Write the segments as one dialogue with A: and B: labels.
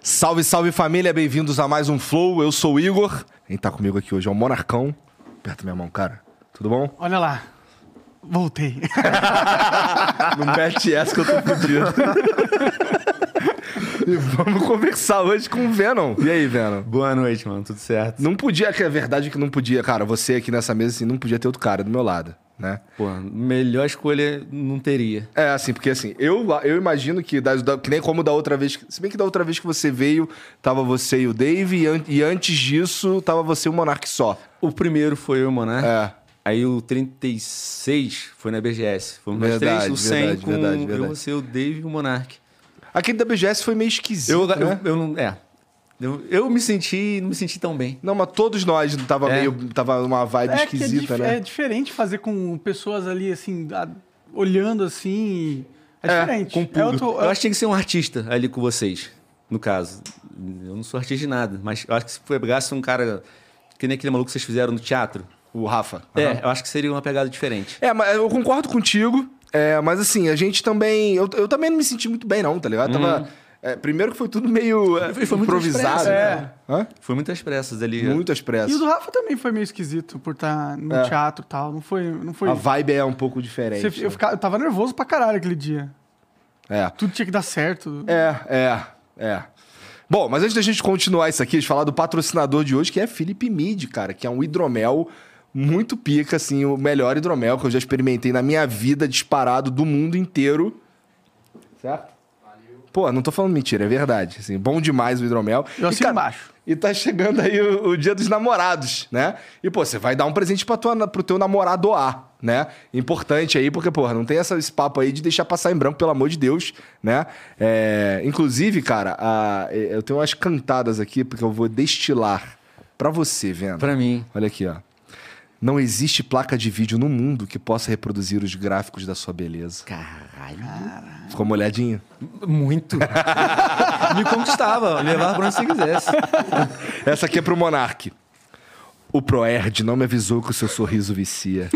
A: Salve, salve família, bem-vindos a mais um Flow. Eu sou o Igor. Quem tá comigo aqui hoje é o Monarcão. Aperta minha mão, cara. Tudo bom?
B: Olha lá. Voltei.
A: Não mete essa Um que eu tô fudido. e vamos conversar hoje com o Venom. E aí, Venom?
C: Boa noite, mano. Tudo certo?
A: Não podia, que a verdade é que não podia, cara. Você aqui nessa mesa, assim, não podia ter outro cara do meu lado, né?
C: Pô, melhor escolha não teria.
A: É, assim, porque assim, eu, eu imagino que, das- da- que nem como da outra vez. Se bem que da outra vez que você veio, tava você e o Dave, e, an- e antes disso, tava você e o Monark só.
C: O primeiro foi eu e o Monark.
A: É.
C: Aí o 36 foi na BGS. Fomos nós
A: Verdade,
C: três, o 100
A: verdade,
C: com
A: verdade,
C: eu,
A: verdade.
C: você, o Dave e o Monark.
A: Aquele da BGS foi meio esquisito.
C: Eu, eu,
A: né?
C: eu não... É. Eu, eu me senti... Não me senti tão bem.
A: Não, mas todos nós tava
C: É.
A: meio. Tava uma vibe
B: que
A: esquisita,
B: é, dif- é
A: né?
B: diferente fazer com pessoas ali, assim, a- olhando assim. É,
A: É,
B: diferente.
C: Com o público.
B: É outro-
C: Eu acho que tinha que ser um artista ali com vocês, no caso. Eu não sou artista de nada, mas eu acho que se pegasse um cara... Que nem aquele maluco que vocês fizeram no teatro.
A: O Rafa.
C: É, eu acho que seria uma pegada diferente.
A: É, mas eu concordo contigo. É, mas assim, a gente também. Eu, eu também não me senti muito bem, não, tá ligado? Tava. é, primeiro que foi tudo meio é,
C: Foi- foi muito
A: improvisado.
C: expresso, é.
A: né? Hã?
C: Foi muitas pressas ali.
A: Muito expresso.
B: E o do Rafa também foi meio esquisito por estar no
A: É.
B: teatro e tal. Não foi. Não foi...
A: A vibe é um pouco diferente.
B: Você- eu, ficava- eu tava nervoso pra caralho aquele dia.
A: É.
B: Tudo tinha que dar certo.
A: É, é, é. Bom, mas antes da gente continuar isso aqui, a gente falar do patrocinador de hoje, que é Felipe Mid, cara, que é um hidromel muito pica, assim, o melhor hidromel que eu já experimentei na minha vida, disparado do mundo inteiro. Certo? Pô, não tô falando mentira, é verdade. Assim, bom demais o hidromel.
B: Eu
A: E,
B: assino
A: cara,
B: embaixo.
A: E tá chegando aí o, o dia dos namorados, né? E, pô, você vai dar um presente pra tua, pro teu namorado A, né? Importante aí, porque, porra, não tem essa, esse papo aí de deixar passar em branco, pelo amor de Deus, né? É, inclusive, cara, a- eu tenho umas cantadas aqui, porque eu vou destilar pra você, vendo?
C: Pra mim.
A: Olha aqui, ó. Não existe placa de vídeo no mundo que possa reproduzir os gráficos da sua beleza.
C: Caralho.
A: Ficou molhadinho?
C: Muito. Me conquistava, levava pra onde você quisesse.
A: Essa aqui é pro Monark. O Proerd não me avisou que o seu sorriso vicia.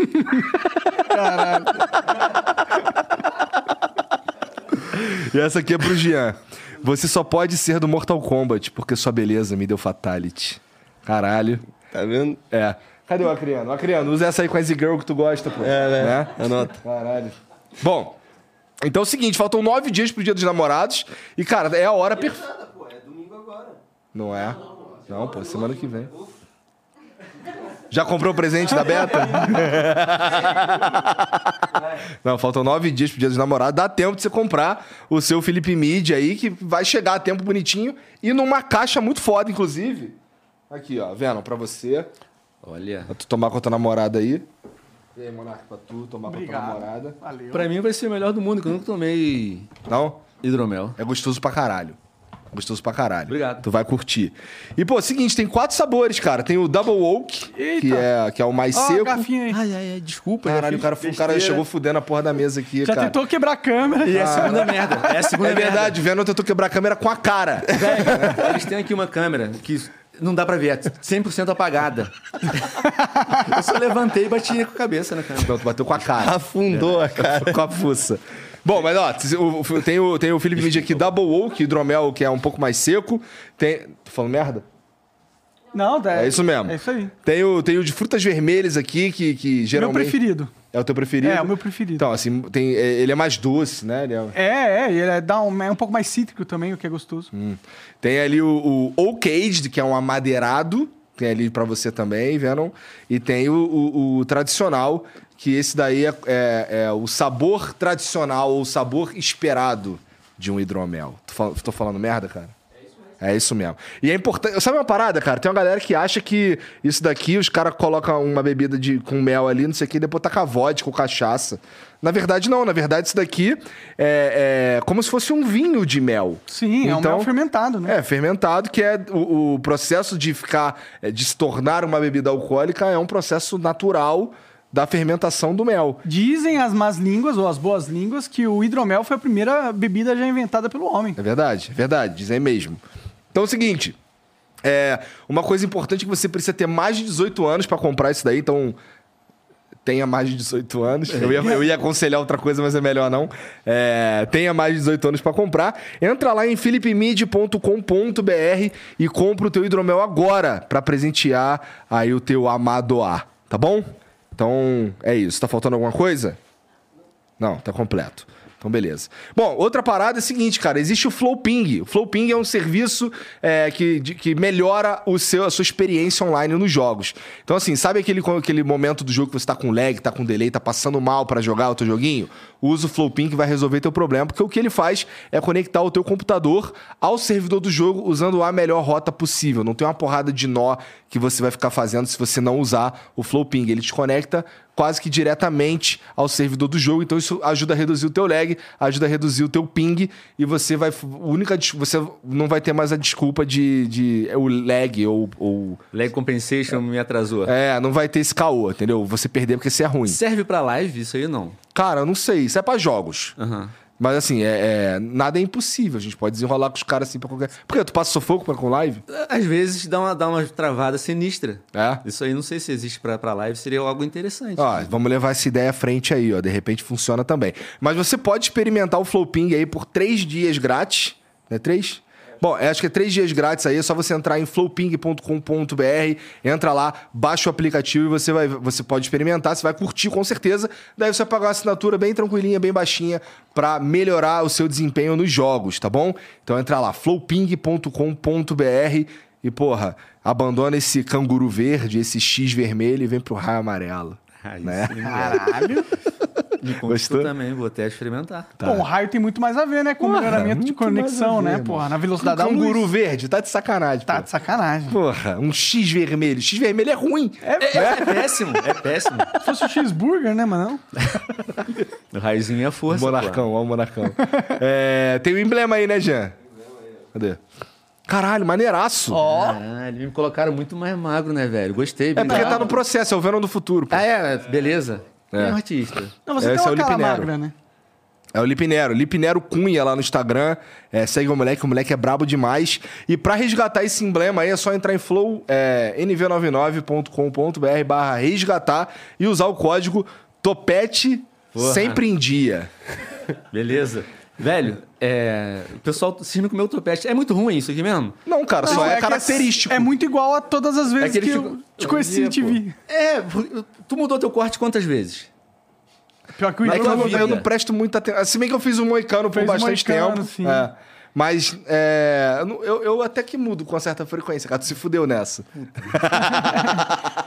A: e essa aqui é pro Jean. Você só pode ser do Mortal Kombat porque sua beleza me deu fatality. Caralho.
C: Tá vendo?
A: É. Cadê o Acriano? Acriano, usa essa aí com a Easy Girl que tu gosta, pô.
C: É, né?
A: Né?
C: Anota.
A: Caralho. Bom, então é o seguinte, faltam nove dias pro Dia dos Namorados. E, cara, é a hora perfeita. Não é? Não, pô, semana que vem. Já comprou o presente da Beta? Não, faltam nove dias pro Dia dos Namorados. Dá tempo de você comprar o seu Felipe Mid aí, que vai chegar a tempo bonitinho. E numa caixa muito foda, inclusive. Aqui, ó, Venom, pra você.
C: Olha.
A: Pra tu tomar com a tua namorada aí. E aí, Monarca, pra tu tomar com a tua namorada.
B: Valeu.
C: Pra mim vai ser o melhor do mundo, que eu nunca tomei
A: Não?
C: hidromel.
A: É gostoso pra caralho. Gostoso pra caralho.
C: Obrigado.
A: Tu vai curtir. E, pô, seguinte, tem quatro sabores, cara. Tem o Double Oak, que
B: Eita.
A: é, que é o mais
B: Ó,
A: seco.
B: a garfinha aí.
C: Ai, ai, ai, desculpa. já
A: Caralho, o
C: fiz
A: cara, foi- o cara
C: besteira.
A: chegou fudendo a porra da mesa aqui,
B: Já
A: cara.
B: tentou quebrar a câmera.
C: E é a segunda merda. É a segunda
A: É verdade, o Venom tentou quebrar a câmera com a cara.
C: merda. Velho, eles têm aqui uma câmera que não dá pra ver, é 100% apagada. Eu só levantei e bati com a cabeça na câmera. É.
A: Não, tu bateu com a cara.
D: Afundou a cara.
A: com a fuça. Bom, mas ó, o- o- tem o, tem o Felipe Midi aqui, Double Oak, hidromel, que é um pouco mais seco. Tem. Tô falando merda?
B: Não, tá.
A: É isso mesmo.
B: É isso aí.
A: Tem o, tem o de frutas vermelhas aqui, que, que geralmente.
B: Meu preferido.
A: É o teu preferido?
B: É, o meu preferido.
A: Então, assim, tem, é- ele é mais doce, né? Ele é-
B: É, é, e ele é, dá um, é um pouco mais cítrico também, o que é gostoso.
A: Hum. Tem ali o, o Oak Aged, que é um amadeirado. Tem ali pra você também, Venom. E tem o, o- o tradicional, que esse daí é, é- é o sabor tradicional ou o sabor esperado de um hidromel. Tô, fal- tô falando merda, cara? É isso mesmo. E é importante. Sabe uma parada, cara? Tem uma galera que acha que isso daqui, os caras colocam uma bebida de, com mel ali, não sei o que, e depois taca vodka ou cachaça. Na verdade, não. Na verdade, isso daqui é, é como se fosse um vinho de mel.
B: Sim, é um mel fermentado, né?
A: É, fermentado, que é o, o processo de ficar, é, de se tornar uma bebida alcoólica, é um processo natural da fermentação do mel.
B: Dizem as más línguas, ou as boas línguas, que o hidromel foi a primeira bebida já inventada pelo homem.
A: É verdade, é verdade, dizem mesmo. Então é o seguinte, é, uma coisa importante é que você precisa ter mais de 18 anos para comprar isso daí, então tenha mais de 18 anos. Eu ia, eu ia aconselhar outra coisa, mas é melhor não. É, tenha mais de 18 anos para comprar. Entra lá em philipemid.com.br e compra o teu hidromel agora para presentear aí o teu amado A, tá bom? Então é isso. Tá faltando alguma coisa? Não, tá completo. Então, beleza. Bom, outra parada é a seguinte, cara. Existe o Flowping. O Flowping é um serviço é, que, de- que melhora o seu, a sua experiência online nos jogos. Então, assim, sabe aquele, aquele momento do jogo que você tá com lag, tá com delay, tá passando mal pra jogar o teu joguinho? Usa o Flowping que vai resolver teu problema, porque o que ele faz é conectar o teu computador ao servidor do jogo usando a melhor rota possível. Não tem uma porrada de nó que você vai ficar fazendo se você não usar o Flowping. Ele te conecta quase que diretamente ao servidor do jogo. Então isso ajuda a reduzir o teu lag, ajuda a reduzir o teu ping e você vai única des- você não vai ter mais a desculpa de, de é, o lag ou, ou-
C: Leg Compensation me atrasou.
A: é não vai ter esse caô, entendeu? Você perder porque você é ruim.
C: Serve pra live isso aí não?
A: Cara, eu não sei, isso é pra jogos.
C: Aham.
A: Mas assim, é, é- nada é impossível. A gente pode desenrolar com os caras assim pra qualquer. Por quê? Tu passa sufoco pra com live?
C: Às vezes dá uma, dá uma travada sinistra.
A: É.
C: Isso aí não sei se existe pra, pra live, seria algo interessante.
A: Ó, vamos levar essa ideia à frente aí, ó. De repente funciona também. Mas você pode experimentar o Flowping aí por três dias grátis. Né? Três? Bom, é, acho que é três dias grátis aí, é só você entrar em flowping.com.br, entra lá, baixa o aplicativo e você, vai, você pode experimentar, você vai curtir com certeza. Daí você vai pagar uma assinatura bem tranquilinha, bem baixinha, pra melhorar o seu desempenho nos jogos, tá bom? Então entra lá, flowping.com.br e, porra, abandona esse canguru verde, esse X vermelho e vem pro raio amarelo.
C: Ah, isso
A: né?
C: aí, Caralho! Me
A: Gostou?
C: conquistou também, vou até experimentar.
B: Bom, o raio tem muito mais a ver, né? Com o melhoramento de
A: Tá. muito mais a
B: conexão,
A: ver,
B: né?
A: mano.
B: Porra, na
A: Um
B: velocidade da
A: canguru
B: luz.
A: verde, tá de sacanagem.
B: Tá
A: pô.
B: de sacanagem.
A: Porra, um X vermelho. X vermelho é ruim.
C: É, é péssimo, é péssimo.
B: Se fosse o cheeseburger, né, mano?
C: O raizinho é força. pô.
A: monarcão, ó, o monarcão. É, tem o emblema aí, né, Jean? Cadê? Caralho, maneiraço.
C: Caralho, me colocaram muito mais magro, né, velho? Gostei.
A: é porque tá no processo, é o Venom do futuro. pô.
C: Ah, é, beleza. É, um artista.
B: Não, você
A: Esse
B: tem
A: é o
B: uma cara
A: Lipinero.
B: magra, né?
A: É o Lipinero. Lipinero Cunha lá no Instagram. É, segue o moleque, o moleque é brabo demais. E pra resgatar esse emblema aí, é só entrar em flow é, nv99.com.br barra resgatar e usar o código TOPETE
C: Porra.
A: sempre em dia.
C: Beleza. Velho, é... o pessoal cisma com o meu topete. É muito ruim isso aqui mesmo?
A: Não, cara, só
B: Não,
A: é,
B: que
A: característico.
B: É muito igual a todas as vezes
C: É
B: que
C: aquele
B: eu
C: tipo-
B: te conheci
C: Eu
B: e te
C: via,
B: vi.
C: É, tu mudou teu corte quantas vezes?
B: Pior que o
A: É que eu,
C: na
A: não-
C: vida.
A: eu não presto muita atenção. Se bem que eu fiz um moicano por
B: Fez um
A: bastante
B: moicano,
A: tempo.
B: sim.
A: é. Mas é, eu não- eu, eu até que mudo com certa frequência, cara. Tu se fudeu nessa.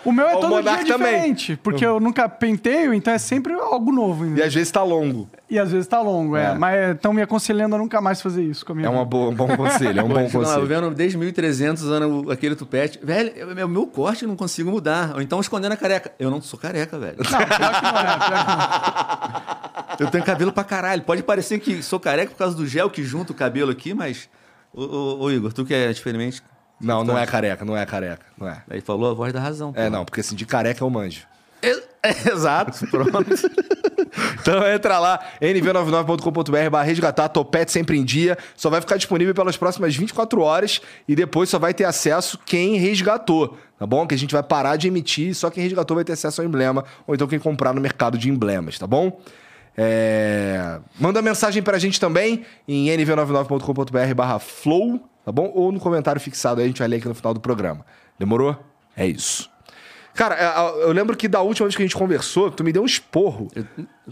B: O meu é
A: O
B: todo dia
A: Monark também.
B: diferente, porque eu nunca penteio, então é sempre algo novo.
A: E
B: entendeu?
A: às vezes tá longo.
B: E às vezes tá longo, é.
A: É.
B: Mas estão me aconselhando a nunca mais fazer isso com a minha
A: É uma
B: vida.
A: boa- um bom conselho, é um bom
C: Fica lá,
A: conselho.
C: vendo desde 1300 usando o- aquele tupete. Velho, é o meu corte, eu não consigo mudar. Ou então escondendo a careca. Eu não sou careca, velho.
B: é,
C: Eu tenho cabelo pra caralho. Pode parecer que sou careca por causa do gel que junta o cabelo aqui, mas Ô, ô, ô, Igor, tu que é experimente.
A: Não, não é careca, não é careca. Não é.
C: Aí falou a voz da razão. É,
A: É,
C: pô.
A: não, porque assim, de careca eu manjo.
C: Exato, pronto.
A: Então entra lá, nv99.com.br barra resgatar, topete sempre em dia. Só vai ficar disponível pelas próximas 24 horas e depois só vai ter acesso quem resgatou, tá bom? Que a gente vai parar de emitir, só quem resgatou vai ter acesso ao emblema, ou então quem comprar no mercado de emblemas, tá bom? É... Manda mensagem pra gente também em nv99.com.br barra flow, tá bom? Ou no comentário fixado aí, a gente vai ler aqui no final do programa. Demorou? É isso. Cara, é, eu lembro que da última vez que a gente conversou, tu me deu um esporro.
C: Não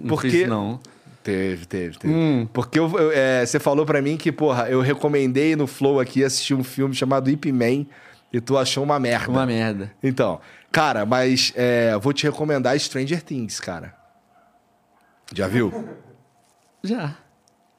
A: Porque-
C: fiz isso, não.
A: Teve, teve, teve. Hum, Porque eu- eu, é, você falou pra mim que, porra, eu recomendei no Flow aqui assistir um filme chamado Ip Man e tu achou uma merda.
C: Uma merda.
A: Então, cara, mas é, vou te recomendar Stranger Things, cara. Já viu?
C: Já.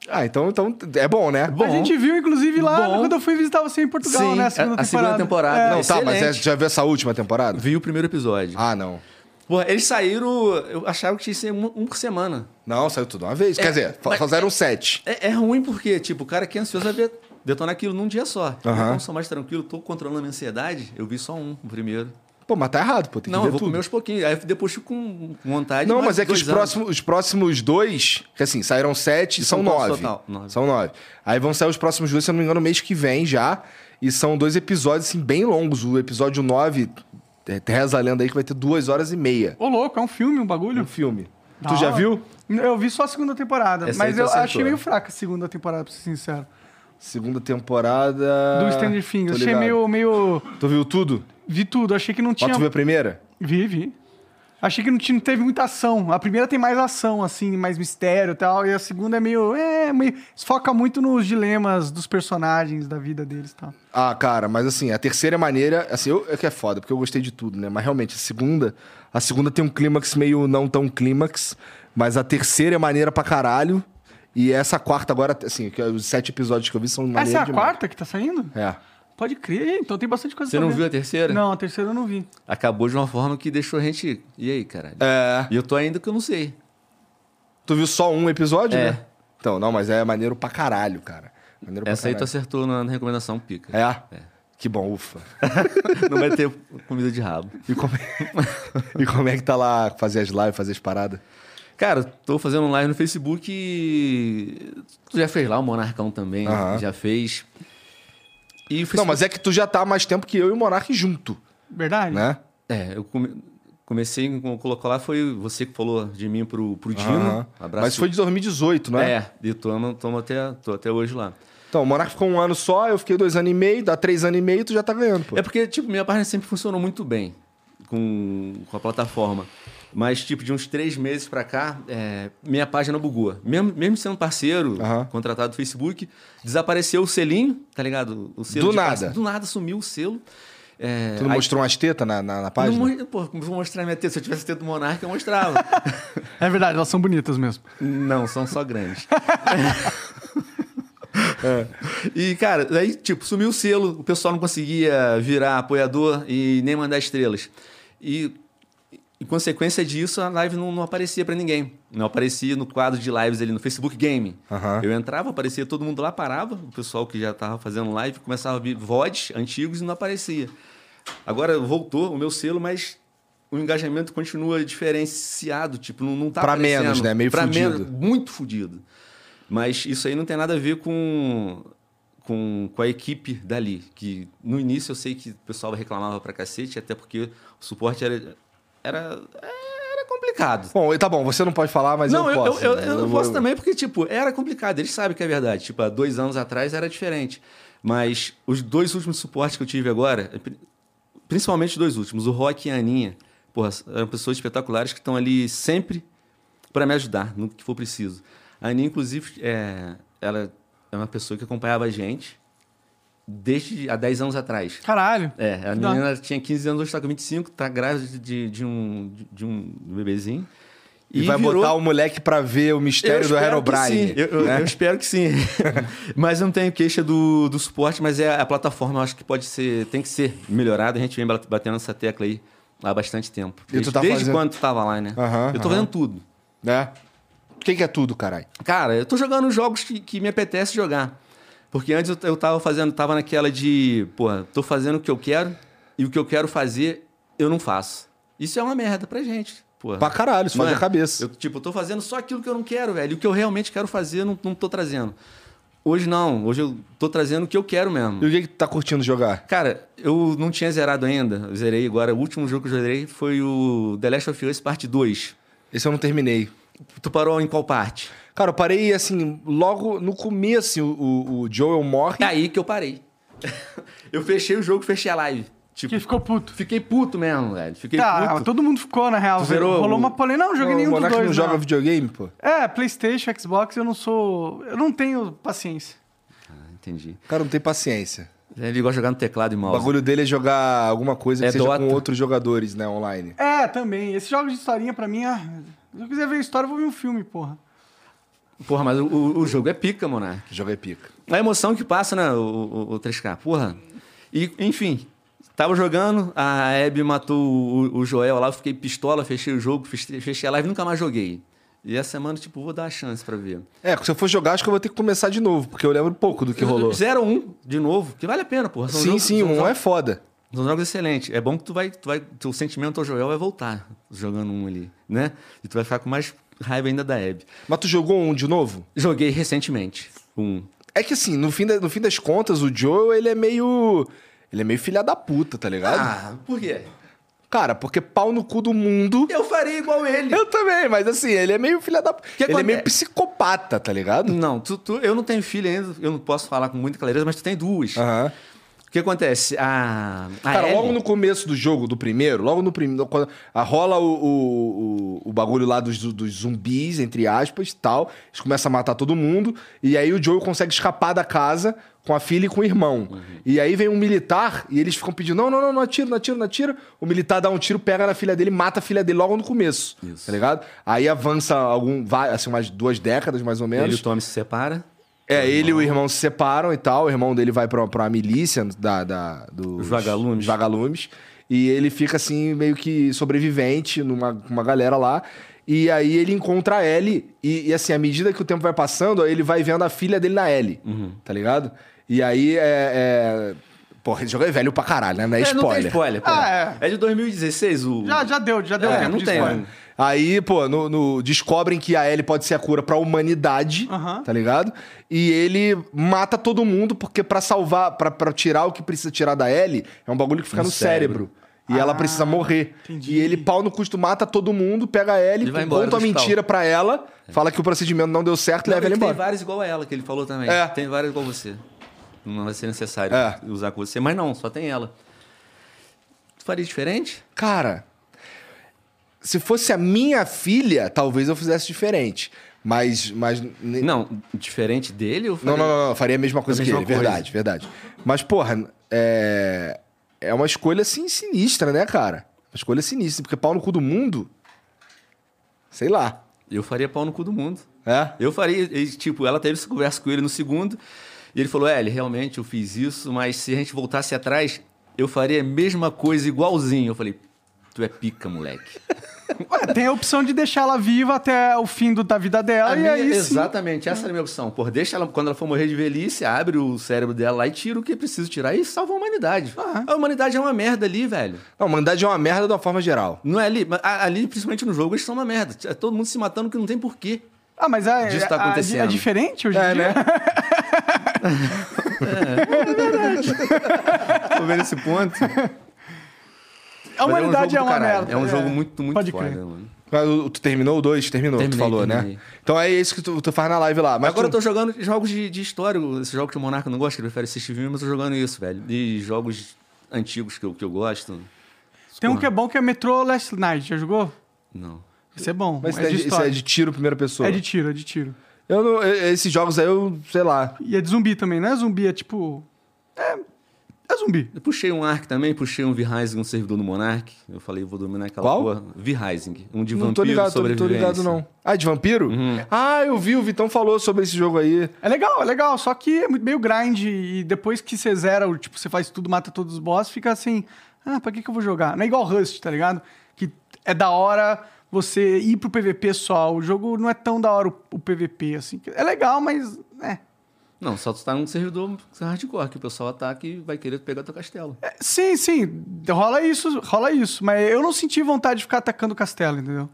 A: Ah, então, então é bom, né?
B: a gente viu, inclusive, lá
C: Bom.
B: quando eu fui visitar você em Portugal,
C: Sim,
B: né?
C: a- a segunda temporada.
B: É.
A: Não, tá,
C: Excelente.
A: mas é- já viu essa última temporada?
C: Vi o primeiro episódio.
A: Ah, não.
C: Porra, eles saíram. Eu achava que tinha que ser um, um por semana.
A: Não, saiu tudo de uma vez. Quer dizer, fa-
C: É, mas-
A: fizeram sete.
C: É, é ruim porque, tipo, o cara que é ansioso vai ver- detonar aquilo num dia só.
A: Aham.
C: Então, sou mais tranquilo, tô controlando a minha ansiedade. Eu vi só um o primeiro.
A: Pô, mas tá errado, pô. Tem que
C: não,
A: ver
C: eu vou
A: tudo.
C: comer aos pouquinhos. Aí depois fico com com vontade.
A: Não,
C: mais
A: mas é que
C: dois
A: os
C: anos.
A: próximos, os próximos dois, que assim, saíram sete, são,
C: São
A: nove.
C: quantos total? Nove.
A: São nove. Aí vão sair os próximos dois, se eu não me engano, mês que vem já. E são dois episódios, assim, bem longos. O episódio nove, é, reza a lenda aí, que vai ter duas horas e meia.
B: Ô, louco, é um filme, um bagulho.
A: Um filme.
B: Da
A: tu já
B: hora.
A: viu?
B: Eu vi só a segunda temporada,
C: Essa aí
B: mas
C: tu
B: eu
C: acertou.
B: achei meio fraca a segunda temporada, pra ser sincero.
A: Segunda
C: Ah,
A: temporada...
B: Do Stranger Things.
A: Tô
B: Achei
A: ligado.
B: meio, meio.
A: Tu viu tudo?
B: Vi tudo, achei que não
A: Ó,
B: tinha.
A: tu viu a primeira?
B: Vi, vi. Achei que não, tinha, não teve muita ação. A primeira tem mais ação, assim, mais mistério e tal. E a segunda é meio. É, meio. Foca muito nos dilemas dos personagens, da vida deles e tal.
A: Ah, cara, mas assim, a terceira maneira, assim, eu, é que é foda, porque eu gostei de tudo, né? Mas realmente, a segunda, a segunda tem um clímax meio não tão clímax, mas a terceira é maneira pra caralho. E essa quarta agora, assim, que os sete episódios que eu vi são maneira
B: Essa é a
A: demais.
B: quarta que tá saindo?
A: É.
B: Pode crer, então tem bastante coisa
C: Você não
B: pra ver.
C: viu a terceira?
B: Não, a terceira eu não vi.
C: Acabou de uma forma que deixou a gente. E aí, caralho?
A: É.
C: E eu tô ainda que eu não sei.
A: Tu viu só um episódio,
C: É.
A: né? Então, não, mas é maneiro pra caralho, cara. Maneiro
C: Essa
A: pra
C: aí tá tu
A: caralho.
C: acertou na na recomendação, pica.
A: É? Que bom, ufa.
C: Não vai ter comida de rabo.
A: É. E como, é... e como é que tá lá fazer as lives, fazer as paradas?
C: Cara, tô fazendo um live no Facebook e. Tu já fez lá o Monarcão também,
A: Aham.
C: já fez. E o
A: Não,
C: Facebook-
A: mas é que tu já tá há mais tempo que eu e o Monark junto,
B: Verdade?
A: né?
C: É, eu come- comecei a colocar lá, foi você que falou de mim pro, pro Dino.
A: Aham.
C: Um Abraço.
A: Mas foi de 2018, não é?
C: É, e tomo, tomo até, tô até hoje lá.
A: Então, o Monark ficou um ano só, eu fiquei dois anos e meio, dá três anos e meio, tu já tá ganhando, pô.
C: É porque, tipo, minha página sempre funcionou muito bem com, com a plataforma. Mas, tipo, de uns três meses pra cá, é, minha página bugou. Mesmo, mesmo sendo parceiro,
A: Aham.
C: contratado do Facebook, desapareceu o selinho, tá ligado? O selo
A: Do
C: de
A: nada.
C: parceiro. Do nada sumiu o selo. É,
A: tu não
C: aí-
A: mostrou umas tetas na, na, na
C: Não
A: página?
C: mo- Pô, como eu vou mostrar minha teta? Se eu tivesse teta do Monarca, eu mostrava.
B: É verdade, elas são bonitas mesmo.
C: Não, são só grandes. É. E, cara, aí, tipo, sumiu o selo, o pessoal não conseguia virar apoiador e nem mandar estrelas. E, em consequência disso, a live não, não aparecia pra ninguém. Não aparecia no quadro de lives ali no Facebook Game.
A: Aham.
C: Eu entrava, aparecia todo mundo lá, parava, o pessoal que já tava fazendo live, começava a vir VODs antigos e não aparecia. Agora voltou o meu selo, mas o engajamento continua diferenciado, tipo, não, não tá
A: Pra
C: aparecendo.
A: menos, né? Meio
C: Pra
A: fudido.
C: menos, muito fudido. Mas isso aí não tem nada a ver com, com, com a equipe dali. Que no início eu sei que o pessoal reclamava pra cacete, até porque o suporte era, era, era complicado.
A: Bom, e tá bom, você não pode falar, mas
C: não,
A: eu posso.
C: eu, eu não posso também, porque, tipo, era complicado. Eles sabem que é verdade. Tipo, há dois anos atrás era diferente. Mas os dois últimos suportes que eu tive agora, é pri- principalmente os dois últimos, o Rock e a Aninha, porra, eram pessoas espetaculares que estão ali sempre para me ajudar no que for preciso. A Aninha, inclusive, é, ela é uma pessoa que acompanhava a gente desde há 10 anos atrás.
B: Caralho.
C: É, a
B: Dá.
C: menina tinha 15 anos, hoje está com 25, tá grávida de, de, de um, de, de um bebezinho.
A: E, vai
C: virou-
A: botar o moleque pra ver o
C: eu
A: mistério do né?
C: espero que
A: Herobrine.
C: sim. Eu, eu- eu espero que sim. mas eu não tenho queixa do, do suporte, mas é a plataforma, eu acho que pode ser, tem que ser melhorada. A gente vem bat- batendo essa tecla aí há bastante tempo.
A: E tu
C: Desde,
A: tá
C: desde
A: fazendo-
C: quando tu tava lá, né?
A: Aham,
C: eu tô
A: aham.
C: fazendo tudo.
A: Né? Quem que é tudo, caralho?
C: Cara, eu tô jogando jogos que, que me apetece jogar. Porque antes eu, eu tava fazendo, tava naquela de, porra, tô fazendo o que eu quero e o que eu quero fazer eu não faço. Isso é uma merda pra gente. Porra.
A: Pra caralho, isso
C: Não
A: faz
C: é?
A: a cabeça.
C: Eu, tipo, eu tô fazendo só aquilo que eu não quero, velho. E O que eu realmente quero fazer, eu não, não tô trazendo. Hoje não, hoje eu tô trazendo o que eu quero mesmo.
A: E o que que tu tá curtindo jogar?
C: Cara, eu não tinha zerado ainda. Eu zerei agora. O último jogo que eu zerei foi o The Last of Us Parte 2.
A: Esse eu não terminei.
C: Tu parou em qual parte?
A: Cara, eu parei assim, logo no começo, assim, o- o, o Joel morre.
C: É aí que eu parei. eu fechei o jogo, fechei a live. Tipo,
B: Que ficou puto.
C: fiquei puto mesmo, velho. Fiquei
B: Tá,
C: puto.
B: todo mundo ficou, na real.
C: Tu zerou
B: Rolou
C: o-
B: uma polêmica. Não, não joguei nenhum
A: o
B: dos
A: Monark
B: dois.
A: não joga
B: não.
A: videogame, pô.
B: É, Playstation, Xbox, eu não sou... Eu não tenho paciência.
C: Ah, entendi.
A: Cara, não tem paciência.
C: Ele gosta de jogar no teclado e
A: O
C: mouse.
A: bagulho dele é jogar alguma coisa que
C: É
A: seja com
C: Dota.
A: outros jogadores, né, online.
B: É, também. Esses jogos de historinha, pra mim, ah, se eu quiser ver história, eu vou ver um filme, porra.
C: Porra, mas o, o- o jogo é pica, Monark.
A: Joga é pica.
C: A emoção que passa, né, o, o, o 3K. Porra. E, enfim, tava jogando, a Abby matou o, o Joel lá, eu fiquei pistola, fechei o jogo, fechei fechei a live, nunca mais joguei. E essa semana, tipo, vou dar uma chance pra ver.
A: É, se eu for jogar, acho que eu vou ter que começar de novo, porque eu lembro pouco do que rolou.
C: 0-1, de novo, que vale a pena, porra. São
A: Sim,
C: jogos-
A: sim,
C: são
A: Uhum. é um
C: jogos-
A: é foda.
C: São jogos excelentes. É bom que tu vai, tu vai. Teu sentimento ao Joel vai voltar jogando um ali, né? E tu vai ficar com mais raiva ainda da Abby.
A: Mas tu jogou um de novo?
C: Joguei recentemente. Um.
A: É que assim, no fim, da- no fim das contas, o Joel, ele é meio. Ele é meio filha da puta, tá ligado?
C: por quê?
A: Cara, porque pau no cu do mundo.
C: Eu faria igual ele.
A: Eu também, mas assim, ele é meio filha da. ele é
C: acontece?
A: meio psicopata, tá ligado?
C: Não, tu, tu- eu não tenho filha ainda, eu não posso falar com muita clareza, mas tu tem duas.
A: Aham.
C: O que acontece? A, a
A: Ah. Cara,
C: Ellie-
A: logo no começo do jogo, do primeiro, logo no primeiro. quando a- Rola o, o, o- o bagulho lá dos, dos zumbis, entre aspas, tal. Eles começam a matar todo mundo. E aí o Joel consegue escapar da casa com a filha e com o irmão.
C: Uhum.
A: E aí vem um militar e eles ficam pedindo: não, não, não, não atira, não atira, não atira. O militar dá um tiro, pega na filha dele, mata a filha dele logo no começo.
C: Isso.
A: Tá ligado? Aí avança algum, vai, assim, umas duas décadas mais ou menos.
C: ele e o Tommy se separa.
A: É, ele e o irmão se separam e tal. O irmão dele vai pra, pra milícia da, da, dos
C: Os vagalumes.
A: dos vagalumes. E ele fica assim, meio que sobrevivente numa com uma galera lá. E aí ele encontra a Ellie. E, e, assim, à medida que o tempo vai passando, aí ele vai vendo a filha dele na Ellie.
C: Uhum.
A: Tá ligado? E aí é. é... Porra, esse jogo é velho pra caralho, né? Não é,
C: É, não
A: spoiler.
C: tem spoiler, pô.
B: Ah,
C: é. de 2016 o.
B: Já, já deu, já deu.
C: É,
B: tempo
C: não
B: de
C: tem.
B: spoiler.
C: né?
A: Aí, pô, no, no- descobrem que a Ellie pode ser a cura pra humanidade,
B: Aham.
A: tá ligado? E ele mata todo mundo porque pra salvar, pra, pra tirar o que precisa tirar da Ellie, é um bagulho que fica
C: No
A: no cérebro. E ela
B: Ah,
A: precisa morrer.
B: entendi.
A: E ele, pau no custo, mata todo mundo, pega a Ellie,
C: E vai embora
A: conta a
C: do hospital.
A: mentira pra ela, fala que o procedimento não deu certo e
C: Não,
A: leva ela
C: ele tem
A: embora.
C: várias igual a ela, que ele falou também.
A: É.
C: Tem várias igual você. Não vai ser necessário
A: É.
C: usar com você. Mas não, só tem ela. Tu faria diferente?
A: Cara, se fosse a minha filha, talvez eu fizesse diferente. Mas, mas ne-
C: Não, diferente dele eu
A: Não,
C: faria.
A: não, não, não, eu faria a mesma coisa
C: A
A: que
C: mesma
A: ele,
C: coisa.
A: verdade, verdade. Mas, porra, é... é uma escolha, assim, sinistra, né, cara? Uma escolha sinistra, porque pau no cu do mundo, sei lá,
C: Eu faria pau no cu do mundo.
A: né?
C: Eu faria, e, tipo, ela teve essa conversa com ele no segundo, e ele falou: Eli, realmente eu fiz isso, mas se a gente voltasse atrás, eu faria a mesma coisa igualzinho. Eu falei: Tu é pica, moleque.
B: Ué, tem a opção de deixar ela viva até o fim do- da vida dela
C: A
B: e
C: minha-
B: aí sim.
C: exatamente, essa era a minha opção. Por deixa ela, quando ela for morrer de velhice, abre o cérebro dela lá e tira o que é preciso tirar e salva a humanidade. A humanidade é uma merda ali, velho.
A: Não, mandar de uma merda de uma forma geral.
C: Não é ali, mas a- ali, principalmente no jogo, eles são uma merda. É todo mundo se matando que não tem porquê.
B: Ah, mas é,
C: Disso tá
B: é- é-
C: acontecendo. né?
B: é diferente hoje em
A: né?
B: dia?
C: É. Tô vendo esse ponto.
B: A humanidade é, uma merda.
C: É um jogo muito, muito
B: Pode
C: foda,
B: crer.
C: mano.
A: Mas o- tu terminou o 2? Terminou, tu
C: Terminei,
A: falou, né?
C: terminei.
A: Então é isso que tu, tu faz na live lá. Mas
C: Agora eu
A: tu...
C: tô jogando jogos de, de história, esses jogos que o Monarca não gosta, que ele prefere assistir filme, mas eu tô jogando isso, velho. E jogos antigos que eu, que eu gosto.
B: Tem
A: Tipo,
B: um que é bom que é Metro Last Night, já jogou?
C: Não.
B: Isso é bom.
A: Mas isso,
B: é
A: é
B: de
A: de, isso
B: história.
A: é de tiro, primeira pessoa.
B: É de tiro, é de tiro.
A: Eu não- eu- esses jogos aí, eu sei lá.
B: E é de zumbi também, não é zumbi, é tipo. É. É zumbi.
C: Eu puxei um Ark também, puxei um V-Rising, um servidor do Monark. Eu falei, vou dominar aquela
A: Qual?
C: porra. V-Rising, um de
A: Não
C: vampiro
A: tô ligado, tô, tô
C: sobrevivência. Uhum.
A: ligado não. Ah, de vampiro? Ah, eu vi, o Vitão falou sobre esse jogo aí.
B: É legal, é legal, só que é muito- meio grind e depois que você zera, o tipo, você faz tudo, mata todos os boss, fica assim, ah, pra que que eu vou jogar? Não é igual Rust, tá ligado? Que é da hora você ir pro PVP só, o jogo não é tão da hora o, o PVP, assim. É legal, mas, né,
C: Não, só tu tá num servidor hardcore, que o pessoal ataca e vai querer pegar teu castelo.
B: É, Sim, sim, rola isso, rola isso. Mas eu não senti vontade de ficar atacando o castelo, entendeu?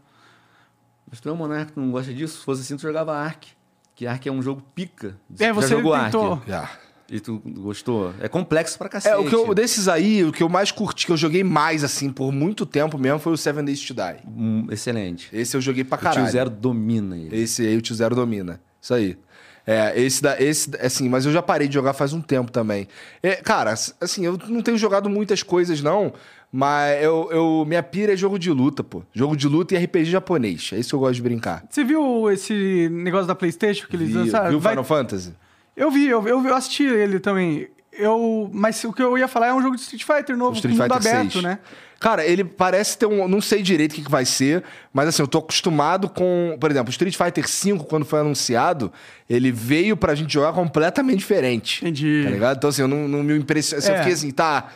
C: Mas tu é um monarca, tu não gosta disso? Se fosse assim, tu jogava Ark. Que Ark é um jogo pica.
B: É,
C: Já
B: você
C: jogou
B: tentou.
C: Ark. E tu gostou? É complexo pra
A: É,
C: cacete.
A: o que eu, desses aí, o que eu mais curti, que eu joguei mais, assim, por muito tempo mesmo, foi o Seven Days to Die.
C: Hum, Excelente.
A: Esse eu joguei pra
C: O
A: caralho.
C: Tio Zero domina ele.
A: Esse aí o Tio Zero domina. Isso aí. É, esse da. Esse, assim, mas eu já parei de jogar faz um tempo também. É, cara, s- assim, eu não tenho jogado muitas coisas, não. Mas eu, eu. Minha pira é jogo de luta, pô. Jogo de luta e RPG japonês. É isso que eu gosto de brincar.
B: Você viu esse negócio da PlayStation que eles
A: Vi-
B: lançaram?
A: viu
B: Vai-
A: Final Fantasy?
B: Eu vi, eu, eu, eu assisti ele também. Eu, mas o que eu ia falar é um jogo de Street Fighter novo,
A: Street
B: com mundo
A: Fighter
B: aberto,
A: 6.
B: né?
A: Cara, ele parece ter um. Não sei direito o que, que vai ser, mas assim, eu tô acostumado com. Por exemplo, Street Fighter V, quando foi anunciado, ele veio pra gente jogar completamente diferente.
B: Entendi.
A: Tá ligado? Então, assim, eu não, não me impressionei.
B: É.
A: Eu fiquei assim, tá.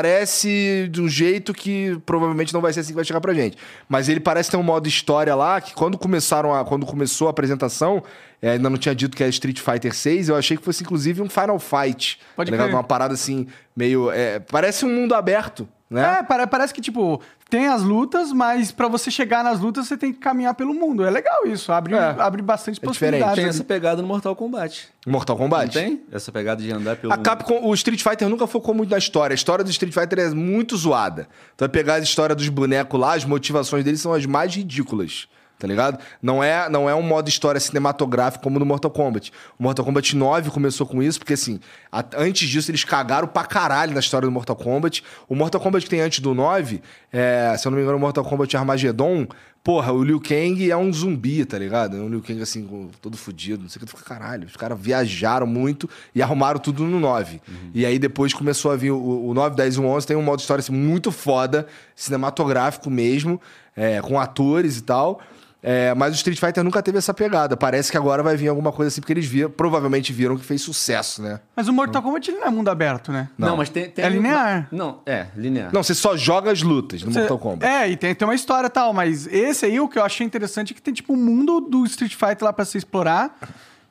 A: Parece de um jeito que provavelmente não vai ser assim que vai chegar pra gente. Mas ele parece ter um modo história lá que quando começaram a, quando começou a apresentação, eh, ainda não tinha dito que era Street Fighter 6, eu achei que fosse inclusive um Final Fight.
B: Pode
A: tá ligado?
B: crer.
A: Uma parada assim, meio. eh, parece um mundo aberto, né?
B: É, pare- parece que, tipo, tem as lutas, mas pra você chegar nas lutas, você tem que caminhar pelo mundo. É legal isso, abre,
A: É.
B: abre bastante
A: É
B: possibilidades.
C: Tem essa pegada no Mortal Kombat.
A: Mortal
C: É. Não
A: Kombat.
C: tem? Essa pegada de andar pelo.
A: A Capcom, o Street Fighter nunca focou muito na história. A história do Street Fighter é muito zoada. Então, vai pegar a história dos bonecos lá, as motivações deles são as mais ridículas. Tá ligado? Não é, não é um modo história cinematográfico como no Mortal Kombat. O Mortal Kombat 9 começou com isso, porque assim, a- antes disso eles cagaram pra caralho na história do Mortal Kombat. O Mortal Kombat que tem antes do 9, é, se eu não me engano, o Mortal Kombat Armageddon, porra, o Liu Kang é um zumbi, tá ligado? É um Liu Kang assim, com- todo fudido, não sei o que. Tu fica, caralho, os caras viajaram muito e arrumaram tudo no 9. E aí depois começou a vir o, o 9, 10 e o 11, tem um modo história assim, muito foda, cinematográfico mesmo, é, com atores e tal. É, mas o Street Fighter nunca teve essa pegada. Parece que agora vai vir alguma coisa assim, porque eles viram, provavelmente viram que fez sucesso, né?
B: Mas o Mortal Kombat ele não é mundo aberto, né?
C: Não, mas tem, tem.
B: É linear.
C: Não, é, linear.
A: Não, você só joga as lutas no
B: Você-
A: Mortal Kombat.
B: É, e tem, tem uma história e tal, mas esse aí, o que eu achei interessante é que tem, tipo, o mundo do Street Fighter lá pra você explorar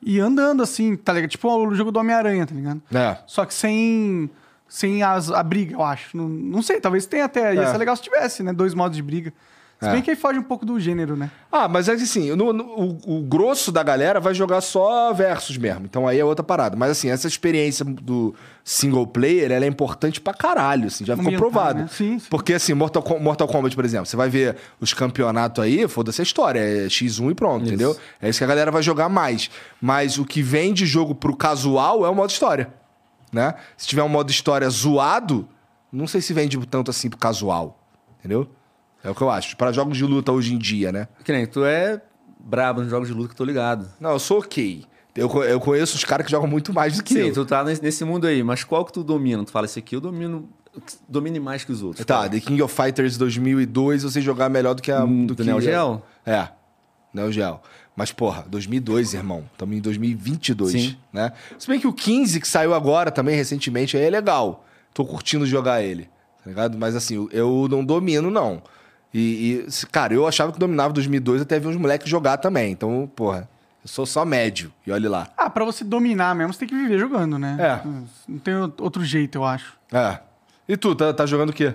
B: e andando, assim, tá ligado? Tipo o jogo do Homem-Aranha, tá ligado?
A: É.
B: Só que sem, sem as, a briga, eu acho. Não, não sei, talvez tenha até. Ia
A: É.
B: ser legal se tivesse, né? Dois modos de briga. Se
A: É.
B: bem que aí foge um pouco do gênero, né?
A: Ah, mas é que assim, no- no- o, o grosso da galera vai jogar só versus mesmo. Então aí é outra parada. Mas assim, essa experiência do single player, ela é importante pra caralho, assim, já ficou
B: Ambiental,
A: provado.
B: né? Sim, sim.
A: Porque assim, Mortal, Com- Mortal Kombat, por exemplo, você vai ver os campeonatos aí, foda-se a história, é X1 e pronto, entendeu? É isso que a galera vai jogar mais. Mas o que vem de jogo pro casual é o modo história, né? Se tiver um modo história zoado, não sei se vende tanto assim pro casual, entendeu? É o que eu acho. Pra jogos de luta hoje em dia, né?
C: Que nem, tu é brabo nos jogos de luta que eu tô ligado.
A: Não, eu sou ok. Eu, co- eu conheço os caras que jogam muito mais do que
C: Sim,
A: eu.
C: tu tá nesse, nesse mundo aí, mas qual que tu domina? Tu fala, esse aqui eu domino. Domine mais que os outros.
A: Tá, The King of Fighters 2002 eu sei jogar melhor do que a...
C: Hum,
A: do
C: do
A: que
C: Neo Geo?
A: É, Neo Geo. Mas, porra, 2002, irmão. Estamos em 2022,
C: Sim.
A: né? Se bem que o 15, que saiu agora também, recentemente, aí é legal. Tô curtindo jogar ele, tá ligado? Mas, assim, eu- eu não domino, não. E, e, se- cara, eu achava que dominava 2002 até ver uns moleques jogar também. Então, porra, eu sou só médio. E olhe lá.
B: Ah, pra você dominar mesmo, você tem que viver jogando, né?
A: É.
B: Não tem o- outro jeito, eu acho.
A: É. E tu, tá, tá jogando o quê?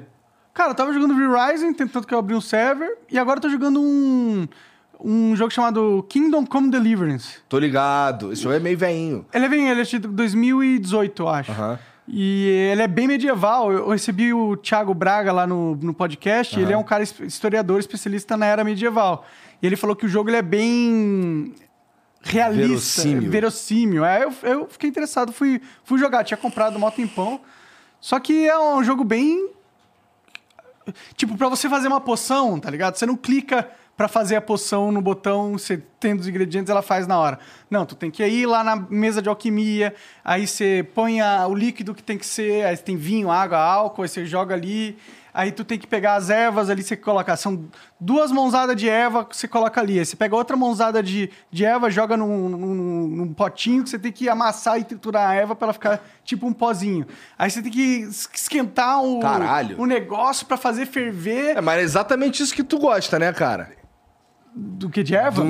B: Cara, eu tava jogando V-Rising, tentando que eu abri um server, e agora eu tô jogando um, um jogo chamado Kingdom Come Deliverance.
A: Tô ligado. Esse jogo é meio veinho.
B: Ele vem, ele é de 2018, eu acho.
A: Aham.
B: E ele é bem medieval. Eu eu recebi o Thiago Braga lá no, no podcast. e Ele é um cara es- historiador, especialista na era medieval. E ele falou que o jogo ele é bem realista,
A: Verossímil.
B: verossímil. Aí eu, eu fiquei interessado, fui, fui jogar. Tinha comprado mó tempão. Só que é um jogo bem Tipo, pra você fazer uma poção, tá ligado? Você não clica pra fazer a poção no botão, você tendo os ingredientes, ela faz na hora. Não, tu tem que ir lá na mesa de alquimia, aí você põe a- o líquido que tem que ser, aí tem vinho, água, álcool, aí você joga ali, aí tu tem que pegar as ervas ali, você coloca, são duas mãozadas de erva que você coloca ali, aí você pega outra mãozada de, de erva, joga num, num- num potinho que você tem que amassar e triturar a erva pra ela ficar tipo um pozinho. Aí você tem que es- esquentar o,
A: Caralho.
B: o um negócio pra fazer ferver
A: É, mas é exatamente isso que tu gosta, né, cara?
B: do que de erva?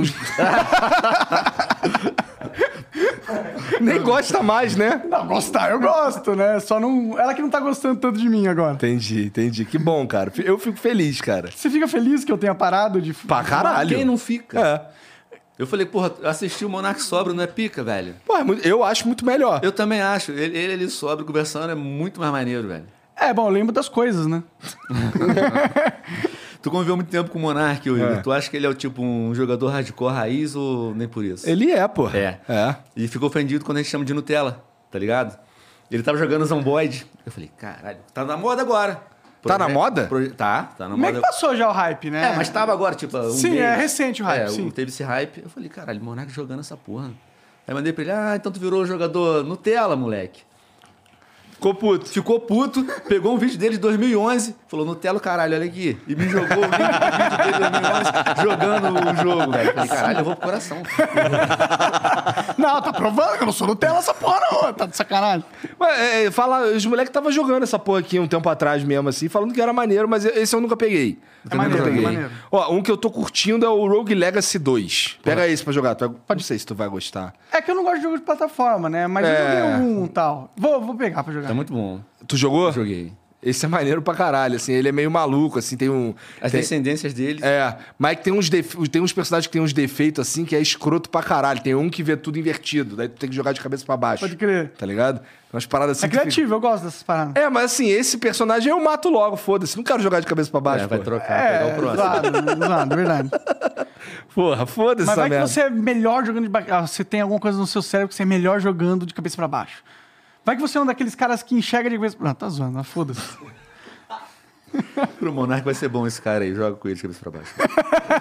A: Nem gosta mais, né?
B: Não, gostar eu gosto, né? Só não. Ela que não tá gostando tanto de mim agora.
A: Entendi, entendi. Que bom, cara. Eu fico feliz, cara.
B: Você fica feliz que eu tenha parado de.
A: Pra caralho.
C: Quem não fica?
A: É.
C: Eu falei, porra, assistir o Monark Sobra não é pica, velho?
A: Pô, é muito- eu acho muito melhor.
C: Eu também acho. Ele, ele ali sobra, conversando, é muito mais maneiro, velho.
B: É, bom, eu lembro das coisas, né?
C: Tu conviveu muito tempo com o Monark, Igor.
A: É.
C: Tu acha que ele é o tipo um jogador hardcore raiz ou nem por isso?
A: Ele é, pô.
C: É.
A: É.
C: E ficou ofendido quando a gente chama de Nutella, tá ligado? Ele tava jogando Zomboid. Eu falei, caralho, tá na moda agora.
A: Tá na moda?
C: proje- Tá, tá na
B: Como é
C: moda.
B: que passou já o hype, né?
C: É, mas
A: tá-
C: tava agora, tipo. Um
B: Sim,
C: mês.
B: é recente o hype,
C: um-
B: sim.
C: Teve esse hype. Eu falei, caralho, Monark jogando essa porra. Aí mandei pra ele, ah, então tu virou jogador Nutella, moleque.
A: Ficou puto.
C: Ficou puto, pegou um vídeo dele de 2011, falou Nutella, caralho, olha aqui. E me jogou o link do vídeo dele de 2011 jogando o jogo,
A: né,
C: velho. Eu Falei, caralho, eu vou pro coração.
B: Não, tá provando que eu não sou Nutella essa porra, não. Tá de sacanagem.
A: Mas, é, é, fala, os moleques estavam jogando essa porra aqui um tempo atrás mesmo, assim, falando que era maneiro, mas esse eu nunca peguei. Eu também
B: maneiro,
A: nunca peguei.
B: é maneiro.
A: Ó, um que eu tô curtindo é o Rogue Legacy 2. Pega esse pra jogar. Tu vai... Pode ser se tu vai gostar.
B: É que eu não gosto de jogo de plataforma, né? Mas
A: É.
B: eu joguei um e tal. Vou, vou pegar pra jogar.
C: Tá muito bom.
A: Tu jogou?
C: Joguei.
A: Esse é maneiro pra caralho, assim. Ele é meio maluco, assim, tem um.
C: As
A: tem-
C: descendências dele.
A: É, mas que tem uns, defe- tem uns personagens que tem uns defeitos, assim, que é escroto pra caralho. Tem um que vê tudo invertido, daí tu tem que jogar de cabeça pra baixo.
B: Pode crer.
A: Tá ligado? Umas paradas assim.
B: É
A: que fica-
B: criativo, eu gosto dessas paradas.
A: É, mas assim, esse personagem eu mato logo, foda-se. Não quero jogar de cabeça pra
C: É,
A: baixo.
C: vai
A: pô.
C: trocar,
B: É,
C: pegar o próximo.
B: usado, usado, verdade.
A: Porra, foda-se
B: Mas
A: essa
B: vai que
A: merda.
B: você é melhor jogando de ba- ah, Você tem alguma coisa no seu cérebro que você é melhor jogando de cabeça pra baixo. Vai que você é um daqueles caras que enxerga de cabeça. Não, tá zoando, mas foda-se.
C: Pro Monark vai ser bom esse cara aí, joga com ele de cabeça pra baixo.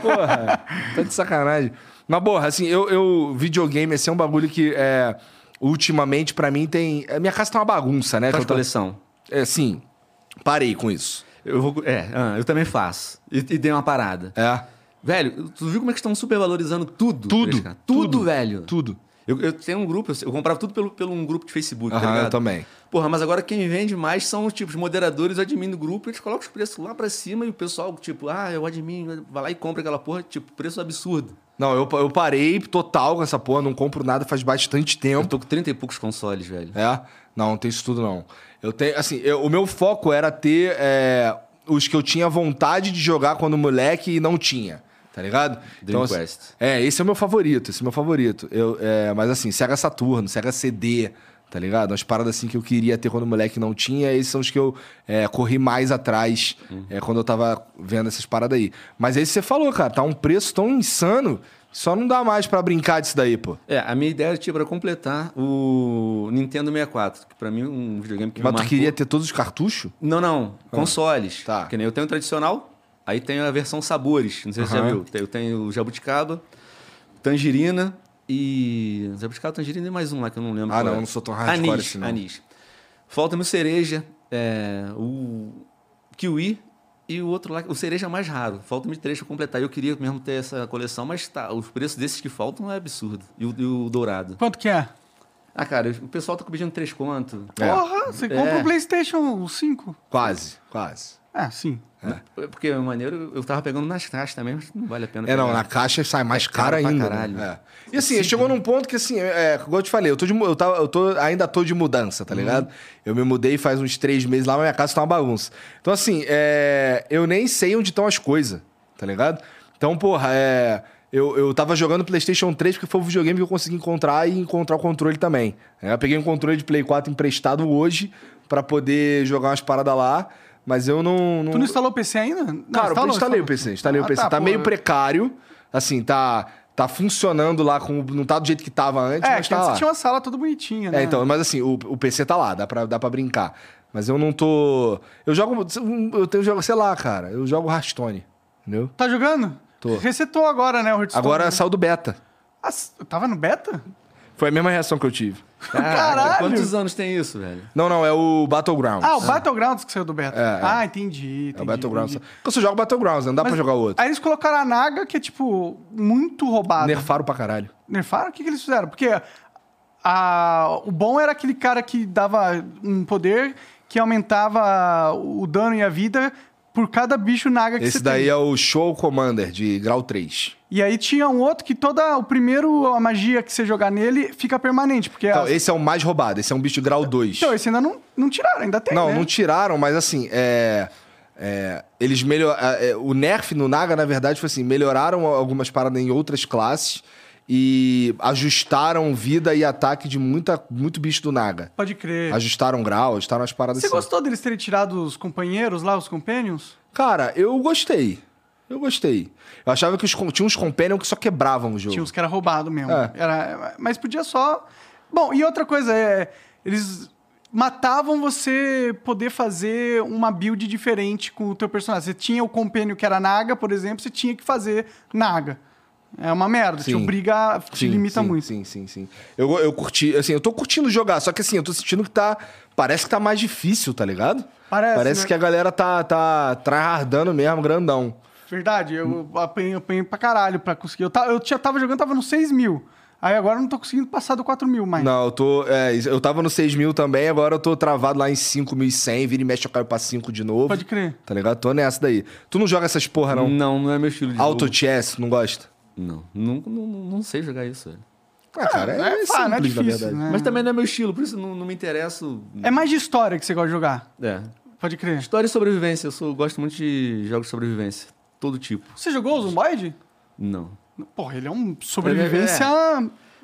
A: Porra, tá de sacanagem. Mas, porra, assim, eu, eu videogame, esse é um bagulho que, é, ultimamente, pra mim, tem... a Minha casa tá uma bagunça, né? Que
C: Faz
A: eu tô-
C: coleção.
A: É, sim. Parei com isso.
C: Eu vou. É, ah, eu também faço. E, e dei uma parada.
A: É,
C: Velho, tu viu como é que estão supervalorizando tudo?
A: Tudo,
C: Três, cara? Tudo,
A: tudo,
C: velho.
A: tudo.
C: Eu, eu tenho um grupo, eu, eu comprava tudo pelo, pelo um grupo de Facebook, tá
A: Aham,
C: ligado?
A: eu também.
C: Porra, mas agora quem vende mais são tipo, os moderadores, o admin do grupo, eles colocam os preços lá pra cima e o pessoal, tipo, ah, é o admin, vai lá e compra aquela porra, tipo, preço absurdo.
A: Não, eu, eu parei total com essa porra, não compro nada faz bastante
C: Eu
A: tempo.
C: tô com 30 e poucos consoles, velho.
A: É? Não, não tem isso tudo, não. Eu tenho, assim, eu- o meu foco era ter é, os que eu tinha vontade de jogar quando moleque e não tinha, tá ligado?
C: Dream
A: assim,
C: Quest.
A: é, esse é o meu favorito, esse é o meu favorito. Eu, é, mas assim, Sega Saturno, Sega CD, tá ligado? Umas paradas assim que eu queria ter quando moleque e não tinha, esses são os que eu é, corri mais atrás
C: Uhum.
A: é, quando eu tava vendo essas paradas aí. Mas aí você falou, cara, tá um preço tão insano, só não dá mais pra brincar disso daí, pô.
C: É, a minha ideia tinha pra completar o Nintendo 64, que pra mim é um videogame que me
A: Mas tu
C: marcou.
A: queria ter todos os cartuchos?
C: Não, não. Consoles.
A: Ah. Tá.
C: Que nem eu tenho o tradicional, aí tem a versão sabores. Não sei se você já
A: Aham.
C: viu. Eu tenho o jabuticaba, tangerina e. Jabuticaba, tangerina e mais um lá que eu não lembro.
A: Ah,
C: qual
A: não,
C: é.
A: eu não sou tão hardcore
C: Anis,
A: assim, não.
C: Anis. Falta meu cereja, é, o kiwi e o outro lá, o cereja é mais raro. Falta me três pra completar. Eu queria mesmo ter essa coleção, mas tá, os preços desses que faltam é absurdo. E o, e o dourado.
B: Quanto que é?
C: Ah, cara, o pessoal tá pedindo três conto.
A: É.
B: Porra, você compra
C: É.
B: o PlayStation 5?
A: Quase, quase.
B: É, sim.
C: É Porque o maneiro, eu tava pegando nas caixas também, mas não vale a pena.
A: É, não,
C: pegar.
A: na caixa sai mais
C: caro
A: caro
C: pra
A: ainda.
C: caralho.
A: né? É. E assim, chegou num ponto que assim, é, igual eu te falei, eu, tô de mu- eu, tava- eu tô- ainda tô de mudança, tá ligado? Eu me mudei faz uns três meses lá, mas minha casa tá uma bagunça. Então assim, é, eu nem sei onde estão as coisas, tá ligado? Então, porra, é, eu, eu tava jogando Playstation 3 porque foi o videogame que eu consegui encontrar e encontrar o controle também. né? Eu peguei um controle de Play 4 emprestado hoje pra poder jogar umas paradas lá, mas eu não...
B: Tu não instalou o PC ainda? Não,
A: Um-
B: tá
A: Cara, eu
B: instalou,
A: instalei
B: instalou.
A: o PC, instalei o
B: Ah,
A: PC. Tá,
B: pô,
A: meio
B: eu-
A: precário, assim, tá, tá funcionando lá, com, não tá do jeito que tava antes,
B: É,
A: mas
B: que
A: tá
B: antes
A: lá.
B: tinha uma sala toda bonitinha, né?
A: É, então, mas assim, o, o PC tá lá, dá pra, dá pra brincar. Mas eu não tô... Eu jogo... Eu tenho jogo, sei lá, cara, eu jogo Rastone, entendeu?
B: Tá jogando?
A: Tô.
B: Resetou agora, né, o Hearthstone?
A: Agora
B: né?
A: saiu do beta.
B: Ah, s- tava no beta?
A: Foi a mesma reação que eu tive.
B: Caralho!
C: Quantos anos tem isso, velho?
A: Não, não, é o Battlegrounds.
B: Ah, o Battlegrounds que saiu do beta.
A: É, é.
B: Ah, entendi, entendi.
A: É o Battlegrounds.
B: entendi.
A: Porque eu só jogo Battlegrounds, não dá pra
B: Mas
A: jogar o outro.
B: Aí ah, eles colocaram a Naga, que é, tipo, muito roubada.
A: Nerfaram pra caralho.
B: Nerfaram? O que, que eles fizeram? Porque a- o bom era aquele cara que dava um poder que aumentava o dano e a vida por cada bicho naga que
A: Esse
B: você
A: daí
B: tem.
A: é o Show Commander, de grau 3.
B: E aí tinha um outro que toda... O primeiro, a magia que você jogar nele fica permanente, porque...
A: Então,
B: as-
A: esse é o mais roubado, esse é um bicho de grau 2.
B: Então, esse ainda não, não tiraram, ainda tem,
A: Não,
B: né?
A: não tiraram, mas assim, é. é, eles melhoraram. o nerf no Naga, na verdade, foi assim: melhoraram algumas paradas em outras classes e ajustaram vida e ataque de muita, muito bicho do Naga.
B: Pode crer.
A: Ajustaram grau, ajustaram as paradas
B: Você
A: assim.
B: gostou deles terem tirado os companheiros lá, os companions?
A: Cara, eu gostei. Eu gostei. Eu achava que os, com- tinha uns Companion que só quebravam o jogo.
B: Tinha uns que era roubado mesmo.
A: Tipo, É.
B: Era, mas podia só. Bom, e outra coisa é. Eles matavam você poder fazer uma build diferente com o teu personagem. Você tinha o compênio que era Naga, por exemplo, você tinha que fazer Naga. É uma merda, te
A: Sim.
B: obriga, te
A: Sim,
B: limita
A: sim,
B: muito.
A: Sim, sim, sim. Eu, go- eu curti, assim, eu tô curtindo jogar, só que assim, eu tô sentindo que tá. Parece que tá mais difícil, tá ligado?
B: Parece,
A: Parece
B: né?
A: que a galera tá, tá tryhardando mesmo, grandão.
B: Verdade, eu apanhei, apanhei pra caralho pra conseguir. Eu, ta- eu já tava jogando, tava no 6 mil. Aí agora eu não tô conseguindo passar do 4 mil mais.
A: Não, eu tô. é, eu tava no 6 mil também, agora eu tô travado lá em 5.100, vira e mexe, eu caio pra 5 de novo.
B: Pode crer. Hum,
A: Tá ligado? Tô nessa daí. Tu não joga essas porra, não?
C: Não, não é meu estilo de
A: Auto
C: jogo.
A: chess, não gosta?
C: Não, não, não, não sei jogar isso. velho.
A: Ah, cara, é,
B: não é fácil, não é
A: simples, na
B: difícil,
A: verdade.
B: né?
C: Mas também não é meu estilo, por isso não, não me interesso.
B: É mais de história que você gosta de jogar.
C: É.
B: Pode crer.
C: História e sobrevivência. Eu sou- gosto muito de jogos de sobrevivência. Todo tipo.
B: Você jogou o Zomboid?
C: Não.
B: Porra, ele é um sobrevivência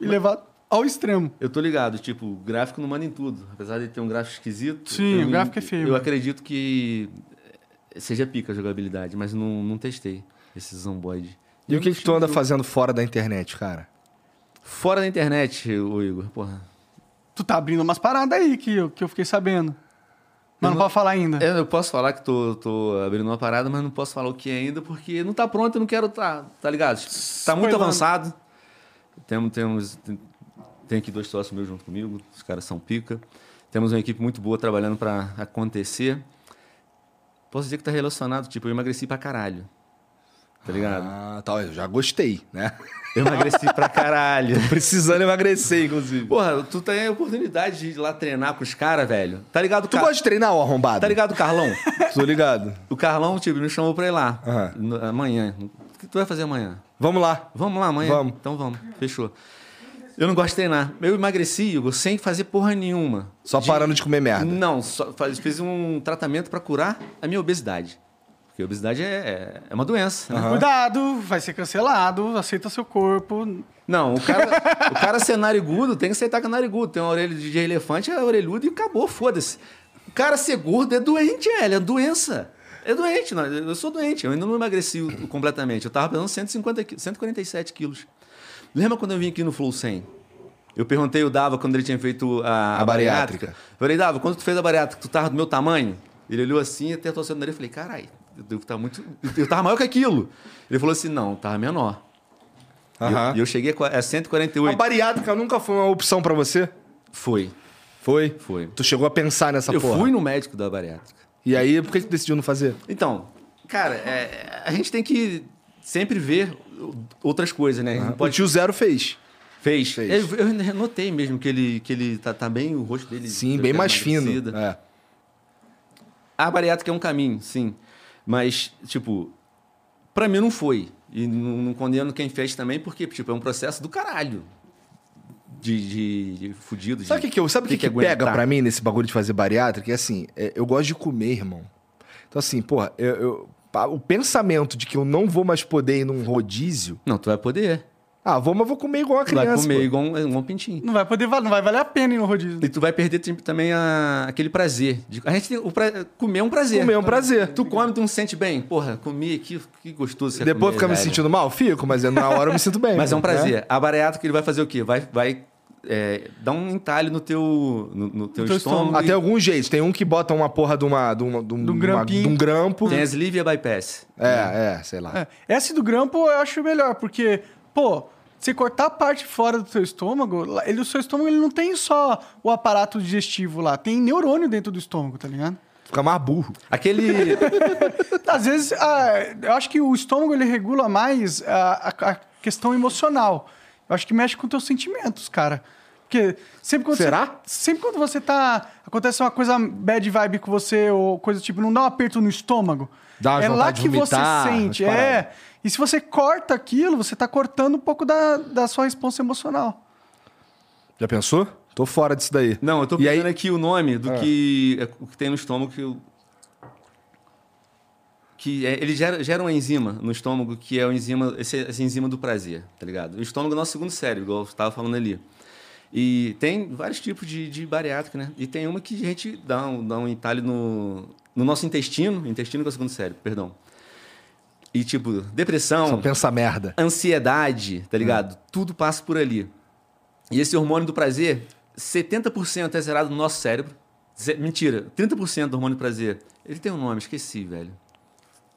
B: elevado ao extremo.
C: Eu tô ligado, tipo, o gráfico não manda em tudo. Apesar de ter um gráfico esquisito.
B: Sim,
C: eu-
B: o gráfico é feio.
C: Eu acredito que eh, seja pica a jogabilidade, mas não, não testei esse Zomboid.
A: E o que, que tu anda
C: fazendo?
A: fazendo fora da internet, cara?
B: Ah,
C: Fora da internet, ô Igor, porra.
B: Tu tá abrindo umas paradas aí que eu, que eu fiquei sabendo. Mas não, pode falar ainda.
C: Eu, eu posso falar que tô, tô abrindo uma parada, mas não posso falar o que é ainda, porque não tá pronto, eu não quero tá, tá ligado? Tipo, Tá muito
B: Spoilando.
C: avançado. Temos, temos, tem, tem aqui dois sócios meus junto comigo, os caras são pica. Temos uma equipe muito boa trabalhando pra acontecer. Posso dizer que tá relacionado, tipo, eu emagreci pra caralho. Tá ligado?
A: Ah, tá, eu já gostei, né?
C: Eu emagreci pra caralho.
A: Precisando emagrecer, inclusive.
C: Porra, tu tem a oportunidade de ir lá treinar com os caras, velho. Tá ligado,
A: Tu
C: Ca-
A: gosta de treinar, ô arrombado?
C: Tá ligado, Carlão?
A: Tô ligado.
C: O Carlão, tipo, me chamou pra ir lá.
A: Aham.
C: No- amanhã. O que tu vai fazer amanhã?
A: Vamos lá.
C: Vamos lá amanhã?
A: Vamos.
C: Então vamos. Fechou. Eu não gosto de treinar. Eu emagreci, Hugo, sem fazer porra nenhuma.
A: Só parando de comer merda.
C: Não, só faz- fiz um tratamento pra curar a minha obesidade. Porque a obesidade é, é uma doença. né?
B: Uhum. Cuidado, vai ser cancelado, aceita seu corpo.
C: Não, o cara, o cara ser narigudo tem que aceitar que é narigudo. Tem uma orelha de de elefante, é orelhudo e acabou, foda-se. O cara ser gordo é doente, velho, é doença. É doente, não, eu sou doente, eu ainda não emagreci o- completamente. Eu tava pesando 150, qui- 147 quilos. Lembra quando eu vim aqui no Flow 100? Eu perguntei o Dava quando ele tinha feito a,
A: A
C: a
A: bariátrica.
C: bariátrica. Eu falei, Dava, quando tu fez a bariátrica, tu tava do meu tamanho? Ele olhou assim, até torcendo nele. Eu falei, caralho, eu devo estar muito. Eu tava maior que aquilo. Ele falou assim: não, tava menor. E eu-
A: Aham.
C: E eu cheguei a qua- a
A: A
C: 148.
A: bariátrica nunca foi uma opção pra você?
C: Foi.
A: Foi?
C: Foi.
A: Tu chegou a pensar nessa
C: eu
A: porra?
C: fui no médico da bariátrica.
A: E aí, por que que tu decidiu não fazer?
C: Então, cara, é, a gente tem que sempre ver o- outras coisas, né? A gente não
A: O
C: pode...
A: tio Zero fez.
C: Fez.
A: Fez.
C: Eu, eu notei mesmo que ele, que ele tá, tá bem, o rosto dele...
A: Sim,
C: deu
A: bem
C: aquela
A: mais fino.
C: emagrecida.
A: É.
C: A bariátrica é um caminho, sim. Mas, tipo, pra mim não foi. E não, não condeno quem fez também, porque, tipo, é um processo do caralho. De, de, de fudido.
A: Sabe o que, que eu, sabe o que, que, pega pra mim nesse bagulho de fazer bariátrica? É assim, é, eu gosto de comer, irmão. Então assim, porra, eu- eu- pa- o pensamento de que eu não vou mais poder ir num rodízio...
C: Não, tu vai poder.
A: Ah, vou, mas vou comer igual a
C: Tu vai
A: criança.
C: comer
A: pô.
C: igual um, igual um pintinho.
B: Não vai poder, val- não vai valer a pena ir no rodízio.
C: E tu vai perder tipo, também a- aquele prazer. de- a gente tem o pra- comer é um prazer.
A: Comer é um prazer.
C: Tu come, tu não se sente bem. Porra, comi aqui, que gostoso. que é
A: Depois
C: comer,
A: fica me
C: velho.
A: sentindo mal? Fico, mas na hora eu me sinto bem.
C: Mas é um
A: né?
C: prazer. A bariátrica, ele vai fazer o quê? Vai, vai é, dar um entalhe no teu, no, no teu,
B: teu
C: estômago.
A: Ah, tem alguns jeitos. Tem um que bota uma porra de uma. De, uma, de, um,
B: De um
A: uma-
B: grampinho.
A: de um grampo.
C: Tem as Livia Bypass.
A: É, é, sei lá.
B: É, Esse do grampo eu acho melhor, porque, pô, você cortar a parte fora do seu estômago, lá- ele, o seu estômago ele não tem só o aparato digestivo lá, tem neurônio dentro do estômago, tá ligado?
A: Fica mais burro.
C: Aquele.
B: Às vezes, ah, eu acho que o estômago ele regula mais a, a- a questão emocional. Eu acho que mexe com teus sentimentos, cara. Porque sempre quando
A: Será?
B: Você, sempre quando você tá. Acontece uma coisa bad vibe com você, ou coisa tipo, não dá um aperto no estômago.
A: Dá umas
B: é lá
A: vontade de
B: que
A: vomitar,
B: você sente.
A: umas paradas.
B: É. E se você corta aquilo, você tá cortando um pouco da, da sua resposta emocional.
A: Já pensou? Tô fora disso daí.
C: Não, eu tô
A: E aí- Ah.
C: pegando aqui o nome do que é o que tem no estômago que eu- que é- ele gera, gera uma enzima no estômago que é o enzima esse, essa enzima do prazer, tá ligado? O estômago é o nosso segundo cérebro, igual eu estava falando ali. E tem vários tipos de, de bariátrica, né? E tem uma que a gente dá um, dá um entalhe no, no nosso intestino, intestino que é o segundo cérebro, perdão. E tipo,
A: Só
C: depressão,
A: pensa merda.
C: ansiedade, tá
A: Hum.
C: ligado? Tudo passa por ali. E esse hormônio do prazer, 70% é zerado no nosso cérebro. Ze- Mentira, 30% do hormônio do prazer. Ele tem um nome, esqueci, velho.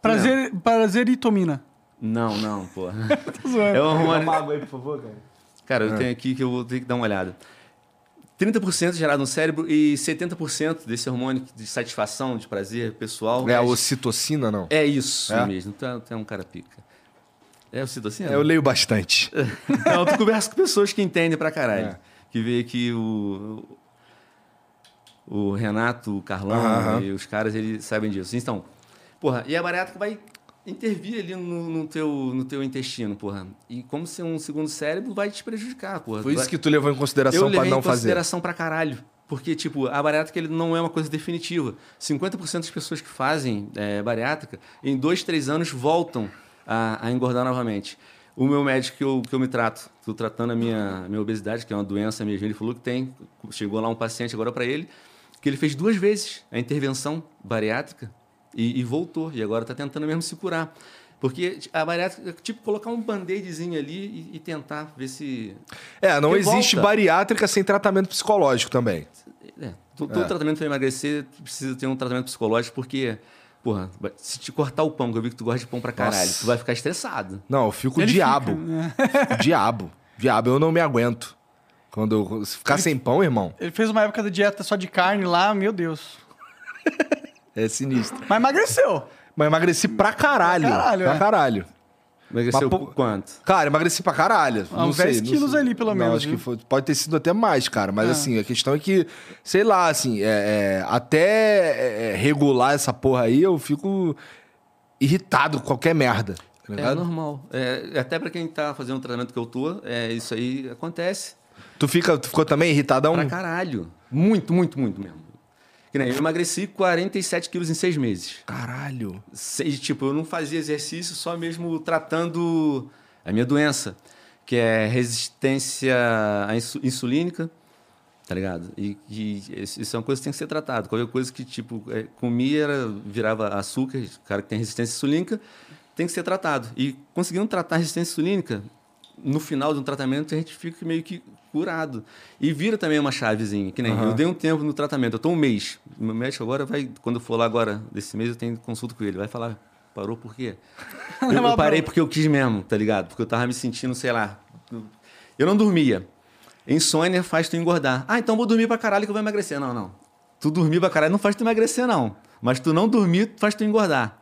B: Prazer, prazer e tomina.
C: Não, não, pô.
B: Tô zoando.
C: É um hormônio.
A: água aí, por favor, cara. Ah.
C: Cara, eu tenho aqui que eu vou ter que dar uma olhada. 30% gerado é no cérebro e 70% desse hormônio de satisfação, de prazer pessoal.
A: É a ocitocina, não?
C: é isso
A: É?
C: mesmo. Tu é, tu é um cara pica. É o citocina?
A: Eu leio bastante.
C: Não, tu conversa com pessoas que entendem pra caralho.
A: É.
C: Que vê que o. O Renato, o Carlão né,
A: Aham.
C: e os caras, eles sabem disso. Então, porra, e a bariátrica vai intervir ali no, no teu, no teu intestino, porra. E como ser um segundo cérebro vai te prejudicar, porra.
A: Foi
C: Tu
A: isso
C: vai-
A: que tu levou em
C: eu
A: consideração pra
C: levei
A: não
C: em
A: fazer.
C: consideração pra caralho. Porque, tipo, a bariátrica ele não é uma coisa definitiva. 50% das pessoas que fazem é, bariátrica, em dois, três anos, voltam a, a engordar novamente. O meu médico que eu, que eu me trato, estou tratando a minha, minha obesidade, que é uma doença mesmo, ele falou que tem. Chegou lá um paciente agora pra ele, que ele fez duas vezes a intervenção bariátrica e, e voltou. E agora está tentando mesmo se curar. Porque a bariátrica é tipo colocar um band-aidzinho ali e- e tentar ver se
A: É, não
C: Porque
A: existe
C: volta.
A: bariátrica sem tratamento psicológico também.
C: É, to- todo tratamento para emagrecer precisa ter um tratamento psicológico, porque, porra, vai- se te cortar o pão, que eu vi que tu gosta de pão pra caralho,
A: Nossa.
C: tu vai ficar estressado.
A: Não, eu fico o
B: Ele fica,
A: diabo.
B: né?
A: O diabo. Diabo, eu não me aguento. Quando eu se ficar sem pão, irmão,
B: Ele fez uma época da dieta só de carne lá, meu Deus.
A: é sinistro.
B: Mas emagreceu.
A: Mas emagreci pra caralho.
B: Pra
A: Pra
B: caralho,
A: caralho.
B: é.
C: Emagreceu
A: Mas, pô-
C: quanto?
A: Cara, emagreci pra caralho.
B: Ah,
A: não
B: uns
A: sei,
B: 10
A: não
B: quilos
A: sei.
B: ali, pelo
A: Não,
B: menos,
A: Acho
B: viu?
A: que foi- pode ter sido até mais, cara. Mas
B: Ah.
A: assim, a questão é que, sei lá, assim, é, é, até é, regular essa porra aí, eu fico irritado com qualquer merda. Tá
C: É
A: ligado?
C: normal. É, até pra quem tá fazendo o tratamento que eu tô, é, isso aí acontece.
A: tu, fica, tu ficou também irritadão?
C: Pra caralho. Muito, muito, muito mesmo. Que nem, eu emagreci 47 quilos em seis meses.
A: Caralho.
C: Sei, tipo, eu não fazia exercício só mesmo tratando a minha doença, que é resistência à insu- insulínica, tá ligado? E, e isso isso é uma coisa que tem que ser tratado. Qualquer coisa que, tipo, é, comia era- virava açúcar, o cara que tem resistência insulínica, tem que ser tratado. E conseguindo tratar a resistência insulínica, no final de um tratamento, a gente fica meio que curado. E vira também uma chavezinha, que nem eu dei um tempo no tratamento, eu tô um mês. Meu médico agora vai, quando eu for lá agora, desse mês, eu tenho consulta com ele, vai falar, parou por quê? Eu, eu parei porque eu quis mesmo, tá ligado? Porque eu tava me sentindo, sei lá, eu não dormia. Insônia faz tu engordar. Ah, então vou dormir pra caralho que eu vou emagrecer. Não, não. Tu dormir pra caralho não faz tu emagrecer, não. Mas tu não dormir faz tu engordar.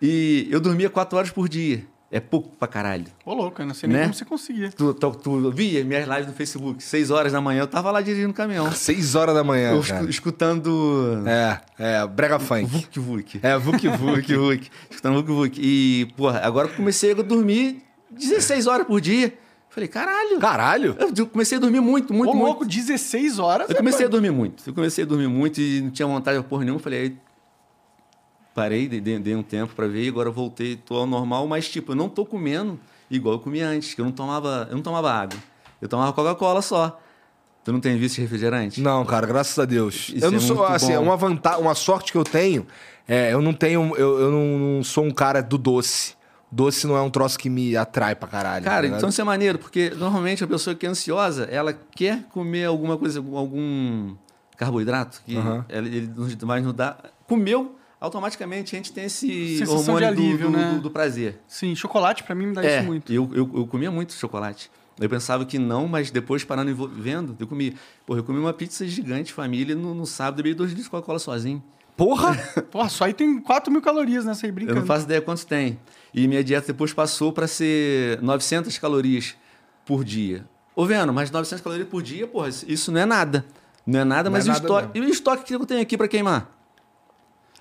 C: E eu dormia quatro horas por dia. É pouco pra caralho.
B: Ô, louco, eu não sei nem
C: Né?
B: como você conseguia.
C: Tu, tu, tu via minhas lives no Facebook, seis horas da manhã, eu tava lá dirigindo o caminhão.
A: Seis horas da manhã,
C: Eu
A: cara.
C: escu- escutando.
A: É, é, brega funk.
C: Vuk Vuk.
A: É, Vuk
C: Vuk
A: Vuk.
C: Vuk. Escutando Vuk Vuk. E, porra, agora eu comecei a dormir 16 horas por dia. Falei, caralho.
A: Caralho.
C: Eu comecei a dormir muito, muito,
B: Ô,
C: muito.
B: louco, 16 horas. é
C: Eu comecei a dormir muito. Eu comecei a dormir muito e não tinha vontade de porra nenhuma. Falei, aí parei, dei- dei, dei um tempo pra ver e agora eu voltei, tô ao normal, mas tipo, eu não tô comendo igual eu comia antes, que eu não tomava, eu não tomava água. Eu tomava Coca-Cola só. Tu não tem vício de refrigerante?
A: Não, cara, graças a Deus.
C: Isso
A: eu não
C: é
A: sou,
C: muito
A: assim,
C: bom.
A: uma vantagem, uma sorte que eu tenho, é, eu não tenho, eu, eu não, não sou um cara do doce. Doce não é um troço que me atrai pra caralho. tá
C: Cara,
A: ligado?
C: então isso é maneiro, porque normalmente a pessoa que é ansiosa, ela quer comer alguma coisa, algum carboidrato, que
A: Aham.
C: ela- ele nos- vai nos dar. Comeu, automaticamente a gente tem esse
B: Sensação de
C: hormônio do-
B: alívio,
C: do-
B: né?
C: do- do prazer.
B: Sim, chocolate pra mim me dá
C: É,
B: isso muito.
C: Eu, eu, eu comia muito chocolate. Eu pensava que não, mas depois parando e vo- vendo, eu comi. Porra, eu comi uma pizza gigante, família, no, no sábado, bebi dois litros de Coca-Cola sozinho.
A: porra!
B: Porra, só aí tem 4 mil calorias nessa aí, brincando.
C: Eu não faço ideia quanto tem. E minha dieta depois passou para ser 900 calorias por dia. Ô, Vendo, mas 900 calorias por dia, porra, isso não é nada. Não é nada,
A: Não
C: mas
A: é
C: o
A: nada
C: estoque. E o estoque que eu tenho aqui para queimar?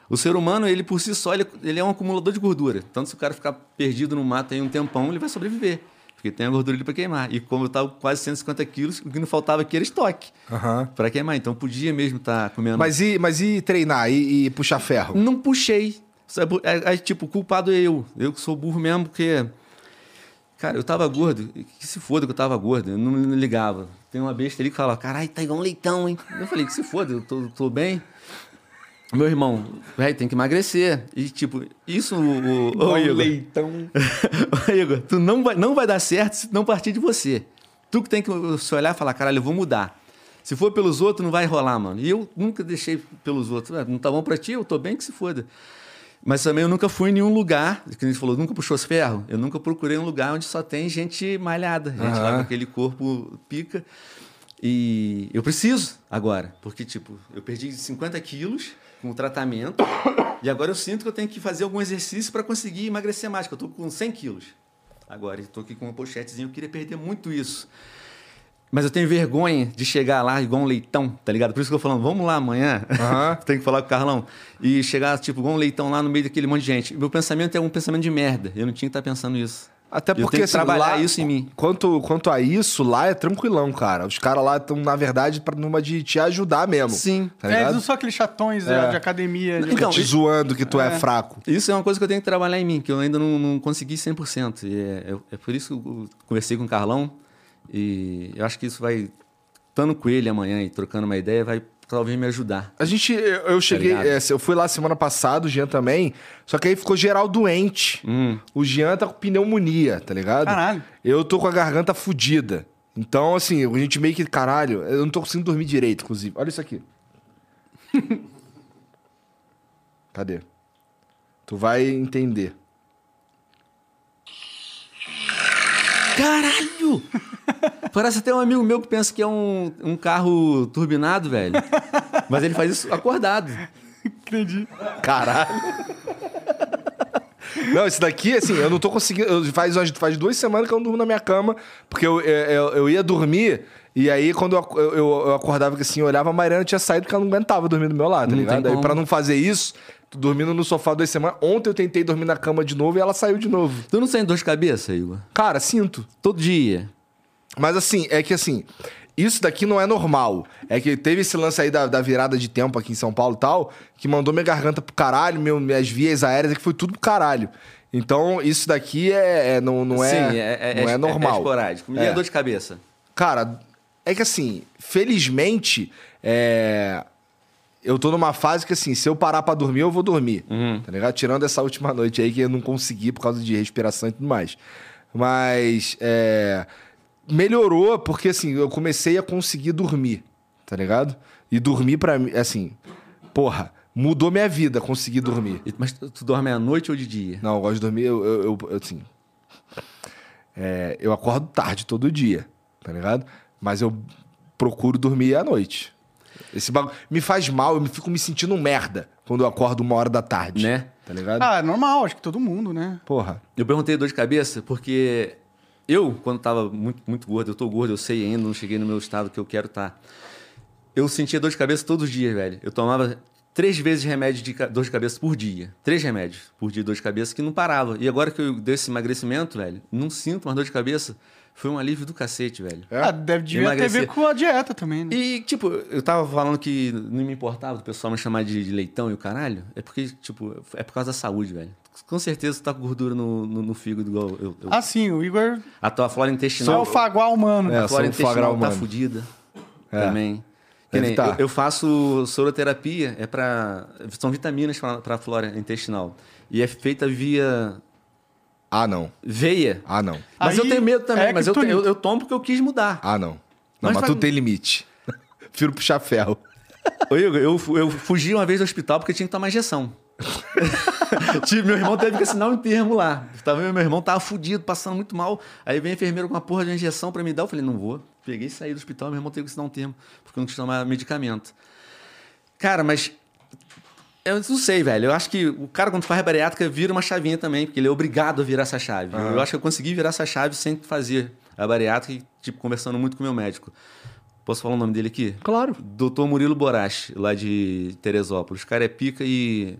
C: O ser humano, ele por si só, ele, ele é um acumulador de gordura. Tanto se o cara ficar perdido no mato aí um tempão, ele vai sobreviver. Porque tem a gordura ali para queimar. E como eu tava com quase 150 quilos, o que não faltava aqui era estoque
A: Aham.
C: para queimar. Então podia mesmo estar comendo.
A: Mas e, mas e treinar e, e puxar ferro?
C: Não puxei. Sabe? É, é, tipo, o culpado é eu. Eu que sou burro mesmo, porque. Cara, eu tava gordo. Que se foda que eu tava gordo. Eu não, não ligava. Tem uma besta ali que fala: caralho, tá igual um leitão, hein? Eu falei: que se foda, eu tô, tô bem. Meu irmão, velho, tem que emagrecer. E tipo, isso. O, o,
B: um
C: ô, Igor.
A: leitão.
C: Ô, Igor, tu não vai, não vai dar certo se não partir de você. Tu que tem que eh, se olhar e falar, caralho, eu vou mudar. Se for pelos outros, não vai rolar, mano. E eu nunca deixei pelos outros. Ah, Não tá bom pra ti, eu tô bem que se foda. Mas também eu nunca fui em nenhum lugar, que nem você falou, nunca puxou os ferro. Eu nunca procurei um lugar onde só tem gente malhada, gente lá com aquele corpo pica. E eu preciso agora, porque, tipo, eu perdi 50 quilos com o tratamento e agora eu sinto que eu tenho que fazer algum exercício para conseguir emagrecer mais, que eu tô com 100 quilos agora. E tô aqui com uma pochetezinha, eu queria perder muito isso. Mas eu tenho vergonha de chegar lá igual um leitão, tá ligado? Por isso que eu tô falando, vamos lá amanhã.
A: Aham.
C: Tem que falar com o Carlão. E chegar, tipo, igual um leitão lá no meio daquele monte de gente. Meu pensamento é um pensamento de merda. Eu não tinha que estar pensando isso.
A: Até
C: Eu tenho
A: porque
C: que
A: assim,
C: trabalhar
A: lá-
C: isso em mim.
A: Quanto, quanto a isso, lá é tranquilão, cara. Os caras lá estão, na verdade, pra numa de te ajudar mesmo.
C: Sim.
A: Tá
B: é, eles
A: ligado?
B: não são aqueles chatões né, de academia. de-
A: Fica
C: É. Então,
A: te
C: e-
A: zoando que tu é, fraco.
C: Isso é uma coisa que eu tenho que trabalhar em mim, que eu ainda não, não consegui 100%. E é, é- é por isso que eu conversei com o Carlão e eu acho que isso vai, estando com ele amanhã e trocando uma ideia, vai talvez me ajudar.
A: A gente, eu eu cheguei,
C: ligado?
A: é, eu fui lá semana passada, o Jean também, só que aí ficou geral doente. O Jean tá com pneumonia, tá ligado?
B: Caralho.
A: Eu tô com a garganta fodida. Então, assim, a gente meio que, caralho, eu não tô conseguindo dormir direito, inclusive. Olha isso aqui. Cadê? Tu vai entender.
C: Caralho! Parece até um amigo meu que pensa que é um, um carro turbinado, velho. Mas ele faz isso acordado.
B: Entendi.
A: Caralho. Não, esse daqui, assim, eu não tô conseguindo. eu- faz, umas- faz duas semanas que eu não durmo na minha cama, porque eu, eu, eu ia dormir, e aí quando eu, ac- eu, eu acordava que assim, eu olhava, a Mariana tinha saído porque ela não aguentava dormir do meu lado, tá
C: Não
A: ligado?
C: tem
A: Aí
C: como.
A: pra não fazer isso, tô dormindo no sofá duas semanas. Ontem eu tentei dormir na cama de novo e ela saiu de novo.
C: Tu não sente dor de cabeça, Igor?
A: Cara, sinto.
C: Todo dia.
A: Mas assim, é que assim, isso daqui não é normal. É que teve esse lance aí da, da virada de tempo aqui em São Paulo e tal, que mandou minha garganta pro caralho, meu, minhas vias aéreas, é que foi tudo pro caralho. Então, isso daqui é, é- não, não é,
C: Sim, é, é,
A: não é, normal.
C: É esporádico. Me
A: É.
C: dá dor de cabeça.
A: Cara, é que assim, felizmente, é, eu tô numa fase que assim, se eu parar pra dormir, eu vou dormir. Tá ligado? Tirando essa última noite aí que eu não consegui por causa de respiração e tudo mais. Mas é, melhorou porque assim, eu comecei a conseguir dormir, tá ligado? E dormir pra mim, assim, porra, mudou minha vida conseguir dormir.
C: E- Mas tu, tu dorme à noite ou de dia?
A: Não, eu gosto de dormir, eu, eu, eu- eu, assim. é, eu acordo tarde todo dia, tá ligado? Mas eu procuro dormir à noite. Esse bagulho me faz mal, eu me- fico me sentindo um merda quando eu acordo uma hora da tarde.
C: Né?
A: Tá ligado?
B: Ah, é normal, acho que todo mundo, né?
A: Porra.
C: Eu perguntei dor de cabeça porque eu, quando tava muito, muito gordo, eu tô gordo, eu sei ainda, não cheguei no meu estado que eu quero estar. Eu sentia dor de cabeça todos os dias, velho. Eu tomava três vezes remédio de ca- dor de cabeça por dia. Três remédios por dia de dor de cabeça que não parava. E agora que eu dei esse emagrecimento, velho, não sinto mais dor de cabeça. Foi um alívio do cacete, velho.
A: É?
B: Ah, deve devia ter a ver
C: Emagrecer.
B: com a dieta também, né?
C: E, tipo, eu tava falando que não me importava do pessoal me chamar de, de leitão e o caralho. É porque, tipo, é por causa da saúde, velho. Com certeza tu tá com gordura no, no, no fígado igual eu. eu-
B: Ah, sim, o Igor
C: A tua flora
B: é o
C: intestinal.
B: fagual humano. né?
A: É.
C: a flora
A: sou um flagral
C: intestinal tá
A: humano.
C: fudida
A: É.
C: também. Que
A: Deve
C: nem,
A: tá.
C: eu, eu faço soroterapia, é para são vitaminas para a flora intestinal. E é feita via
A: Ah, não.
C: veia.
A: Ah, não.
C: Mas eu
B: Aí
C: tenho medo também,
B: é
C: mas eu,
B: kryptonita.
C: eu, eu tomo porque eu quis mudar.
A: Ah, não. Não, mas,
C: Mas vai-
A: tu tem limite. Prefiro puxar ferro.
C: Ô, Igor, eu, fu- eu fugi uma vez do hospital porque tinha que tomar injeção. Tive- Tipo, meu irmão teve que assinar um termo lá. Tava, meu irmão tava fudido, passando muito mal. Aí veio o enfermeiro com uma porra de injeção pra me dar. Eu falei, não vou. Peguei e saí do hospital. Meu irmão teve que assinar um termo porque eu não quis tomar medicamento. Cara, mas. Eu não sei, velho. Eu acho que o cara, quando faz bariátrica, vira uma chavinha também, porque ele é obrigado a virar essa chave. Eu acho que eu consegui virar essa chave sem fazer a bariátrica e, tipo, conversando muito com o meu médico. Posso falar o nome dele aqui? Claro. Doutor Murilo Borache, lá de Teresópolis. O cara é pica e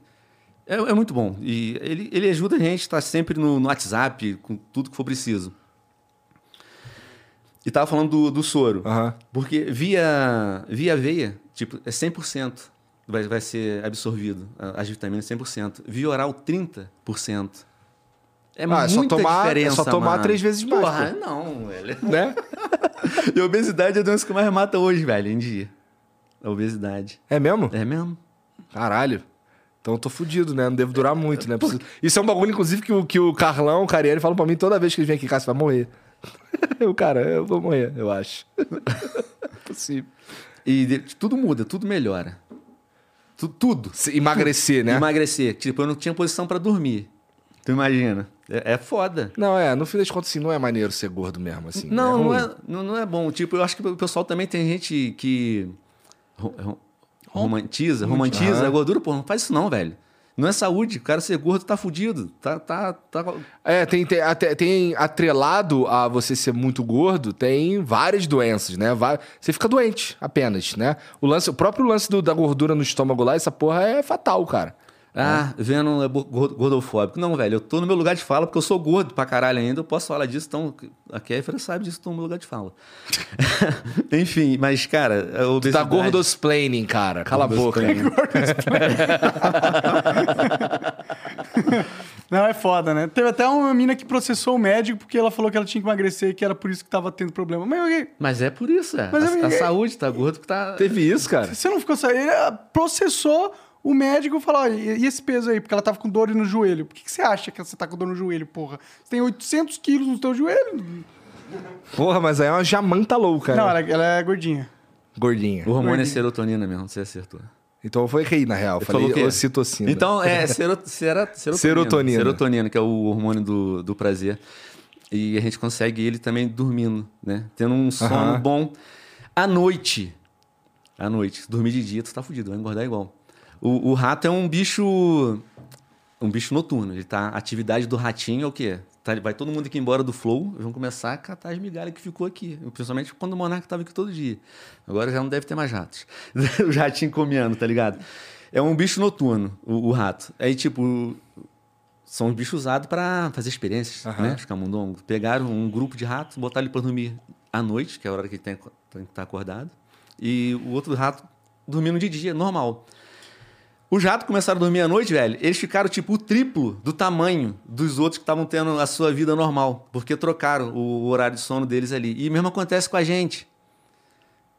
C: É, é muito bom. E ele, ele ajuda a gente, tá sempre no, no WhatsApp, com tudo que for preciso. E tava falando do, do soro.
A: Aham.
C: Porque via, via veia, tipo, é 100%. Vai, vai ser absorvido a- as vitaminas 100%. Via oral, 30%. É
A: Ah, é só
C: muita
A: tomar- é
C: diferença,
A: só tomar
C: mano.
A: três vezes mais,
C: Porra, não, velho.
A: Né?
C: E a obesidade é a doença que mais mata hoje, velho, em dia. A obesidade.
A: É mesmo?
C: É mesmo?
A: Caralho. Então eu tô fudido, né? Não devo durar muito, né? Preciso- Isso é um bagulho, inclusive, que o, que o Carlão, o Carieri, fala pra mim toda vez que ele vem aqui, cara, você vai morrer. Eu, cara, eu vou morrer, eu acho. Possível.
C: E de- tudo muda, tudo melhora. Tu- tudo.
A: Se emagrecer, né?
C: Emagrecer. Tipo, eu não tinha posição pra dormir. Tu imagina? É, é foda.
A: Não, é, no fim das contas, assim, não é maneiro ser gordo mesmo, assim.
C: não, não
A: ruim.
C: é, não, não é bom. Tipo, eu acho que o pessoal também tem gente que ro- ro- romantiza, romantiza
A: Aham.
C: a gordura. Pô, não faz isso não, velho. Não é saúde. O cara ser gordo tá fudido. Tá, tá, tá...
A: É, tem, tem, até- tem atrelado a você ser muito gordo, tem várias doenças, né? Va- Você fica doente apenas, né? O, lance, o próprio lance do- da gordura no estômago lá, essa porra é fatal, cara.
C: Ah, Venom é bo- gordo- gordofóbico. Não, velho, eu tô no meu lugar de fala porque eu sou gordo pra caralho ainda, eu posso falar disso, então a Kéfera sabe disso, tô no meu lugar de fala. Enfim, mas, cara, a
A: Tu tá
C: obesidade...
A: gordosplaining, cara. Cala a boca.
B: Não, é foda, né? Teve até uma mina que processou o médico porque ela falou que ela tinha que emagrecer e que era por isso que tava tendo problema. Mas ok,
C: Mas é por isso, é.
B: Mas
C: a,
B: eu-
C: a saúde tá gordo que tá...
A: Teve isso, cara.
B: você não ficou sabendo? Ele ah, processou o médico e falou, "Ó, e e esse peso aí? Porque ela tava com dor no joelho. Por que, que você acha que você tá com dor no joelho, porra? Você tem 800 quilos no teu joelho?
A: Porra, mas aí é uma jamanta louca,
B: Não,
A: né?
B: ela, ela é gordinha.
A: Gordinha.
C: O hormônio é serotonina mesmo, você acertou.
A: Então foi rei, na real. Eu
C: Falou o quê?
A: falei ocitocina.
C: Então, é sero, sera- serotonina.
A: é Serotonina.
C: Serotonina, que é o hormônio do, do prazer. E a gente consegue ele também dormindo, né? Tendo um sono
A: Aham.
C: bom. À noite. À noite. Dormir de dia, tu tá fudido, vai engordar igual. O, o rato é um bicho. Um bicho noturno. Ele tá. A atividade do ratinho é o quê? Tá- vai todo mundo aqui embora do flow, vão começar a catar as migalhas que ficou aqui. Principalmente quando o Monarca tava aqui todo dia. Agora já não deve ter mais ratos. o ratinho comendo, tá ligado? É um bicho noturno, o, o rato. Aí, tipo, são os bichos usados para fazer experiências, né? Os camundongos. Pegaram um grupo de ratos, botaram ele para dormir à noite, que é a hora que ele tem tem que estar acordado, e o outro rato dormindo de dia, normal. Os ratos começaram a dormir à noite, velho. Eles ficaram tipo o triplo do tamanho dos outros que estavam tendo a sua vida normal, porque trocaram o horário de sono deles ali. E mesmo acontece com a gente.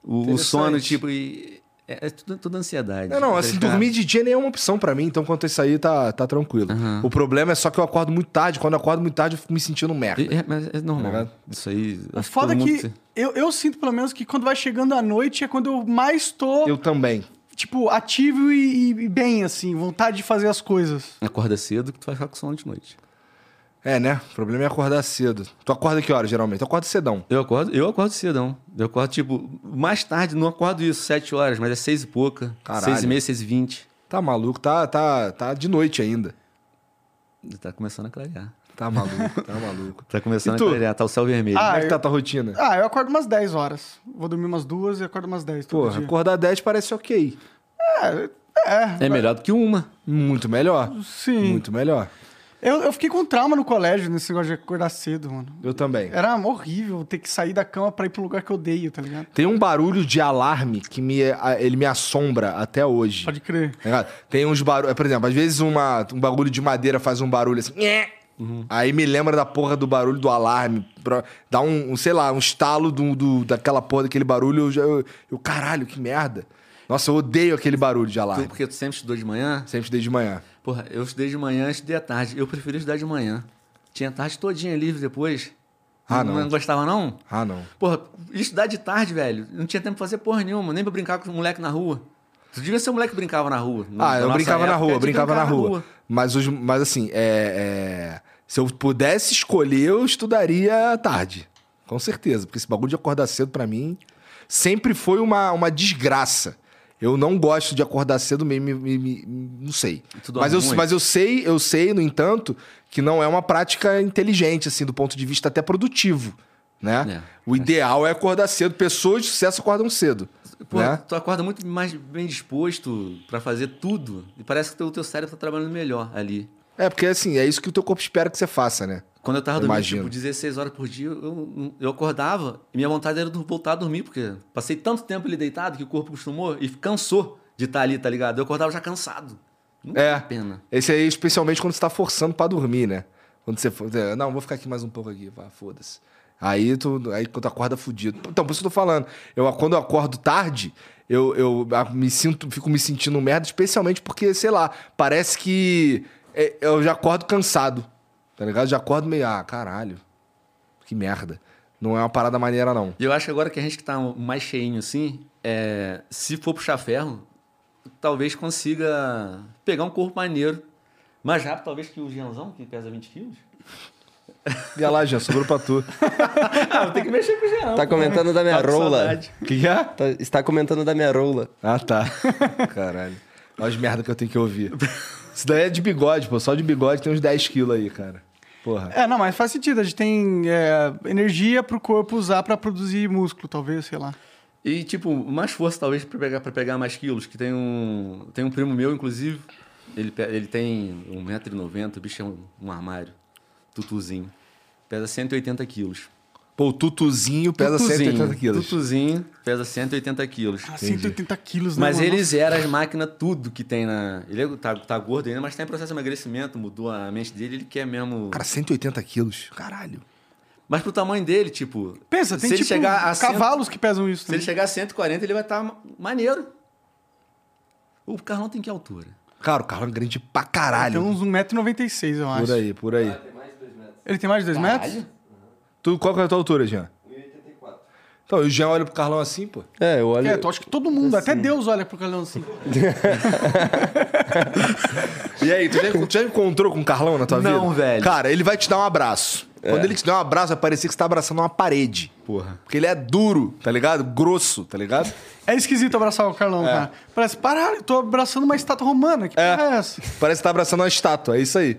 C: O, o sono,
A: Interessante.
C: tipo. E, é, é tudo, tudo ansiedade.
A: Não, não, assim,
C: Tá ligado?
A: dormir de dia nem é uma opção pra mim, então quanto a isso aí, tá, tá tranquilo. O problema é só que eu acordo muito tarde, quando eu acordo muito tarde eu fico me sentindo um merda.
C: É, mas é normal.
A: Tá ligado?
C: Isso aí.
B: O
C: acho que
B: foda é
C: todo mundo
B: que eu, eu sinto, pelo menos, que quando vai chegando a noite é quando eu mais tô,
A: Eu também.
B: tipo, ativo e, e bem, assim, vontade de fazer as coisas.
C: Acorda cedo que tu vai ficar com sono de noite.
A: É, né? O problema é acordar cedo. Tu acorda que hora, geralmente? Tu acorda cedão.
C: Eu acordo, eu acordo cedão. Eu acordo, tipo, mais tarde, não acordo isso, sete horas, mas é seis e pouca.
A: Caralho.
C: Seis e meia, seis e vinte.
A: Tá maluco, tá, tá, tá de noite ainda.
C: Tá começando a clarear.
A: Tá maluco, tá maluco.
C: Tá
A: E
C: começando a
A: tu?
C: clarear, tá o céu vermelho.
B: Ah,
A: Como é que
B: eu-
A: tá a tua rotina?
B: Ah, eu acordo umas 10 horas. Vou dormir umas duas e acordo umas 10 todo
A: Porra,
B: dia.
A: acordar 10 parece ok.
C: é melhor do que uma.
A: Muito melhor.
B: Sim.
A: Muito melhor.
B: Eu, eu fiquei com trauma no colégio nesse negócio de acordar cedo, mano.
A: Eu também.
B: Era um horrível ter que sair da cama pra ir pro lugar que eu odeio, tá ligado?
A: Tem um barulho de alarme que me, a- ele me assombra até hoje.
B: Pode crer.
A: Tá ligado? Tem uns barulhos. Por exemplo, às vezes uma, um bagulho de madeira faz um barulho assim. nhé. Aí me lembra da porra do barulho do alarme. pra- Dá um, um, sei lá, um estalo do, do- daquela porra, daquele barulho. Eu, já- eu, eu, caralho, que merda. Nossa, eu odeio aquele barulho de
C: Tu,
A: alarme.
C: porque tu sempre estudou de manhã.
A: Sempre desde manhã.
C: Porra, eu estudei de manhã, estudei à tarde. Eu preferi estudar de manhã. Tinha a tarde todinha livre depois.
A: Ah, não.
C: Não gostava, não?
A: Ah, não.
C: Porra, estudar de tarde, velho, não tinha tempo pra fazer porra nenhuma, nem pra brincar com os moleque na rua. Tu devia ser um moleque que brincava na rua. Na-
A: Ah,
C: na
A: eu
C: nossa
A: brincava na
C: época,
A: rua,
C: de
A: brincava na
C: brincar
A: rua. Mas, os, mas assim, é, é, se eu pudesse escolher, eu estudaria à tarde. Com certeza, porque esse bagulho de acordar cedo pra mim sempre foi uma, uma desgraça. Eu não gosto de acordar cedo mesmo, me- me- me- não sei.
C: Tu dorme
A: Mas eu,
C: muito?
A: mas eu sei, eu sei, no entanto, que não é uma prática inteligente, assim, do ponto de vista até produtivo, né?
C: É.
A: O ideal é acordar cedo. Pessoas de sucesso acordam cedo.
C: Pô,
A: né?
C: tu acorda muito mais bem disposto pra fazer tudo. E parece que o teu, teu cérebro tá trabalhando melhor ali.
A: É, porque assim, é isso que o teu corpo espera que você faça, né?
C: Quando eu tava dormindo,
A: Imagino.
C: tipo, 16 horas por dia, eu, eu acordava e minha vontade era de voltar a dormir, porque passei tanto tempo ali deitado que o corpo acostumou e cansou de estar ali, tá ligado? Eu acordava já cansado. Não
A: É.
C: vale a pena.
A: Esse aí, especialmente quando você tá forçando pra dormir, né? Quando você. for- é, Não, vou ficar aqui mais um pouco aqui, vá, foda-se. Aí tu. Aí quando tu acorda fudido. Então, por isso que eu tô falando. Eu, quando eu acordo tarde, eu, eu ah, me sinto, fico me sentindo um merda, especialmente porque, sei lá, parece que é, eu já acordo cansado. Tá ligado? Já acordo meio, ah, caralho. Que merda. Não é uma parada maneira, não.
C: E eu acho que agora que a gente que tá mais cheinho assim, é, se for puxar ferro, talvez consiga pegar um corpo maneiro. Mais rápido, talvez, que o Gianzão, que pesa 20 quilos.
A: E olha lá, já sobrou pra tu.
C: Ah, tem que mexer com o Jean.
D: Tá
A: é.
D: comentando da minha
C: Tá com
D: rola.
C: saudade.
A: O que que é?
D: Tá- está comentando da minha rola.
A: Ah, tá. Caralho. Olha as merda que eu tenho que ouvir. Isso daí é de bigode, pô. Só de bigode tem uns 10 quilos aí, cara. Porra.
B: É, não, mas faz sentido. A gente tem é, energia pro corpo usar pra produzir músculo, talvez, sei lá.
C: E, tipo, mais força, talvez, pra pegar, pra pegar mais quilos. Que tem um, tem um primo meu, inclusive. Ele, pe- ele tem 1,90m, o bicho é um, um armário. Tutuzinho. Pesa 180 quilos.
A: Pô, o tutuzinho pesa
C: Tutuzinho,
A: 180 quilos.
C: Tutuzinho pesa 180 quilos.
B: Ah, 180 quilos, né?
A: é
C: Mas
B: mano?
C: ele zera as máquinas, tudo que tem na. Ele é- tá, tá gordo ainda, mas tá em processo de emagrecimento, mudou a mente dele, ele quer mesmo.
A: Cara, 180 quilos. Caralho.
C: Mas pro tamanho dele, tipo.
B: Pensa, tem
C: se
B: tipo
C: ele
A: um
C: chegar a 100
B: cavalos que pesam isso. né?
C: Se ele
B: Também.
C: chegar a 140, ele vai estar maneiro. O Carlão tem que altura?
A: Cara, o carro é grande pra
B: Tem
A: caralho.
B: uns 1,96m, eu acho.
A: Por aí, por aí.
B: Ele tem mais de 2 metros?
A: Tu, qual que é a tua altura, Jean? 1,84. Então, e o Jean olha pro Carlão assim, pô.
D: É, eu olho.
B: É, eu acho que todo mundo, até Deus olha pro Carlão assim.
A: E aí, tu já, tu já encontrou com o Carlão na tua vida?
C: Não, velho.
A: Cara, ele vai te dar um abraço. Quando ele te der um abraço, vai parecer que você tá abraçando uma parede.
C: Porra.
A: Porque ele é duro, tá ligado? Grosso, tá ligado?
B: É esquisito abraçar o
C: É.
B: Carlão, cara. Parece, paralho, eu tô abraçando uma estátua romana. Que
A: É.
B: porra é essa?
A: Parece que tá abraçando uma estátua, é isso aí.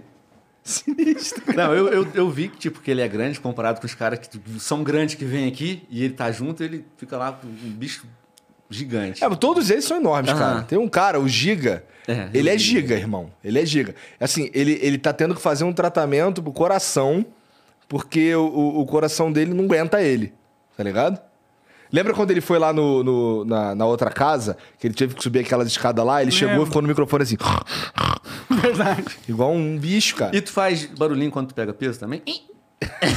C: Não, eu, eu, eu vi que, tipo, que ele é grande comparado com os caras que são grandes que vêm aqui e ele tá junto, ele fica lá com um bicho gigante.
A: É, mas todos eles são enormes,
C: Aham.
A: cara. Tem um cara, o Giga.
C: É,
A: ele
C: eu
A: é
C: vi.
A: giga, irmão. Ele é giga. Assim, ele, ele tá tendo que fazer um tratamento pro coração, porque o, o- o coração dele não aguenta ele. Tá ligado? Lembra quando ele foi lá no, no- na, na outra casa, que ele teve que subir aquelas escadas lá, ele chegou e
B: Lembro.
A: ficou no microfone assim,
B: Verdade.
A: igual um bicho, cara.
C: E tu faz barulhinho quando tu pega peso também? tu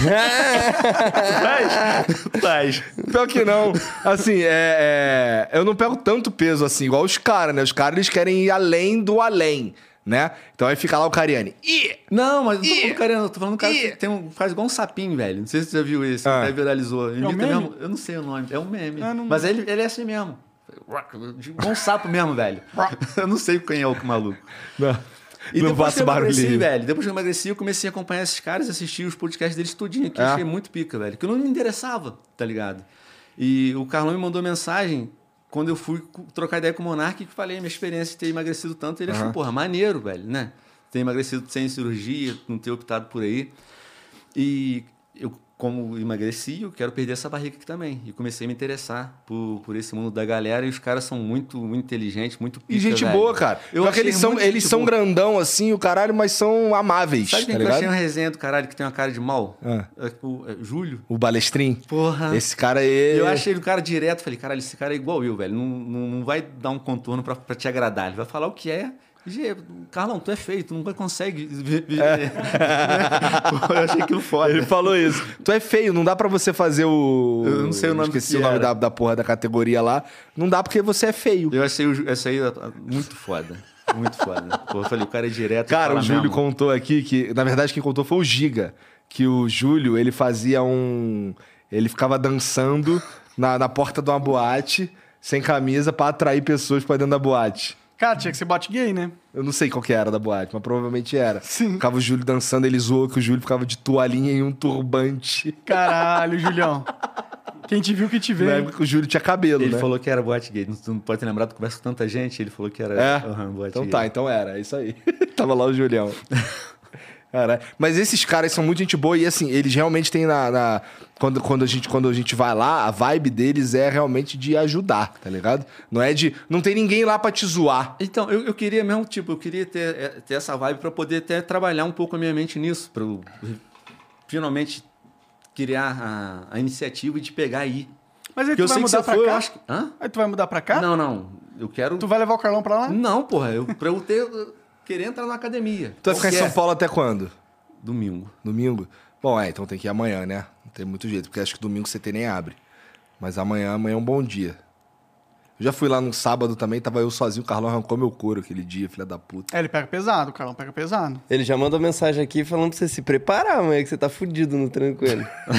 C: faz? faz.
A: Pior que não. Assim, é, é, Eu não pego tanto peso assim, igual os caras, né? Os caras eles querem ir além do além, né? Então aí fica lá o Cariani. Ih!
C: Não, mas eu tô falando do cara, eu tô falando do cara que
A: Ih.
C: tem um, faz igual um sapinho, velho. Não sei se você já viu esse,
A: Ah.
C: até viralizou.
B: É
C: Imita
B: um meme?
C: mesmo. Eu não sei o nome, é um meme.
B: Ah, não-
C: Mas ele, ele é assim mesmo. Igual um sapo mesmo, velho. eu não sei quem é o maluco.
A: Não,
C: E
A: não
C: depois que
A: faço
C: eu emagreci,
A: barulhinho.
C: velho. Depois que eu emagreci, eu comecei a acompanhar esses caras e assistir os podcasts deles tudinho, que eu
A: É.
C: achei muito pica, velho. Que eu não me interessava, tá ligado? E o Carlão me mandou mensagem quando eu fui co- trocar ideia com o Monark que falei "É minha experiência de ter emagrecido tanto. Ele achou, porra, maneiro, velho, né? Ter emagrecido sem cirurgia, não ter optado por aí. E eu, como emagreci, eu quero perder essa barriga aqui também. E comecei a me interessar por, por esse mundo da galera. E os caras são muito, muito inteligentes, muito pica,
A: E gente
C: velho.
A: boa, cara. Pior
C: Eu
A: que
C: achei
A: eles são,
C: muito
A: eles
C: gente
A: são
C: boa.
A: grandão assim, o caralho, mas são amáveis,
C: Sabe quem
A: tá
C: que eu achei
A: ligado?
C: uma resenha do caralho que tem uma cara de mal?
A: Ah.
C: É o é, Júlio.
A: O Balestrin.
C: Porra.
A: Esse é- cara aí...
C: Eu achei ele um cara direto, falei, caralho, esse cara é igual eu, velho. Não, não, não vai dar um contorno pra, pra te agradar. Ele vai falar o que é. Gê, Carlão, tu é feio, tu não vai consegue. vi- vi-
A: É.
C: Pô, eu achei aquilo foda.
A: Ele falou isso. Tu é feio, não dá pra você fazer o...
C: Eu não sei o nome
A: Esqueci
C: que
A: o nome
C: era.
A: da, da porra da categoria lá. Não dá porque você é feio.
C: Eu achei o Ju- essa aí ah, muito foda. Muito foda. Pô, eu falei, o cara é direto.
A: Cara,
C: fala
A: o Júlio
C: mesmo.
A: contou aqui que, na verdade, quem contou foi o Giga. Que o Júlio, ele fazia um. Ele ficava dançando na, na porta de uma boate, sem camisa, pra atrair pessoas pra dentro da boate.
B: Cara, tinha que ser bote gay, né?
A: Eu não sei qual que era da boate, mas provavelmente era.
B: Sim.
A: Ficava o Júlio dançando, ele zoou que o Júlio ficava de toalhinha e um turbante.
B: Caralho, Julião. Quem te viu, que te vê.
A: Na época que o Júlio tinha cabelo,
C: Ele
A: né?
C: falou que era boate gay. Tu não pode ter lembrado, tu conversa com tanta gente. Ele falou que era
A: É?
C: aham, boate
A: então
C: gay.
A: tá, então era, é isso aí. Tava lá o Julião. Caralho. Mas esses caras são muito gente boa e assim, eles realmente têm na. na- quando, quando, a gente, quando a gente vai lá, a vibe deles é realmente de ajudar, tá ligado? Não é de. Não tem ninguém lá pra te zoar.
C: Então, eu, eu queria mesmo, tipo, eu queria ter, é, ter essa vibe pra poder até trabalhar um pouco a minha mente nisso, pra eu eh, finalmente criar a, a iniciativa de pegar e ir.
B: Mas aí
C: Porque eu
B: tu vai
C: sei que se
B: mudar
C: eu
B: pra
C: for, eu
B: cá?
C: acho que... Hã?
B: Aí tu vai mudar pra cá?
C: Não, não. Eu quero...
B: Tu vai levar o Carlão pra lá?
C: Não, porra. Eu, pra eu ter... eu Querer entrar na academia.
A: Tu vai ficar em
C: Qualquer.
A: São Paulo até quando?
C: Domingo.
A: Domingo? Bom, é, então tem que ir amanhã, né? Não tem muito jeito, porque acho que domingo você tem nem abre. Mas amanhã, amanhã é um bom dia. Eu já fui lá num sábado também, tava eu sozinho, o Carlão arrancou meu couro aquele dia, filha da puta.
B: É, ele pega pesado, o Carlão pega pesado.
D: Ele já mandou mensagem aqui falando pra você se preparar, amanhã que você tá fudido no treino com ele.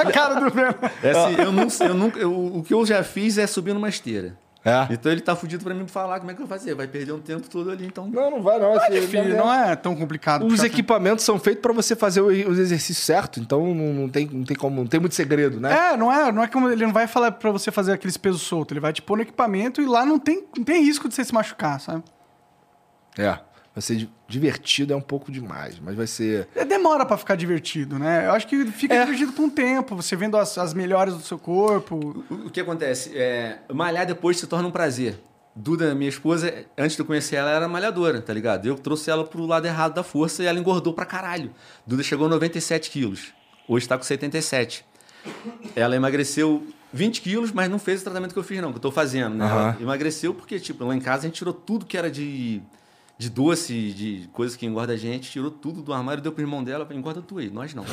B: A cara do velho.
C: É assim, eu não, eu nunca, eu- o que eu já fiz é subir numa esteira.
B: Ah.
A: É?
C: Então ele tá fudido pra mim falar como é que eu vou fazer. Vai perder um tempo todo ali, então.
A: Não, não vai não. assim,
B: Filho, não é tão complicado.
A: Os
B: puxar-
A: equipamentos são feitos pra você fazer o- os exercícios certo, então não, não tem, não tem como, não tem muito segredo, né?
B: É, não é, não é como ele não vai falar pra você fazer aqueles pesos soltos, ele vai te pôr no equipamento e lá não tem, não tem risco de você se machucar, sabe?
A: É. Vai ser di- divertido, é um pouco demais, mas vai ser.
B: É, Demora pra ficar divertido, né? Eu acho que fica divertido por um tempo, você vendo as, as melhores do seu corpo.
C: O, o que acontece? É, malhar depois se torna um prazer. Duda, minha esposa, antes de eu conhecer ela, era malhadora, tá ligado? Eu trouxe ela pro lado errado da força e ela engordou pra caralho. Duda chegou a 97 quilos. Hoje tá com 77. Ela emagreceu 20 quilos, mas não fez o tratamento que eu fiz, não, que eu tô fazendo, né? Ela
A: Aham.
C: emagreceu porque, tipo, lá em casa a gente tirou tudo que era de, de doce, de coisa que engorda a gente, tirou tudo do armário, deu pro irmão dela, falei, engorda tu aí, nós não.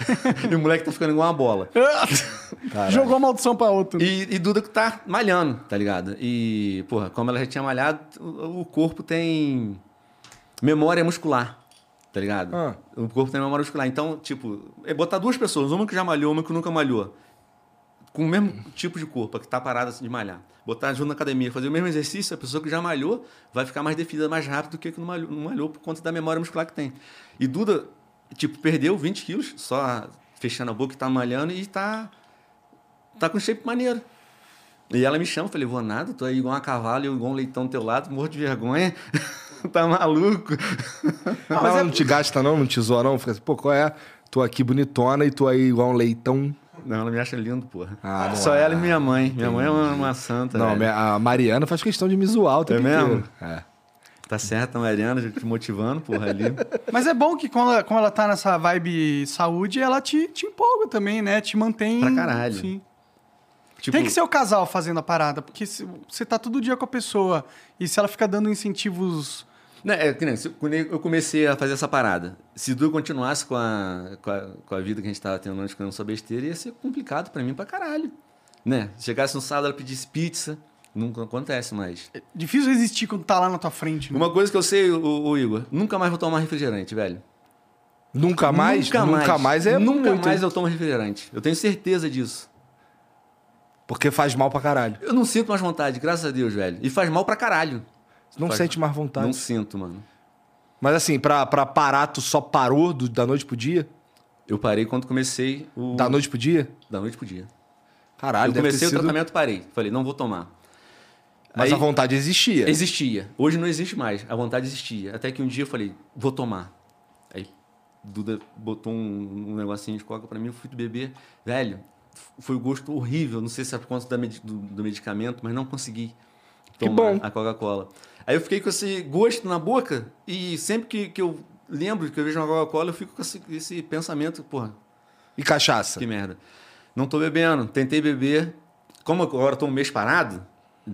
C: e o moleque tá ficando igual uma bola.
B: Jogou a maldição pra outro.
C: E, e Duda que tá malhando, tá ligado? E, porra, como ela já tinha malhado, o, o corpo tem memória muscular, tá ligado?
A: Ah.
C: O corpo tem memória muscular. Então, tipo, é botar duas pessoas, uma que já malhou, uma que nunca malhou, com o mesmo tipo de corpo, a que tá parada de malhar. Botar junto na academia, fazer o mesmo exercício, a pessoa que já malhou vai ficar mais definida mais rápido do que a que não malhou, não malhou por conta da memória muscular que tem. E Duda, tipo, perdeu 20 quilos, só fechando a boca, tá malhando e tá tá com shape maneiro. E ela me chama, eu falei, vou nada, tô aí igual uma cavalo, eu igual um leitão do teu lado, morro de vergonha. tá maluco?
A: Mas é ela não te gasta, não, não te zoa, não. Fica assim, pô, qual é? Tô aqui bonitona e tô aí igual um leitão.
C: Não, ela me acha lindo, porra.
A: Ah, não
C: Só
A: é.
C: ela e minha mãe. Minha mãe é uma, uma santa.
A: não,
C: velho.
A: minha- a Mariana faz questão de me zoar o tempo
C: mesmo?
A: inteiro. É.
C: Tá certo, a Mariana, te motivando, porra, ali.
B: Mas é bom que quando ela, como ela tá nessa vibe saúde, ela te, te empolga também, né? Te mantém.
C: Pra caralho.
B: Sim.
C: Tipo,
B: Tem que ser o casal fazendo a parada, porque se- você tá todo dia com a pessoa e se ela fica dando incentivos.
A: um-
C: Né, é, que nem, se- quando eu comecei a fazer essa parada, se eu continuasse com a, com, a, com a vida que a gente tava tendo antes, comendo só besteira, ia ser complicado pra mim pra caralho. Né? Chegasse no sábado, ela pedisse pizza. Nunca acontece mais.
B: é Difícil resistir quando tá lá na tua frente, né?
C: Uma coisa que eu sei, o, o Igor, nunca mais vou tomar refrigerante, velho.
A: Nunca mais?
C: nunca mais.
A: é
C: Nunca
A: muito,
C: mais
A: hein?
C: eu tomo refrigerante. Eu tenho certeza disso.
A: Porque faz mal pra caralho.
C: Eu não sinto mais vontade, graças a Deus, velho. E faz mal pra caralho.
A: Não
C: Faz-
A: sente mais vontade.
C: Não sinto, mano.
A: Mas assim, pra, pra parar, tu só parou do- da noite pro dia?
C: Eu parei quando comecei o.
A: Da noite pro dia?
C: da noite pro dia.
A: Caralho,
C: eu
A: deve ter
C: comecei o
A: sido-
C: tratamento, parei. Falei, não vou tomar.
A: Mas
C: Aí-
A: a vontade existia.
C: Existia. Hoje não existe mais. A vontade existia. Até que um dia eu falei, vou tomar. Aí Duda botou um, um negocinho de coca pra mim, eu fui beber. Velho, f- foi um gosto horrível. Não sei se é por conta da medi- do, do medicamento, mas não consegui
A: Que
C: tomar
A: bom.
C: a Coca-Cola. Aí eu fiquei com esse gosto na boca e sempre que, que eu lembro que eu vejo uma Coca-Cola, eu fico com esse, esse pensamento, porra,
A: E cachaça?
C: que merda. Não tô bebendo. Tentei beber. Como agora eu tô um mês parado,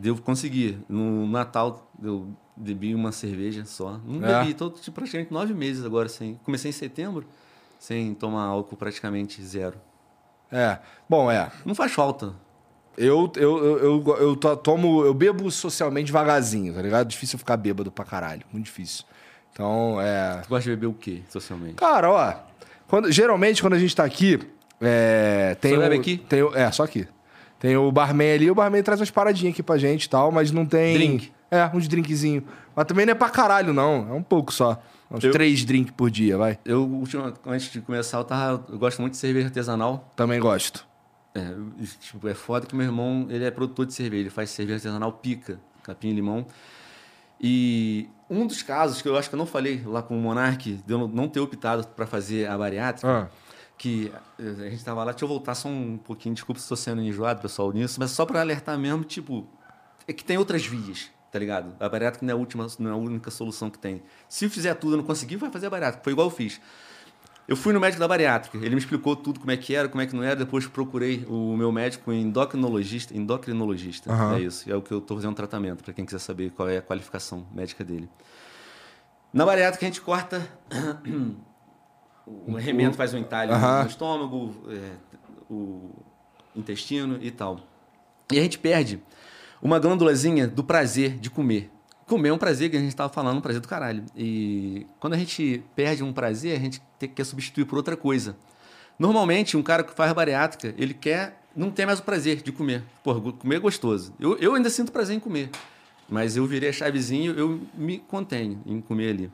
C: eu consegui. No Natal eu bebi uma cerveja só. Não
A: É.
C: bebi. Tô tipo, praticamente nove meses agora sem. Comecei em setembro sem tomar álcool praticamente zero.
A: É. Bom, é.
C: Não faz falta.
A: Eu, eu, eu, eu, eu to- tomo. Eu bebo socialmente devagarzinho, tá ligado? Difícil eu ficar bêbado pra caralho. Muito difícil. Então, é.
C: Tu gosta de beber o quê, socialmente?
A: Cara, ó. quando- geralmente, quando a gente tá aqui, é, tem
C: Só
A: o-
C: bebe aqui?
A: tem o- é, só aqui. Tem o barman ali, o barman traz umas paradinhas aqui pra gente e tal, mas não tem...
C: Drink.
A: É, uns drinkzinhos. Mas também não é pra caralho, não. É um pouco só. Uns
C: Eu-
A: três drinks por dia, vai.
C: Eu, ultima- antes de começar, eu, tava, eu gosto muito de cerveja artesanal.
A: Também gosto.
C: É, eu- tipo, é foda que meu irmão, ele é produtor de cerveja, ele faz cerveja artesanal pica, capim e limão. E Um dos casos que eu acho que eu não falei lá com o Monark, de eu não ter optado para fazer a
A: Ah.
C: bariátrica, que eh, a gente tava lá, deixa eu voltar só um pouquinho, desculpa se estou sendo enjoado, pessoal, nisso, mas só para alertar mesmo, tipo, é que tem outras vias, tá ligado? A bariátrica não é a última, não é a única solução que tem. Se eu fizer tudo e não conseguir, vai fazer a bariátrica. Foi igual eu fiz. Eu fui no médico da bariátrica, ele me explicou tudo como é que era, como é que não era, depois procurei o meu médico endocrinologista, endocrinologista,
A: Aham.
C: é isso, é o que eu tô fazendo tratamento, para quem quiser saber qual é a qualificação médica dele. Na bariátrica a gente corta o remendo faz um entalho
A: Aham.
C: no estômago, é, o intestino e tal. E a gente perde uma glândulazinha do prazer de comer. Comer é um prazer que a gente estava falando, um prazer do caralho. E quando a gente perde um prazer, a gente te- quer substituir por outra coisa. Normalmente, um cara que faz bariátrica, ele quer não ter mais o prazer de comer. Pô, go- comer é gostoso. Eu, eu ainda sinto prazer em comer. Mas eu virei a chavezinha, eu me contenho em comer ali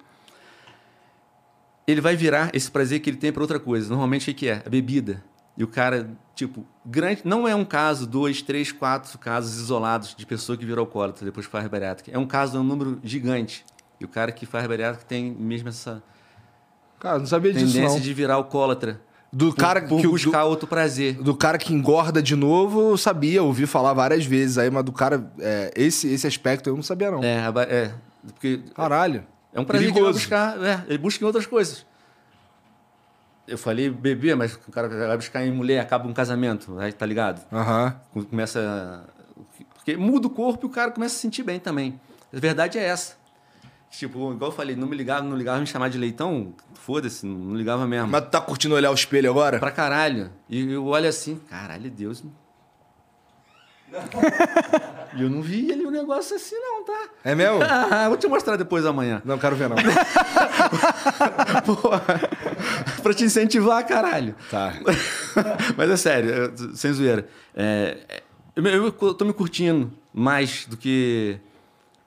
C: ele vai virar esse prazer que ele tem para outra coisa. Normalmente o que que é? A bebida. E o cara, tipo, grande. Não é um caso, dois, três, quatro casos isolados de pessoa que virou alcoólatra e depois faz bariátrica. É um caso, é um número gigante. E o cara que faz bariátrica tem mesmo essa
A: Cara, não sabia disso, não.
C: tendência de virar alcoólatra.
A: Do
C: Por,
A: cara
C: por
A: que o-
C: buscar outro prazer.
A: Do cara que engorda de novo, eu sabia, eu ouvi falar várias vezes aí, mas do cara. é, esse, esse aspecto eu não sabia, não.
C: É, a ba- é. Porque
A: Caralho.
C: É um prazer
A: Perigoso.
C: que ele vai buscar. É, ele busca em outras coisas. Eu falei bebê, mas o cara vai buscar em mulher, acaba um casamento, né, tá ligado?
A: Aham.
C: começa a- porque muda o corpo e o cara começa a se sentir bem também. A verdade é essa. Tipo, igual eu falei, não me ligava, não ligava me chamar de leitão, foda-se, não ligava mesmo.
A: Mas tu tá curtindo olhar o espelho agora?
C: Pra caralho. E eu olho assim, caralho, Deus. E eu não vi ele um negócio assim, não, tá?
A: É mesmo?
C: Ah, vou te mostrar depois amanhã.
A: Não, quero ver, não.
C: Porra. pra te incentivar, caralho.
A: Tá.
C: Mas é sério, é, sem zoeira. É, é, eu, me- eu tô me curtindo mais do que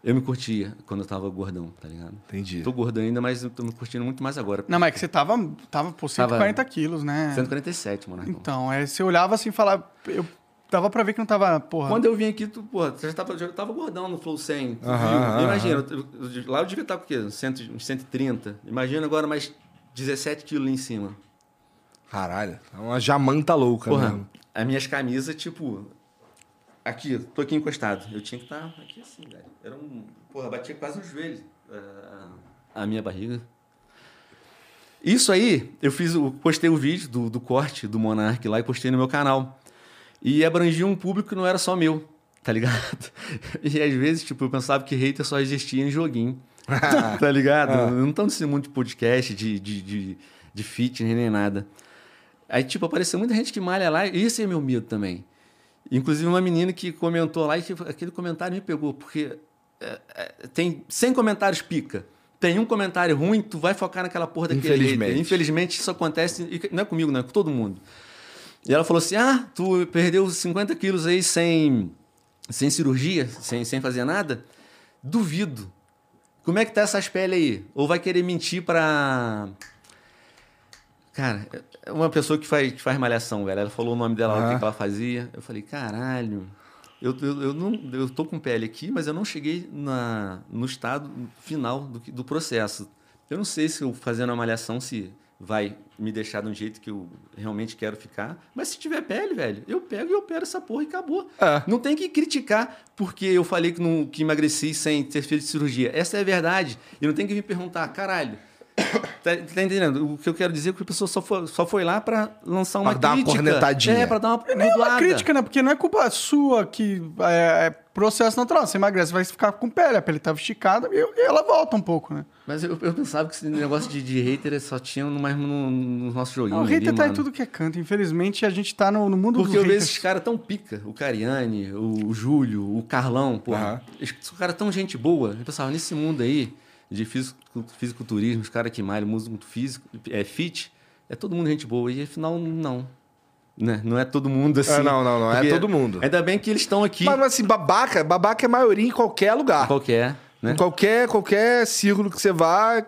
C: eu me curtia quando eu tava gordão, tá ligado?
A: Entendi.
C: Tô gordão ainda, mas eu tô me curtindo muito mais agora.
B: Não, mas é que você tava, tava por 140 quilos, né?
C: 147, mano.
B: Então, é, você olhava assim e falava... Eu, dava pra ver que não tava, porra...
C: Quando eu vim aqui, tu, porra, tu já tava, já tava gordão no Flow 100. tu
A: Aham,
C: viu?
A: aham.
C: Imagina, eu- eu- lá eu devia estar com o quê? Uns 100, uns 130. Imagina agora mais 17 quilos lá em cima.
A: Caralho. É uma jamanta louca,
C: Porra,
A: mano.
C: as minhas camisas, tipo. Aqui, tô aqui encostado. Eu tinha que estar aqui assim, velho. Era um. Porra, batia quase no joelho. ah, A minha barriga. Isso aí, eu fiz o, postei o vídeo do, do corte do Monark lá e postei no meu canal. E abrangia um público que não era só meu, tá ligado? E às vezes, tipo, eu pensava que hater só existia em joguinho. tá ligado? Não tão nesse mundo de podcast, de, de, de, de fitness nem nada. Aí, tipo, apareceu muita gente que malha lá, e esse é meu medo também. Inclusive, uma menina que comentou lá e que aquele comentário me pegou, porque é, é, tem 100 comentários pica. Tem um comentário ruim, tu vai focar naquela porra daquele.
A: Infelizmente.
C: hater. Infelizmente, isso acontece, e não é comigo, não, é com todo mundo. E ela falou assim: ah, tu perdeu 50 quilos aí sem, sem cirurgia, sem, sem fazer nada? Duvido. Como é que tá essas peles aí? Ou vai querer mentir pra. Cara, é uma pessoa que faz, que faz malhação, velho. Ela falou o nome dela, lá, o
A: Ah.
C: que que ela fazia. Eu falei, caralho. Eu, eu, eu não, eu tô com pele aqui, mas eu não cheguei na, no estado final do, que- do processo. Eu não sei se eu fazendo a malhação se vai me deixar de um jeito que eu realmente quero ficar. Mas se tiver pele, velho, eu pego e opero essa porra e acabou.
A: É.
C: Não tem que criticar porque eu falei que, não, que emagreci sem ter feito cirurgia. Essa é a verdade. E não tem que me perguntar, caralho. Tá, tá entendendo? O que eu quero dizer é que a pessoa só foi, só foi lá pra lançar uma
A: Pra dar uma
C: crítica.
A: cornetadinha.
C: É, pra dar uma
B: Nem uma
C: dublada.
B: crítica, né? Porque não é culpa sua que é, é processo natural. Você emagrece, vai ficar com pele. A pele tava esticada e, e ela volta um pouco, né?
C: Mas eu, eu pensava que esse negócio de, de hater só tinha no, mais no, no nosso joguinho.
B: o hater
C: ali,
B: tá em
C: mano.
B: tudo que é canto. Infelizmente, a gente tá no, no mundo
C: Porque
B: dos
C: eu vejo
B: haters.
C: esses caras tão pica. O Cariani, o Júlio, o Carlão, porra. Esses caras tão gente boa. Eu pensava, nesse mundo aí de fisico- fisiculturismo, os caras que malham, muito físico, é fit, é todo mundo gente boa. E afinal, não. Né? Não é todo mundo assim.
A: É, não, não, não. É
C: Porque
A: todo mundo.
C: Ainda bem que eles estão aqui.
A: Mas, é mas assim, babaca, babaca é maioria em qualquer lugar.
C: Qualquer, né?
A: Em qualquer, qualquer círculo que você vá,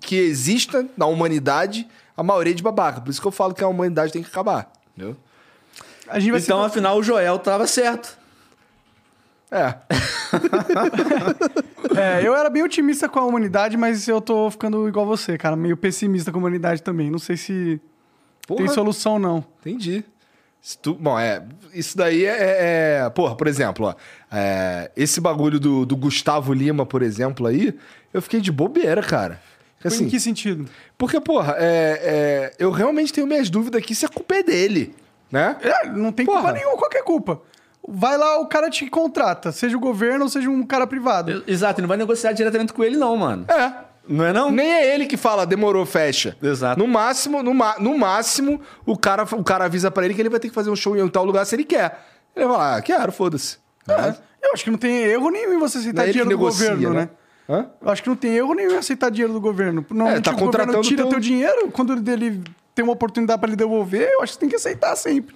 A: que exista na humanidade, a maioria é de babaca. Por isso que eu falo que a humanidade tem que acabar. Entendeu?
B: A gente vai
C: Então,
B: ser...
C: afinal, o Joel tava certo.
A: É. Então-
B: É, eu era bem otimista com a humanidade, mas eu tô ficando igual você, cara. Meio pessimista com a humanidade também. Não sei se
A: Porra.
B: tem solução, não.
A: Entendi. Se tu- bom, é. Isso daí é. é- é- porra, por exemplo, ó. é, esse bagulho do, do Gustavo Lima, por exemplo, aí, eu fiquei de bobeira, cara. Assim,
B: em que sentido?
A: Porque, porra, é, é, eu realmente tenho minhas dúvidas aqui se a culpa é dele, né?
B: É, não tem
A: Porra.
B: culpa nenhuma, qualquer culpa. Vai lá, o cara te contrata, seja o governo ou seja um cara privado.
C: Exato, não vai negociar diretamente com ele, não, mano.
A: É.
C: Não é não?
A: Nem é ele que fala, demorou, fecha.
C: Exato.
A: No máximo, no, ma- no máximo, o cara, o cara avisa pra ele que ele vai ter que fazer um show em tal lugar se ele quer. Ele vai lá, ah, quero, foda-se. Né?
B: É. Eu acho que não tem erro nenhum em você
A: Não
B: aceitar
A: é ele que
B: dinheiro do
A: negocia,
B: governo,
A: né?
B: né?
A: Hã?
B: Eu acho que não tem erro nenhum em aceitar dinheiro do governo. Normalmente
A: tá
B: o governo
A: contratando
B: tira
A: teu-
B: teu dinheiro, quando ele tem uma oportunidade pra lhe devolver, eu acho que tem que aceitar sempre.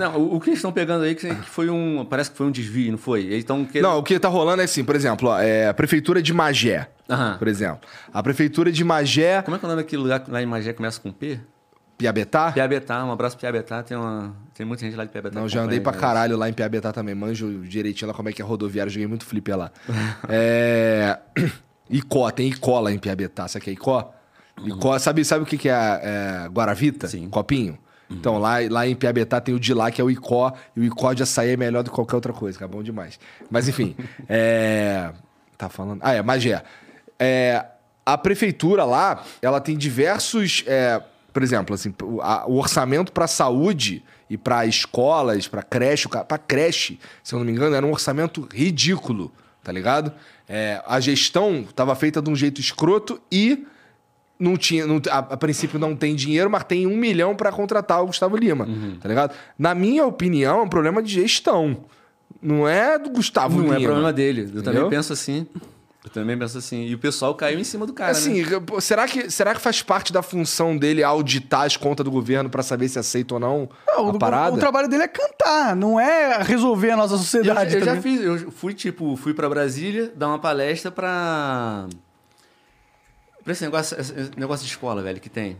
C: Não, o, o que eles estão pegando aí que que foi um. Parece que foi um desvio, não foi? Eles estão querendo.
A: Não, o que tá rolando é assim, por exemplo, ó, é, a prefeitura de Magé,
C: Aham.
A: por exemplo. A prefeitura de Magé,
C: Como é que é o nome daquele lugar que lá em Magé começa com P?
A: Piabetá?
C: Piabetá, um abraço Piabetá. Tem, uma... tem muita gente lá de Piabetá.
A: Não,
C: que
A: já andei pra
C: acompanha, né?
A: caralho lá em Piabetá também. Manjo direitinho lá como é que é rodoviário. Joguei muito flipper lá. é... Icó, tem Icó lá em Piabetá. Sabe o que é Icó? Icó, sabe, sabe o que que é, é, Guaravita?
C: Sim. Uhum.
A: Copinho? Então, lá, lá em Piabetá tem o de lá, que é o Icó. E o Icó de açaí é melhor do que qualquer outra coisa. Que é bom demais. Mas, enfim. é... Tá falando... Ah, é, Magé. É... A prefeitura lá, ela tem diversos... é, por exemplo, assim, o a- o orçamento para saúde e para escolas, para creche, para creche, se eu não me engano, era um orçamento ridículo, tá ligado? É, a gestão estava feita de um jeito escroto e não tinha, não- a, a princípio não tem dinheiro, mas tem um milhão para contratar o Gustavo Lima,
C: Uhum.
A: tá ligado? Na minha opinião, é um problema de gestão. Não é do Gustavo
C: Não
A: Lima.
C: é problema dele. Eu
A: né? Entendeu?
C: também penso assim. Eu também penso assim. E o pessoal caiu em cima do cara. né?
A: assim, pô, será que, será que faz parte da função dele auditar as contas do goververno para saber se aceita ou não
B: Não,
A: a
B: o, do-
A: parada?
B: o trabalho dele é cantar, não é resolver a nossa
C: Eu,
B: sociedade.
C: eu
B: tá
C: já
B: ligado?
C: fiz, eu fui tipo, fui pra Brasília dar uma palestra pra. pra esse negócio, esse negócio de escola, velho, que tem.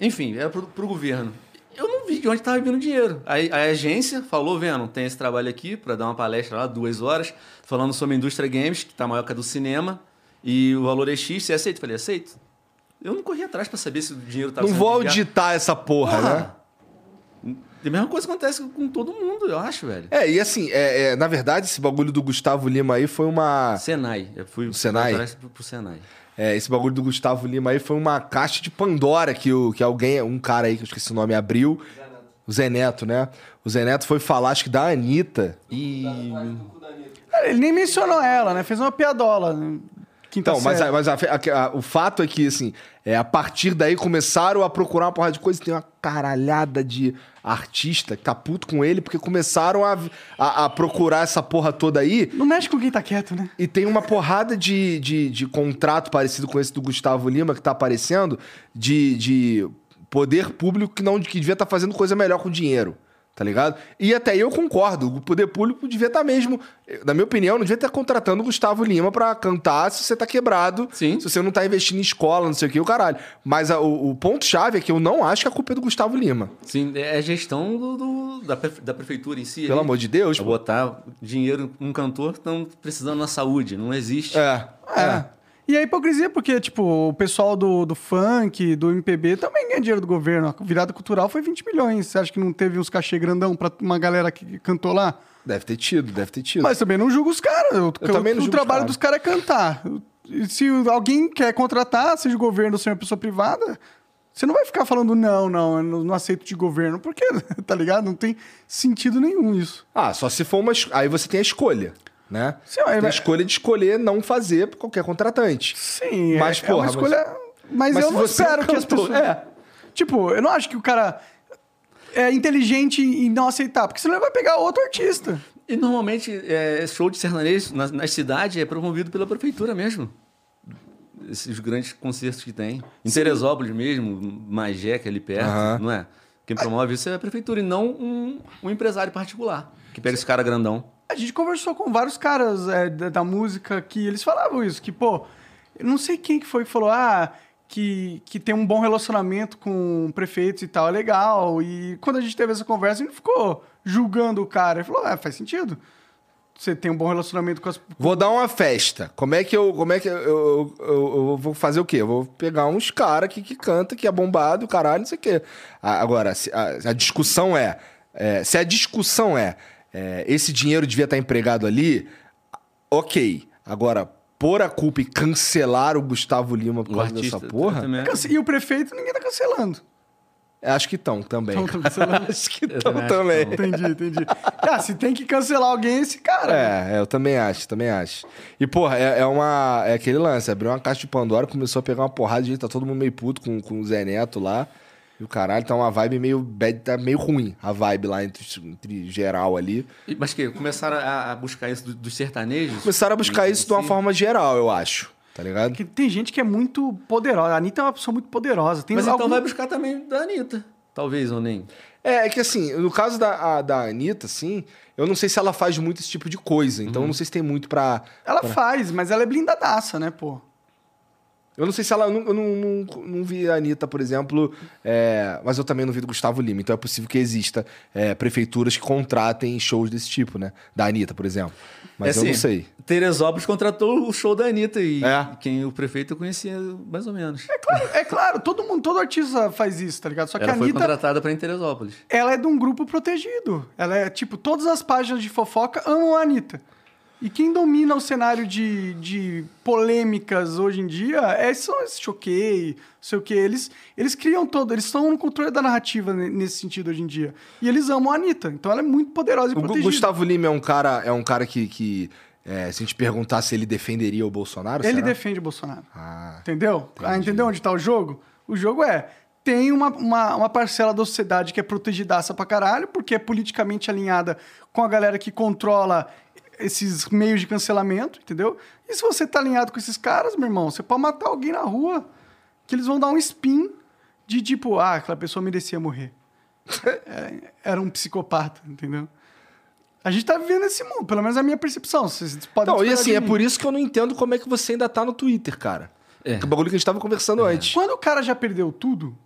C: Enfim, era pro, pro governo. Eu não vi de onde tava vindo o dinheiro. Aí a agência falou, vendo, tem esse trabalho aqui pra dar uma palestra lá, duas horas, falando sobre a indústria games, que tá maior que a do cinema, e o valor é X, você aceita? Eu Falei, aceito. Eu não corri atrás pra saber se o dinheiro tava
A: Não
C: sendo
A: vou
C: desviado.
A: auditar essa porra, né?
C: A mesma coisa acontece com todo mundo, eu acho, velho.
A: É, e assim, é, é, na verdade, esse bagulho do Gustavo Lima aí foi uma.
C: Senai. Eu fui
A: É. Senai?
C: atrás pro, pro Senai.
A: é, esse bagulho do Gustavo Lima aí foi uma caixa de Pandora que, o, que alguém, um cara aí que eu esqueci o nome, abriu. O Zé Neto, né? O Zé Neto foi falar, acho que da Anitta.
C: E.
B: Cara, Ele nem mencionou ela, né? Fez uma piadola. né? Quinta
A: Então, mas,
B: série.
A: a- mas a- a- a- o fato é que, assim, é, a partir daí começaram a procurar uma porrada de coisa e tem uma caralhada de artista que tá puto com ele, porque começaram a- a- a procurar essa porra toda aí.
B: Não mexe com quem tá quieto, né?
A: E tem uma porrada de, de, de contrato parecido com esse do Gustavo Lima que tá aparecendo, de, de poder público que não que devia estar fazendo coisa melhor com dinheiro, tá ligado? E até aí eu concordo, o poder público devia estar mesmo, na minha opinião, não devia estar contratando o Gustavo Lima pra cantar se você tá quebrado,
C: Sim.
A: se você não tá investindo em escola, não sei o que, o caralho. Mas a- o, o ponto-chave é que eu não acho que a culpa é do Gustavo Lima.
C: Sim, é a gestão do, do- da, prefe- da prefeitura em si.
A: Pelo amor de Deus,
C: Deus.
A: pô.
C: Botar dinheiro num cantor que estão precisando na saúde. Não existe.
A: É, é.
B: É. E a hipocrisia, porque, tipo, o pessoal do, do funk, do MPB, também ganha dinheiro do governo. A virada cultural foi 20 milhões. Você acha que não teve uns cachê grandão pra uma galera que cantou lá?
A: Deve ter tido, deve ter tido.
B: Mas também não julgo os caras. Eu,
A: também não julgo
B: o
A: os
B: trabalho
A: caras.
B: dos caras é cantar. E Se alguém quer contratar, seja o governo, seja uma pessoa privada, você não vai ficar falando, não, não, eu não não aceito de governo. Porque, tá ligado? Não tem sentido nenhum isso.
A: Ah, só se for uma. es- Aí você tem a escolha, né?
B: Sim, aí
A: tem a
B: vai-
A: escolha de escolher não fazer por qualquer contratante.
B: Sim,
A: Mas,
B: é, é
A: porra,
B: uma
A: mas-
B: escolha. Mas,
A: mas
B: eu
A: se
B: não
A: você é um
B: espero que as
A: cantor,
B: pessoas.
A: é.
B: Tipo, eu não acho que o cara é inteligente em não aceitar, porque senão ele vai pegar outro artista.
C: E normalmente, é, show de sertanejo na, na cidade é promovido pela prefeitura mesmo. Esses grandes concertos que tem. Em Teresópolis mesmo, Magé, que é ali perto,
A: Aham.
C: não é? Quem promove isso é a prefeitura e não um, um empresário particular que pega esse cara grandão.
B: A gente conversou com vários caras é, da, da música que eles falavam isso, que, pô, eu não sei quem que foi que falou, ah, que, que tem um bom relacionamento com prefeitos e tal, é legal. E quando a gente teve essa conversa, a gente não ficou julgando o cara. Ele falou, ah, faz sentido. você tem um bom relacionamento com as.
A: Vou dar uma festa. Como é que eu. Como é que eu, eu, eu- eu vou fazer o quê? Eu vou pegar uns caras aqui que canta, que é bombado, caralho, não sei o quê. A- Agora, se a, a discussão é, é, Se a discussão é, é, Esse dinheiro devia estar empregado ali, ok. Agora, pôr a culpa e cancelar o Gustavo Lima por
C: O
A: causa
C: artista.
A: dessa porra.
C: também-
B: Cance- E o prefeito ninguém tá cancelando.
A: Acho que estão também.
B: Então, tá cancelando.
A: Acho que
C: Eu
A: estão
C: também acho
A: também.
C: que
B: entendi, entendi. Ah, se tem que cancelar alguém, é esse cara.
A: É, é, eu também acho, também acho. E, porra, é, é uma. É aquele lance, abriu uma caixa de Pandora, começou a pegar uma porrada de gente, tá todo mundo meio puto com, com o Zé Neto lá. E o caralho, tá uma vibe meio bad, tá meio ruim a vibe lá entre, os- entre geral ali.
C: E- Mas que começaram a, a buscar isso do- dos sertanejos?
A: Começaram a buscar isso de uma
C: Sim.
A: forma geral, eu acho. Tá ligado?
B: Porque tem gente que é muito poderosa. A Anitta é uma pessoa muito poderosa. Tem
C: Mas então
B: algum-
C: vai buscar também da Anitta. Talvez, ou nem.
A: É, é que assim, no caso da, a- da Anitta, assim, eu não sei se ela faz muito esse tipo de coisa. Então eu não sei se tem muito pra.
B: Ela faz, mas ela é blindadaça, né, pô?
A: Eu não sei se ela. Eu não, eu não, não- não vi a Anitta, por exemplo, é, mas eu também não vi do Gustavo Lima. Então é possível que exista é, prefeituras que contratem shows desse tipo, né? Da Anitta, por exemplo. Mas
C: É
A: eu não
C: assim,
A: sei.
C: Teresópolis contratou o show da Anitta e
A: É.
C: quem o prefeito eu conhecia mais ou menos.
B: É claro, é claro, todo mundo, todo artista faz isso, tá ligado? Só que
C: Ela
B: a
C: foi
B: Anitta,
C: contratada pra ir em Teresópolis.
B: ela é de um grupo protegido. Ela é, tipo, todas as páginas de fofoca amam a Anitta. E quem domina o cenário de, de polêmicas hoje em dia é são esse choquei, não sei o que. Eles, eles criam todo, eles estão no controle da narrativa ne- nesse sentido hoje em dia. E eles amam a Anitta, então ela é muito poderosa e
A: O Gu-
B: protegida.
A: Gustavo Lima é um cara, é um cara que. que, é, se a gente perguntar se ele defenderia o Bolsonaro,
B: Ele
A: será?
B: defende o Bolsonaro.
A: Ah.
B: Entendeu? Ah, entendeu onde tá o jogo? O jogo é: tem uma, uma, uma parcela da sociedade que é protegidaça pra caralho, porque é politicamente alinhada com a galera que controla esses meios de cancelamento, entendeu? E se você tá alinhado com esses caras, meu irmão, você pode matar alguém na rua, que eles vão dar um spin de tipo, ah, aquela pessoa merecia morrer. É, Era um psicopata, entendeu? A gente tá vivendo esse mundo, pelo menos é a minha percepção. Vocês podem
A: Não, e
B: discordar
A: assim,
B: de
A: é
B: mim.
A: por isso que eu não entendo como é que você ainda tá no Twitter, cara.
C: É.
A: Que O bagulho que a gente tava conversando antes.
B: Quando o cara já perdeu tudo,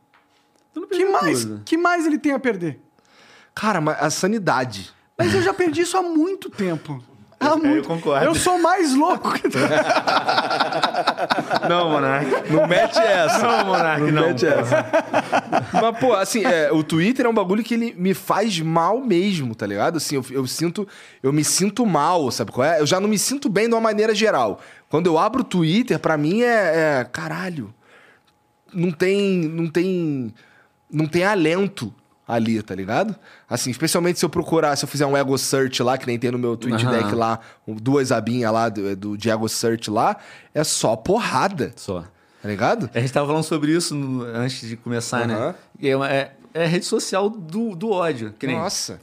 C: Tu não
B: que
C: perdeu
B: mais?
C: tudo.
B: Que mais ele tem a perder?
A: Cara, mas a sanidade.
B: Mas eu já perdi isso há muito tempo. Há
C: Eu- eu
B: muito.
C: concordo.
B: Eu sou mais louco. que-
C: Não, Monark.
A: Não mete essa.
C: Não, Monark, não.
A: mete essa. Mas, pô, assim, é, o Twitter é um bagulho que ele me faz mal mesmo, tá ligado? Assim, eu, eu sinto. Eu me sinto mal, sabe qual é? Eu já não me sinto bem de uma maneira geral. Quando eu abro o Twitter, pra mim é. é, caralho. Não tem. Não tem. Não tem alento ali, tá ligado? Assim, especialmente se eu procurar, se eu fizer um ego search lá, que nem tem no meu tweet
C: Aham.
A: deck lá, um, duas abinhas lá do, do de ego search lá, é só porrada,
C: Só.
A: tá ligado?
C: A gente tava falando sobre isso no- antes de começar,
A: Aham.
C: né? E É, uma- é, é a rede social do, do ódio. Que nem
A: Nossa.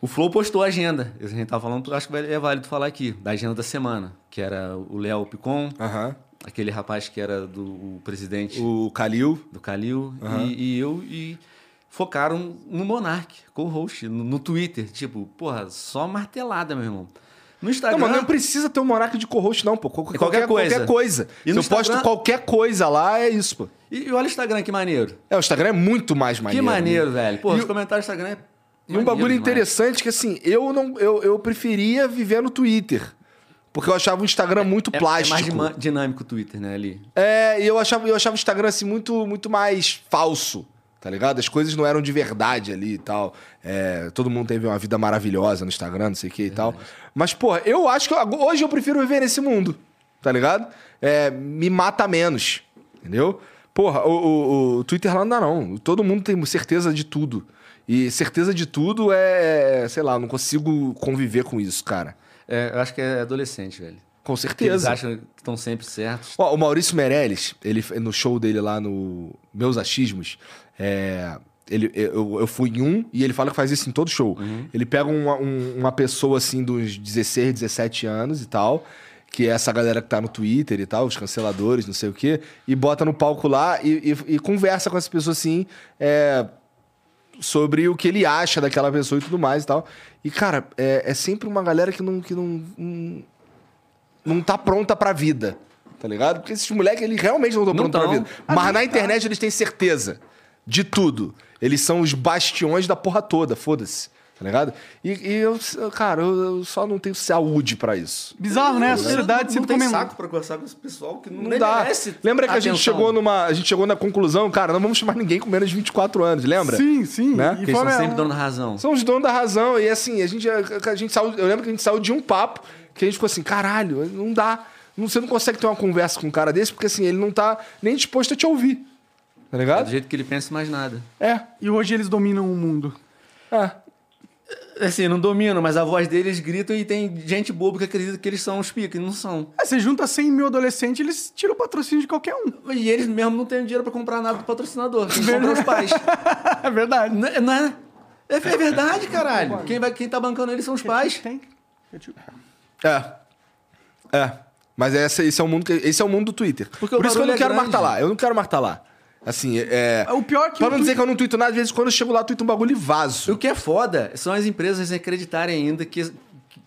C: O Flow postou a agenda. A gente tava falando, acho que vai- é válido falar aqui, da agenda da semana. Que era o Léo Picon,
A: Aham.
C: aquele rapaz que era do o presidente
A: O Kalil.
C: do Calil, e, e eu. E focaram no Monark, co-host, no, no Twitter. Tipo, porra, só martelada, meu irmão. No
A: Não,
C: Instagram.
A: mas não precisa ter um monarca de co-host, não, pô. Qualquer,
C: É qualquer coisa.
A: Qualquer coisa.
C: E
A: Se eu
C: no
A: posto
C: Instagram-
A: qualquer coisa lá, é isso, pô.
C: e, e olha o Instagram, que maneiro.
A: É, o Instagram é muito mais maneiro.
C: que maneiro,
A: né?
C: velho. Porra,
A: E
C: os
A: o-
C: comentários do Instagram é.
A: E um bagulho interessante que, assim, eu não eu, eu preferia viver no Twitter. Porque eu achava o Instagram muito
C: é,
A: plástico.
C: É mais dima- dinâmico o Twitter, né, ali.
A: É, e eu achava, eu achava o Instagram assim muito, muito mais falso, tá ligado? As coisas não eram de verdade ali e tal. É, todo mundo teve uma vida maravilhosa no Instagram, não sei o que e tal. Mas, porra, eu acho que eu- hoje eu prefiro viver nesse mundo, tá ligado? É, me mata menos, entendeu? Porra, o, o- o Twitter lá não dá não. Todo mundo tem certeza de tudo. E certeza de tudo é, sei lá, eu não consigo conviver com isso, cara.
C: É, eu acho que é adolescente, velho.
A: Com
C: Que eles
A: certeza.
C: acham que estão sempre certos.
A: Ó, o Maurício Meirelles, ele, no show dele lá no Meus Achismos, é, ele, eu, eu fui em um e ele fala que faz isso em todo show. Ele pega uma, um- uma pessoa assim dos 16, 17 anos e tal, que é essa galera que tá no Twitter e tal, os canceladores, não sei o quê, e bota no palco lá e, e- e conversa com essa pessoa assim, é, sobre o que ele acha daquela pessoa e tudo mais e tal. E, cara, é, é sempre uma galera que não. Que não, não, não tá pronta pra vida. Tá ligado? Porque esses moleques, eles realmente não estão
C: Não tá.
A: prontos pra
C: tão.
A: vida. Mas na internet eles têm certeza de tudo. Eles são os bastiões da porra toda, foda-se. Tá ligado? E, e eu, cara, eu, eu só não tenho saúde pra isso.
B: Bizarro, né? A
C: não,
B: sociedade
C: não
B: sempre
C: tem
B: comenta.
C: saco pra conversar com esse pessoal que não,
A: Não
C: nem
A: dá.
C: merece.
A: Lembra que a gente
C: atenção.
A: chegou numa. A gente chegou na conclusão, cara, não vamos chamar ninguém com menos de 24 anos, lembra?
B: Sim, sim.
A: Né?
B: E
C: Porque eles
B: fora-
C: estão sempre dando razão. É
A: São os donos da razão. E assim, a gente, a, a gente saiu. Eu lembro que a gente saiu de um papo que a gente ficou assim, caralho, não dá. Não, você não consegue ter uma conversa com um cara desse, porque assim, ele não tá nem disposto a te ouvir. Tá
C: É do
A: ligado?
C: jeito que ele pensa mais nada.
A: É.
B: E hoje eles dominam o mundo.
A: é.
C: Assim, não domino, mas a voz deles grita e tem gente boba que acredita que eles são os pica, e não são.
B: É, você junta 100 mil adolescentes, eles tiram o patrocínio de qualquer um.
C: E eles mesmo não têm dinheiro pra comprar nada do patrocinador. Quem compra é os pais.
B: É verdade.
C: Não é- não é? É é verdade, caralho. Quem, vai, quem tá bancando eles são os pais.
B: Tem.
A: É. É. Mas essa, esse, é o mundo que- esse é o mundo do Twitter.
C: Porque o
A: Por isso que eu
C: barulho
A: não
C: é
A: quero
C: grande.
A: martelar. Eu não quero martelar. Assim, é.
B: O pior é que
A: Pra
B: o
A: não dizer que eu não tuito nada, às vezes quando eu chego lá, eu tuito um bagulho e vazo.
C: O que é foda são as empresas acreditarem ainda que,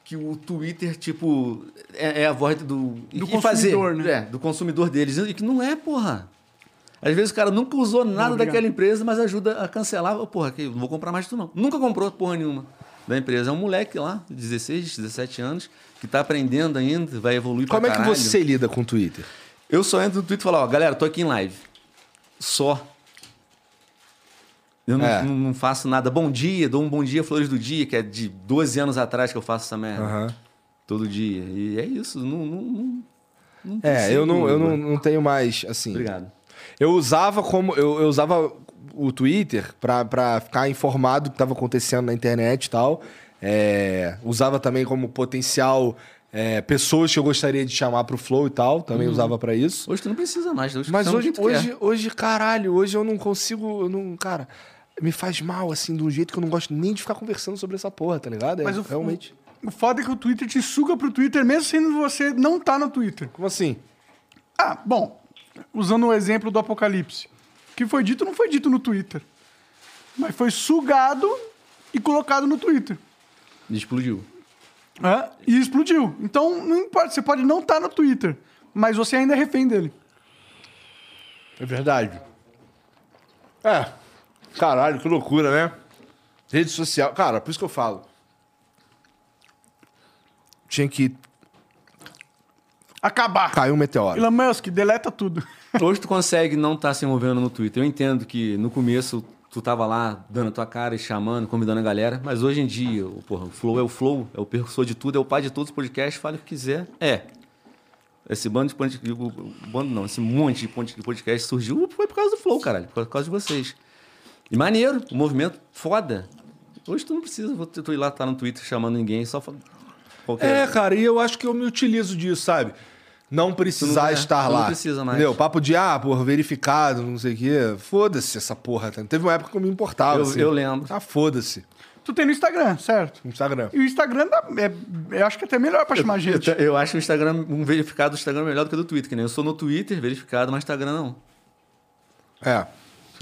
C: que o Twitter, tipo, é, é a voz do,
B: Do
C: e fazer,
B: consumidor, né?
C: É, do consumidor deles. E que não é, porra. Às vezes o cara nunca usou nada daquela empresa, mas ajuda a cancelar. Ô, Porra, que eu não vou comprar mais tu não. Nunca comprou porra nenhuma da empresa. É um moleque lá, de 16, 17 anos, que tá aprendendo ainda, vai evoluir pra
A: Como é que
C: caralho.
A: você lida com o Twitter?
C: Eu só entro no Twitter e falo, ó, galera, tô aqui em live. Só. Eu não,
A: É.
C: não- não faço nada. Bom dia, dou um bom dia, flores do dia, que é de 12 anos atrás que eu faço essa merda.
A: Aham.
C: Todo dia. E é isso. Não, não, não, não
A: É,
C: consigo,
A: eu não, eu não, não tenho mais, assim.
C: Obrigado.
A: Eu usava como. Eu, eu usava o Twitter pra, pra ficar informado do que estava acontecendo na internet e tal. É, usava também como potencial é, pessoas que eu gostaria de chamar pro Flow e tal. Também usava pra isso.
C: Hoje tu não precisa mais. Hoje tu
A: Mas
C: chama do
A: hoje,
C: jeito que é.
A: hoje, hoje, caralho, hoje eu não consigo. Eu não, cara, me faz mal, assim, de um jeito que eu não gosto nem de ficar conversando sobre essa porra, tá ligado? É,
B: Mas o,
A: realmente.
B: o foda é que o Twitter te suga pro Twitter, mesmo sendo você não tá no Twitter.
A: Como assim?
B: Ah, bom, usando o exemplo do Apocalipse. O que foi dito não foi dito no Twitter. Mas foi sugado e colocado no Twitter.
C: é. Explodiu.
B: né? E explodiu. Então, não importa, você pode não estar no Twitter, mas você ainda é refém dele.
A: É verdade. É. Caralho, que loucura, né? Rede social. Cara, por isso que eu falo. Tinha que
B: Acabar.
A: cair um meteoro.
B: Elon Musk, deleta tudo.
C: Hoje tu consegue não estar se envolvendo no Twitter. Eu entendo que no começo tu tava lá dando a tua cara e chamando, convidando a galera, mas hoje em dia, o- porra, o Flow é o Flow, é o percussor de tudo, é o pai de todos os podcasts, fala o que quiser. É. Esse bando de podcast, bando não, esse monte de pod- de podcast surgiu foi por causa do Flow, caralho, por causa de vocês. E maneiro, o movimento foda. Hoje tu não precisa, vou- tu ir lá estar no Twitter chamando ninguém, só fa-
A: É,
C: qualquer
A: cara, e eu acho que eu me utilizo disso, sabe? Não precisar
C: Tu não- é,
A: estar
C: tu
A: lá.
C: não precisa mais.
A: Entendeu? Papo de, ah, porra, verificado, não sei o quê. Foda-se essa porra. tá? Teve uma época que eu me importava.
C: Eu-
A: assim.
C: eu lembro.
A: Ah, foda-se.
B: Tu tem no Instagram, certo?
A: No Instagram.
B: E o Instagram dá- é, eu acho que é até melhor pra chamar gente.
C: Eu, eu acho o Instagram, um verificado do Instagram melhor do que o do Twitter, que nem eu sou no Twitter verificado, mas Instagram não.
A: É.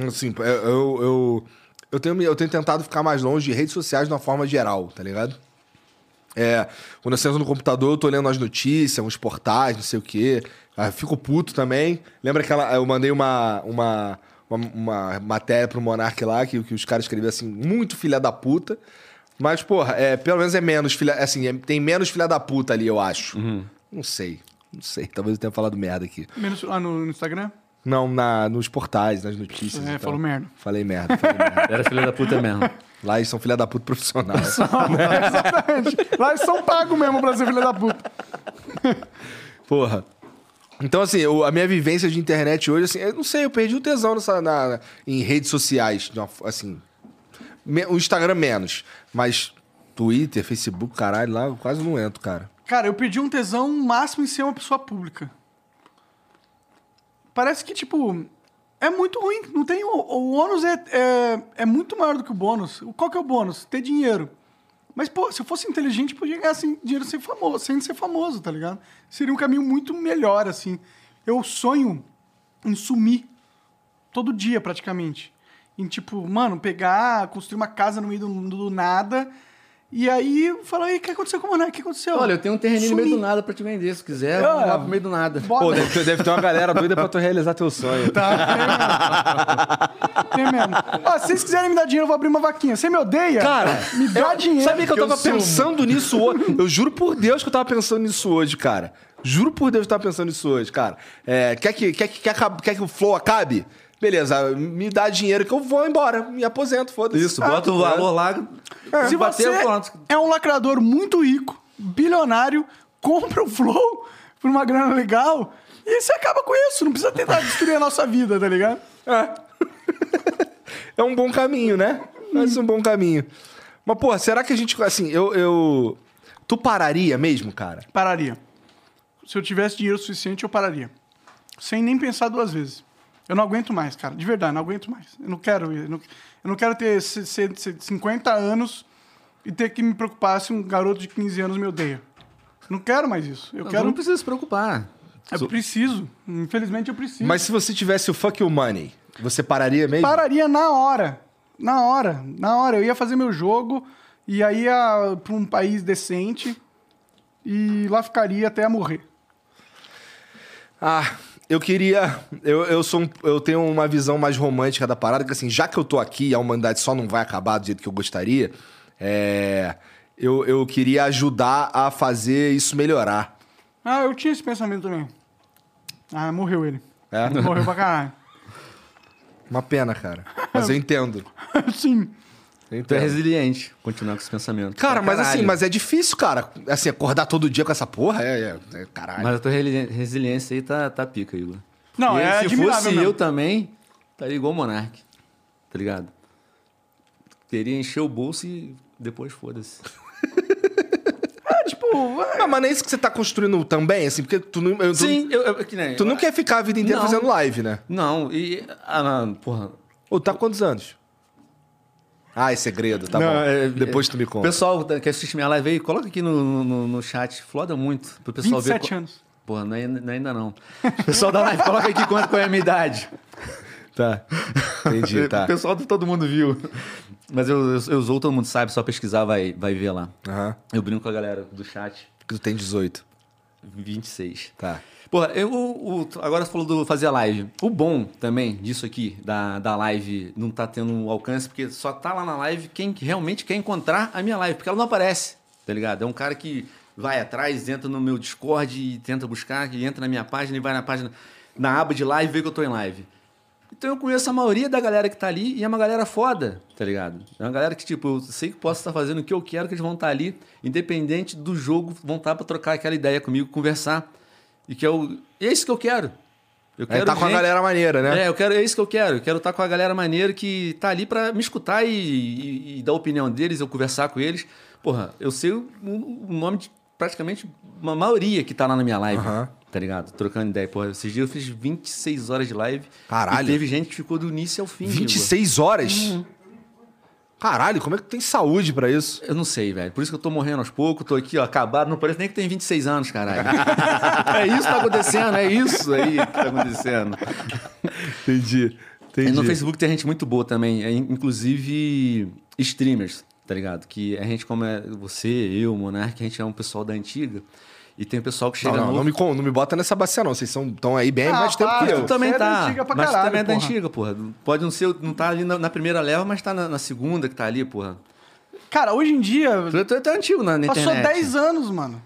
A: Assim, eu, eu, eu, eu tenho, me- eu tenho tentado ficar mais longe de redes sociais de uma forma geral, tá ligado? É, quando eu sento no computador, eu tô lendo as notícias, uns portais, não sei o quê. Ah, fico puto também. Lembra que ela- eu mandei uma, uma, uma, uma matéria pro Monark lá, que, que os caras escreviam assim, muito filha da puta. Mas, porra, é, pelo menos é menos filha... Assim, é- tem menos filha da puta ali, eu acho. Não sei. Não sei. Talvez eu tenha falado merda aqui.
B: Menos lá no, no Instagram.
A: Não, na, nos portais, nas notícias.
B: É,
A: e tal.
B: falou merda.
A: Falei merda, falei merda.
C: É, Era filha da puta mesmo.
A: Lá eles são filha da puta profissional.
B: Exatamente. Lá eles são pagos mesmo pra ser filha da puta.
A: Porra. Então, assim, eu- a minha vivência de internet hoje, assim, eu não sei, eu perdi o tesão nessa, na, na- em redes sociais. de uma f- assim, me- o Instagram menos. Mas Twitter, Facebook, caralho, lá eu quase não entro, cara.
B: Cara, eu perdi um tesão máximo em ser uma pessoa pública. Parece que, tipo, é muito ruim. Não tem. O, o ônus é, é, é muito maior do que o bônus. Qual que é o bônus? Ter dinheiro. Mas, pô, se eu fosse inteligente, podia ganhar sem dinheiro sem, famoso, sem ser famoso, tá ligado? Seria um caminho muito melhor, assim. Eu sonho em sumir todo dia, praticamente. Em, tipo, mano, pegar, construir uma casa no meio do, do nada E aí fala, aí, o que aconteceu com o Monark? O que aconteceu?
C: Olha, eu tenho um terreninho no meio
B: Sumi.
C: do nada pra te vender. Se quiser,
B: Ah,
C: vamos lá pro meio do nada.
B: Bora.
A: Pô, deve ter, deve ter uma galera doida pra tu realizar teu sonho.
B: Tem É mesmo. Ó, se vocês quiserem me dar dinheiro, eu vou abrir uma vaquinha. Você me odeia?
A: Cara,
B: me dá dinheiro.
A: Sabia que eu um tava
B: sumo.
A: pensando nisso hoje? Eu juro por Deus que eu tava pensando nisso hoje, cara. Juro por Deus que eu tava pensando nisso hoje, cara. É, quer, que, quer, que, quer, que, quer que o flow acabe? Beleza, me dá dinheiro que eu vou embora. Me aposento, foda-se. Ah,
C: Isso, bota o valor lá.
B: Se
C: bater,
B: você
C: pronto.
B: é um lacrador muito rico, bilionário, compra o Flow por uma grana legal e você acaba com isso. Não precisa tentar destruir a nossa vida, tá ligado?
A: É um bom caminho, né?
B: Hum.
A: Mas um bom caminho. Mas, pô, será que a gente... Assim, eu... eu... Tu pararia mesmo, cara?
B: Pararia. Se eu tivesse dinheiro suficiente, eu pararia. Sem nem pensar duas vezes. Eu não aguento mais, cara. De verdade, não aguento mais. Eu não quero. Eu não, eu não quero ter se- se- se- 50 anos e ter que me preocupar se um garoto de 15 anos me odeia. Não quero mais isso. Eu
C: Não,
B: quero. É
C: não precisa se preocupar.
B: Eu preciso. Infelizmente, eu preciso.
A: Mas se você tivesse o fuck you money, você pararia mesmo?
B: pararia na hora. Na hora. Na hora. Eu ia fazer meu jogo e aí ia pra um país decente e lá ficaria até morrer.
A: Ah, eu queria. Eu, eu, sou um- eu tenho uma visão mais romântica da parada, que assim, já que eu tô aqui e a humanidade só não vai acabar do jeito que eu gostaria, é, eu, eu queria ajudar a fazer isso melhorar.
B: Ah, eu tinha esse pensamento também. Ah, morreu ele.
A: É?
B: Morreu pra caralho.
A: Uma pena, cara. Mas eu entendo.
B: Sim.
A: Eu
C: Tu é
A: entendo.
C: resiliente. Continuar com esse pensamento.
A: Cara,
C: Pra
A: mas
C: caralho.
A: assim, mas é difícil, cara. Assim, acordar todo dia com essa porra é. é- é- caralho.
C: Mas a tua resili- resiliência aí tá, tá pica, Igor.
B: Não,
C: E
B: é
C: se
B: admirável
C: fosse
B: mesmo.
C: eu também, estaria igual o Monark. Tá ligado? Teria encher o bolso e depois foda-se.
B: Tipo,
A: Ah, mas não é isso que você tá construindo também, assim, porque tu não. eu- tu-
C: eu, eu- que nem.
A: Tu não quer ficar a vida inteira
C: Não.
A: fazendo live, né?
C: Não, e. Ah, não, porra.
A: Ou tá com quantos anos? Ah, é segredo, tá bom. Depois tu me conta.
C: Pessoal que assiste minha live aí, coloca aqui no, no, no chat. Floda muito. Pro pessoal ver.
B: 27
C: qual-
B: anos.
C: Porra, não é, não é ainda não. Pessoal da live, coloca aqui quanto qual é a minha idade.
A: Tá. Entendi, tá.
C: O pessoal do todo mundo viu. Mas eu, eu, eu zoo, todo mundo sabe, só pesquisar vai, vai ver lá.
A: Aham.
C: Eu brinco com a galera do chat.
A: Porque tu tem 18.
C: 26.
A: Tá.
C: Porra, eu, o, o- agora você falou do fazer a live. O bom também disso aqui, da, da live, não tá tendo um alcance, porque só tá lá na live quem realmente quer encontrar a minha live, porque ela não aparece, tá ligado? É um cara que vai atrás, entra no meu Discord e tenta buscar, que entra na minha página e vai na página, na aba de live e vê que eu tô em live. Então eu conheço a maioria da galera que tá ali e é uma galera foda, tá ligado? É uma galera que, tipo, eu sei que posso estar fazendo o que eu quero, que eles vão estar ali, independente do jogo, vão estar pra trocar aquela ideia comigo, conversar. E que é o. É isso que eu quero. Eu
A: Aí tá com a
C: gente-
A: galera maneira, né?
C: É, eu quero, é isso que eu quero. Eu quero estar com a galera maneira que tá ali pra me escutar e, e- e dar a opinião deles, eu conversar com eles. Porra, eu sei o, o nome de praticamente uma maioria que tá lá na minha live.
A: Aham.
C: Tá ligado? Trocando ideia. Porra, esses dias eu fiz 26 horas de live.
A: Caralho.
C: E teve gente que ficou do início ao fim. Igor.
A: 26 horas? Caralho, como é que tu tem saúde pra isso?
C: Eu não sei, velho. Por isso que eu tô morrendo aos poucos, tô aqui, ó, acabado. Não parece nem que tem 26 anos, caralho. é isso que tá acontecendo, é isso aí que tá acontecendo.
A: Entendi.
C: E no Facebook tem gente muito boa também, é, in- inclusive streamers, tá ligado? Que a gente, como é você, eu, o Monark, a gente é um pessoal da antiga. E tem o pessoal que
A: Não,
C: chega
A: não,
C: novo.
A: não me, con- não me bota nessa bacia, não. Vocês estão aí bem há
B: Ah,
A: mais tempo
B: para,
A: que eu.
C: Tu também
B: Você é da
C: tá.
B: antiga pra
C: mas tu
B: caralho,
C: também é da
B: porra.
C: antiga, porra. Pode não ser, não tá ali na, na primeira leva, mas tá na, na segunda que tá ali, porra.
B: Cara, hoje em dia,
C: Tu, tu, tu é antigo na, na internet.
B: passou 10 anos, mano.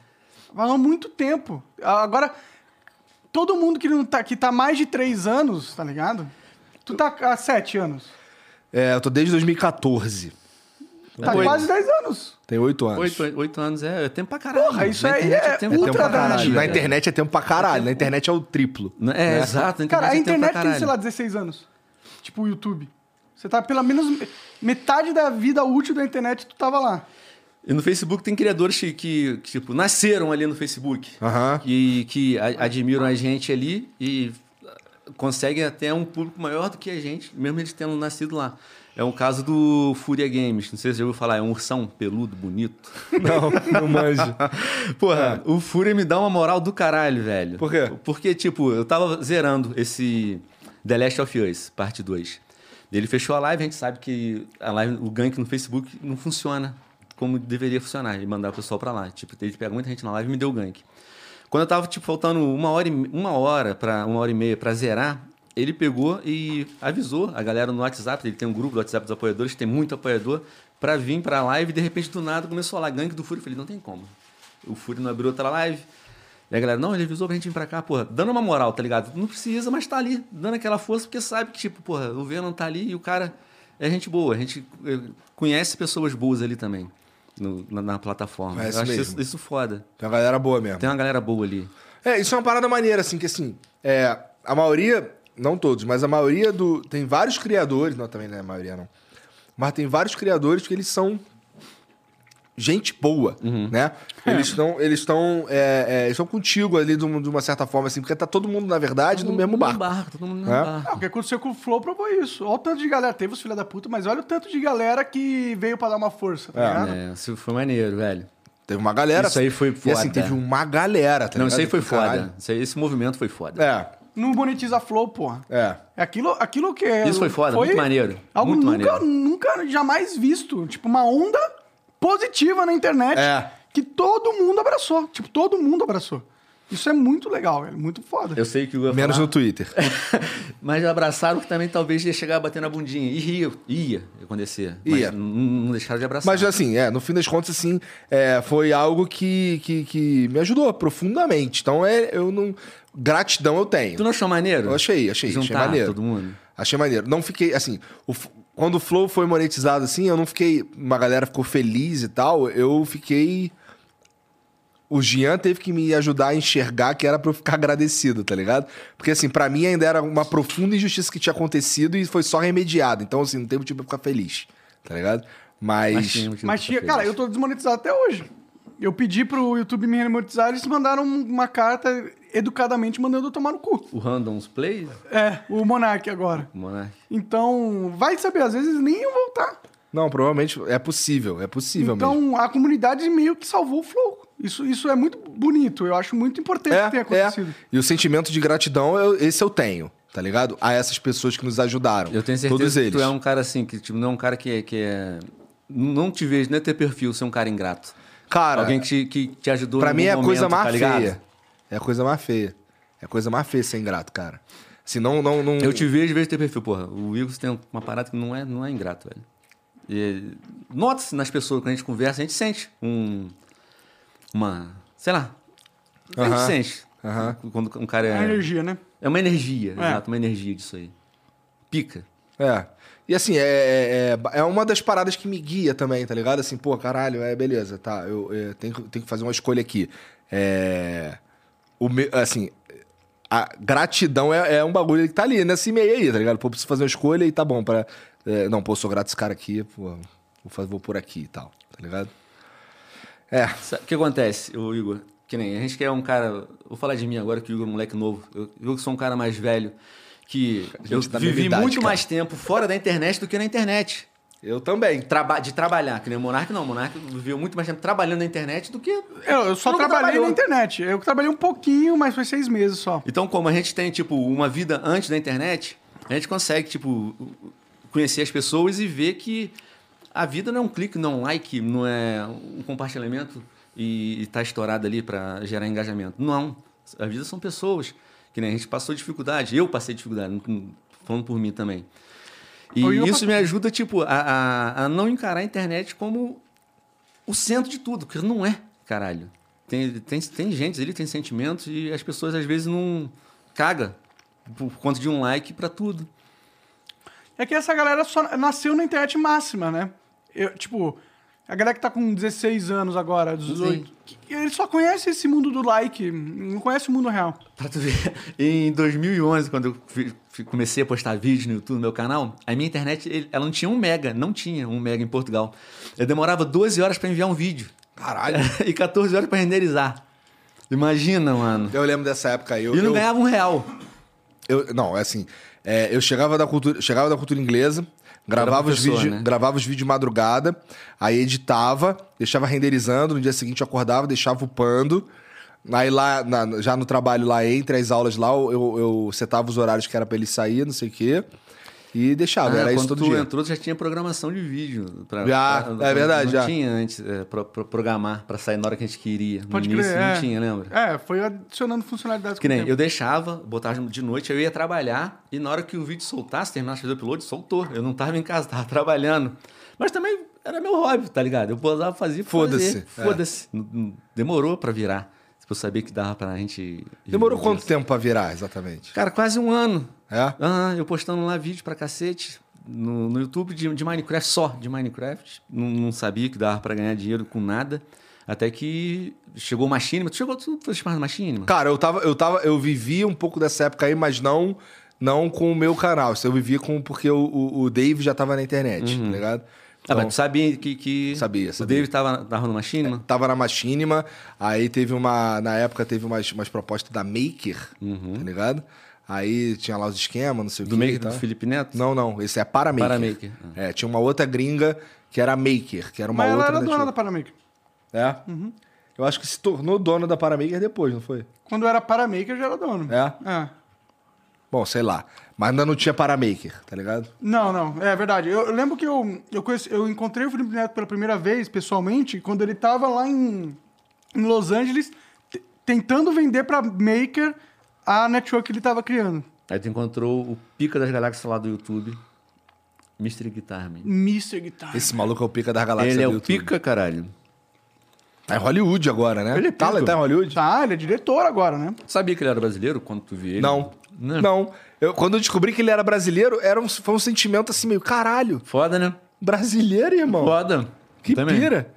B: Há muito tempo. Agora, todo mundo que, não tá, que tá mais de 3 anos, tá ligado? Tu tá há 7 anos.
A: É, eu tô desde 2014.
B: Tá
C: Oito.
B: quase 10 anos.
A: Tem 8 anos.
C: Oito, oito anos é, é tempo pra caralho.
B: Porra, isso
C: Na
B: aí
C: internet
B: é
C: tempo pra
B: ultra
C: caralho,
B: dramatico.
A: Na
C: velho.
A: internet é tempo pra caralho. Na internet é o triplo.
C: É, exato. na
B: Né? Cara, a
C: é tempo pra
B: internet tem,
C: caralho.
B: sei lá, 16 anos. Tipo o YouTube. Você tá pelo menos metade da vida útil da internet, tu tava lá.
C: E no Facebook tem criadores que, que, que, tipo, nasceram ali no Facebook.
A: Aham.
C: E que a- admiram a gente ali e eh, conseguem até um público maior do que a gente, mesmo eles tendo nascido lá. É um caso do Fúria Games. Não sei se você já ouviu falar. É um ursão peludo, bonito.
A: Não, não manjo.
C: Porra, o Fúria me dá uma moral do caralho, velho.
A: É. Por quê?
C: Porque, tipo, eu tava zerando esse The Last of Us, parte 2. Ele fechou a live, a gente sabe que a live, o gank no Facebook não funciona. como deveria funcionar, e mandar o pessoal pra lá. Tipo, ele pega muita gente na live e me deu gank. Quando eu tava, tipo, faltando uma hora, e me- uma hora para uma hora e meia pra zerar, ele pegou e avisou a galera no WhatsApp, ele tem um grupo do WhatsApp dos apoiadores, tem muito apoiador, pra vir pra live e de repente do nada começou lá, gank do Fúrio. Eu falei, não tem como. O Fúrio não abriu outra live. E a galera, não, ele avisou pra gente vir pra cá, porra, dando uma moral, tá ligado? Não precisa, mas tá ali, dando aquela força, porque sabe que, tipo, porra, o Venom tá ali e o cara é gente boa, a gente eh, conhece pessoas boas ali também, no- na, na plataforma.
A: Conhece
C: Eu acho
A: É mesmo.
C: isso, isso foda.
A: Tem uma galera boa mesmo.
C: Tem uma galera boa ali.
A: É, isso é uma parada maneira, assim, que assim, é, a maioria, não todos, mas a maioria do. Tem vários criadores, não, também não é a maioria, não. Mas tem vários criadores que eles são gente boa,
C: Uhum.
A: né?
C: É.
A: Eles estão eles estão é, é, eles estão contigo ali de uma, de uma certa forma, assim, porque tá todo mundo, na verdade, no mesmo barco.
C: todo mundo no
A: É?
C: barco.
B: Ah, o que aconteceu com o Flow provou isso. Olha o tanto de galera. Teve os filha da puta, mas olha o tanto de galera que veio pra dar uma força, tá
A: É,
B: ligado?
C: É, isso foi maneiro, velho.
A: Teve uma galera.
C: Isso aí foi
A: E assim,
C: foda.
A: teve uma galera, tá
C: não, isso
A: ligado?
C: aí foi
A: Caralho.
C: foda. Isso aí- esse movimento foi foda.
A: É,
B: Não monetiza Flow, porra.
A: é.
B: É Aquilo, aquilo que é.
C: Isso foi foda, muito maneiro,
B: Algo
C: muito
B: nunca,
C: maneiro.
B: nunca jamais visto. Tipo, uma onda positiva na internet
A: É.
B: que todo mundo abraçou. Tipo, todo mundo abraçou. Isso é muito legal, velho. Muito foda.
C: Eu sei que o
A: É. Menos no Twitter.
C: Mas abraçaram que também talvez ia chegar a bater na bundinha. E ria. Ia acontecer. Mas
A: Ia.
C: n- n- não deixaram de abraçar.
A: Mas assim, é, no fim das contas, assim, é, foi algo que, que, que me ajudou profundamente. Então é, eu não. Gratidão eu tenho.
C: Tu não achou maneiro?
A: Eu achei, achei, achei
C: Juntar
A: maneiro.
C: todo mundo.
A: Achei maneiro. Não fiquei, assim, o F- quando o Flow foi monetizado, assim, eu não fiquei. Uma galera ficou feliz e tal. Eu fiquei. O Jean teve que me ajudar a enxergar que era pra eu ficar agradecido, tá ligado? Porque, assim, pra mim ainda era uma profunda injustiça que tinha acontecido e foi só remediada. Então, assim, não tem motivo pra eu ficar feliz, tá ligado? Mas.
C: tínhamos que
B: Mas
C: ficar
B: tinha,
C: feliz.
B: cara, eu tô desmonetizado até hoje. Eu pedi pro YouTube me monetizar, eles mandaram um, uma carta educadamente mandando eu tomar no cu.
C: O Randoms Play,
B: É, o Monark agora.
C: o Monark.
B: Então, vai saber, às vezes nem iam voltar.
A: Não, provavelmente é possível, é possível
B: então,
A: mesmo.
B: a comunidade meio que salvou o Flow. Isso, isso é muito bonito, eu acho muito importante que tenha
A: É,
B: acontecido.
A: é. E o sentimento de gratidão, eu- esse eu tenho, tá ligado? A essas pessoas que nos ajudaram.
C: Eu tenho certeza
A: Todos
C: que
A: eles.
C: tu é um cara assim, que tipo, não é um cara que é. Que é... Não te vejo, não é ter perfil ser um cara ingrato.
A: Cara,
C: Alguém que te, que te ajudou
A: pra
C: em
A: mim é a
C: algum
A: coisa
C: momento, tá
A: mais
C: ligado?
A: feia. É a coisa mais feia. É a coisa mais feia ser ingrato, cara. Se não, não, não...
C: Eu te vejo, vejo teu perfil, porra. O Igor tem uma parada que não é, não é ingrato, velho. E Nota-se nas pessoas, quando a gente conversa, a gente sente um. Uma. Sei lá. A gente
A: Aham.
C: sente. Quando um cara
B: É.
C: é.
B: A energia, né?
C: É uma energia,
B: É.
C: exato, uma energia disso aí. Pica.
A: É. E assim, é, é, é- é uma das paradas que me guia também, tá ligado? Assim, pô, caralho, é beleza, tá. Eu, é, tenho, que- tenho que fazer uma escolha aqui. É. O meu, assim, a gratidão é, é um bagulho que tá ali nesse meio aí, tá ligado? Pô, preciso fazer uma escolha e tá bom pra. é, não, pô, sou grato a esse cara aqui, pô, vou, fazer, vou por aqui e tal, tá ligado? É.
C: Sabe O que acontece, o Igor? Que nem a gente quer um cara. Vou falar de mim agora que o Igor é um moleque novo. Eu, eu que sou um cara mais velho. Que eu
A: tá na
C: vivi
A: mesma idade,
C: muito
A: cara.
C: mais tempo fora da internet do que na internet.
A: Eu também.
C: Traba- de trabalhar, que nem o Monark não. O Monark viveu muito mais tempo trabalhando na internet do que.
B: Eu, É, eu só
C: Nunca
B: trabalhei
C: trabalhou.
B: na internet. Eu trabalhei um pouquinho, mas foi seis meses só.
C: Então, como a gente tem, tipo, uma vida antes da internet, a gente consegue, tipo, conhecer as pessoas e ver que a vida não é um clique, não é um like, não é um compartilhamento e, e tá estourado ali para gerar engajamento. Não. A vida são pessoas. Que nem a gente passou dificuldade, eu passei dificuldade, não- não- falando por mim também. E
B: Eu ia
C: isso me ajuda, tipo, a, a- a não encarar a internet como o centro de tudo, porque não é, caralho. Tem, tem, tem gente ali, tem sentimentos, e as pessoas às vezes não caga por conta de um like pra tudo.
B: É que essa galera só nasceu na internet máxima, né? Eu, tipo, a galera que tá com 16 anos agora, 18, que- ele só conhece esse mundo do like, não conhece o mundo real.
C: Pra tu ver, em 2011, quando eu fi- fi- comecei a postar vídeo no YouTube, no meu canal, a minha internet, ele- ela não tinha um mega, não tinha um mega em Portugal. Eu demorava 12 horas pra enviar um vídeo. Caralho. e 14 horas pra renderizar. Imagina, mano.
A: Eu lembro dessa época aí. Eu,
C: E não
A: eu-
C: ganhava um real.
A: Eu, não, é assim. é, eu chegava da cultura, chegava da cultura inglesa, gravava os,
C: professor,
A: vídeos,
C: né?
A: gravava os vídeos de madrugada, aí editava, deixava renderizando, no dia seguinte eu acordava, deixava upando. Aí lá, na- já no trabalho lá, entre as aulas lá, eu, eu setava os horários que era pra ele sair, não sei o quê. E deixava,
C: Ah,
A: era isso
C: quando
A: todo
C: tu
A: dia.
C: entrou, tu já tinha programação de vídeo. Pra,
A: Já,
C: pra-
A: é verdade,
C: não
A: já.
C: tinha antes, é, pra, pra programar, pra sair na hora que a gente queria. No
B: Pode
C: início
B: crer,
C: não
B: é.
C: tinha, lembra?
B: É, foi adicionando funcionalidades
C: Que
B: com o
C: nem,
B: tempo.
C: eu deixava, botava de noite, eu ia trabalhar e na hora que o vídeo soltasse, terminasse de fazer o upload, soltou. Eu não tava em casa, tava trabalhando. Mas também era meu hobby, tá ligado? Eu posava, fazia,
A: Foda-se, é.
C: fazia. Foda-se. N- n- Demorou pra virar. Tipo, eu sabia que dava pra gente...
A: Demorou
C: viver
A: quanto
C: disso.
A: tempo pra virar, exatamente?
C: Cara, quase um ano.
A: É?
C: Ah, eu postando lá vídeo pra cacete no, no YouTube de, de Minecraft, só de Minecraft. Não, não sabia que dava pra ganhar dinheiro com nada. Até que chegou o Machinima. Tu chegou, tu foi chamado Machinima?
A: Cara, eu tava, eu tava, eu vivia um pouco dessa época aí, mas não, não com o meu canal. Isso eu vivia com porque o, o, o Dave já tava na internet, tá ligado?
C: ah,
A: Então,
C: mas tu sabia que, que
A: Sabia,
C: o
A: sabia.
C: David tava, tava no Machinima?
A: Tava na Machinima, aí teve uma. Na época teve umas, umas propostas da Maker, tá ligado? Aí tinha lá os esquemas, não sei o
C: Uhum. Do
A: que.
C: Maker do Felipe Neto?
A: Não, não, esse é Paramaker.
C: Paramaker, ah.
A: É, tinha uma outra gringa que era a Maker, que era uma
B: Mas ela
A: outra.
B: era
A: da
B: dona da
A: Tio-
B: Paramaker.
A: É?
C: Uhum.
A: Eu acho que se tornou dona da Paramaker depois, não foi?
B: Quando era Paramaker, já era dono.
A: É?
B: É.
A: Bom, sei lá. Mas ainda não tinha Paramaker, tá ligado?
B: Não, não, é verdade. Eu, eu lembro que eu, eu, conheci- eu encontrei o Felipe Neto pela primeira vez, pessoalmente, quando ele tava lá em, em Los Angeles, te- tentando vender pra Maker a network que ele tava criando.
A: É.
C: Aí tu encontrou o pica das galáxias lá do YouTube, Mr. Guitar Man.
B: Mr. Guitar.
A: Esse maluco é o pica da galáxia.
C: Ele é
A: do
C: o
A: YouTube.
C: pica, caralho.
A: Tá em Hollywood agora, né?
C: Ele é
A: tá,
C: pica.
A: tá em Hollywood?
B: Tá, ele é diretor agora, né?
C: Tu sabia que ele era brasileiro quando tu viu ele?
A: Não.
C: Não. é.
A: Não. Eu, quando eu descobri que ele era brasileiro, era um, foi um sentimento assim meio, caralho,
C: Foda, né?
A: brasileiro, irmão.
C: Foda.
A: Que
C: Também.
A: pira.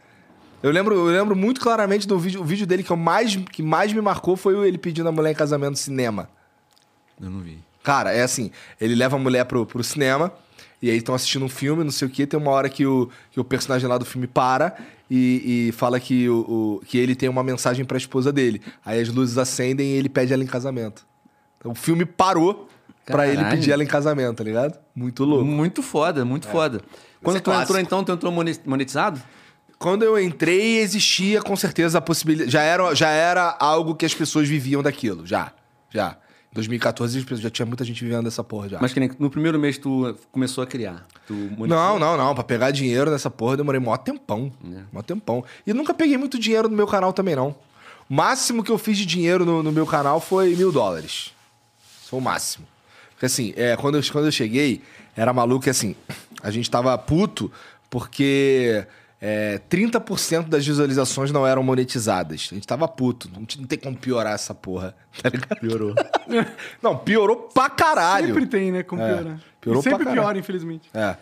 A: Eu lembro, eu lembro muito claramente do vídeo, o vídeo dele que, eu mais, que mais me marcou foi o ele pedindo a mulher em casamento no cinema.
C: Eu não vi.
A: Cara, é assim, ele leva a mulher pro, pro cinema, e aí estão assistindo um filme, não sei o quê, tem uma hora que o, que o personagem lá do filme para e, e fala que, o, o- que ele tem uma mensagem pra esposa dele. Aí as luzes acendem e ele pede ela em casamento. Então o filme parou pra ele
C: Caralho.
A: pedir ela em casamento, tá ligado? Muito louco.
C: Muito foda, muito foda. Quando
A: é
C: tu
A: clássico.
C: entrou, então, tu entrou mone- monetizado?
A: Quando eu entrei, existia com certeza a possibilidade. Já era, já era algo que as pessoas viviam daquilo, já. Já. Em 2014 as pessoas- já tinha muita gente vivendo dessa porra já.
C: Mas que nem no primeiro mês tu começou a criar. Tu monetizou?
A: Não, não, não. Pra pegar dinheiro nessa porra, eu demorei mó tempão.
C: É.
A: Mó tempão. E nunca peguei muito dinheiro no meu canal também, não. O máximo que eu fiz de dinheiro no, no meu canal foi mil dólares. Isso foi o máximo. Porque assim, é, quando, eu, quando eu cheguei, era maluco que assim, a gente tava puto porque é, 30% das visualizações não eram monetizadas. A gente tava puto. Não, t- não tem como piorar essa porra. Tá ligado? Piorou. não, piorou pra caralho.
B: Sempre tem, né? Com
A: É.
B: piora.
A: Piorou
B: E sempre
A: pra caralho.
B: piora, infelizmente.
A: É.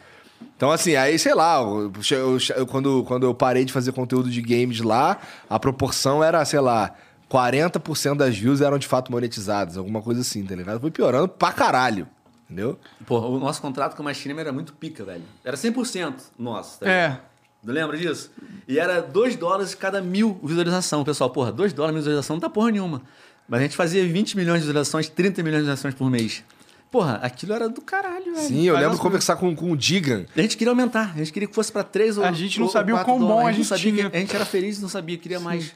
A: Então, assim, aí, sei lá, eu- eu- eu- quando, quando eu parei de fazer conteúdo de games lá, a proporção era, sei lá, 40% das views eram de fato monetizadas, alguma coisa assim, tá ligado? Foi piorando pra caralho, entendeu?
C: Porra, o nosso contrato com a Machinima era muito pica, velho. Era 100% nosso, tá ligado?
B: É.
C: Não lembra disso? E era 2 dólares cada mil visualização. Pessoal, porra, 2 dólares mil visualização não dá porra nenhuma. Mas a gente fazia 20 milhões de visualizações, 30 milhões de visualizações por mês. Porra, aquilo era do caralho, velho.
A: Sim, eu
B: Mas
A: lembro
B: nós-
A: conversar com, com o Digan.
C: A gente queria aumentar, a gente queria que fosse pra 3 ou
B: A gente não
C: ou
B: sabia o
C: quatro
B: quão bom
C: dólares.
B: a
C: não
B: gente
C: sabia
B: tinha.
C: que- a gente era feliz, não sabia, queria mais.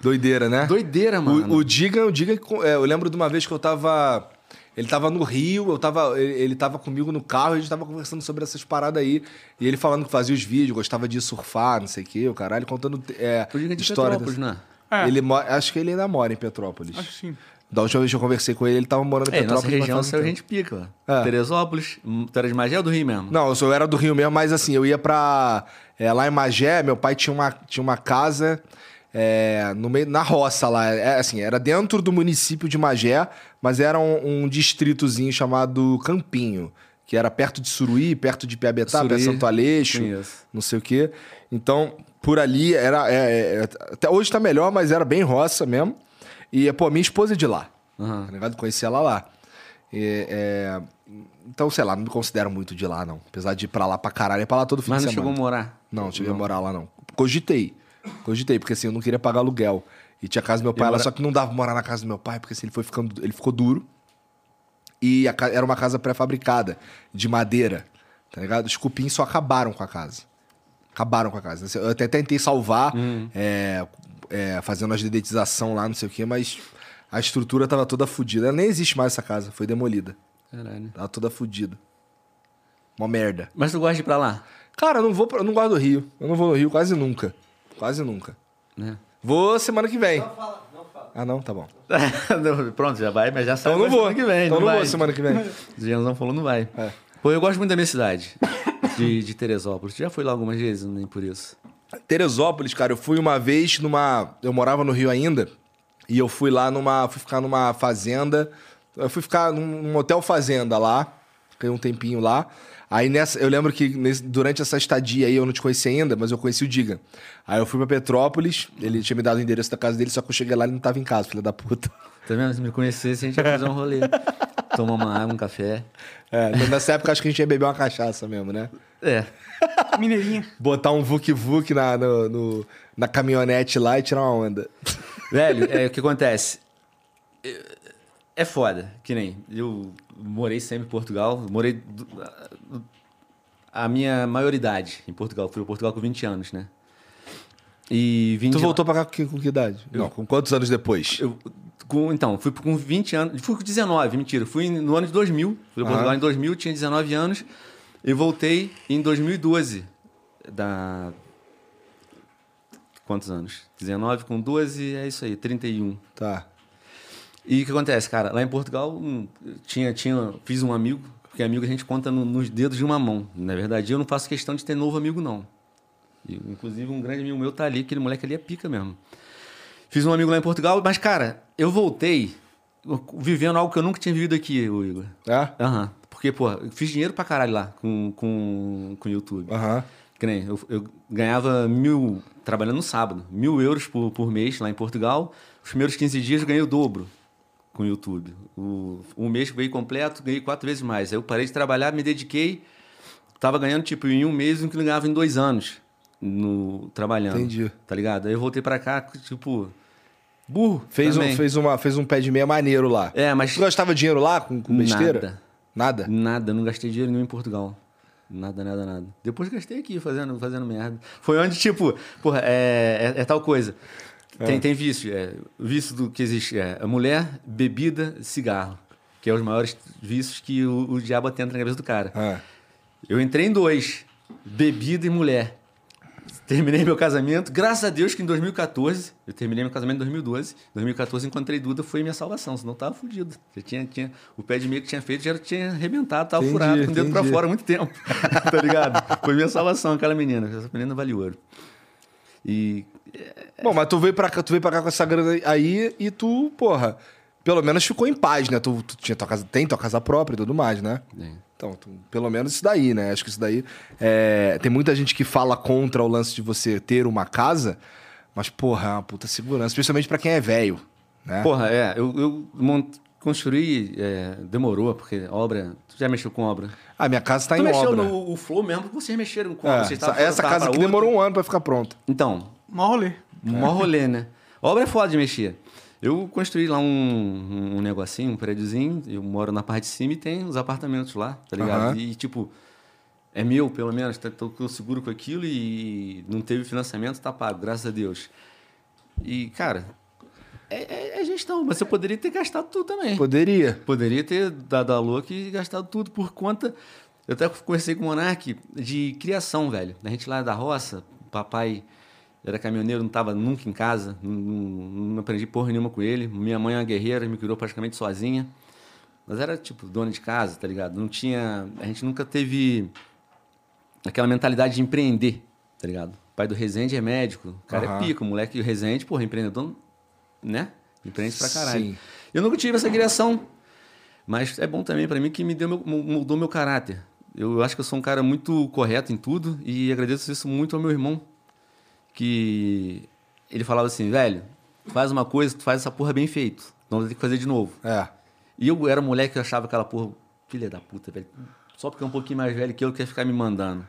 A: Doideira, né?
C: Doideira, mano.
A: O, o Digan, o Digan, é, eu lembro de uma vez que eu tava. Ele tava no Rio, eu tava, ele, ele tava comigo no carro, a gente tava conversando sobre essas paradas aí. E ele falando que fazia os vídeos, gostava de surfar, não sei o quê, o caralho, contando é,
C: O Digan é de
A: história
C: Petrópolis, né?
B: É.
A: Ele mo- acho que ele ainda mora em Petrópolis.
B: Acho que sim.
A: Da última vez que eu conversei com ele, ele tava morando em
C: É,
A: Petrópolis.
C: nossa região
A: mas faz um
C: saiu
A: tempo.
C: gente pica, ó.
A: É.
C: Teresópolis, hum, tu era de Magé ou do Rio mesmo?
A: Não, eu sou- eu era do Rio mesmo, mas assim, eu ia pra. é, lá em Magé, meu pai tinha uma, tinha uma casa é, no meio, na roça lá. É, assim, era dentro do município de Magé, mas era um, um distritozinho chamado Campinho, que era perto de Suruí, perto de Piabetá, perto de
C: Suruí,
A: Santo Aleixo,
C: conheço.
A: não sei o quê. Então, por ali era. é, é, até hoje tá melhor, mas era bem roça mesmo. E, pô, minha esposa é de lá.
C: Aham.
A: Tá ligado? Conheci ela lá. E, é, Então, sei lá, não me considero muito de lá, não. Apesar de ir pra lá pra caralho, é pra lá todo fim
C: Mas
A: de
C: não chegou
A: semana.
C: a morar.
A: Não, não cheguei a morar lá, não. Cogitei. Cogitei, porque assim, eu não queria pagar aluguel. E tinha a casa do meu pai, lá,
C: mora-
A: só que não dava pra morar na casa do meu pai, porque assim, ele foi ficando. Ele ficou duro. E a ca- era uma casa pré-fabricada, de madeira. Tá ligado? Os cupins só acabaram com a casa. Acabaram com a casa. Eu até tentei salvar, é, é, fazendo as dedetização lá, não sei o quê, mas a estrutura tava toda fodida. Ela nem existe mais essa casa, foi demolida.
C: Caralho.
A: Tava toda fodida. Uma merda.
C: Mas tu gosta de ir pra lá?
A: Cara, eu não vou, pra- eu não gosto do Rio. Eu não vou no Rio quase nunca. Quase nunca.
C: Né?
A: Vou semana que vem. Não fala, não fala. Ah, não, tá bom.
C: Não, Pronto, já vai, mas já
A: Então
C: saiu
A: eu não
C: pra
A: vou.
C: semana que vem.
A: então eu não
C: vai.
A: vou semana que vem.
C: O Janzão falou, não vai.
A: É.
C: Pô, eu gosto muito da minha cidade, de, de Teresópolis. Já fui lá algumas vezes, nem por isso.
A: Teresópolis, cara, eu fui uma vez numa. Eu morava no Rio ainda. E eu fui lá numa. Fui ficar numa fazenda. Eu fui ficar num, num hotel fazenda lá. Fiquei um tempinho lá. Aí nessa. Eu lembro que nesse- durante essa estadia aí eu não te conheci ainda, mas eu conheci o Diga. Aí eu fui pra Petrópolis. Ele tinha me dado o endereço da casa dele, só que eu cheguei lá e ele não tava em casa, filha da puta.
C: Tá vendo? Se me conhecesse, a gente ia fazer um rolê. Tomar uma água, um café.
A: É, então nessa época acho que a gente ia beber uma cachaça mesmo, né?
C: É.
B: Mineirinha.
A: Botar um Vuk-Vuk na, no- no- na caminhonete lá e tirar uma onda.
C: Velho, é, o que acontece? É- É foda, que nem. Eu morei sempre em Portugal, morei. do- A minha maioridade em Portugal. Fui para Portugal com 20 anos, né? E 20
A: Tu
C: an-
A: voltou pra cá com, com que idade? Não, com quantos anos depois?
C: Eu, com- então, fui com 20 anos. Fui com 19, mentira. Fui no ano de 2000. Fui pra Portugal
A: Aham.
C: em 2000, tinha 19 anos. E voltei em 2012. Da. Quantos anos? 19 com 12, é isso aí, 31.
A: Tá.
C: E o que acontece, cara? Lá em Portugal, hum, tinha, tinha, fiz um amigo, porque amigo a gente conta no- nos dedos de uma mão. Na verdade, eu não faço questão de ter novo amigo, não. E, inclusive, um grande amigo meu tá ali, aquele moleque ali é pica mesmo. Fiz um amigo lá em Portugal, mas, cara, eu voltei vivendo algo que eu nunca tinha vivido aqui, o Igor.
A: É?
C: Aham. Porque, pô, eu fiz dinheiro pra caralho lá com o com, com o YouTube.
A: Aham.
C: Que nem, eu, eu ganhava mil, trabalhando no sábado, mil euros por, por mês lá em Portugal. Os primeiros 15 dias eu ganhei o dobro com o YouTube. O, um mês que veio completo, ganhei quatro vezes mais. Aí eu parei de trabalhar, me dediquei. Tava ganhando, tipo, em um mês o que eu ganhava em dois anos no, trabalhando.
A: Entendi.
C: Tá ligado? Aí eu voltei pra cá, tipo, burro.
A: Fez, um,
C: também.
A: fez, uma, fez um pé de meia maneiro lá.
C: É, mas-
A: Tu gastava dinheiro lá com, com besteira?
C: Nada.
A: Nada.
C: Nada, não gastei dinheiro nenhum em Portugal. Nada, nada, nada. Depois gastei aqui fazendo, fazendo merda. Foi onde, tipo, porra, é, é- é tal coisa. Tem, tem vício. É, vício do que existe é a mulher, bebida, cigarro. Que é os maiores vícios que o, o diabo tenta na cabeça do cara.
A: Ah.
C: Eu entrei em dois: bebida e mulher. Terminei meu casamento. Graças a Deus que em 2014, eu terminei meu casamento em 2012. Em 2014 encontrei Duda, foi minha salvação, senão eu tava fudido. Já tinha, tinha, o pé de meia que tinha feito já tinha arrebentado, tava
A: Entendi,
C: furado, com o dedo pra
A: entendi.
C: fora há muito tempo. tá ligado? Foi minha salvação, aquela menina. Essa menina vale ouro. E.
A: Bom, mas tu veio, pra cá, tu veio pra cá com essa grana aí e tu, porra, pelo menos ficou em paz, né? Tu, tu tinha tua casa, tem tua casa própria e tudo mais, né? Então, tu- pelo menos isso daí, né? Acho que isso daí. é, tem muita gente que fala contra o lance de você ter uma casa, mas, porra, é uma puta segurança, principalmente pra quem é velho, né?
C: Porra, é, eu, eu mon- construí, é, demorou, porque obra. Tu já mexeu com obra?
A: Ah, minha casa tá
C: tu
A: em
C: mexeu
A: obra.
C: no o flow mesmo que vocês mexeram com
A: É,
C: obra. Vocês
A: essa
C: tavam-
A: essa
C: tava
A: casa
C: pra
A: aqui
C: outra.
A: demorou um ano pra ficar pronta.
C: Então,
B: Mó rolê.
C: Mó rolê, né? Obra é foda de mexer. Eu construí lá um, um negocinho, um prédiozinho. Eu moro na parte de cima e tem os apartamentos lá, tá ligado?
A: Aham.
C: E, tipo, é meu, pelo menos. Tá, tô, tô seguro com aquilo e não teve financiamento, tá pago, graças a Deus. E, cara, é, é- é gestão. Mas eu poderia ter gastado tudo também.
A: Poderia.
C: Poderia ter dado a louca e gastado tudo por conta. Eu até conversei com o Monark de criação, velho. A gente lá da roça, papai era caminhoneiro, não estava nunca em casa, não, não- não aprendi porra nenhuma com ele. Minha mãe é uma guerreira, me criou praticamente sozinha. Mas era tipo dona de casa, tá ligado? Não tinha. A gente nunca teve aquela mentalidade de empreender, tá ligado? O pai do Rezende é médico, o cara
A: Aham.
C: é pico, o moleque e o Rezende, porra, é empreendedor, né? Empreende pra caralho.
A: Sim.
C: Eu nunca tive essa criação, mas é bom também pra mim que me deu meu- mu- mudou meu caráter. Eu acho que eu sou um cara muito correto em tudo e agradeço isso muito ao meu irmão, que ele falava assim, velho, tu faz uma coisa, tu faz essa porra bem feito, não vai ter que fazer de novo.
A: É.
C: E eu era moleque, eu achava aquela porra, filha da puta, velho. Só porque é um pouquinho mais velho que eu quer ficar me mandando.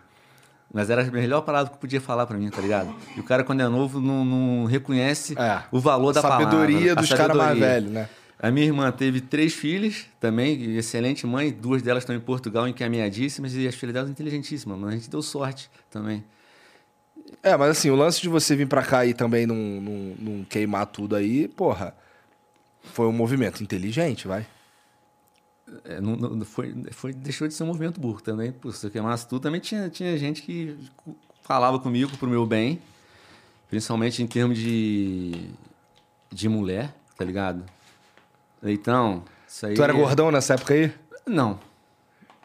C: Mas era a melhor palavra que podia falar pra mim, tá ligado? E o cara, quando é novo, não, não reconhece
A: É.
C: o valor da
A: Sabedoria
C: palavra.
A: dos caras mais
C: sabedoria.
A: velhos, né?
C: A minha irmã teve três filhas também, excelente mãe. Duas delas estão em é Portugal, encaminhadíssimas. E as filhas delas inteligentíssimas, mas a gente deu sorte também.
A: É, mas assim, o lance de você vir pra cá e também não, não, não queimar tudo aí, porra, foi um movimento inteligente, vai.
C: É, não- não- foi, foi- deixou de ser um movimento burro também. Pô, se eu queimasse tudo, também tinha, tinha gente que cu- falava comigo pro meu bem, principalmente em termos de, de mulher, tá ligado? Então, isso aí.
A: Tu era gordão nessa época aí?
C: Não.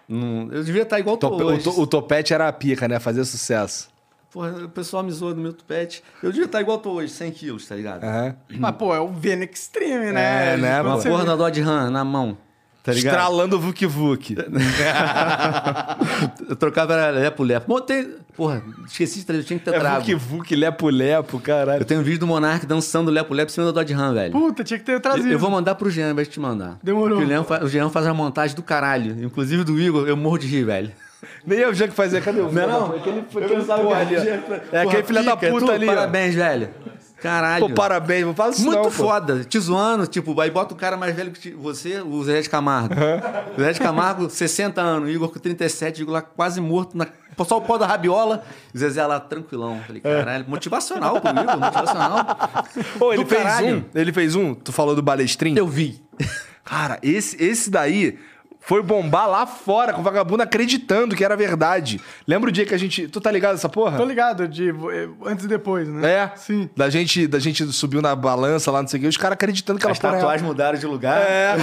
C: Não, eu devia estar igual tu
A: Tope- Então, o,
C: hoje.
A: to- o topete era a pica, né? Fazia sucesso.
C: Porra, o pessoal me zoa do meu tupete. Eu devia estar igual tu hoje, 100 quilos, tá ligado?
A: Aham.
B: Mas, pô, é o Venom Extreme, né?
A: É, né,
B: Quando
C: Uma
A: mano?
B: você
C: porra
B: vê-
C: da Dodge Ram na mão, tá ligado?
A: Estralando o Vuk Vuk.
C: Eu trocava era lepo lepo. Montei... Porra, esqueci de trazer, eu tinha que ter
A: É
C: trago.
A: Vuk Vuk, lepo lepo, caralho.
C: Eu tenho um vídeo do Monark dançando lepo lepo em cima da Dodge Ram, velho.
B: Puta, tinha que ter
C: Eu,
B: trazido.
C: eu vou mandar pro Jean, vai te mandar.
B: Demorou.
C: Porque O, Leão fa- o Jean faz uma montagem do caralho. Inclusive do Igor, eu morro de rir, velho.
A: Nem eu já que fazia. Cadê o Vuk?
C: não, é aquele, porra, ali, ó.
A: É aquele filho da
C: pica,
A: puta
C: tu,
A: ali, ó.
C: Parabéns, velho. Caralho.
A: Pô, parabéns, não fala isso
C: Muito
A: não, pô.
C: foda. Te zoando, tipo, aí bota o cara mais velho que te- você, o Zé de Camargo. O Zé de Camargo, 60 anos, o Igor com 37, Igor lá quase morto, na... só o pó da rabiola, e o Zezé lá tranquilão. Falei,
A: É.
C: caralho, motivacional comigo, motivacional.
A: Pô, ele
C: Do
A: fez
C: caralho.
A: um. Ele fez um. Tu falou do balestrinho?
C: Eu vi.
A: Cara, esse, esse daí foi bombar lá fora, com o vagabundo acreditando que era verdade. Lembra o dia que a gente. Tu tá ligado essa porra?
B: um, Tô ligado, de eh, antes e depois, né?
A: É?
B: Sim.
A: Da gente, da gente subiu na balança lá, não sei o quê, os caras acreditando que ela
C: As
A: porra é.
C: tatuagens mudaram de lugar.
A: É,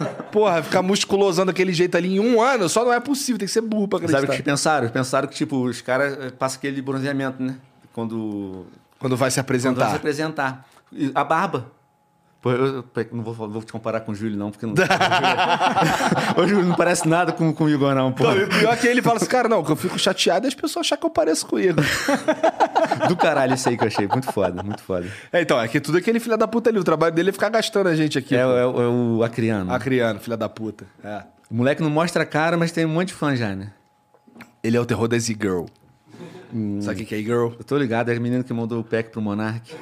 A: é. Porra, ficar musculosando daquele jeito ali em um ano só não é possível, tem que ser burro pra
C: Sabe
A: acreditar.
C: o que pensaram? Pensaram que, tipo, os caras eh, passam aquele bronzeamento, né? Quando
A: Quando vai se
C: Quando vai se
A: apresentar.
C: apresentar. E A barba. Pô, eu, eu- pô, não vou, falar- vou te comparar com o Júlio, não, porque não. o Júlio não parece nada com, com o Igor, não, pô.
A: E o Pior que ele fala assim, cara, não, que eu fico chateado é as pessoas acham que eu pareço com ele.
C: Do caralho isso aí que eu achei. Muito foda, muito foda.
A: É, então, é que tudo aquele filho da puta ali, o trabalho dele é ficar gastando a gente aqui.
C: É,
A: pô.
C: o- é o- é o Acriano.
A: Acriano, filha da puta. É.
C: O moleque não mostra a cara, mas tem um monte de fã já, né?
A: Ele é o terror da Z-Girl. Sabe o que é girl?
C: Eu tô ligado, é a menina que mandou o pack pro Monark.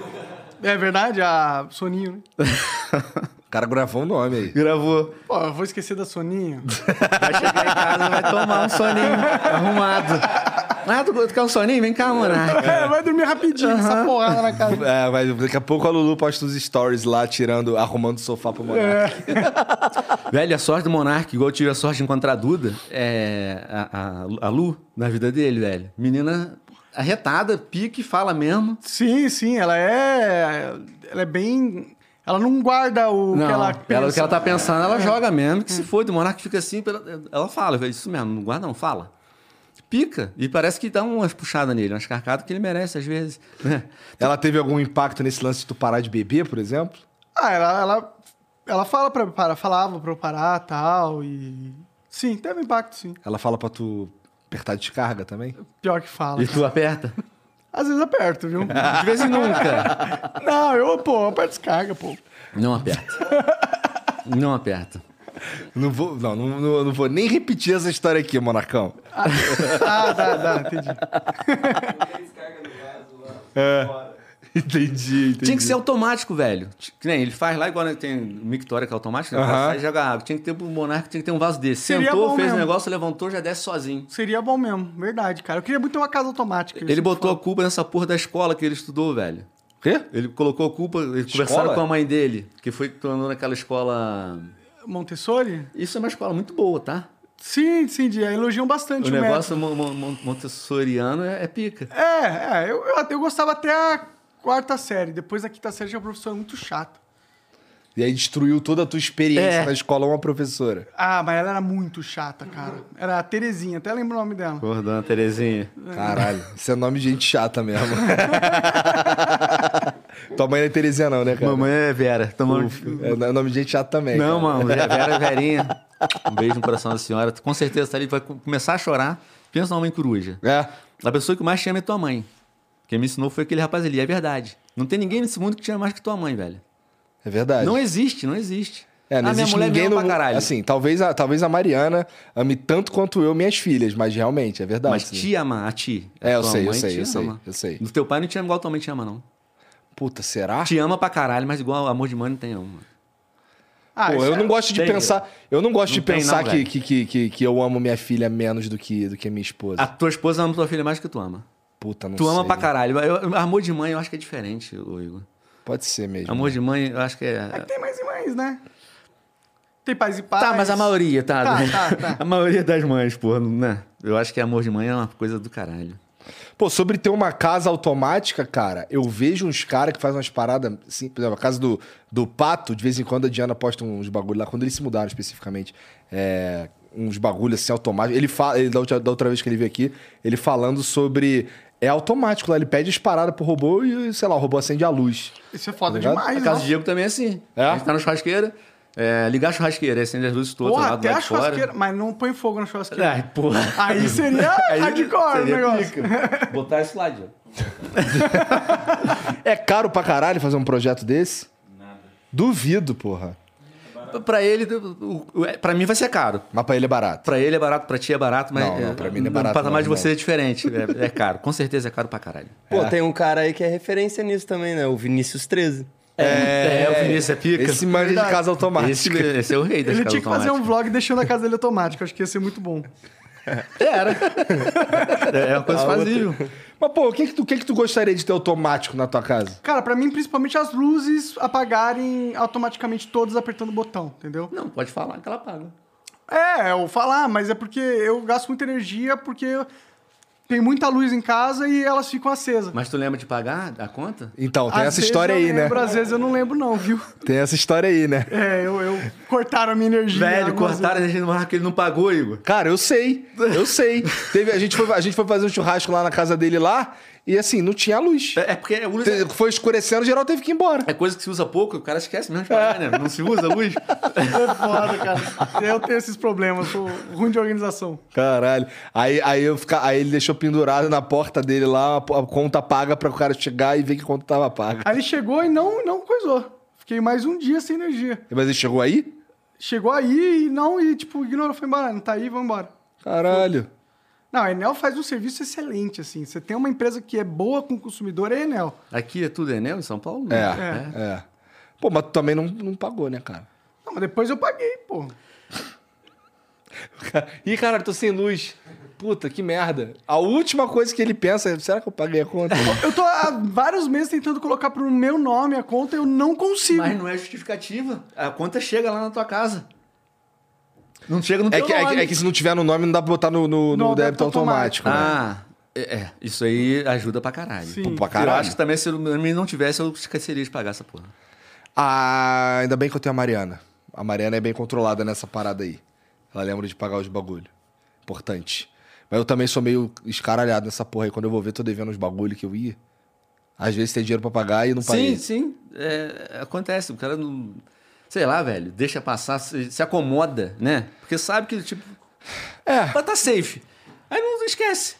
B: É verdade, a Soninho, né?
A: O cara gravou um nome aí.
C: Gravou.
B: Pô, eu vou esquecer da Soninho.
C: Vai chegar em casa, vai tomar um soninho arrumado. Ah, tu, tu quer um soninho? Vem cá, Monark.
B: É, vai dormir rapidinho, essa porrada na cara.
A: É, mas daqui a pouco a Lulu posta os stories lá, tirando, arrumando o sofá pro monarca.
C: Velho, a sorte do Monark, igual eu tive a sorte de encontrar a Duda, é a, a- a Lu, na vida dele, velho. Menina arretada, pique, fala mesmo.
B: Sim, sim, ela é. Ela é bem. Ela não guarda o
C: não,
B: que ela pensa. É.
C: o que ela tá pensando, ela joga mesmo, que se foda. O Monark fica assim, pela- ela fala, velho, isso mesmo, não guarda não, fala. Pica, e parece que dá umas puxadas nele, umas carcadas que ele merece às vezes. né?
A: Ela teve algum impacto nesse lance de tu parar de beber, por exemplo?
B: Ah, ela, ela, ela fala pra eu parar, falava pra eu parar tal, e. Sim, teve impacto, sim.
A: Ela fala pra tu apertar descarga também?
B: Pior que fala.
C: E tu aperta?
B: Às vezes aperto, viu?
C: De vez em nunca.
B: não, eu, pô, eu aperto descarga, pô.
C: Não aperta. Não aperta.
A: Não vou, não, não, não- não vou nem repetir essa história aqui, monarcão.
B: Ah, dá, dá, entendi.
A: É. Entendi, entendi.
C: Tinha que ser automático, velho. Ti- Que nem ele faz lá, igual né, tem Mictória que é automático, né? O cara
A: Aham.
C: sai e joga água. Tinha que ter pro Monarca, tinha que ter um vaso desse.
B: Seria
C: Sentou,
B: bom
C: fez o
B: mesmo.
C: negócio, levantou, já desce sozinho.
B: Seria bom mesmo, verdade, cara. Eu queria muito ter uma casa automática.
C: Ele botou a culpa nessa porra da escola que ele estudou, velho.
A: é O quê?
C: Ele colocou a culpa, eles
A: Escola?
C: conversaram com a mãe dele, que foi que tornou naquela escola.
B: Montessori?
C: Isso é uma escola muito boa, tá?
B: Sim, sim, de- elogiam bastante
C: O
B: o,
C: negócio mon- mon- mon- montessoriano é, é pica.
B: método. É, é, eu, eu, eu gostava até a quarta série. Depois da quinta série já é uma professora muito chata.
A: E aí destruiu toda a tua experiência
C: É.
A: na escola uma professora.
B: Ah, mas ela era muito chata, cara. Era a Terezinha, até lembro o nome dela.
C: Porra, dona Terezinha.
A: Caralho, isso é nome de gente chata mesmo. tua mãe não é Terezinha não, né, cara?
C: Mamãe é Vera. Tomando...
A: É nome de gente chata também.
C: Não, mano, Vera Verinha. Um beijo no coração da senhora. Com certeza tá ali, vai com- começar a chorar. Pensa na mãe coruja.
A: cara. É.
C: A pessoa que mais te ama é tua mãe. Quem me ensinou foi aquele rapaz ali. E É verdade. Não tem ninguém nesse mundo que te ama mais que tua mãe, velho.
A: É verdade.
C: Não existe, não existe.
A: É, não
C: ah,
A: existe
C: minha mulher
A: ninguém
C: me
A: no
C: ama pra caralho.
A: Assim, talvez a, talvez a Mariana ame tanto quanto eu minhas filhas, mas realmente, é verdade.
C: Mas
A: assim.
C: te ama, a ti.
A: É, eu
C: Tua
A: sei, eu
C: mãe
A: sei,
C: te
A: eu sei,
C: ama.
A: eu sei.
C: O teu pai não te ama igual tua mãe te ama, não.
A: Puta, será?
C: Te ama pra caralho, mas igual amor de mãe não tem, não. mano.
B: Ah,
A: Pô,
B: isso
A: eu
B: é-
A: não gosto de
C: tem,
A: pensar. Eu não gosto
C: Não
A: de
C: tem
A: pensar
C: não,
A: que,
C: velho.
A: que, que, que, que eu amo minha filha menos do que, do que a minha esposa.
C: A tua esposa ama tua filha mais que tu ama.
A: Puta, não
C: tu
A: sei.
C: ama pra caralho. Eu- amor de mãe eu acho que é diferente, ô Igor.
A: Pode ser mesmo.
C: Amor de mãe eu acho que é.
B: É que tem mais e mais, né? Tem pais e pais.
C: Tá, mas a maioria, tá.
B: Tá, tá, tá.
C: A maioria das mães, porra, né? Eu acho que amor de mãe é uma coisa do caralho.
A: Pô, sobre ter uma casa automática, cara, eu vejo uns caras que fazem umas paradas, assim, por exemplo, a casa do, do Pato, de vez em quando a Diana posta uns bagulho lá, quando eles se mudaram especificamente, é, uns bagulho assim automático. Ele fala, ele, da, outra, da outra vez que ele veio aqui, ele falando sobre. É automático lá, ele pede as paradas pro robô e, sei lá, o robô acende a luz.
B: Isso é foda
A: Tá ligado?
B: demais,
C: A
B: né?
C: casa do Diego também é assim.
A: É?
C: A gente tá na churrasqueira, é, ligar a churrasqueira, aí acende as luzes todas
B: Porra,
C: lá do
B: até
C: lado
B: a
C: de fora.
B: churrasqueira. Mas não põe fogo na churrasqueira.
C: Ai, porra.
B: Aí seria
C: Aí
B: hardcore
C: seria
B: o negócio.
C: pica. Botar isso lá, Diego.
A: É caro pra caralho fazer um projeto desse? Duvido, porra.
C: Pra ele, o- o- é, pra mim vai ser caro.
A: Mas pra ele é barato.
C: Pra ele é barato, pra ti é barato, mas
A: Não, não, pra mim não é
C: o
A: barato não,
C: patamar de você é diferente. É, é caro. Com certeza é caro pra caralho.
D: Pô, tem um cara aí que é referência nisso também, né? O Vinícius 13.
C: É, o Vinícius é pica.
A: Esse manja de casa automática.
C: Esse, esse é o rei das
B: Ele
C: casas
B: tinha que fazer um
C: automáticas.
B: vlog deixando a casa dele automática. Acho que ia ser muito bom.
C: É uma coisa fazível.
A: Mas, pô, o que que, tu, o que que tu gostaria de ter automático na tua casa?
B: Cara, pra mim, principalmente as luzes apagarem automaticamente todas apertando o botão, entendeu?
C: Não, pode falar que ela paga.
B: É, eu falar, mas é porque eu gasto muita energia porque tem muita luz em casa e elas ficam acesas.
C: Mas tu lembra de pagar a conta?
A: Então, tem
B: Às
A: essa
B: vezes
A: história
B: eu
A: aí, né?
B: lembro, Às vezes eu não lembro, não, viu?
A: Tem essa história aí, né?
B: É, eu, eu cortaram a minha energia.
C: Velho,
B: algumas
C: cortaram a energia do Marco, ele não pagou, Igor.
A: Cara, eu sei, eu sei. Teve, a, gente foi, a gente foi fazer um churrasco lá na casa dele lá e assim, não tinha luz.
C: É é porque a luz é,
A: Te- Foi escurecendo, geral teve que ir embora.
C: é coisa que se usa pouco, o cara esquece mesmo de pagar, né? Não se usa a luz.
B: vezes. É foda, cara. Eu tenho esses problemas, sou ruim de organização.
A: Caralho. Aí, aí, eu fica, aí ele deixou pendurado na porta dele lá a po- a conta paga pra o cara chegar e ver que a conta tava paga.
B: Aí ele chegou e não, não coisou. Fiquei mais um dia sem energia.
A: Mas ele chegou aí?
B: Chegou aí e não, e tipo, ignorou, foi embora. Não tá aí, vamos embora.
A: Caralho.
B: Não, a Enel faz um serviço excelente, assim. Você tem uma empresa que é boa com o consumidor, é a Enel.
C: Aqui é tudo Enel em São Paulo?
A: É,
C: Não.
A: é. Pô, mas tu também não, não pagou, né, cara?
B: Não, mas depois eu paguei, pô.
A: Ih, caralho, tô sem luz. Puta, que merda. A última coisa que ele pensa é, será que eu paguei a conta?
B: Eu tô há vários meses tentando colocar pro meu nome a conta, eu não consigo.
C: Mas não é justificativa. A conta chega lá na tua casa. Não chega no
A: é,
C: teu
A: que, é, que-
C: nome.
A: é que se não tiver no nome, não dá pra botar no, no- no
B: No
A: débito
B: débito
A: automático. né?
C: Ah, é, é. Isso aí ajuda pra caralho.
B: Sim.
A: Pra
C: Eu
A: caralho.
C: acho que também se o nome não tivesse, eu esqueceria de pagar essa porra.
A: né? Ah, ainda bem que eu tenho a Mariana. A Mariana é bem controlada nessa parada aí. Ela lembra de pagar os bagulho. Importante. Mas eu também sou meio escaralhado nessa porra aí. Quando eu vou ver, tô devendo uns bagulho que eu ia. Às vezes tem dinheiro pra pagar e não paguei.
C: Sim, sim. É, acontece. O cara não. Sei lá, velho. Deixa passar, se, se acomoda, né? Porque sabe que, tipo.
A: É.
C: Mas tá safe. Aí não esquece.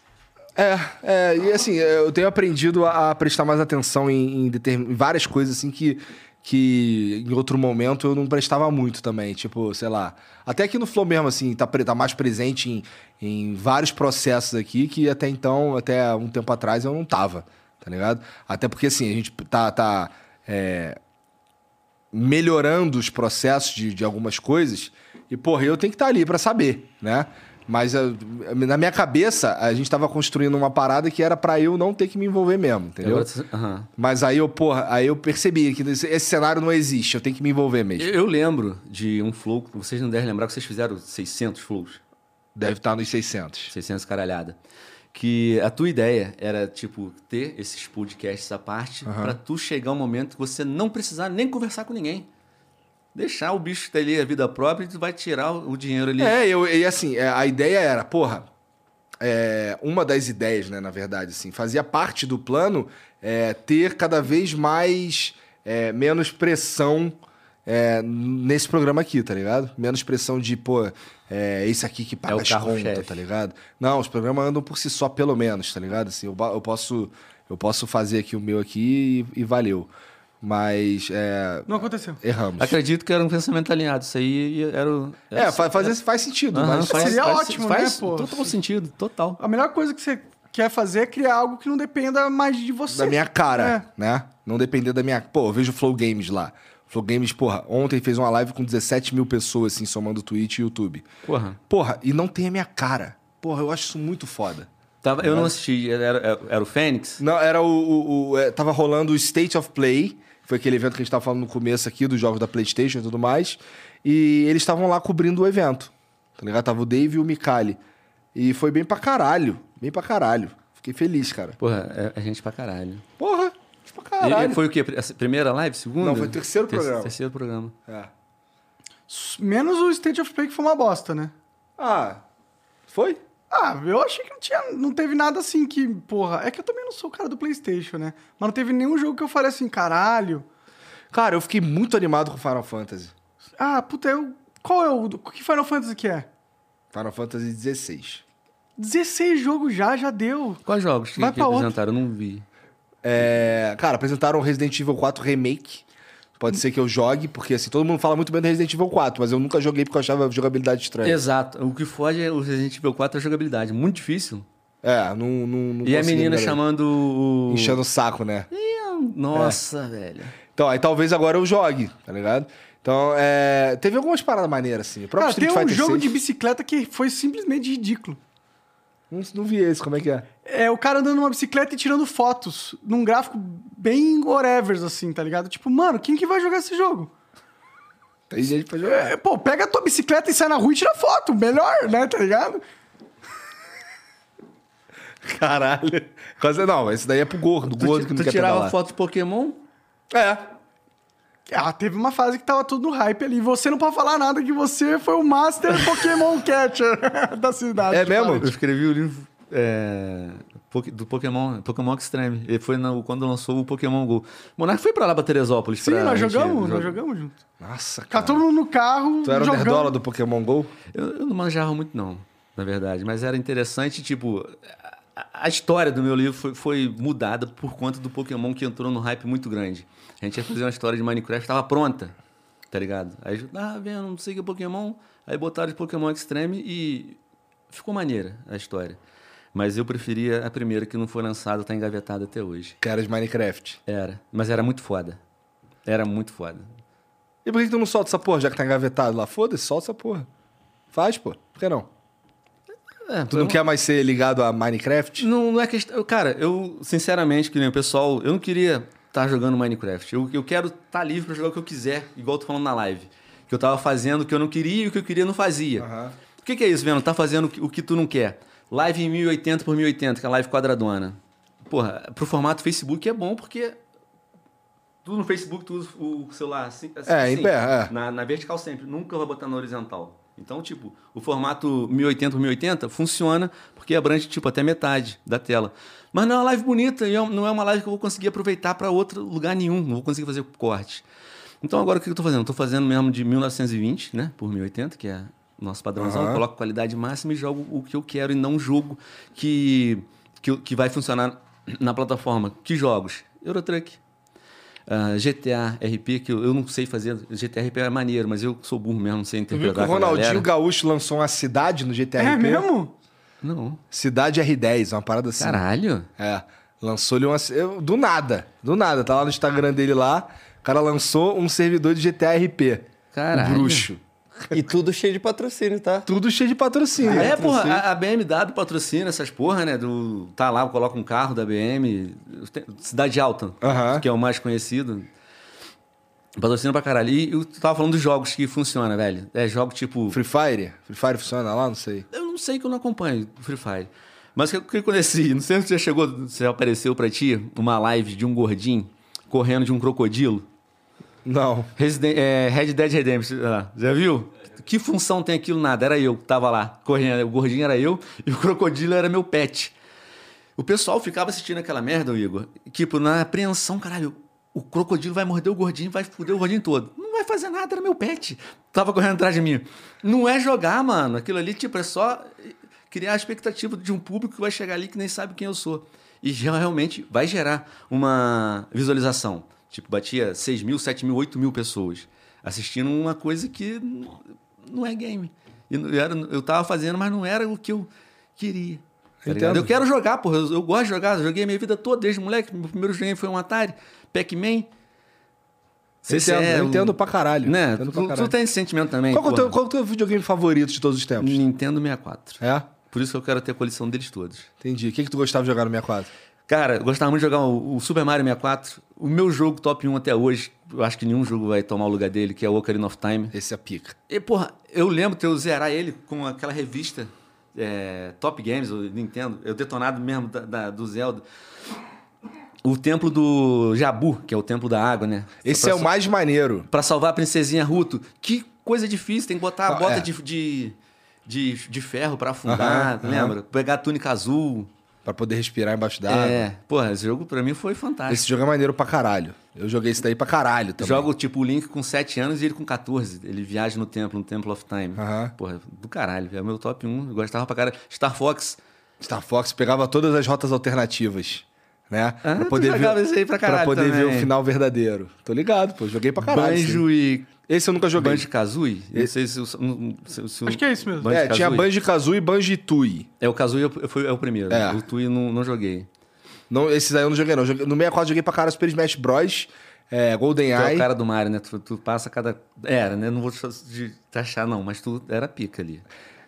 A: É, é, e assim, eu tenho aprendido a, a prestar mais atenção em, em determin- em várias coisas, assim, que, que em outro momento eu não prestava muito também. Tipo, sei lá. Até aqui no Flow mesmo, assim, tá, pre- tá mais presente em, em vários processos aqui que até então, até um tempo atrás, eu não tava, tá ligado? Até porque, assim, a gente tá. tá é, melhorando os processos de, de algumas coisas. E, porra, eu tenho que estar ali para saber, né? Mas eh, na minha cabeça, a gente tava construindo uma parada que era para eu não ter que me envolver mesmo, entendeu?
C: Agora- Aham.
A: Mas aí eu, porra, aí eu percebi que esse esse cenário não existe, eu tenho que me envolver mesmo.
C: Eu, eu lembro de um flow, que vocês não devem lembrar que vocês fizeram 600 flows,
A: Deve estar nos 600.
C: 600 caralhada. Que a tua ideia era, tipo, ter esses podcasts à parte pra tu chegar um momento que você não precisar nem conversar com ninguém. Deixar o bicho ter ali a vida própria e tu vai tirar o o dinheiro ali.
A: É, eu, e assim, é, a ideia era, porra, é, uma das ideias, né, na verdade, assim, fazia parte do plano é, ter cada vez mais, é, menos pressão é, nesse programa aqui, tá ligado? Menos pressão de, pô, é esse aqui que paga
C: É o
A: as
C: carro-chefe.
A: contas, tá ligado? Não, os programas andam por si só, pelo menos, tá ligado? Assim, eu, ba- eu posso, eu posso fazer aqui o meu aqui e, e valeu. Mas, é,
B: Não aconteceu.
A: erramos.
C: Acredito que era um pensamento alinhado. Isso aí era o.
A: É, fa- fazer, faz sentido,
C: Aham,
A: mas... assim,
B: Seria ótimo,
C: faz
B: né, pô?
C: Total sentido, total.
B: A melhor coisa que você quer fazer é criar algo que não dependa mais de você.
A: da minha cara, né? Não depender da minha. Pô, eu vejo o Flow Games lá. Flow Games, porra, ontem fez uma live com 17 mil pessoas, assim, somando Twitch e YouTube.
C: Porra.
A: Porra, e não tem a minha cara. Porra, eu acho isso muito foda.
C: Tá Tava, eu não assisti, era, era- era o Fênix?
A: Não, era o. o- o- é, tava rolando o State of Play. Foi aquele evento que a gente tava falando no começo aqui, dos jogos da Playstation e tudo mais. E eles estavam lá cobrindo o evento. Tá ligado? Tava o Dave e o Mikali. E foi bem pra caralho. Bem pra caralho. Fiquei feliz, cara.
C: Porra, é- é, gente pra caralho.
A: Porra! Pra
C: E-
A: caralho.
C: E foi o quê? A primeira live? Segunda?
A: Não, foi o terceiro
C: Ter-
A: programa.
C: Terceiro programa.
A: É.
B: Menos o State of Play, que foi uma bosta, né?
A: Ah, foi?
B: Ah, eu achei que não tinha. Não teve nada assim que. Porra. É que eu também não sou o cara do PlayStation, né? Mas não teve nenhum jogo que eu falei assim, caralho.
A: Cara, eu fiquei muito animado com Final Fantasy.
B: Ah, puta, eu. Qual é o. Que Final Fantasy que é?
A: Final Fantasy XVI.
B: 16 jogos já, já deu.
C: Quais jogos que,
B: Vai
C: que
B: pra outro.
C: apresentaram? Eu não vi.
A: É, cara, apresentaram o Resident Evil 4 Remake. Pode ser que eu jogue, porque assim, todo mundo fala muito bem do Resident Evil 4, mas eu nunca joguei porque eu achava a jogabilidade estranha.
C: Exato. O que foge é o Resident Evil 4 é a jogabilidade. Muito difícil.
A: É, não, não, não
C: e a
A: consegui,
C: menina
A: galera.
C: chamando o.
A: Enchendo o saco, né?
C: Nossa, velho.
A: Então, aí talvez agora eu jogue, tá ligado? Então, é, teve algumas paradas maneiras, assim. O próprio
B: Cara, tem
A: Street
B: um
A: Fighter
B: jogo de
A: 6.
B: bicicleta que foi simplesmente ridículo.
A: Não, não vi esse, como é que é?
B: É o cara andando numa bicicleta e tirando fotos num gráfico bem whatevers, assim, tá ligado? Tipo, mano, quem que vai jogar esse jogo?
A: Tem gente pra jogar.
B: É, Pô, pega a tua bicicleta e sai na rua e tira foto. Melhor, né? Tá ligado?
A: Caralho. Quase, não, esse daí é pro gordo,
C: Tu,
A: gordo
C: ti-
A: que não
C: tu
A: quer
C: tirava
A: pedalar.
C: foto de Pokémon?
A: É.
B: Ah, teve uma fase que tava tudo no hype ali. Você não pode falar nada que você foi o Master Pokémon Catcher da cidade.
A: É mesmo?
C: Eu escrevi o livro é, Pok- do Pokémon, Pokémon Extreme. Ele foi no- quando lançou o Pokémon GO. O Monark foi pra lá pra Teresópolis.
B: Sim,
C: pra
B: nós
C: gente
B: jogamos,
C: jogar.
B: nós jogamos junto.
A: Nossa,
B: Tá
A: cara.
B: todo mundo no carro,
A: Tu era o nerdola
B: jogando.
A: do Pokémon GO?
C: Eu, eu não manjava muito, não, na verdade. Mas era interessante, tipo. a- A história do meu livro foi, foi mudada por conta do Pokémon que entrou num hype muito grande. A gente ia fazer uma história de Minecraft, tava pronta, tá ligado? Aí eu tava vendo, não sei o que é Pokémon. Aí botaram de Pokémon Extreme e ficou maneira a história. Mas eu preferia a primeira que não foi lançada, tá engavetada até hoje.
A: Que era de Minecraft.
C: Era. Mas era muito foda. Era muito foda.
A: E por que que tu não solta essa porra, já que tá engavetado lá? Foda-se, solta essa porra. Faz, pô. Por que não?
C: É,
A: Tu não quer mais ser ligado a Minecraft?
C: Não, não é questão. eu- Cara, eu, sinceramente, que nem o pessoal, eu não queria estar jogando Minecraft. Eu, eu quero estar livre pra jogar o que eu quiser, igual eu tô falando na live. Que eu tava fazendo o que eu não queria e o que eu queria não fazia. O que, que é isso, Venom? Tá fazendo o que, o que tu não quer. Live em 1080 por 1080, que é a live quadradona. Porra, pro formato Facebook é bom porque. Tu no Facebook, tu usa o celular assim. assim,
A: É, em
C: assim,
A: pé, é.
C: Na, na vertical sempre, nunca vai botar na horizontal. Então, tipo, o formato 1080 por 1080 funciona porque abrange, tipo, até metade da tela. Mas não é uma live bonita e eu- não é uma live que eu vou conseguir aproveitar para outro lugar nenhum. Não vou conseguir fazer corte. Então, agora o que eu tô fazendo? Eu tô fazendo mesmo de 1920, né, por 1080, que é nosso padrãozão.
A: Aham.
C: Eu coloco qualidade máxima e jogo o que eu quero e não jogo que, que, que vai funcionar na plataforma. Que jogos? Eurotruck, ah, GTA RP, que eu, eu não sei fazer. GTA RP é maneiro, mas eu sou burro mesmo, não sei
A: Tu viu que
C: interpretar.
A: o
C: com a
A: Ronaldinho
C: galera.
A: Gaúcho lançou uma cidade no GTRP?
B: É mesmo?
C: Não.
A: Cidade R10, uma parada assim.
C: Caralho.
A: É. Lançou-lhe uma. eu- do nada. Do nada. Tá lá no Instagram dele lá. O cara lançou um servidor de GTRP. Um
C: Caralho.
A: Bruxo.
D: E tudo cheio de patrocínio, tá?
A: Tudo cheio de patrocínio.
C: É, porra, a, a BMW patrocina essas porra, né? Do, tá lá, coloca um carro da BM. tem- Cidade Alta,
A: Aham.
C: que é o mais conhecido. Patrocina pra caralho. E eu tava falando dos jogos que funciona, velho. É jogo tipo.
A: Free Fire? Free Fire funciona lá? Não sei.
C: Eu não sei que eu não acompanho o Free Fire. Mas o que- o que eu conheci? Não sei se já chegou, se já apareceu pra ti uma live de um gordinho correndo de um crocodilo.
A: Não.
C: Residen- é, Red Dead Redemption, ah, já viu? Que função tem aquilo? Nada, era eu que tava lá correndo. O gordinho era eu e o crocodilo era meu pet. O pessoal ficava assistindo aquela merda, Igor. Tipo, na apreensão, caralho, o crocodilo vai morder o gordinho, vai foder o gordinho todo. Não vai fazer nada, era meu pet. Tava correndo atrás de mim. Não é jogar, mano. Aquilo ali, tipo, é só criar a expectativa de um público que vai chegar ali que nem sabe quem eu sou. E já realmente vai gerar uma visualização. Tipo, batia 6 mil, 7 mil, 8 mil pessoas assistindo uma coisa que n- não é game. E não era- Eu tava fazendo, mas não era o que eu queria. tá ligado?
A: Entendo.
C: Eu quero jogar, porra. Eu, eu gosto de jogar. Eu joguei a minha vida toda desde moleque. Meu primeiro game foi um Atari, Pac-Man. é
A: Entendo, é, eu entendo pra caralho.
C: Né?
A: Entendo
C: Tu,
A: pra
C: tu
A: caralho.
C: tem esse sentimento também.
A: Qual que é o teu,
C: porra.
A: qual que é o teu videogame favorito de todos os tempos?
C: Nintendo 64.
A: É?
C: Por isso que eu quero ter a coleção deles todos.
A: Entendi. O que, que tu gostava de jogar no 64?
C: Cara, eu gostava muito de jogar o, o Super Mario 64. O meu jogo top 1 até hoje, eu acho que nenhum jogo vai tomar o lugar dele, que é o Ocarina of Time.
A: Esse é pica.
C: E, porra, eu lembro de eu zerar ele com aquela revista é, Top Games, o Nintendo, eu detonado mesmo da- da- do Zelda. O templo do Jabu, que é o templo da água, né?
A: Esse é o mais maneiro.
C: Pra salvar a princesinha Ruto. Que coisa difícil, tem que botar a
A: Ah,
C: bota
A: é.
C: de, de, de, de ferro pra afundar,
A: Aham, aham.
C: lembra? Pegar a túnica azul.
A: Pra poder respirar embaixo d'água.
C: É, porra, esse jogo pra mim foi fantástico.
A: Esse jogo é maneiro pra caralho. Eu joguei esse daí pra caralho também.
C: Joga tipo o Link com 7 anos e ele com 14. Ele viaja no templo, no Temple of Time.
A: Aham.
C: Porra, do caralho. É o meu top 1. Eu gostava pra caralho. Star Fox.
A: Star Fox pegava todas as rotas alternativas, né?
C: Ah, tu jogava esse aí pra caralho
A: poder ver
C: também.
A: o final verdadeiro. Tô ligado, pô. Joguei pra caralho. sim.
C: Banjo e.
A: Esse eu nunca joguei.
C: Banjo Kazooie? Eu Não sei se. o- se, o- se o-
B: Acho que é isso mesmo.
C: Banjo
A: é, tinha
C: Kazooie?
A: Banjo Kazooie e Banjo Tui.
C: É, o Kazooie eu- eu fui- é o primeiro.
A: É.
C: O Tui não, não joguei.
A: Não, esses aí eu não joguei, não. Joguei- No 64 joguei pra caralho Super Smash Bros. É, Golden
C: Tu é
A: Eye.
C: o cara do Mario, né? Tu, tu passa cada. Era, né? Não vou te te- te achar, não, mas tu era pica ali.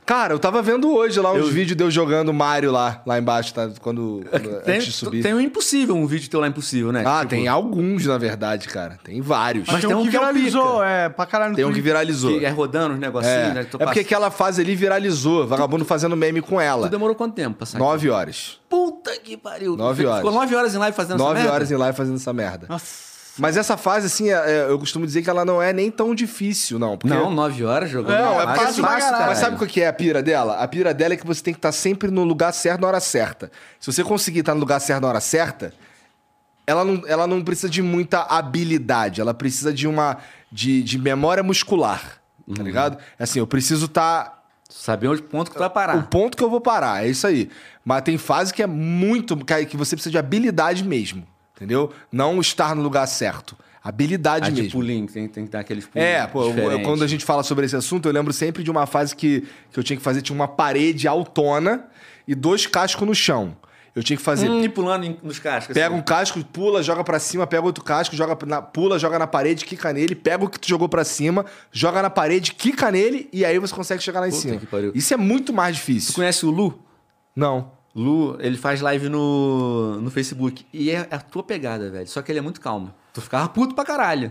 A: Cara, eu tava vendo hoje lá uns
C: Eu-
A: vídeos de eu jogando Mario lá, lá embaixo, tá? Quando. quando-
C: É Tem,
A: antes de subir.
C: tem um impossível, um vídeo teu lá impossível, né?
A: Ah,
C: Tipo,
A: tem alguns, na verdade, cara. Tem vários.
C: Mas tem um que é o
B: viralizou,
C: pica.
B: é, pra caralho. no
A: Tem um que
B: Twitter.
A: viralizou.
C: Que é rodando os negocinhos,
A: É,
C: né?
A: é
C: Tu
A: porque
C: passa-
A: aquela fase ali viralizou, vagabundo fazendo meme com
C: Tu
A: ela.
C: demorou quanto tempo pra sair?
A: Nove horas.
C: Puta que pariu.
A: Nove horas.
C: Ficou nove horas em live fazendo
A: Nove
C: essa merda?
A: horas em live fazendo essa merda.
B: Nossa.
A: Mas essa fase, assim, é- é, eu costumo dizer que ela não é nem tão difícil, não. porque-
C: Não, nove horas jogando.
A: Não, é
C: live,
A: fácil
C: fácil,
A: mas,
C: caralho.
A: mas sabe qual que é a pira dela? A pira dela é que você tem que estar sempre no lugar certo na hora certa. Se você conseguir estar no lugar certo na hora certa, ela não, ela não precisa de muita habilidade, ela precisa de uma. de, de memória muscular. Tá ligado? Assim, eu preciso estar.
C: Saber onde ponto que tu vai
A: O
C: parar.
A: ponto que eu vou parar, é isso aí. Mas tem fase que é muito. que que você precisa de habilidade mesmo. Entendeu? Não estar no lugar certo. Habilidade
C: Ah,
A: mesmo.
C: tipo o link, tem, tem que dar aqueles pulos
A: É, pô, eu- eu-
C: diferentes.
A: quando a gente fala sobre esse assunto, eu lembro sempre de uma fase que, que eu tinha que fazer, tinha uma parede autona e dois cascos no chão. Eu tinha que fazer.
C: Hum, e pulando em- nos cascos.
A: Pega
C: assim.
A: um casco, pula, joga pra cima, pega outro casco, joga na, pula, joga na parede, quica nele, pega o que tu jogou pra cima, joga na parede, quica nele e aí você consegue chegar lá em
C: Puta
A: cima.
C: que pariu.
A: Isso é muito mais
C: Tu
A: difícil.
C: conhece o Lu?
A: Não.
C: Lu, ele faz live no, no Facebook. E é a tua pegada, velho. Só que ele é muito calmo. Tu ficava puto pra caralho.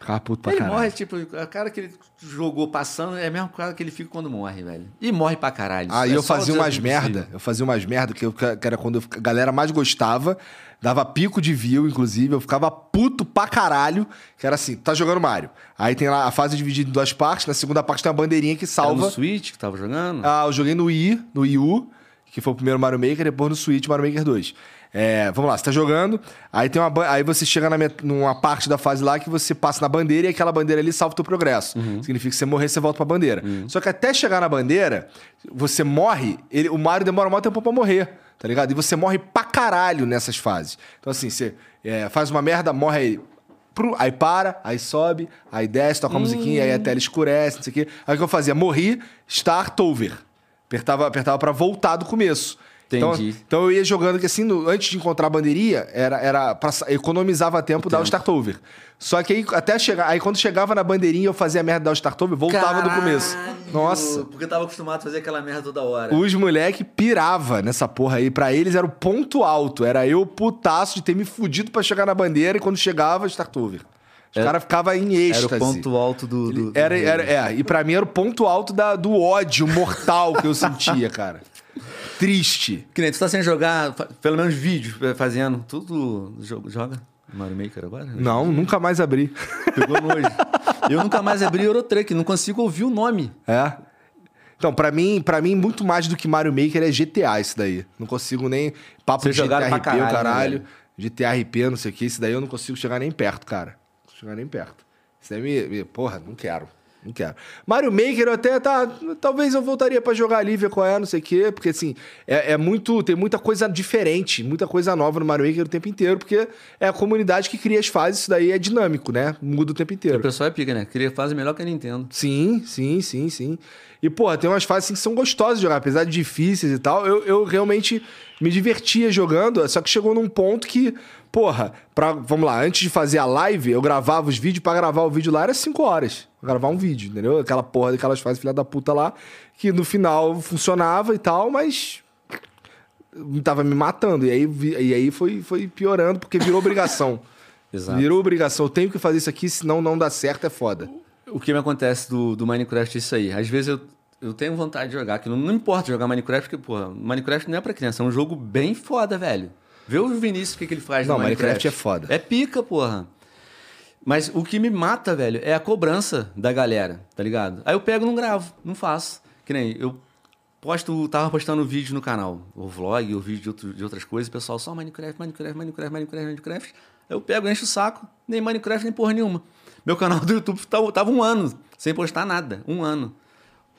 A: Ficava puto pra
C: ele
A: caralho.
C: morre, tipo, a cara que ele jogou passando é a mesma cara que ele fica quando morre, velho. E morre pra caralho.
A: Aí
C: É
A: eu
C: só
A: fazia
C: o
A: umas
C: Desafio
A: merda, eu fazia umas merda que, eu, que era quando eu fica- a galera mais gostava, dava pico de view, inclusive, eu ficava puto pra caralho, que era assim, tá jogando Mario. Aí tem lá a fase dividida em duas partes, na segunda parte tem uma bandeirinha que
C: Impossível. Era
A: salva.
C: no Switch que tava jogando?
A: Ah, eu joguei no Wii, no Wii U, que foi o primeiro Mario Maker, depois no Switch Mario Maker 2. É, vamos lá, você tá jogando, aí tem uma ban- aí você chega na met- numa parte da fase lá que você passa na bandeira e aquela bandeira ali salva o teu progresso. Significa que você morrer, você volta pra bandeira. Só que até chegar na bandeira, você morre, ele- o Mario demora um tempo pra morrer, tá ligado? E você morre pra caralho nessas fases. Então assim, você é, faz uma merda, morre aí. Pru, aí para, aí sobe, aí desce, toca a musiquinha, aí a tela escurece, não sei o quê. Aí o que eu fazia? Morri, start over. Apertava, apertava pra voltar do começo.
C: Entendi.
A: Então, então eu ia jogando que assim, no- antes de encontrar a bandeirinha, era, era pra sa- economizava tempo, dar o start over. Só que aí até chegar. Aí quando chegava na bandeirinha, eu fazia a merda dar o start over, voltava do começo.
C: Caralho,
A: Nossa.
C: Porque eu tava acostumado a fazer aquela merda toda hora.
A: Os moleque pirava nessa porra aí. Pra eles era o ponto alto. Era eu putaço de ter me fudido pra chegar na bandeira e quando chegava, start over. Os caras ficavam em
C: Era
A: êxtase.
C: o ponto alto do. do- do-
A: Era, era, é, e pra mim era o ponto alto da, do ódio mortal que eu sentia, cara. Triste.
C: Que nem tu tá sem jogar, fa- pelo menos vídeo eh, fazendo. Tudo jogo, joga Mario Maker agora?
A: Não, nunca mais abri.
C: Pegou nojo. Eu nunca mais abri Eurotruck, não consigo ouvir o nome.
A: É. Então, pra mim, para mim, muito mais do que Mario Maker é GTA isso daí. Não consigo nem papo
C: Vocês
A: de
C: jogaram
A: GTA
C: pra
A: RP,
C: caralho,
A: o caralho.
C: né,
A: GTA RP, não sei o que. Isso daí eu não consigo chegar nem perto, cara. Não consigo chegar nem perto. Isso daí me, me- Porra, não quero. Não quero. Mario Maker eu até tá. Talvez eu voltaria pra jogar ali, ver qual é, não sei o quê. Porque assim, é, é muito. Tem muita coisa diferente, muita coisa nova no Mario Maker o tempo inteiro, porque é a comunidade que cria as fases, isso daí é dinâmico, né? Muda o tempo inteiro.
C: O pessoal é pica, né? Queria fazer melhor que a Nintendo.
A: Sim, sim, sim, sim. E, porra, tem umas fases assim, que são gostosas de jogar, apesar de difíceis e tal. Eu, eu realmente me divertia jogando, só que chegou num ponto que, porra, pra, vamos lá, antes de fazer a live, eu gravava os vídeos, pra gravar o vídeo lá era 5 horas. gravar um vídeo, entendeu? Aquela porra daquelas fases filha da puta lá, que no final funcionava e tal, mas tava me matando. E aí, vi- e aí foi, foi piorando, porque virou obrigação.
C: Exato.
A: Virou obrigação. Eu tenho que fazer isso aqui, senão não dá certo, é foda.
C: O que me acontece do, do Minecraft é isso aí. Às vezes eu, eu tenho vontade de jogar, que não, não importa jogar Minecraft, porque, porra, Minecraft não é pra criança, é um jogo bem foda, velho. Vê o Vinícius, o que, que ele faz
A: Não,
C: no Minecraft.
A: Minecraft é foda.
C: É pica, porra. Mas o que me mata, velho, é a cobrança da galera, tá ligado? Aí eu pego e não gravo, não faço. Que nem eu posto, tava postando vídeo no canal, o vlog, o vídeo de, outro- de outras coisas, o pessoal só Minecraft, Minecraft, Minecraft, Minecraft, Minecraft. Aí eu pego, encho o saco, nem Minecraft, nem porra nenhuma. Meu canal do YouTube tava, tava um ano sem postar nada, um ano.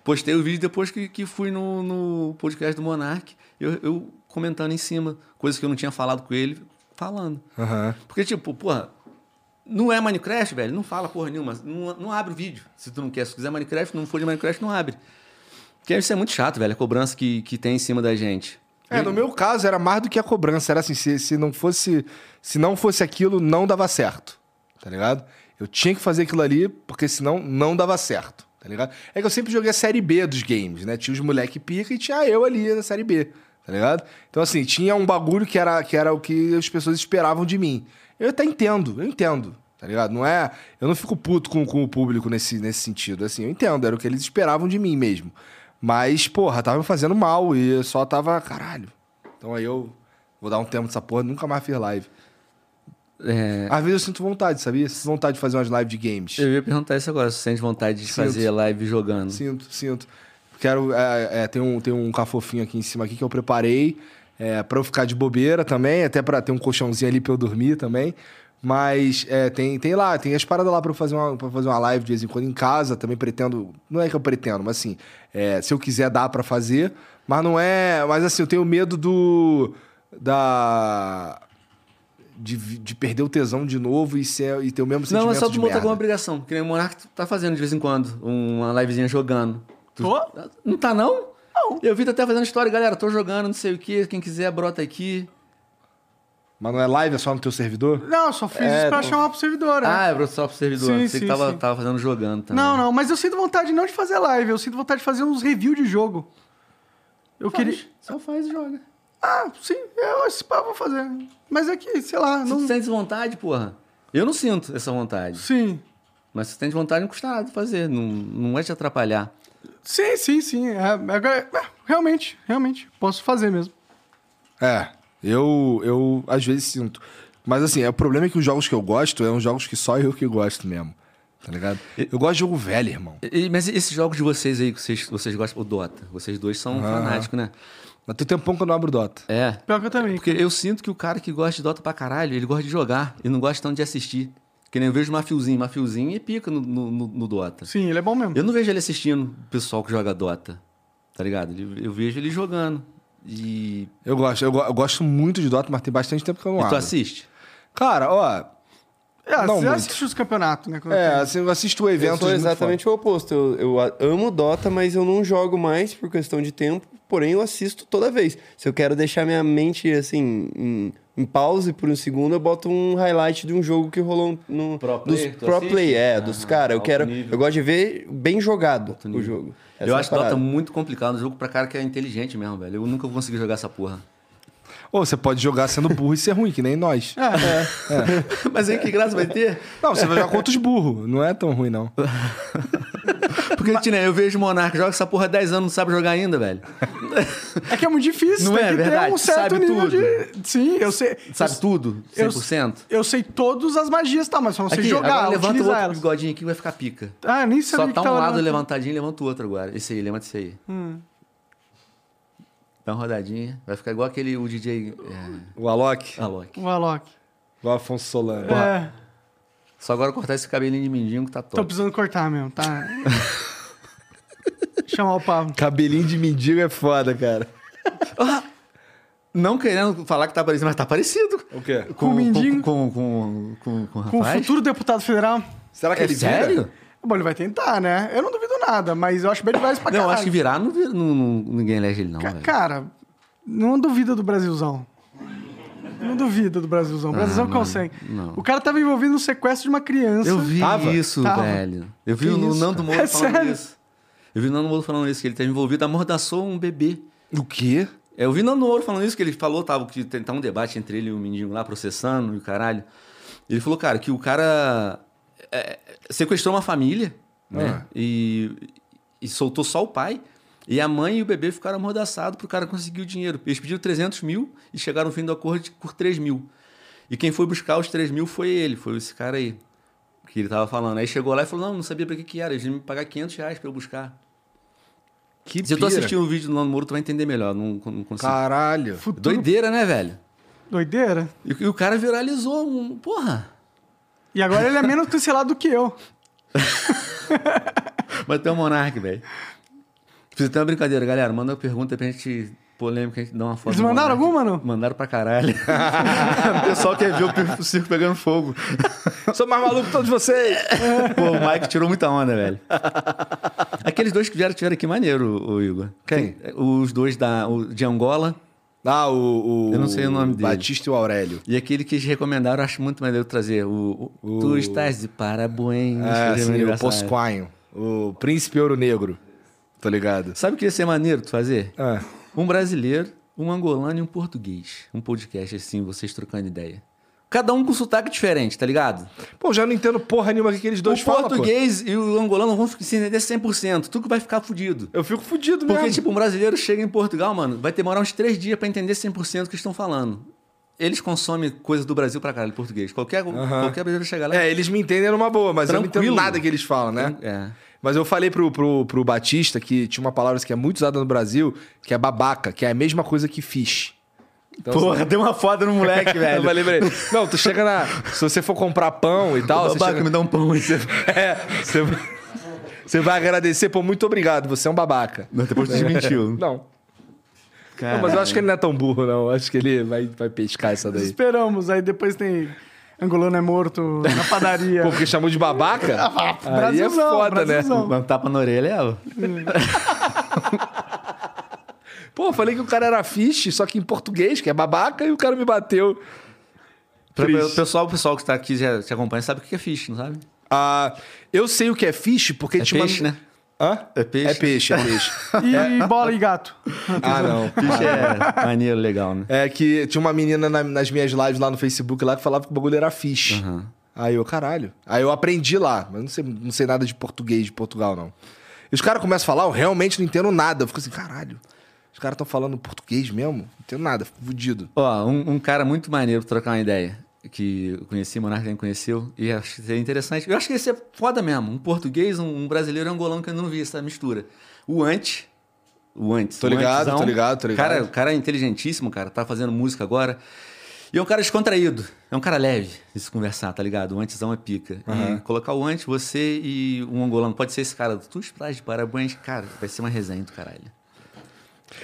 C: Postei o vídeo depois que, que fui no, no podcast do Monark, eu, eu comentando em cima, coisas que eu não tinha falado com ele, falando.
A: Aham.
C: Porque, tipo, porra, não é Minecraft, velho? Não fala porra nenhuma. Não, não abre o vídeo. Se tu não quer, se quiser Minecraft, não for de Minecraft, não abre. Porque isso é muito chato, velho, a cobrança que, que tem em cima da gente.
A: É, no meu caso era mais do que a cobrança, era assim, se, se não fosse se não fosse aquilo, não dava certo, tá ligado? Eu tinha que fazer aquilo ali, porque senão não dava certo, tá ligado? É que eu sempre joguei a série B dos games, né? Tinha os moleque pica e tinha eu ali na série B, tá ligado? Então assim, tinha um bagulho que era, que era o que as pessoas esperavam de mim. Eu até entendo, eu entendo, tá ligado? Não é, eu não fico puto com, com o público nesse, nesse sentido, assim, eu entendo, era o que eles esperavam de mim mesmo. Mas, porra, tava me fazendo mal e eu só tava, caralho, então aí eu vou dar um tempo dessa porra, nunca mais fiz live.
C: É,
A: Às vezes eu sinto vontade, sabia? Sinto vontade de fazer umas lives de games.
C: eu ia perguntar isso agora, se sente vontade de
A: Sinto.
C: fazer live jogando.
A: Sinto, sinto. Quero. É, é, tem, um, tem um cafofinho aqui em cima aqui que eu preparei é, pra eu ficar de bobeira também, até pra ter um colchãozinho ali pra eu dormir também. Mas é, tem, tem lá, tem as paradas lá pra eu fazer uma, pra eu fazer uma live de vez em quando em casa. Também pretendo. Não é que eu pretendo, mas assim, é, se eu quiser dá pra fazer. Mas não é. Mas assim, eu tenho medo do. Da. De, vi- de perder o tesão de novo e, ser, e ter o mesmo sentimento.
C: Não, é só
A: de
C: tu botar
A: merda.
C: alguma obrigação. Que nem o Monark tá fazendo de vez em quando, uma livezinha jogando. Tu-
B: Tô?
C: Não tá, não? Não. Eu vi tu até fazendo história, galera, tô jogando, não sei o quê, quem quiser brota aqui.
A: Mas não é live, é só no teu servidor?
B: Não, eu só fiz
C: É,
B: isso pra
C: pô.
B: chamar pro servidor. né?
C: Ah, tá. é só pro servidor.
B: Sim,
C: Sim,
B: sim,
C: Sei que tava,
B: sim.
C: tava fazendo jogando também.
B: Não, não, mas eu sinto vontade não de fazer live, eu sinto vontade de fazer uns review de jogo. Eu queria.
C: Só faz e joga.
B: Ah, sim, eu esse pá, eu vou fazer. Mas é que, sei lá,
C: Se
B: não.
C: tu sente vontade, porra. Eu não sinto essa vontade.
B: Sim.
C: Mas se tu sente vontade, não custa nada fazer. Não, não vai te atrapalhar.
B: Sim, sim, sim. É, agora, é, realmente, realmente. Posso fazer mesmo.
A: É, eu, eu às vezes sinto. Mas assim, é, o problema é que os jogos que eu gosto são jogos que só eu que gosto mesmo. Tá ligado? Eu gosto de jogo velho, irmão.
C: E- e- mas esses jogos de vocês aí, que vocês, vocês gostam, o Dota, vocês dois são fanáticos, né?
A: Mas tem tempão que eu não abro Dota.
C: É.
B: Pior que eu também.
C: Porque eu sinto que o cara que gosta de Dota pra caralho, ele gosta de jogar e não gosta tanto de assistir. Que nem eu vejo Mafiozinho. Mafiozinho e pica no, no, no- no Dota.
B: Sim, ele é bom mesmo.
C: Eu não vejo ele assistindo o pessoal que joga Dota. Tá ligado? Ele- Eu vejo ele jogando. E.
A: Eu gosto, eu, go- eu gosto muito de Dota, mas tem bastante tempo que eu não
C: e tu
A: abro.
C: assiste?
A: Cara, ó,
B: É,
A: não
B: você
A: muito.
B: assiste os campeonatos, né? quando
A: é,
B: tem.
A: assim, eu assisto
D: Eu
A: eventos.
D: sou
A: muito
D: exatamente o oposto. Eu, eu a- amo Dota, mas eu não jogo mais por questão de tempo, porém eu assisto toda vez. Se eu quero deixar minha mente, assim, em, em pause por um segundo, eu boto um highlight de um jogo que rolou no...
C: Pro
D: dos
C: player, tu
D: pro
C: assiste?
D: play, é,
C: Ah,
D: dos caras. Eu
C: alto
D: quero...
C: nível.
D: Eu gosto de ver bem jogado o
C: nível.
D: jogo. Essa
C: eu
D: é a
C: acho Dota
D: parada.
C: muito complicado, um jogo pra cara que é inteligente mesmo, velho. Eu nunca vou conseguir jogar essa porra.
A: fofo. Ou você pode jogar sendo burro e ser ruim, que nem nós.
B: É.
C: Mas aí que graça vai ter?
A: Não, você vai jogar contra os burros. Não é tão ruim, não.
C: Porque, Tina, eu vejo o Monark joga essa porra há 10 anos, não sabe jogar ainda, velho.
B: É que é muito difícil.
C: Não
B: tem
C: é
B: que
C: verdade?
B: ter um certo
C: Sabe
B: nível
C: tudo.
B: de. Sim, eu sei.
C: Sabe tudo?
B: eu-
C: 100%?
B: Eu sei todas as magias, tá? Mas só não sei
C: Aqui,
B: jogar,
C: agora levanta o
B: utilizar
C: outro
B: elas.
C: bigodinho aqui que vai ficar pica.
B: Ah, eu nem
C: Só
B: sabia
C: tá um
B: que tava
C: lado
B: levantando.
C: levantadinho, levanta o outro agora. Esse aí, levanta esse aí. Dá uma rodadinha. Vai ficar igual aquele o DJ
A: O Alok,
C: é, Alok.
B: O Alok.
A: o Afonso Solano.
B: É,
C: Só agora cortar esse cabelinho de mindinho que tá
B: tô
C: top.
B: precisando cortar mesmo, tá? Chamar o Pablo.
A: Cabelinho de mendigo é foda, cara.
C: Não querendo falar que tá parecido, mas tá parecido.
A: O quê?
B: Com o mindinho?
C: Com, com, com, com, com o
B: Com o
C: rapaz?
B: futuro deputado federal.
A: Será que
C: É
A: ele vira?
C: sério?
B: Bom, ele vai tentar, né? Eu não duvido nada, mas eu acho bem demais pra
C: Não, eu
B: caralho.
C: acho que virar não, vira- não- não- ninguém elege ele, não.
B: Ca-
C: velho.
B: Cara, não duvida do Brasilzão. Não duvido do Brasilzão. O Brasilzão
C: não,
B: consegue.
C: Ah, não.
B: O cara tava envolvido no sequestro de uma criança.
C: Eu vi
A: Tava?
C: isso,
B: Tava.
C: velho. Eu vi
A: Que
C: o
A: isso,
C: Nando Moura
B: É
C: falando
B: sério?
C: isso. Eu vi o Nando Moura falando isso, que ele tá envolvido, amordaçou um bebê.
A: O quê?
C: É, Eu vi Nando Moura falando isso, que ele falou, tava, que tem- tá um debate entre ele e o menino lá, processando e o caralho. Ele falou, cara, que o cara é, sequestrou uma família,
A: Ah.
C: né? E, e soltou só o pai. E a mãe e o bebê ficaram amordaçados pro cara conseguir o dinheiro. Eles pediram 300 mil e chegaram no fim do acordo por 3 mil. E quem foi buscar os 3 mil foi ele, foi esse cara aí. Que ele tava falando. Aí chegou lá e falou, não, não sabia pra que que era. Eles iam me pagar 500 reais pra eu buscar.
A: Que
C: Se eu tô
A: pira.
C: assistindo o vídeo do Nando Moura, tu vai entender melhor. Não, não consigo
A: Caralho.
B: Tá, Futuro...
C: Doideira, né, velho?
B: Doideira.
C: E, o- e o cara viralizou. Um, porra!
B: E agora ele é menos cancelado do que eu.
C: Mas tem um Monark, velho. Fiz até uma brincadeira, galera. Manda uma pergunta pra gente. Polêmica, a gente dá uma foto.
B: Eles
C: do
B: mandaram
C: Monark.
B: alguma, não?
C: Mandaram pra caralho. o pessoal quer ver o per- o circo pegando fogo.
A: Sou mais maluco que todos vocês.
C: Pô, o Mike tirou muita onda, velho. Aqueles dois que vieram, tiveram aqui maneiro, o Igor.
A: Quem?
C: Tem- Os dois da, o de Angola
A: Ah, o, o-
C: Eu não sei o nome dele.
A: Batista e o Aurélio.
C: e aquele que eles recomendaram, eu acho muito maneiro trazer. O, o- Ah,
A: O-
C: Tu estás de parabéns.
A: É,
C: feliz
A: assim, o
C: aniversário.
A: Posquinho. O Príncipe Ouro Negro. Tá ligado?
C: Sabe o que ia ser maneiro tu fazer?
A: Ah.
C: Um brasileiro, um angolano e um português. Um podcast assim, vocês trocando ideia. Cada um com sotaque diferente, tá ligado?
A: Pô, já não entendo porra nenhuma que aqueles dois
C: o
A: falam, pô.
C: português e o angolano vão se entender 100%. Tu que vai ficar fudido.
A: Eu fico fudido
C: Porque,
A: É mesmo.
C: tipo, um brasileiro chega em Portugal, mano, vai demorar uns três dias pra entender 100% o que estão falando. Eles consomem coisa do Brasil pra caralho, português. Qualquer, um, qualquer brasileiro chega lá.
A: É, eles me entendem numa boa, mas eu não
C: Tranquilo.
A: entendo nada que eles falam, né?
C: É.
A: Mas eu falei pro, pro, pro Batista que tinha uma palavra que é muito usada no Brasil, que é babaca, que é a mesma coisa que fish. Então,
C: Porra, deu uma foda no moleque,
A: Eu
C: velho.
A: falei pra ele, Não, tu chega na. Se você for comprar pão e tal, você
C: Babaca,
A: chega.
C: me dá um pão aí.
A: É, você, você vai agradecer, pô, muito obrigado, você é um babaca.
C: Não, depois tu desmentiu.
A: Não.
C: Cara,
A: Não, mas eu acho que ele não é tão burro, não. Eu acho que ele vai, vai pescar essa daí.
B: Esperamos. Aí depois tem Angolano é morto na padaria.
A: Pô, porque chamou de babaca? Aí é
B: Ah, Brasilzão,
A: foda, né?
B: Brasilzão.
C: Um tapa na orelha é ó.
A: Pô, eu falei que o cara era fish, só que em português, que é babaca, e o cara me bateu.
C: Pra- pra-
A: Triste.
C: O pessoal, o pessoal que tá aqui já te acompanha sabe o que é fish, não sabe?
A: Ah, eu sei o que é fish porque
C: É
A: tinha uma-
C: peixe, né?
A: Hã?
C: É peixe.
A: É peixe, é peixe.
B: E bola e gato.
A: ah, não.
C: Fish é maneiro, legal, né?
A: É que tinha uma menina na- nas minhas lives lá no Facebook lá que falava que o bagulho era fish. Aí eu, caralho. Aí eu aprendi lá, mas não sei, não sei nada de português de Portugal, não. E os caras começam a falar, eu realmente não entendo nada. Eu fico assim, caralho. Os caras estão falando português mesmo? Não entendo nada, fico fudido.
C: Ó, um, um cara muito maneiro pra trocar uma ideia, que eu conheci, o Monarca também conheceu, e acho que seria interessante. Eu acho que esse é foda mesmo. Um português, um, um brasileiro e um angolano que eu não vi essa mistura. O Ante. O Ante.
A: Tô
C: o
A: ligado,
C: Antezão.
A: tô ligado, tô ligado.
C: Cara, o cara é inteligentíssimo, cara. Tá fazendo música agora. E é um cara descontraído. É um cara leve de se conversar, tá ligado? O antezão é pica. E colocar o ante, você e um angolano. Pode ser esse cara. Tu estás de parabéns. Cara, vai ser uma resenha do caralho.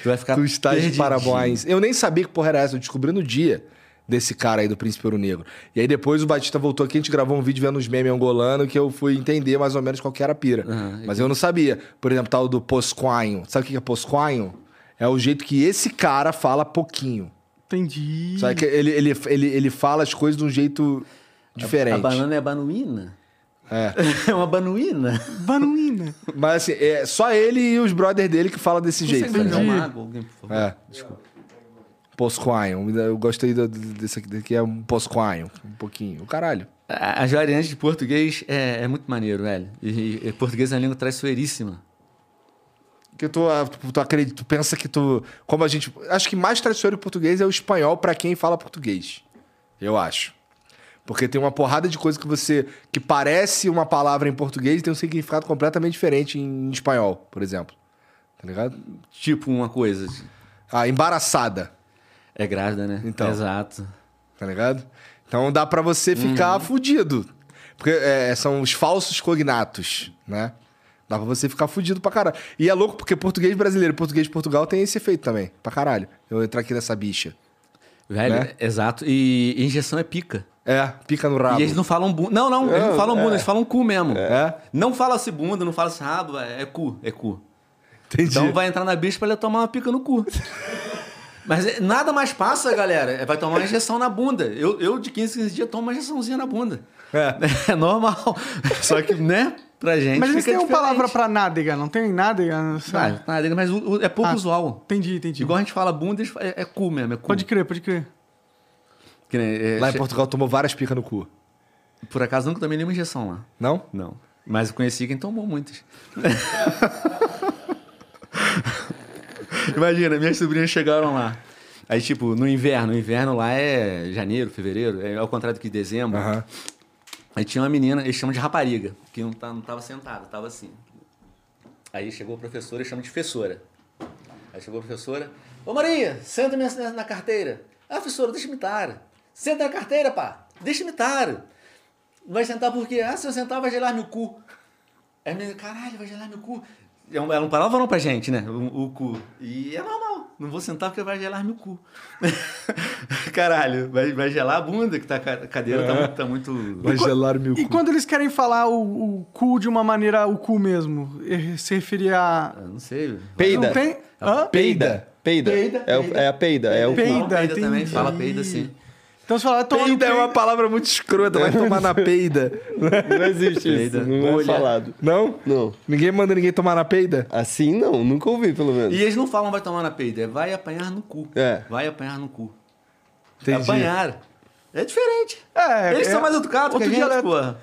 C: Tu vai ficar
A: Tu estás de
C: perdidinho.
A: parabéns. Eu nem sabia que porra era essa, eu descobri no dia desse cara aí do Príncipe Ouro Negro. E aí depois o Batista voltou aqui, a gente gravou um vídeo vendo os memes angolano que eu fui entender mais ou menos qual que era a pira.
C: Aham,
A: Mas eu não sabia. Por exemplo, tal do posquinho. Sabe o que é posquinho? É o jeito que esse cara fala pouquinho.
B: Entendi.
A: Sabe que ele, ele, ele, ele fala as coisas de um jeito diferente.
C: A banana é banuína?
A: É.
C: É uma banuína?
B: Banuína.
A: Mas assim, é só ele e os brothers dele que falam desse jeito. tá
C: Consegue me dar
A: ligado?
C: É uma água, alguém, por favor?
A: É. Posquinho. Eu gostei do- do- desse aqui, que é um posquinho. Um pouquinho. O caralho.
C: A- As variantes de português é, é muito maneiro, velho. E, e português é uma língua traiçoeiríssima.
A: Que tu, ah, tu, tu acredita, tu pensa que tu. Como a gente. Acho que mais traiçoeiro que o português é o espanhol pra quem fala português. Eu acho. Porque tem uma porrada de coisa que você. que parece uma palavra em português e tem um significado completamente diferente em espanhol, por exemplo. Tá ligado?
C: Tipo uma coisa. de-
A: Ah, embaraçada.
C: É grávida, né?
A: Então.
C: Exato.
A: tá ligado? Então dá pra você
C: Uhum.
A: ficar fudido. Porque é, são os falsos cognatos, né? Dá pra você ficar fudido pra caralho. E é louco porque português brasileiro, e português de Portugal tem esse efeito também, pra caralho. Eu entrar aqui nessa bicha.
C: Velho,
A: Né?
C: exato. E injeção é pica.
A: É, pica no rabo.
C: E eles não falam bunda. Não, não, eles não
D: É,
C: falam bunda,
D: é.
C: eles falam cu mesmo.
A: É.
C: Não fala-se bunda, não fala-se rabo, é cu, é cu.
A: Entendi.
C: Então vai entrar na bicha pra ele tomar uma pica no cu. Mas é- nada mais passa, galera. É, Vai tomar uma injeção na bunda. Eu, eu de 15 em 15 dias, tomo uma injeçãozinha na bunda. É, normal. Só que, né, pra gente.
B: Mas eles
C: fica
B: têm uma
C: diferente.
B: palavra pra nádega, não tem nádega? Não sei.
C: Ah, nada, mas o- o- é pouco
B: Ah.
C: usual.
B: entendi, entendi.
C: Igual a gente fala bunda, eles fa- é, é cu mesmo. É cu.
B: Pode crer, pode crer.
C: Que nem, é,
A: Lá em
C: che-
A: Portugal tomou várias picas no cu.
C: Por acaso nunca tomei nenhuma injeção lá.
A: Não?
C: Não. Mas eu conheci quem tomou muitas. Imagina, minhas sobrinhas chegaram lá. Aí, tipo, no inverno, o inverno lá é janeiro, fevereiro, é ao contrário do que dezembro.
A: Aham.
C: Aí tinha uma menina, eles chamam de rapariga, que não, tá, não tava sentada, tava assim. Aí chegou a professora e chama de professora. Aí chegou a professora. Ô Maria, senta minha- na, na carteira. Ah, professora, deixa eu imitar. Senta na carteira, pá. Deixa eu imitar. Não vai sentar por quê? Ah, se eu sentar, vai gelar meu cu. Aí a menina, caralho, vai gelar meu cu. É um, era um palavrão pra gente, né? O, o cu. E é normal. Não vou sentar porque vai gelar meu cu. caralho, vai, vai gelar a bunda, que tá, a cadeira
B: É.
C: tá muito- tá muito...
A: Vai gelar meu
B: E
A: cu.
B: quando eles querem falar o, o cu de uma maneira, o cu mesmo, e se referir a...
C: Eu Ah, não sei.
D: Peida.
B: Não tem? Hã?
D: Peida. Peida.
C: Peida,
D: É, o-
C: peida.
D: é a peida. É o
B: Peida.
D: cu.
C: Fala peida também.
B: entendi.
C: Fala peida, sim.
B: Então você fala... toma no
A: Peida é
B: cu.
A: uma palavra muito escrota, vai tomar na peida.
D: Não existe isso.
C: Peida.
D: Não é
C: Olha.
D: falado.
A: Não?
D: Não.
A: Ninguém manda ninguém tomar na peida?
D: Assim não, nunca ouvi, pelo menos.
C: E eles não falam vai tomar na peida, é vai apanhar no cu.
D: É.
C: Vai apanhar no cu.
A: Entendi.
C: Apanhar. É diferente.
B: É,
C: eles
B: é-
C: são mais educados que a
B: outro
C: gente,
B: dialeto.
C: porra.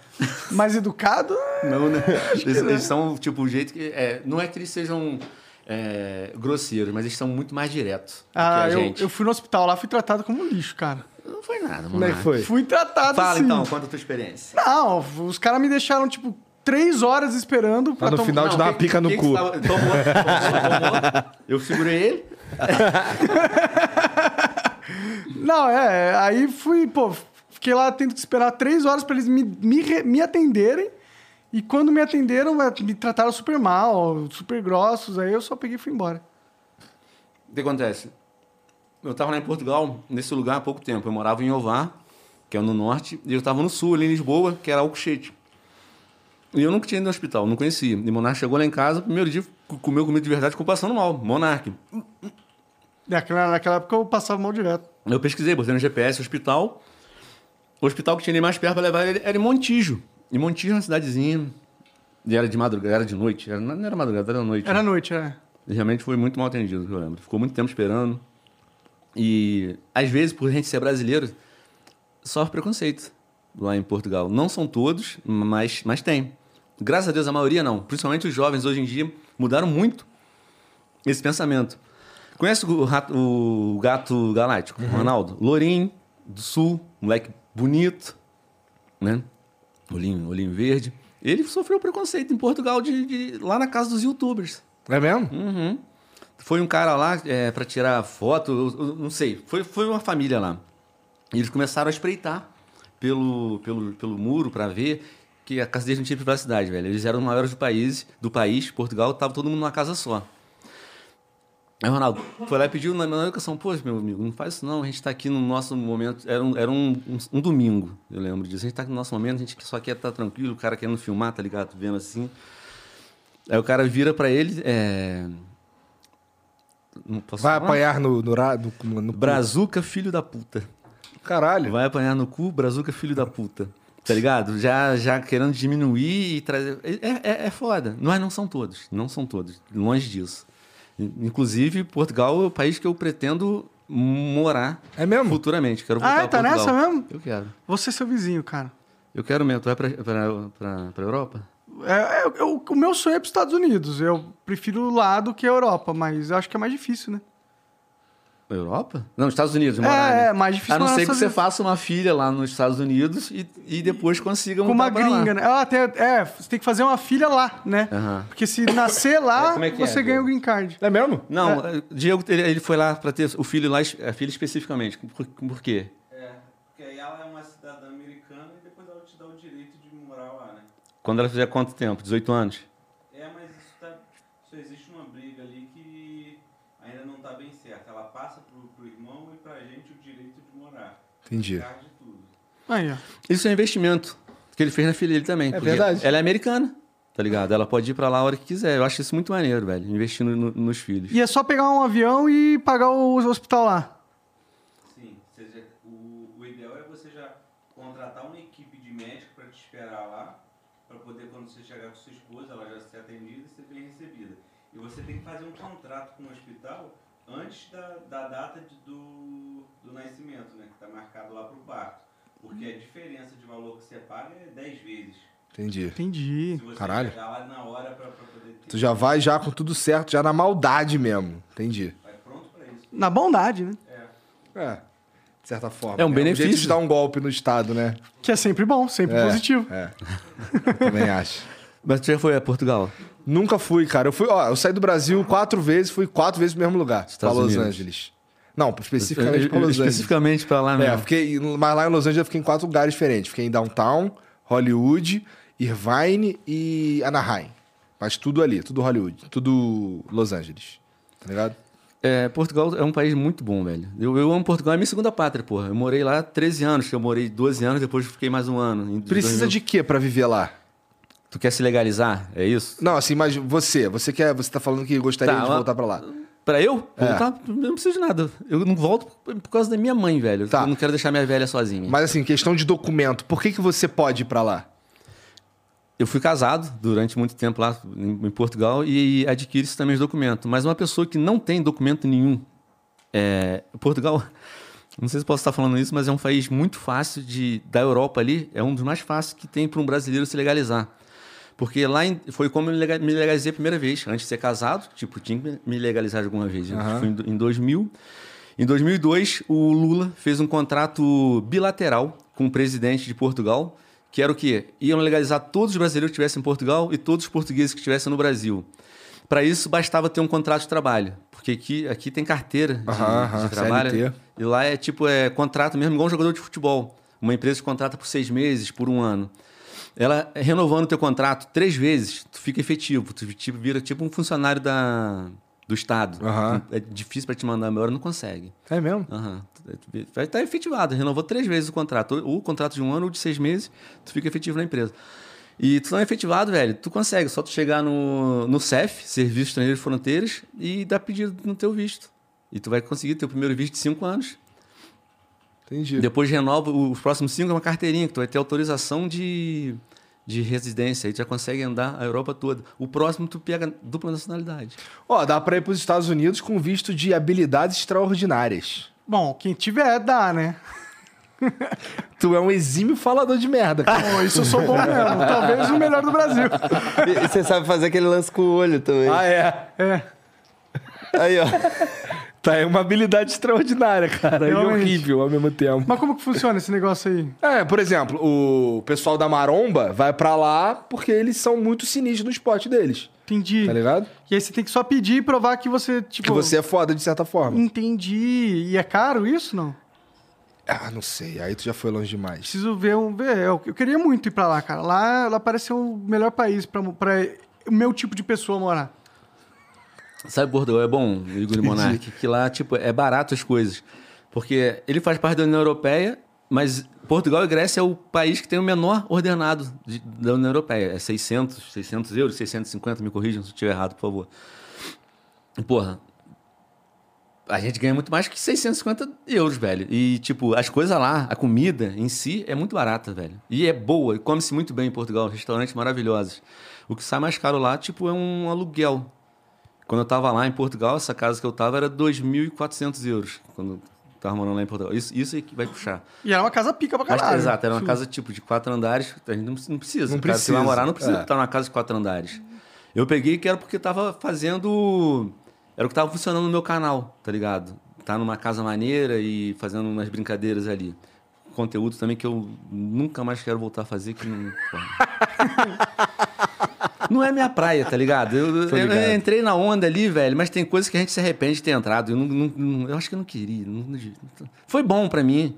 B: Mais educado?
C: Não, né? Eles, eles são, tipo, o jeito que... é, não é que eles sejam é, grosseiros, mas eles são muito mais diretos
B: Ah,
C: do que a
B: eu,
C: gente.
B: eu fui no hospital lá, fui tratado como um lixo, cara.
C: Não foi nada, mano.
A: Como é que foi?
B: Fui tratado
C: Fala,
B: assim.
C: então, conta a tua experiência.
B: Não, os caras me deixaram, tipo, três horas esperando
A: Mas
B: pra
A: no
B: tomar-
A: final- Não, te dá uma
C: que-
A: pica no
C: que então, que
A: cu.
C: você tava- Tomou, tomou, tomou. Eu segurei ele.
B: Não, é. Aí fui, pô, fiquei lá tendo que esperar três horas pra eles me, me, re- me atenderem. E quando me atenderam, é, me trataram super mal, super grossos. Aí eu só peguei e fui embora.
C: O que acontece? Eu tava lá em Portugal, nesse lugar há pouco tempo. Eu morava em Ovar, que é no norte, e eu tava no sul, ali em Lisboa, que era Alcochete. E eu nunca tinha ido no hospital, não conhecia. E Monark chegou lá em casa, primeiro dia co- comeu comida de verdade, ficou passando mal. Monark.
B: Naquela, É, naquela época eu passava mal direto.
C: Eu pesquisei, botei no GPS, hospital. O hospital que tinha ali mais perto pra levar ele era em Montijo. E Montijo é uma cidadezinha. E era de madrugada, era de noite. Era- não era madrugada, era noite.
B: Era noite, né?
C: Ele realmente foi muito mal atendido, que eu lembro. Ficou muito tempo esperando. E às vezes, por gente ser brasileiro, sofre preconceito lá em Portugal. Não são todos, mas, mas tem. Graças a Deus, a maioria não. Principalmente os jovens hoje em dia mudaram muito esse pensamento. Conhece o, rato- o gato galáctico, Ronaldo? Lourinho, do sul, moleque bonito, né? Olhinho, olhinho verde. Ele sofreu preconceito em Portugal, de- de- lá na casa dos youtubers.
A: É mesmo?
C: Uhum. Foi um cara lá é, para tirar foto, eu- eu não sei. Foi, foi uma família lá. E eles começaram a espreitar pelo, pelo, pelo muro para ver que a casa deles não tinha privacidade, velho. Eles eram os maiores do país, do país Portugal, tava todo mundo numa casa só. Aí o Ronaldo foi lá e pediu na minha educação, pô, meu amigo, não faz isso não, a gente tá aqui no nosso momento, era um, era um, um, um domingo, eu lembro disso, a gente tá aqui no nosso momento, a gente só quer estar tranquilo, o cara querendo filmar, tá ligado, vendo assim. Aí o cara vira pra ele, é... Não posso
A: Vai
C: falar?
A: apanhar no, no, ra- no, no, no-
C: Brazuca, filho da puta.
A: Caralho.
C: Vai apanhar no cu, Brazuca, filho da puta. Tá ligado? Já, já querendo diminuir e trazer. É, é, é foda. Mas não são todos. Não são todos. Longe disso. In- Inclusive, Portugal é o país que eu pretendo morar
A: É mesmo?
C: futuramente. Quero voltar
B: Ah,
C: a
B: tá
C: Portugal.
B: nessa mesmo?
C: Eu quero.
B: Você é seu vizinho, cara.
C: Eu quero mesmo. Tu vai pra, pra, pra, pra Europa?
B: É, é, eu- o meu sonho é pros Estados Unidos. Eu prefiro lá do que a Europa, mas eu acho que é mais difícil, né?
C: Europa? Não, Estados Unidos. Morar,
B: é,
C: né?
B: mais difícil
C: A não
B: morar
C: ser que
B: nos
C: você
B: Estados
C: faça uma filha lá nos Estados Unidos e, e depois consiga
B: Com uma
C: mudar pra lá.
B: gringa, né? Ah, tem, é, você tem que fazer uma filha lá, né?
C: Aham.
B: Porque se nascer lá,
D: Como é que é,
B: você
D: Diego?
B: ganha o green card.
A: É mesmo?
C: Não, eh, Diego, ele, ele foi lá pra ter o filho lá, es- a filha especificamente. Por, por quê?
E: É, porque aí ela é uma cidadã americana e depois ela te dá o direito de morar lá, né?
C: Quando ela fizer quanto tempo? 18 anos?
E: É, mas isso tá. Só existe uma briga ali que ainda não tá bem certa. Ela passa pro, pro irmão e pra gente o direito de morar.
A: Entendi.
E: Ficar de tudo.
B: Aí, ó.
C: Isso é um investimento que ele fez na filha dele também. porque
A: verdade.
C: Ela é americana, tá Tá ligado? Ela pode ir pra lá a hora que quiser. Eu acho isso muito maneiro, velho. Investindo no- nos filhos.
B: E é só pegar um avião e pagar o hospital lá.
E: Sim, você já- o, o ideal é você já contratar uma equipe de médico para te esperar lá, para poder, quando você chegar com sua esposa, ela já ser atendida e ser bem recebida. E você tem que fazer um contrato com o hospital antes da, da data de- do, do nascimento, né? Que está marcado lá para o parto. Porque
A: Uhum.
E: a diferença de valor que você paga é 10 vezes.
A: Entendi.
E: Se
B: Entendi.
E: você
A: Caralho.
E: chegar lá na hora para poder ter.
A: Tu já vai já com tudo certo, já na maldade mesmo. Entendi.
E: Vai é pronto para isso.
B: Na bondade, né?
A: É. De certa forma.
C: É um benefício.
A: jeito de dar um golpe no Estado, né?
B: Que é sempre bom, sempre
A: É,
B: positivo.
A: É. Também acho.
C: Mas tu já foi a Portugal?
A: Nunca fui, cara. Eu fui, ó, eu saí do Brasil quatro vezes, fui quatro vezes pro mesmo lugar. pra Los
C: Unidos.
A: Angeles. Não, especificamente pra Los Angeles.
C: Eh, Especificamente pra lá
A: É,
C: mesmo.
A: fiquei, mas lá em Los Angeles eu fiquei em quatro lugares diferentes. Fiquei em Downtown, Hollywood, Irvine e Anaheim. Mas tudo ali, tudo Hollywood, tudo Los Angeles. Tá ligado?
C: É, Portugal é um país muito bom, velho. Eu, eu amo Portugal, é minha segunda pátria, porra. Eu morei lá 13 anos, que eu morei 12 anos, depois fiquei mais um ano. em
A: Precisa
C: 2000.
A: de quê pra viver lá?
C: Tu quer se legalizar? É isso?
A: Não, assim, mas você, você quer, você tá falando que gostaria
C: Tá,
A: de
C: mas-
A: voltar pra lá.
C: Pra eu?
A: É.
C: Voltar? Eu não preciso de nada. Eu não volto por causa da minha mãe, velho.
A: Tá.
C: Eu não quero deixar minha velha sozinha.
A: Mas assim, questão de documento, por que, que você pode ir pra lá?
C: Eu fui casado durante muito tempo lá em em Portugal e adquire-se também os documentos. Mas uma pessoa que não tem documento nenhum. é, Portugal, não sei se posso estar falando isso, mas é um país muito fácil de da Europa ali, é um dos mais fáceis que tem para um brasileiro se legalizar. Porque lá em- foi como eu lega- me legalizei a primeira vez, antes de ser casado, tipo, tinha que me legalizar de alguma vez. né? Foi em do- em 2000. Em 2002, o Lula fez um contrato bilateral com o presidente de Portugal, que era o quê? Iam legalizar todos os brasileiros que estivessem em Portugal e todos os portugueses que estivessem no Brasil. Para isso, bastava ter um contrato de trabalho, porque aqui, aqui tem carteira de,
A: Aham,
C: de
A: aham,
C: trabalho.
A: CLT.
C: E lá é tipo é, contrato mesmo, igual um jogador de futebol. Uma empresa te contrata por seis meses, por um ano. Ela é renovando o teu contrato três vezes, tu fica efetivo, tu tipo, vira tipo um funcionário da, do Estado.
A: Aham.
C: É difícil para te mandar embora, não consegue.
A: É mesmo?
C: Aham. Vai estar efetivado, renovou três vezes o contrato. Ou ou o contrato de um ano ou de seis meses, tu fica efetivo na empresa. E tu não é efetivado, velho, tu consegue, só tu chegar no, no CEF, Serviço Estrangeiro de Fronteiras, e dar pedido no teu visto. E tu vai conseguir teu primeiro visto de cinco anos.
A: Entendi.
C: Depois renova o- os próximos cinco, é uma carteirinha, que tu vai ter autorização de, de residência. Aí tu já consegue andar a Europa toda. O próximo, tu pega dupla nacionalidade.
A: Ó, dá pra ir pros Estados Unidos com visto de habilidades extraordinárias.
B: Bom, quem tiver, dá, né?
A: Tu é um exímio falador de merda, cara.
B: Bom, isso eu sou bom mesmo. Talvez o melhor do Brasil.
D: E você sabe fazer aquele lance com o olho também.
A: ah, é.
D: Aí, ó.
A: Tá, é uma habilidade extraordinária, cara. E é
B: Realmente.
A: horrível ao mesmo tempo.
B: Mas como que funciona esse negócio aí?
A: É, por exemplo, o pessoal da Maromba vai pra lá porque eles são muito sinistros no esporte deles,
B: Entendi.
A: tá ligado?
B: E aí você tem que só pedir e provar que você, tipo...
A: Que você é foda de certa forma.
B: Entendi. E é caro isso, não?
A: Ah, não sei, aí tu já foi longe demais.
B: Preciso ver um... ver, Eu, eu queria muito ir pra lá, cara. Lá, lá parece ser o melhor país pra, pra o meu tipo de pessoa morar.
C: Sabe, Portugal é bom, Igor e Monark, que lá, tipo, é barato as coisas. Porque ele faz parte da União Europeia, mas Portugal e Grécia é o país que tem o menor ordenado de- da União Europeia. É 600, 600 euros, 650, me corrijam se eu estiver errado, por favor. E, Porra, a gente ganha muito mais que 650 euros, velho. E, tipo, as coisas lá, a comida em si é muito barata, velho. E é boa, e come-se muito bem em Portugal, restaurantes maravilhosos. O que sai mais caro lá, tipo, é um aluguel. Quando eu tava lá em Portugal, essa casa que eu tava era 2.400 euros. Quando eu tava morando lá em Portugal. Isso, isso aí que vai puxar.
B: E era uma casa pica pra
C: Mas,
B: caralho.
C: exato, era uma casa tipo de quatro andares. A gente não não precisa.
A: Não
C: cara, Você
A: precisa,
C: vai morar, não precisa
A: é.
C: estar numa casa de quatro andares. Eu peguei que era porque tava fazendo. Era o que tava funcionando no meu canal, tá ligado? Tá numa casa maneira e fazendo umas brincadeiras ali. Conteúdo também que eu nunca mais quero voltar a fazer, que não. Não é minha praia, tá ligado? Eu, eu- eu
A: ligado.
C: entrei na onda ali, velho, mas tem coisas que a gente se arrepende de ter entrado. Eu, não- não- não- eu acho que eu não queria. não- não- foi bom pra mim.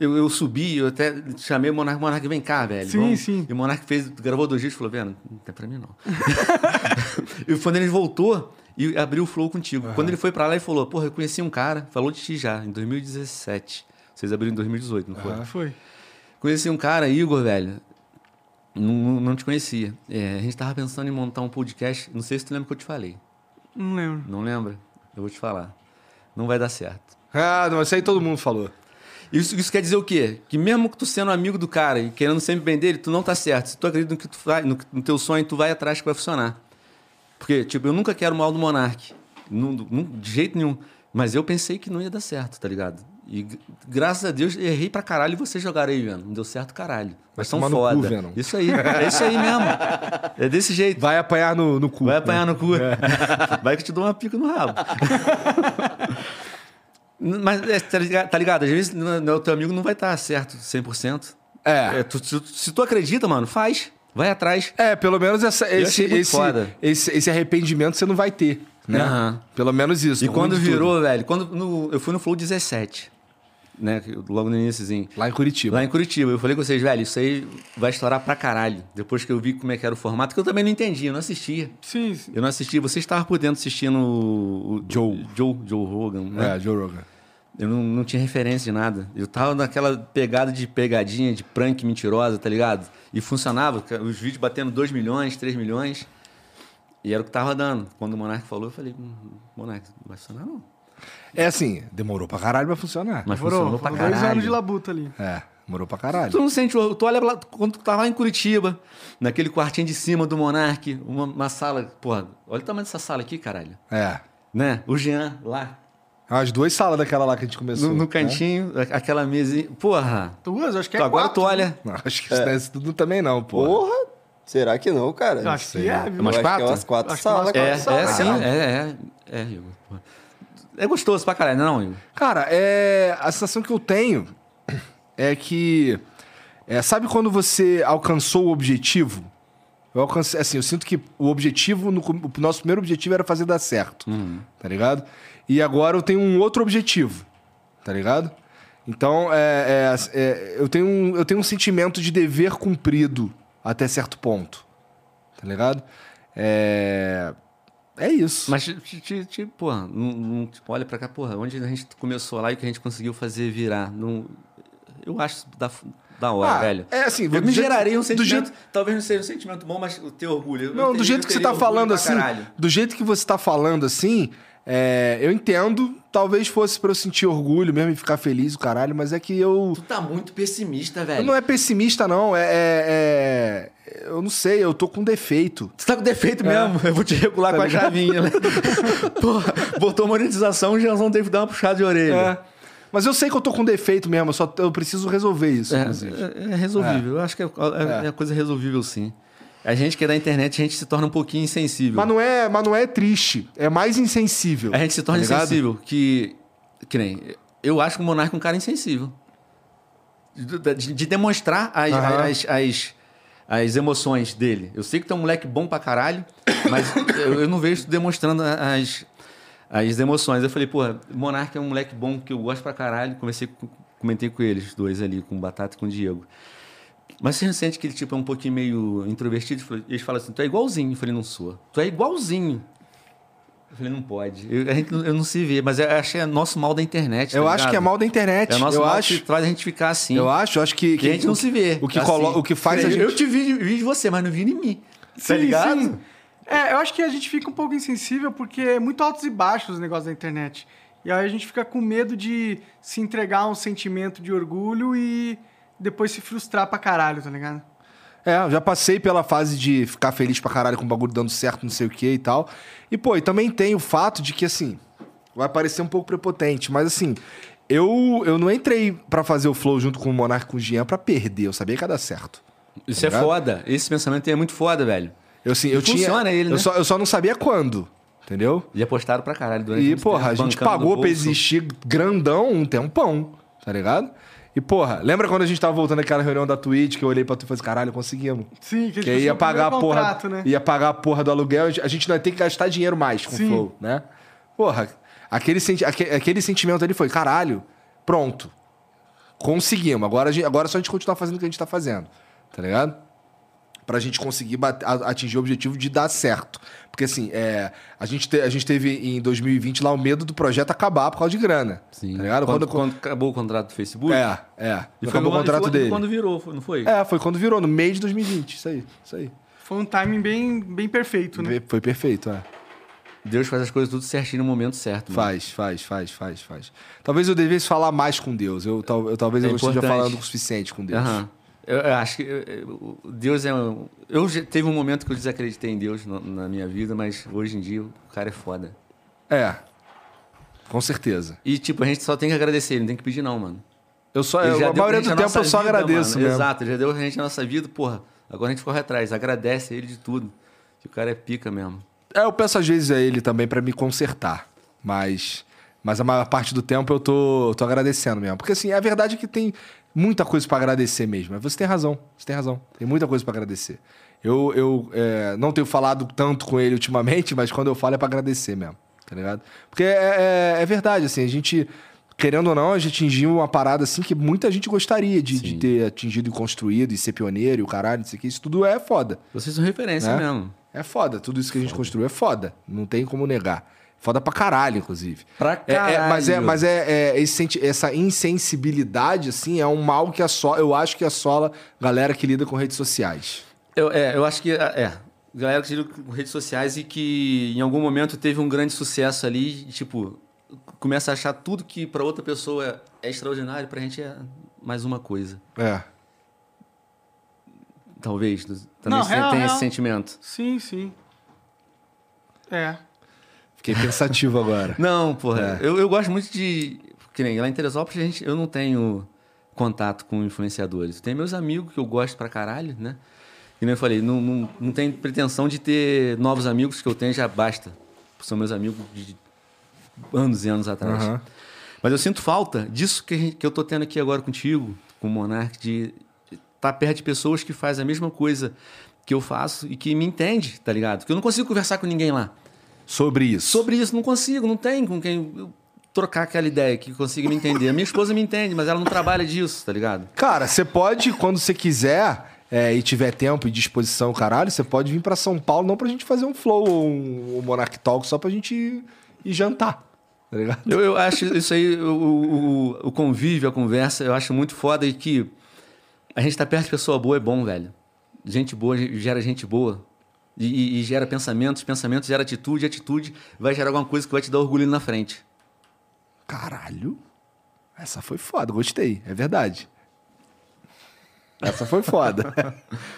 C: Eu, eu subi, eu até chamei o Monark, Monark, vem cá, velho.
B: Sim, sim.
C: E o Monark fez, gravou dois dias e falou, vendo, não é pra mim não. e quando ele voltou e abriu o flow contigo. Quando ele foi pra lá e falou, porra, eu conheci um cara, falou de ti já, em 2017. Vocês abriram em 2018, não foi?
B: Foi.
C: Conheci um cara, Igor, velho. Não, não te conhecia. É, a gente tava pensando em montar um podcast. Não sei se tu lembra que eu te falei.
B: Não lembro.
C: Não lembra? Eu vou te falar. Não vai dar certo.
A: Ah, não, isso aí todo mundo falou.
C: Isso, isso quer dizer o quê? Que mesmo que tu sendo amigo do cara e querendo sempre bem dele, tu não tá certo. Se tu acredita no que tu faz, no, que- no teu sonho, tu vai atrás que vai funcionar. Porque, tipo, eu nunca quero o mal do Monark. Nun- nun- de jeito nenhum. Mas eu pensei que não ia dar certo, tá ligado? E g- graças a Deus errei pra caralho e vocês jogaram aí, Venom. Não deu certo, caralho.
A: Vai
C: Mas são
A: tomar no
C: foda.
A: cu, Venom.
C: isso aí, é isso aí mesmo. É desse jeito.
A: Vai apanhar no, no cu.
C: Vai apanhar no cu.
A: É.
C: Vai que eu te dou uma pica no rabo. N- Mas, é, tá ligado? tá ligado? Às vezes n- n- o teu amigo não vai estar certo 100%.
A: É.
C: É, tu- tu- se tu acredita, mano, faz. Vai atrás.
A: É, pelo menos essa-
C: Eu
A: esse,
C: achei muito
A: esse,
C: foda.
A: esse, esse arrependimento você não vai ter, né?
C: Aham.
A: Pelo menos isso.
C: E
A: ruim
C: quando
A: de tudo.
C: virou, velho, quando no- eu fui no Flow 17, né? que eu- Logo no iníciozinho.
A: Lá em Curitiba.
C: Lá em Curitiba. Eu falei com vocês, velho, isso aí vai estourar pra caralho. Depois que eu vi como é que era o formato, que eu também não entendia, eu não assistia.
B: Sim, sim.
C: Eu não assistia. Você estava por dentro assistindo o... o-
A: Joe.
C: Joe, Joe Rogan, né?
A: É, Joe Rogan.
C: Eu não, não tinha referência de nada. Eu tava naquela pegada de pegadinha, de prank mentirosa, tá ligado? E funcionava, ca- os vídeos batendo 2 milhões, 3 milhões. E era o que tava dando. Quando o Monark falou, eu falei, "Hum, Monark, não vai funcionar não.
A: É assim, demorou pra caralho pra funcionar.
C: Mas
B: Demorou.
C: funcionou pra
B: Foram
C: caralho.
B: dois anos de labuta ali.
A: É, demorou pra
C: Tu
A: caralho.
C: não sente, o- tu olha lá, quando tu tava lá em Curitiba, naquele quartinho de cima do Monark, uma, uma sala, porra, olha o tamanho dessa sala aqui, caralho.
A: É.
C: Né? O Jean, lá,
A: As duas salas daquela lá que a gente começou.
C: no, no
A: né?
C: cantinho, a- aquela mesinha, porra.
B: Duas? Acho que é
C: Tu- agora
B: quatro.
C: tu olha...
A: Não, acho que isso não é isso tudo também não, pô.
D: Porra! Será que não, cara?
B: Eu acho que é, viu?
D: Eu acho que
A: quatro?
D: umas quatro
B: Acho que
D: salas.
B: umas
C: É,
B: quatro
C: é
B: salas.
C: sim, é, é, é, Igor. É gostoso pra caralho, não, Igor?
A: Cara, é, a sensação que eu tenho é que... é, sabe quando você alcançou o objetivo? Eu alcancei, assim, eu sinto que o objetivo, no com- o nosso primeiro objetivo era fazer dar certo,
C: Uhum.
A: tá ligado? E agora eu tenho um outro objetivo, tá ligado? Então, é, é, é, eu, tenho um, eu tenho um sentimento de dever cumprido até certo ponto, tá ligado? É, é isso.
C: Mas, te, te, te, porra, não, não- tipo, olha pra cá, porra, onde a gente começou lá e o que a gente conseguiu fazer virar. Não, eu acho da, da hora,
A: Ah,
C: velho.
A: É assim,
C: Eu
A: do
C: me
A: jeito-
C: geraria um
A: do
C: sentimento.
A: jeito-
C: Talvez não seja um sentimento bom, mas o teu orgulho. Eu
A: não,
C: teria-
A: do jeito que
C: eu
A: você
C: teria
A: tá
C: orgulho
A: falando
C: pra
A: assim,
C: caralho.
A: do jeito que você tá falando assim, é, eu entendo, talvez fosse pra eu sentir orgulho mesmo e ficar feliz o caralho, mas é que eu
C: Tu tá muito pessimista, velho.
A: não é pessimista não, é, é- é- eu não sei, eu tô com defeito.
C: Tu tá com
A: É.
C: defeito mesmo. Eu vou te
A: Tá
C: regular com a chavinha, né? Porra, botou monetização, o Janzão teve que dar uma puxada de orelha.
A: É. Mas eu sei que eu tô com defeito mesmo, eu só eu preciso resolver isso. inclusive.
C: É, é- é resolvível. Eu acho que é, é- é coisa resolvível, sim. A gente que é da internet, a gente se torna um pouquinho insensível.
A: Mas não é, mas não é triste, é mais insensível.
C: a gente se torna
A: tá ligado?
C: insensível. Que, que nem... Eu acho que o Monarca é um cara insensível. De, de- de demonstrar as,
A: Aham.
C: as, as, as emoções dele. Eu sei que tu é um moleque bom pra caralho, mas eu, eu não vejo tu demonstrando a- as, as emoções. Eu falei, porra, o Monarca é um moleque bom que eu gosto pra caralho. Comecei, com- comentei com eles dois ali, com o Batata e com o Diego. Mas você não sente que ele tipo, é um pouquinho meio introvertido? Eu falei- Eles falam assim, tu é igualzinho. Eu falei, não sou. Tu é igualzinho. Eu falei, não pode. Eu, a gente, não- eu não se vê, mas eu acho que é nosso mal da internet. tá
A: Eu acho
C: ligado?
A: que é mal da internet.
C: É nosso
A: eu
C: mal
A: acho,
C: que faz a gente ficar assim.
A: eu acho, eu acho que,
C: que a gente não se vê.
A: O que,
C: assim.
A: colo- o que faz a
C: Eu-
A: gente
C: Eu te vi, vi de você, mas não vi em mim. tá
B: Sim,
C: ligado?
B: sim. É, eu acho que a gente fica um pouco insensível porque é muito altos e baixos os negócios da internet. E aí a gente fica com medo de se entregar a um sentimento de orgulho e depois se frustrar pra caralho, tá ligado?
A: É, eu já passei pela fase de ficar feliz pra caralho com o bagulho dando certo, não sei o que e tal. E, pô, e também tem o fato de que, assim, vai parecer um pouco prepotente, mas, assim, eu, eu não entrei pra fazer o flow junto com o Monark e com o Jean pra perder, eu sabia que ia dar certo.
C: Isso
A: Tá
C: é
A: ligado?
C: foda. Esse pensamento aí é muito foda, velho.
A: Eu, assim, eu tinha.
C: funciona ele,
A: eu,
C: né?
A: só, eu só não sabia quando, entendeu?
C: E apostaram pra caralho durante
A: E,
C: muito
A: porra, a
C: tempo,
A: gente
C: bancando do
A: pagou pra
C: bolso.
A: existir grandão um tempão, tá ligado? E, porra, lembra quando a gente tava voltando aquela reunião da Twitch que eu olhei pra tu e falei assim, caralho, conseguimos.
B: Sim,
A: Que aí ia pagar a porra,
B: né?
A: ia pagar a porra do aluguel, a gente não ia ter que gastar dinheiro mais com o
B: Sim.
A: Flow, né? Porra, aquele, senti aque- aquele sentimento ali foi, caralho, pronto. Conseguimos. Agora, a gente- agora é só a gente continuar fazendo o que a gente tá fazendo, tá ligado? pra gente conseguir bate- a- atingir o objetivo de dar certo. Porque assim, é, a, gente te- a gente teve em 2020 lá o medo do projeto acabar por causa de grana. Tá ligado?
C: Quando,
A: Quando,
C: quando acabou o contrato do Facebook.
A: é, é.
C: E foi
A: acabou o
C: quando-
A: contrato
C: foi
A: dele.
C: quando virou, foi- não foi?
A: É, foi quando virou, no meio de 2020. Isso aí, isso aí.
B: Foi um timing bem, bem perfeito, né?
A: Foi- Foi perfeito, é.
C: Deus faz as coisas tudo certinho no momento certo. mano.
A: Faz, faz, faz, faz, faz. Talvez eu devesse falar mais com Deus. Eu, tal- eu- talvez
C: É
A: eu não esteja
C: importante.
A: falando o suficiente com Deus.
C: Aham. Eu, eu acho que eu- eu- o Deus é. um- Eu já- teve um momento que eu desacreditei em Deus no- na minha vida, mas hoje em dia o cara é foda.
A: É. Com certeza.
C: E tipo, a gente só tem que agradecer, ele não tem que pedir, não, mano.
A: Eu só,
C: Ele
A: eu-
C: já
A: É, a
C: deu pra
A: maioria
C: gente
A: do
C: a
A: tempo
C: nossa
A: eu só
C: vida,
A: agradeço
C: mano.
A: mesmo.
C: Exato, ele já deu pra gente a nossa vida, porra. Agora a gente corre atrás, agradece a ele de tudo. Que o cara é pica mesmo.
A: É, eu peço às vezes a ele também pra me consertar. Mas, mas a maior parte do tempo eu tô, tô agradecendo mesmo. Porque assim, a verdade é que tem muita coisa pra agradecer mesmo. Mas Você tem razão, você tem razão. Tem muita coisa pra agradecer. Eu, eu é, não tenho falado tanto com ele ultimamente, mas quando eu falo é pra agradecer mesmo, tá ligado? Porque é, é- é verdade, assim, a gente, querendo ou não, a gente atingiu uma parada assim que muita gente gostaria de, de ter atingido e construído e ser pioneiro e o caralho, isso aqui, isso tudo é foda.
C: Vocês são referência
A: Né?
C: mesmo.
A: É foda, tudo isso que a gente construiu é foda. Não tem como negar. Foda pra caralho, inclusive.
C: Pra
A: É- é- mas é,
C: caralho.
A: mas é, é esse senti- essa insensibilidade, assim, é um mal que assola, eu acho que assola galera que lida com redes sociais.
C: Eu, é, eu acho que é. Galera que lida com redes sociais e que em algum momento teve um grande sucesso ali, e, tipo, começa a achar tudo que pra outra pessoa é, é extraordinário, pra gente é mais uma coisa.
A: É.
C: Talvez. Também
B: Não,
C: você
B: real,
C: tem esse
B: real.
C: sentimento.
B: Sim, sim. É.
A: Fiquei pensativo agora.
C: Não, porra. Eu, eu gosto muito de. Que nem lá em Teresópolis, a gente, eu não tenho contato com influenciadores. Tem meus amigos que eu gosto pra caralho, né? E nem eu falei, não, não, não tem pretensão de ter novos amigos que eu tenho, já basta. São meus amigos de anos e anos atrás.
A: Aham.
C: Mas eu sinto falta disso que, a gente- que eu tô tendo aqui agora contigo, com o Monark, de estar perto de pessoas que fazem a mesma coisa que eu faço e que me entende, tá ligado? Que eu não consigo conversar com ninguém lá
A: Sobre isso.
C: sobre isso, não consigo, não tem com quem eu trocar aquela ideia que consiga me entender. A minha esposa me entende, mas ela não trabalha disso, tá ligado?
A: Cara, você pode, quando você quiser é, e tiver tempo e disposição, caralho, você pode vir pra São Paulo, não pra gente fazer um flow ou um, um Monark Talk, só pra gente ir, ir jantar. Tá ligado?
C: Eu, eu acho isso aí, o, o- o- o convívio, a conversa, eu acho muito foda e que a gente tá perto de pessoa boa é bom, velho. Gente boa gera gente boa. E, e- e gera pensamentos, pensamentos gera atitude, atitude vai gerar alguma coisa que vai te dar orgulho na frente.
A: Caralho. Essa foi foda, gostei, é verdade. Essa foi foda.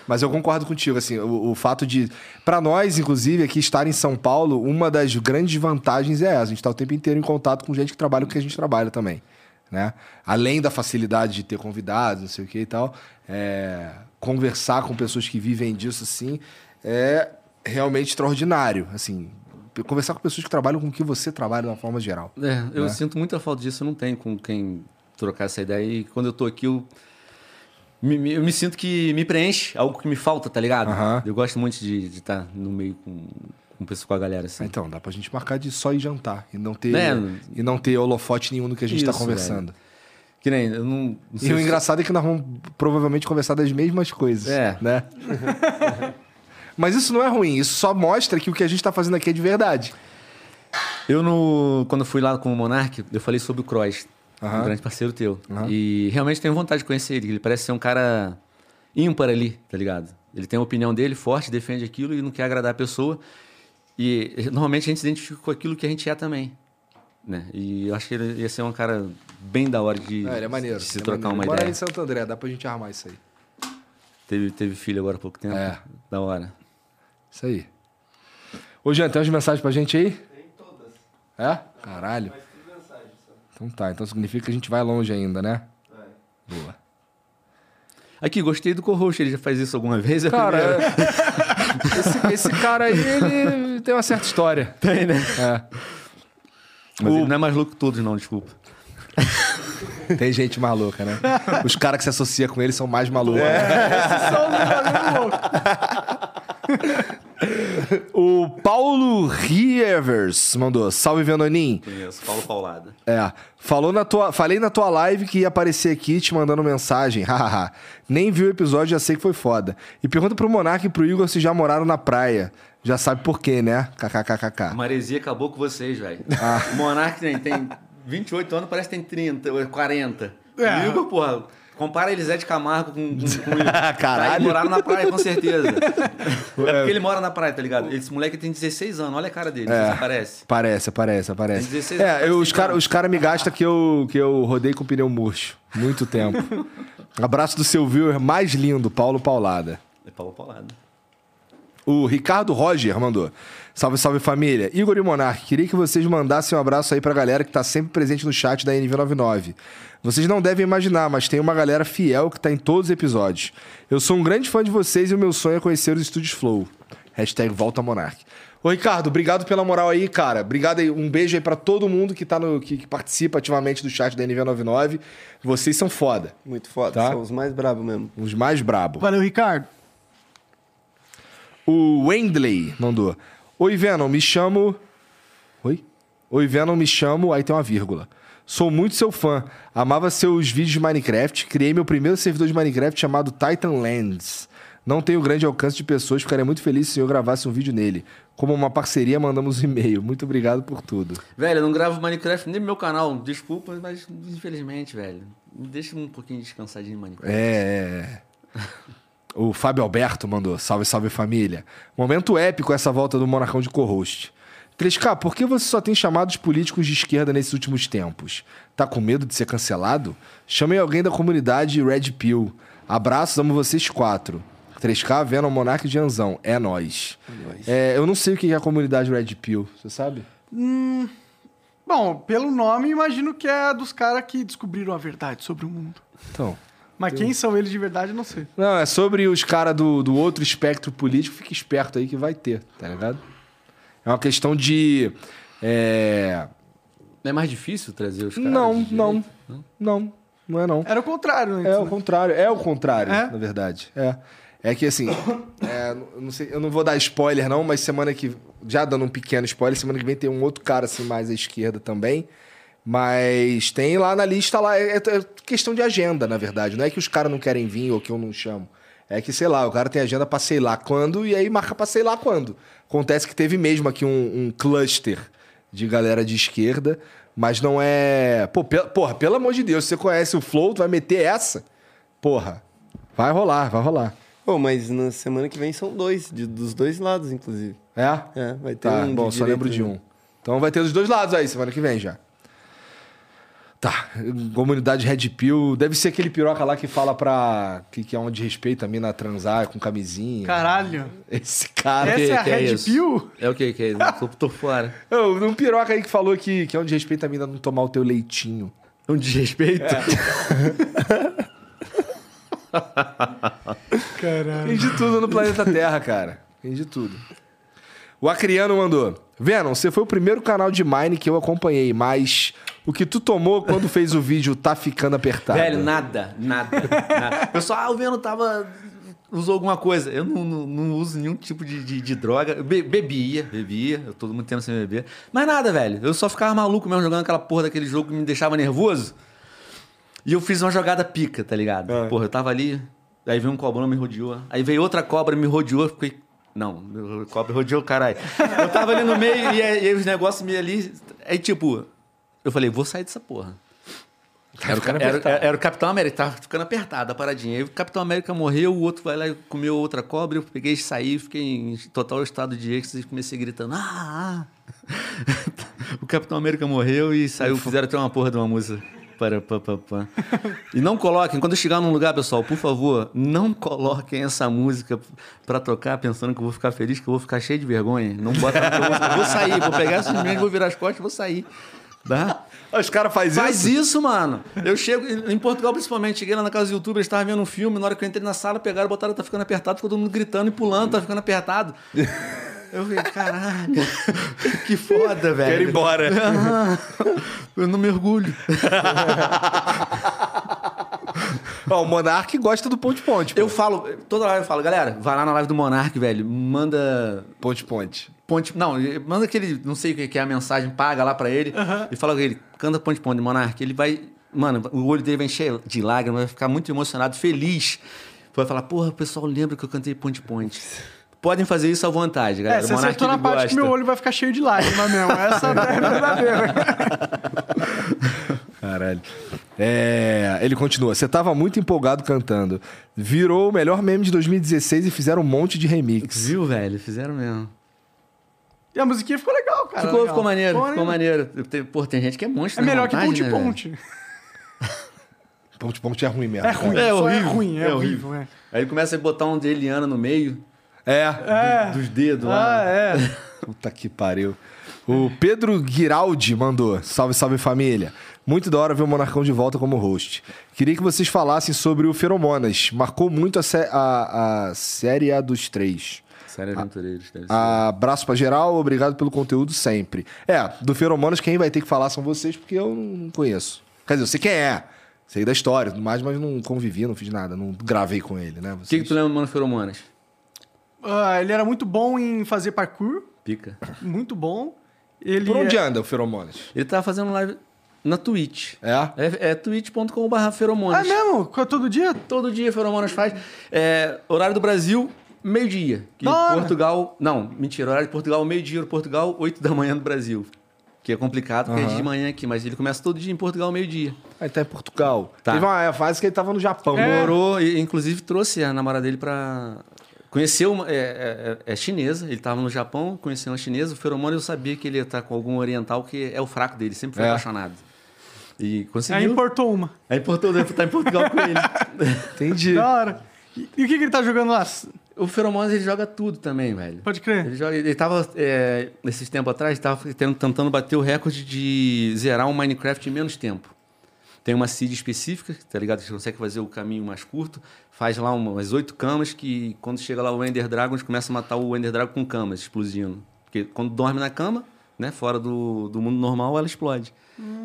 A: Mas eu concordo contigo, assim, o, o fato de. Pra nós, inclusive, aqui estar em São Paulo, uma das grandes vantagens é essa. A gente tá o tempo inteiro em contato com gente que trabalha com o que a gente trabalha também. Né? Além da facilidade de ter convidados, não sei o que e tal, é, conversar com pessoas que vivem disso, assim, é realmente extraordinário. Assim, conversar com pessoas que trabalham com o que você trabalha de uma forma geral.
C: É, eu
A: Né?
C: sinto muita falta disso, eu não tenho com quem trocar essa ideia. E quando eu tô aqui, eu me, me- eu me sinto que me preenche, algo que me falta, tá ligado?
A: Aham.
C: Eu gosto muito de estar no meio com, com, pessoa- com a galera,
A: Ah,
C: assim.
A: Então, dá pra gente marcar de só ir jantar e não ter,
C: É.
A: e não ter holofote nenhum no que a gente tá
C: Isso,
A: conversando.
C: Que nem, eu não, não
A: E
C: sei
A: o
C: se-
A: engraçado é que nós vamos provavelmente conversar das mesmas coisas,
C: É.
A: né? Mas isso não é ruim, isso só mostra que o que a gente tá fazendo aqui é de verdade.
C: Eu, no, quando fui lá com o Monark, eu falei sobre o Cross,
A: Aham.
C: um grande parceiro teu.
A: Aham.
C: E realmente tenho vontade de conhecer ele, ele parece ser um cara ímpar ali, tá ligado? Ele tem a opinião dele forte, defende aquilo e não quer agradar a pessoa. E eh, normalmente a gente se identifica com aquilo que a gente é também. Né? E eu acho que ele ia ser um cara bem da hora de,
A: É, ele é maneiro.
C: de se
A: ele é
C: trocar
A: maneiro.
C: uma
A: Bora
C: ideia.
A: em Santo André, dá pra gente armar isso aí.
C: Teve, teve filho agora há pouco tempo.
A: É.
C: Da hora.
A: Isso aí. Ô, Jean, tem umas mensagens pra gente aí? Tem todas. É? Caralho. Mas tem mensagem, Então tá, então significa que a gente vai longe ainda, né? Boa.
C: Aqui, gostei do co-host, ele já faz isso alguma vez? É a
A: Cara,
C: primeira.
A: é- esse, esse cara aí, ele tem uma certa história.
C: Tem, né?
A: É.
C: Mas ele não é mais louco que todos, não, desculpa.
A: Tem gente maluca, né? Os caras que se associa com ele são mais malucos. né?
B: Só um bagulho louco.
A: O Paulo Rievers mandou. Salve, Venonin.
C: Conheço, Paulo Paulada.
A: É. Falou na tua, falei na tua live que ia aparecer aqui te mandando mensagem. Hahaha. Nem vi o episódio, já sei que foi foda. E pergunta pro Monark e pro Igor se já moraram na praia. Já sabe por quê, né?
C: A
A: KKKKK.
C: maresia acabou com vocês, velho. O Monark tem, tem 28 anos, parece que tem 30, ou 40.
B: É.
C: É. Igor, porra, compara Elisete Camargo com... com, com
A: Caralho.
C: Tá, ele morava na praia, com certeza. é porque ele mora na praia, tá ligado? Esse moleque tem 16 anos, olha a cara dele, desaparece.
A: Parece, aparece, aparece.
C: Tem 16
A: é, eu-
C: anos,
A: os caras os cara me gastam que eu, que eu rodei com pneu murcho. Muito tempo. Abraço do seu viewer mais lindo, Paulo Paulada.
C: É Paulo Paulada.
A: O Ricardo Roger mandou. Salve, salve família. Igor e Monark, queria que vocês mandassem um abraço aí pra galera que tá sempre presente no chat da NV99. Vocês não devem imaginar, mas tem uma galera fiel que tá em todos os episódios. Eu sou um grande fã de vocês e o meu sonho é conhecer os estúdios Flow. Hashtag volta Monark. Ô Ricardo, obrigado pela moral aí, cara. Obrigado aí. Um beijo aí pra todo mundo que, tá no, que, que participa ativamente do chat da NV99. Vocês são foda.
D: Muito foda,
A: Tá.
D: são os mais bravos mesmo.
A: Os mais brabo.
B: Valeu, Ricardo.
A: O Wendley mandou. Oi, Venom, me chamo. Oi? Oi, Venom, me chamo. Aí tem uma vírgula. Sou muito seu fã. Amava seus vídeos de Minecraft. Criei meu primeiro servidor de Minecraft chamado Titan Lands. Não tenho grande alcance de pessoas, ficaria muito feliz se eu gravasse um vídeo nele. Como uma parceria, mandamos um e-mail. Muito obrigado por tudo.
C: Velho, eu não gravo Minecraft nem no meu canal, desculpa, mas infelizmente, velho. Me deixa um pouquinho descansadinho em Minecraft.
A: É. é, é. O Fábio Alberto mandou. Salve, salve família. Momento épico essa volta do Monarcão de co-host. 3K, por que você só tem chamados políticos de esquerda nesses últimos tempos? Tá com medo de ser cancelado? Chamei alguém da comunidade Red Pill. Abraços, amo vocês quatro. 3K, Venom, Monarca e Janzão. É nóis. É, eu não sei o que é a comunidade Red Pill. Você sabe?
B: Bom, pelo nome, imagino que é dos caras que descobriram a verdade sobre o mundo.
A: Então...
B: Mas quem são eles de verdade, eu não sei.
A: Não, é sobre os caras do, do outro espectro político, fica esperto aí que vai ter, tá ligado? É uma questão de. É...
C: Não é mais difícil trazer os caras?
A: Não,
C: de
A: não,
C: direita?
A: não, não é não.
B: Era o contrário antes,
A: É o
B: né?
A: contrário, é o contrário,
B: É?
A: na verdade. É. É que assim, é, eu não sei- eu não vou dar spoiler não, mas semana que. Já dando um pequeno spoiler, semana que vem tem um outro cara assim mais à esquerda também. Mas tem lá na lista lá. É, é questão de agenda, na verdade. Não é que os caras não querem vir ou que eu não chamo. É que, sei lá, o cara tem agenda pra sei lá quando e aí marca pra sei lá quando. Acontece que teve mesmo aqui um, um cluster de galera de esquerda, mas não é. Pô, pe- Porra, pelo amor de Deus, se você conhece o Flow, tu vai meter essa? Porra, vai rolar, vai rolar.
D: Pô, mas na semana que vem são dois, de- dos dois lados, inclusive.
A: É?
D: É, vai ter
A: Tá,
D: um. de
A: bom, só
D: direita,
A: lembro de
D: né?
A: um. Então vai ter dos dois lados aí, semana que vem já. Tá, comunidade Red Pill. Deve ser aquele piroca lá que fala pra. que, que é onde respeita a mina transar é com camisinha.
B: Caralho.
A: Esse cara.
B: Essa é a
C: que é
B: Red
C: isso?
B: Pill?
C: É o que que é? isso? Eu tô fora.
A: Ô, Um piroca aí que falou que, que é onde respeita a mina não tomar o teu leitinho.
C: É um desrespeito?
A: Tem de tudo no planeta Terra, cara. Tem de tudo. O Acriano mandou. Venom, você foi o primeiro canal de Mine que eu acompanhei, mas o que tu tomou quando fez o vídeo tá ficando apertado?
C: Velho, nada, nada, nada. Pessoal, ah, o Veno tava. Usou alguma coisa. Eu não, não, não uso nenhum tipo de, de, de droga. Eu be- bebia, bebia. Eu tô muito tempo sem beber. Mas nada, velho. Eu só ficava maluco mesmo jogando aquela porra daquele jogo que me deixava nervoso. E eu fiz uma jogada pica, tá ligado? Porra, eu tava ali, aí veio um cobrão me rodeou. Aí veio outra cobra me rodeou, eu fiquei. Não, eu- cobra rodeou, caralho. Eu tava ali no meio e, aí- e aí os negócios me ali. Aí, tipo, eu falei, vou sair dessa porra. Era o, ca- era- era o Capitão América, tava ficando apertado a paradinha. Aí o Capitão América morreu, o outro vai lá e comeu outra cobra. Eu peguei e saí, fiquei em total estado de êxtase e comecei gritando: Ah! ah." o Capitão América morreu e saiu, fizeram até uma porra de uma música. Para, pa, pa, pa. E não coloquem, quando eu chegar num lugar, pessoal, por favor, não coloquem essa música pra tocar pensando que eu vou ficar feliz, que eu vou ficar cheio de vergonha. Não bota porque eu vou- eu vou sair, vou pegar esses meninos, vou virar as costas e vou sair. Tá?
A: Os caras fazem
C: Faz isso, mano. Eu chego, em Portugal principalmente, cheguei lá na casa do YouTube, eles estavam vendo um filme, na hora que eu entrei na sala, pegaram, botaram, tá ficando apertado, ficou todo mundo gritando e pulando, tá ficando apertado. Eu falei, caralho, que foda, velho.
A: Quero ir embora.
C: Ah, eu não mergulho.
A: Ó, o Monark gosta do ponte-ponte.
C: Eu falo, toda hora eu falo, galera, vai lá na live do Monark, velho, manda
A: Ponte-ponte.
C: ponte, não, manda aquele, não sei o que que é a mensagem, paga lá pra ele e fala com ele, canta ponte ponte Monark, ele vai, mano, o olho dele vai encher de lágrimas, vai ficar muito emocionado, feliz. Vai falar, porra, o pessoal lembra que eu cantei ponte ponte. Podem fazer isso à vontade,
B: É,
C: galera.
B: você
C: o Monark
B: acertou na
C: ele
B: parte que
C: gosta.
B: meu olho vai ficar cheio de lágrima mesmo. Essa é a verdadeira.
A: Caralho. É, ele continua. Você tava muito empolgado cantando. Virou o melhor meme de 2016 e fizeram um monte de remix.
C: Viu, velho? Fizeram mesmo.
B: E a musiquinha ficou legal, cara.
C: ficou,
B: legal.
C: ficou maneiro, ficou maneiro. Tem- Pô, tem gente que é monstro
B: É melhor que
C: na montagem, né, velho?
B: ponte-ponte.
A: Ponte-ponte é ruim mesmo.
B: É ruim, só
C: É
B: é
C: horrível,
B: ruim, é,
C: é
B: horrível.
C: horrível. Aí ele começa a botar um de Eliana no meio
A: É.
B: É.
C: dos
B: Ah,
C: dedos lá.
B: é.
A: Puta que pariu. O Pedro Giraldi mandou. Salve, salve família. Muito da hora ver o Monarcão de volta como host. Queria que vocês falassem sobre o Feromonas. Marcou muito a, sé- a- a série A dos três.
C: Sério, é aventureiros, deve ser.
A: Abraço pra geral, obrigado pelo conteúdo sempre. É, do Feromonas quem vai ter que falar são vocês, porque eu não conheço. Quer dizer, eu sei quem é. Sei da história, e tudo mais, mas não convivi, não fiz nada, não gravei com ele, né?
C: O que,
A: Vocês-
C: que tu lembra do Mano Feromonas?
B: Ah, ele era muito bom em fazer parkour,
C: Pica.
B: muito bom. Ele
A: Por onde
B: é-
A: anda o Feromonas?
C: Ele tava fazendo live na Twitch.
A: É?
C: É, é twitch.com.br
B: Ah,
C: feromonas.
B: é mesmo? Co- Todo dia?
C: Todo dia feromonas faz. É, horário do Brasil, meio-dia. Que
B: Da hora.
C: Portugal... Não, mentira. Horário de Portugal, meio-dia. Portugal, 8 da manhã no Brasil. Que é complicado, porque é de manhã aqui. Mas ele começa todo dia em Portugal, meio-dia.
A: Aí tá em Portugal.
C: Tá. É.
A: Teve uma fase que ele tava no Japão.
C: Morou, e, inclusive trouxe a namorada dele pra. Conheceu uma. É, é- é chinesa, ele tava no Japão, conheceu uma chinesa. O feromônio eu sabia que ele ia estar com algum oriental, que é o fraco dele, sempre foi
A: É.
C: apaixonado. E
B: Aí
C: conseguiu.
B: importou uma.
C: Aí importou, deve estar em Portugal com ele.
A: Entendi.
B: Da hora. E, e o que, que ele tá jogando lá?
C: O feromônio ele joga tudo também, velho.
B: Pode crer.
C: Ele, joga, ele tava, é, nesses tempos atrás, tava tendo- tentando bater o recorde de zerar um Minecraft em menos tempo. Tem uma seed específica, tá ligado? Você consegue fazer o caminho mais curto. Faz lá uma- umas oito camas que quando chega lá o Ender Dragon, eles começam a matar o Ender Dragon com camas, explodindo. Porque quando dorme na cama, né, fora do, do mundo normal, ela explode.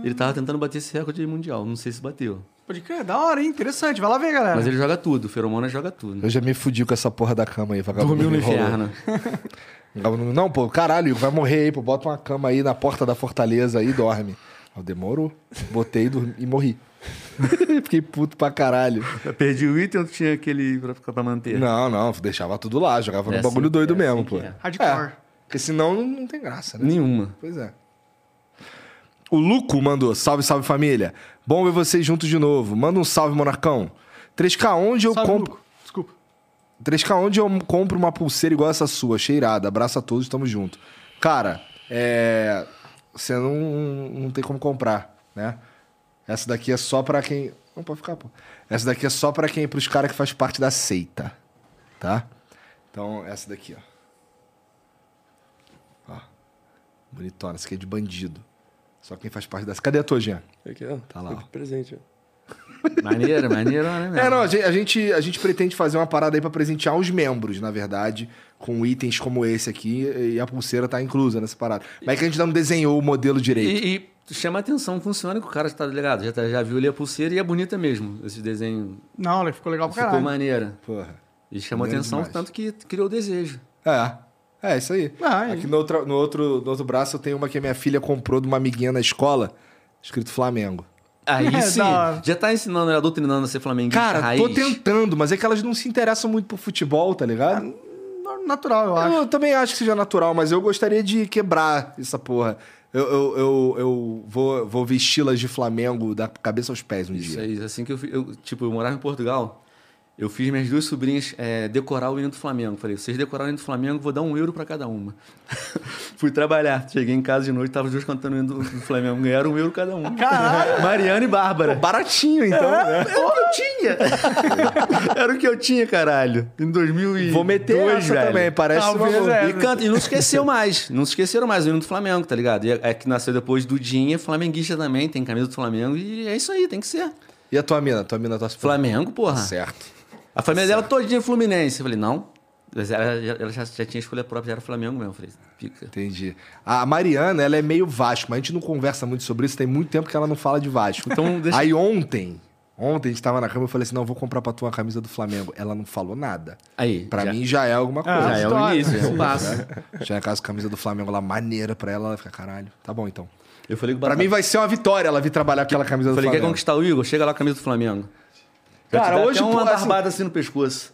C: Ele tava tentando bater esse recorde mundial, não sei se bateu.
B: Pode crer, da hora, hein? Interessante. Vai lá ver, galera.
C: Mas ele joga tudo, o Feromona joga tudo.
A: Eu já me fudi com essa porra da cama aí, vagabundo.
C: Dormiu no
A: me enrolou.
C: inferno.
A: Vagabundo, Não, pô, caralho, vai morrer aí, pô. Bota uma cama aí na porta da fortaleza aí e dorme. Eu demorou. Botei e dormi- e morri. Fiquei puto pra caralho.
C: Eu perdi o item ou tinha aquele pra, pra manter?
A: Não, não, deixava tudo lá, jogava
C: É
A: num bagulho
C: assim-
A: doido
C: é
A: mesmo,
C: assim
A: pô.
C: que é.
B: Hardcore.
A: Porque senão não- não tem graça, né?
C: Nenhuma.
A: Pois é. O Luco mandou. Salve, salve família. Bom ver vocês juntos de novo. Manda um salve, Monarcão. 3K, onde eu
B: Salve,
A: compro.
B: Luco. Desculpa.
A: 3K, onde eu compro uma pulseira igual essa sua, cheirada. Abraço a todos, tamo junto. Cara, é. Você não, não tem como comprar, né? Essa daqui é só pra quem. Não pode ficar, pô. Essa daqui é só pra quem. pros caras que faz parte da seita, tá? Então, essa daqui, ó. Ó. Bonitona, essa aqui é de bandido. Só quem faz parte dessa. Cadê a tua, Jean?
D: né? Aqui, ó.
A: Tá lá,
D: Fica
A: ó.
D: Presente, ó.
C: Maneiro, maneiro, né? Mesmo?
A: É, não, a gente, a gente, a gente pretende fazer uma parada aí pra presentear os membros, na verdade, com itens como esse aqui, e a pulseira tá inclusa nessa parada. Mas é que a gente não desenhou o modelo direito.
C: E, e chama atenção, funciona que o cara tá ligado. Já, tá- já viu ali a pulseira e é bonita mesmo. Esse desenho
B: Não, olha, ficou legal pra
C: ficou
B: caralho.
C: maneira.
A: Porra.
C: E chamou
A: Maneiro
C: atenção,
A: demais.
C: tanto que criou o desejo.
A: É. É, isso aí.
B: Ah, é.
A: Aqui no outro, no, outro, no outro braço eu tenho uma que a minha filha comprou de uma amiguinha na escola, escrito Flamengo.
C: Aí
B: É,
C: sim,
B: da hora.
C: já tá ensinando, ela doutrinando a ser flamenguista
A: Cara,
C: raiz.
A: tô tentando, mas é que elas não se interessam muito por futebol, tá ligado?
B: Natural, eu acho.
A: Eu também acho que seja natural, mas eu gostaria de quebrar essa porra. Eu, eu, eu, eu vou, vou vesti-las de Flamengo da cabeça aos pés um
C: Isso
A: dia.
C: aí, assim que eu, fi- eu tipo, eu morava em Portugal, eu fiz minhas duas sobrinhas é, decorar o hino do Flamengo. Falei, vocês decoraram o hino do Flamengo, vou dar um euro pra cada uma. Fui trabalhar, cheguei em casa de noite, tava os dois cantando o hino do, do Flamengo, ganharam um euro cada uma. Mariana e Bárbara.
A: Baratinho, então. né?
C: Era o que eu tinha. Era o que eu tinha, caralho. Em 2002,
A: Vou meter essa
C: velho.
A: também, parece
B: Talvez,
A: uma-
B: é.
C: E, canta, e não esqueceu mais. Não se esqueceram mais o hino do Flamengo, tá ligado? E é é que nasceu depois do Dinha, flamenguista também, tem camisa do Flamengo. E é isso aí, tem que ser.
A: E a tua mina? Tua mina torce pro-
C: Flamengo, porra.
A: Certo.
C: A família dela todinha é Fluminense. Eu falei, não. Mas ela, ela já, já tinha escolha própria, já era Flamengo mesmo. Eu falei, pica.
A: Entendi. A Mariana, ela é meio Vasco, mas a gente não conversa muito sobre isso. Tem muito tempo que ela não fala de Vasco.
C: Então, deixa-
A: Aí ontem, Ontem a gente tava na cama e eu falei assim: não, eu vou comprar pra tu uma camisa do Flamengo. Ela não falou nada.
C: Aí,
A: Pra
C: já,
A: mim já né? é alguma coisa.
C: já é o
B: História.
C: início, já é um passo.
A: Chega em casa com a camisa do Flamengo lá, maneira pra ela, ela fica, caralho, tá bom então.
C: Eu falei com o
A: Pra
C: Batata.
A: mim vai ser uma vitória ela vir trabalhar com aquela camisa do
C: Falei, quer
A: Flamengo.
C: conquistar o Igor? Chega lá com a camisa do Flamengo. Já
A: Cara,
C: te dá
A: hoje,
C: até
A: pô,
C: uma
A: assim-
C: barbada assim no pescoço.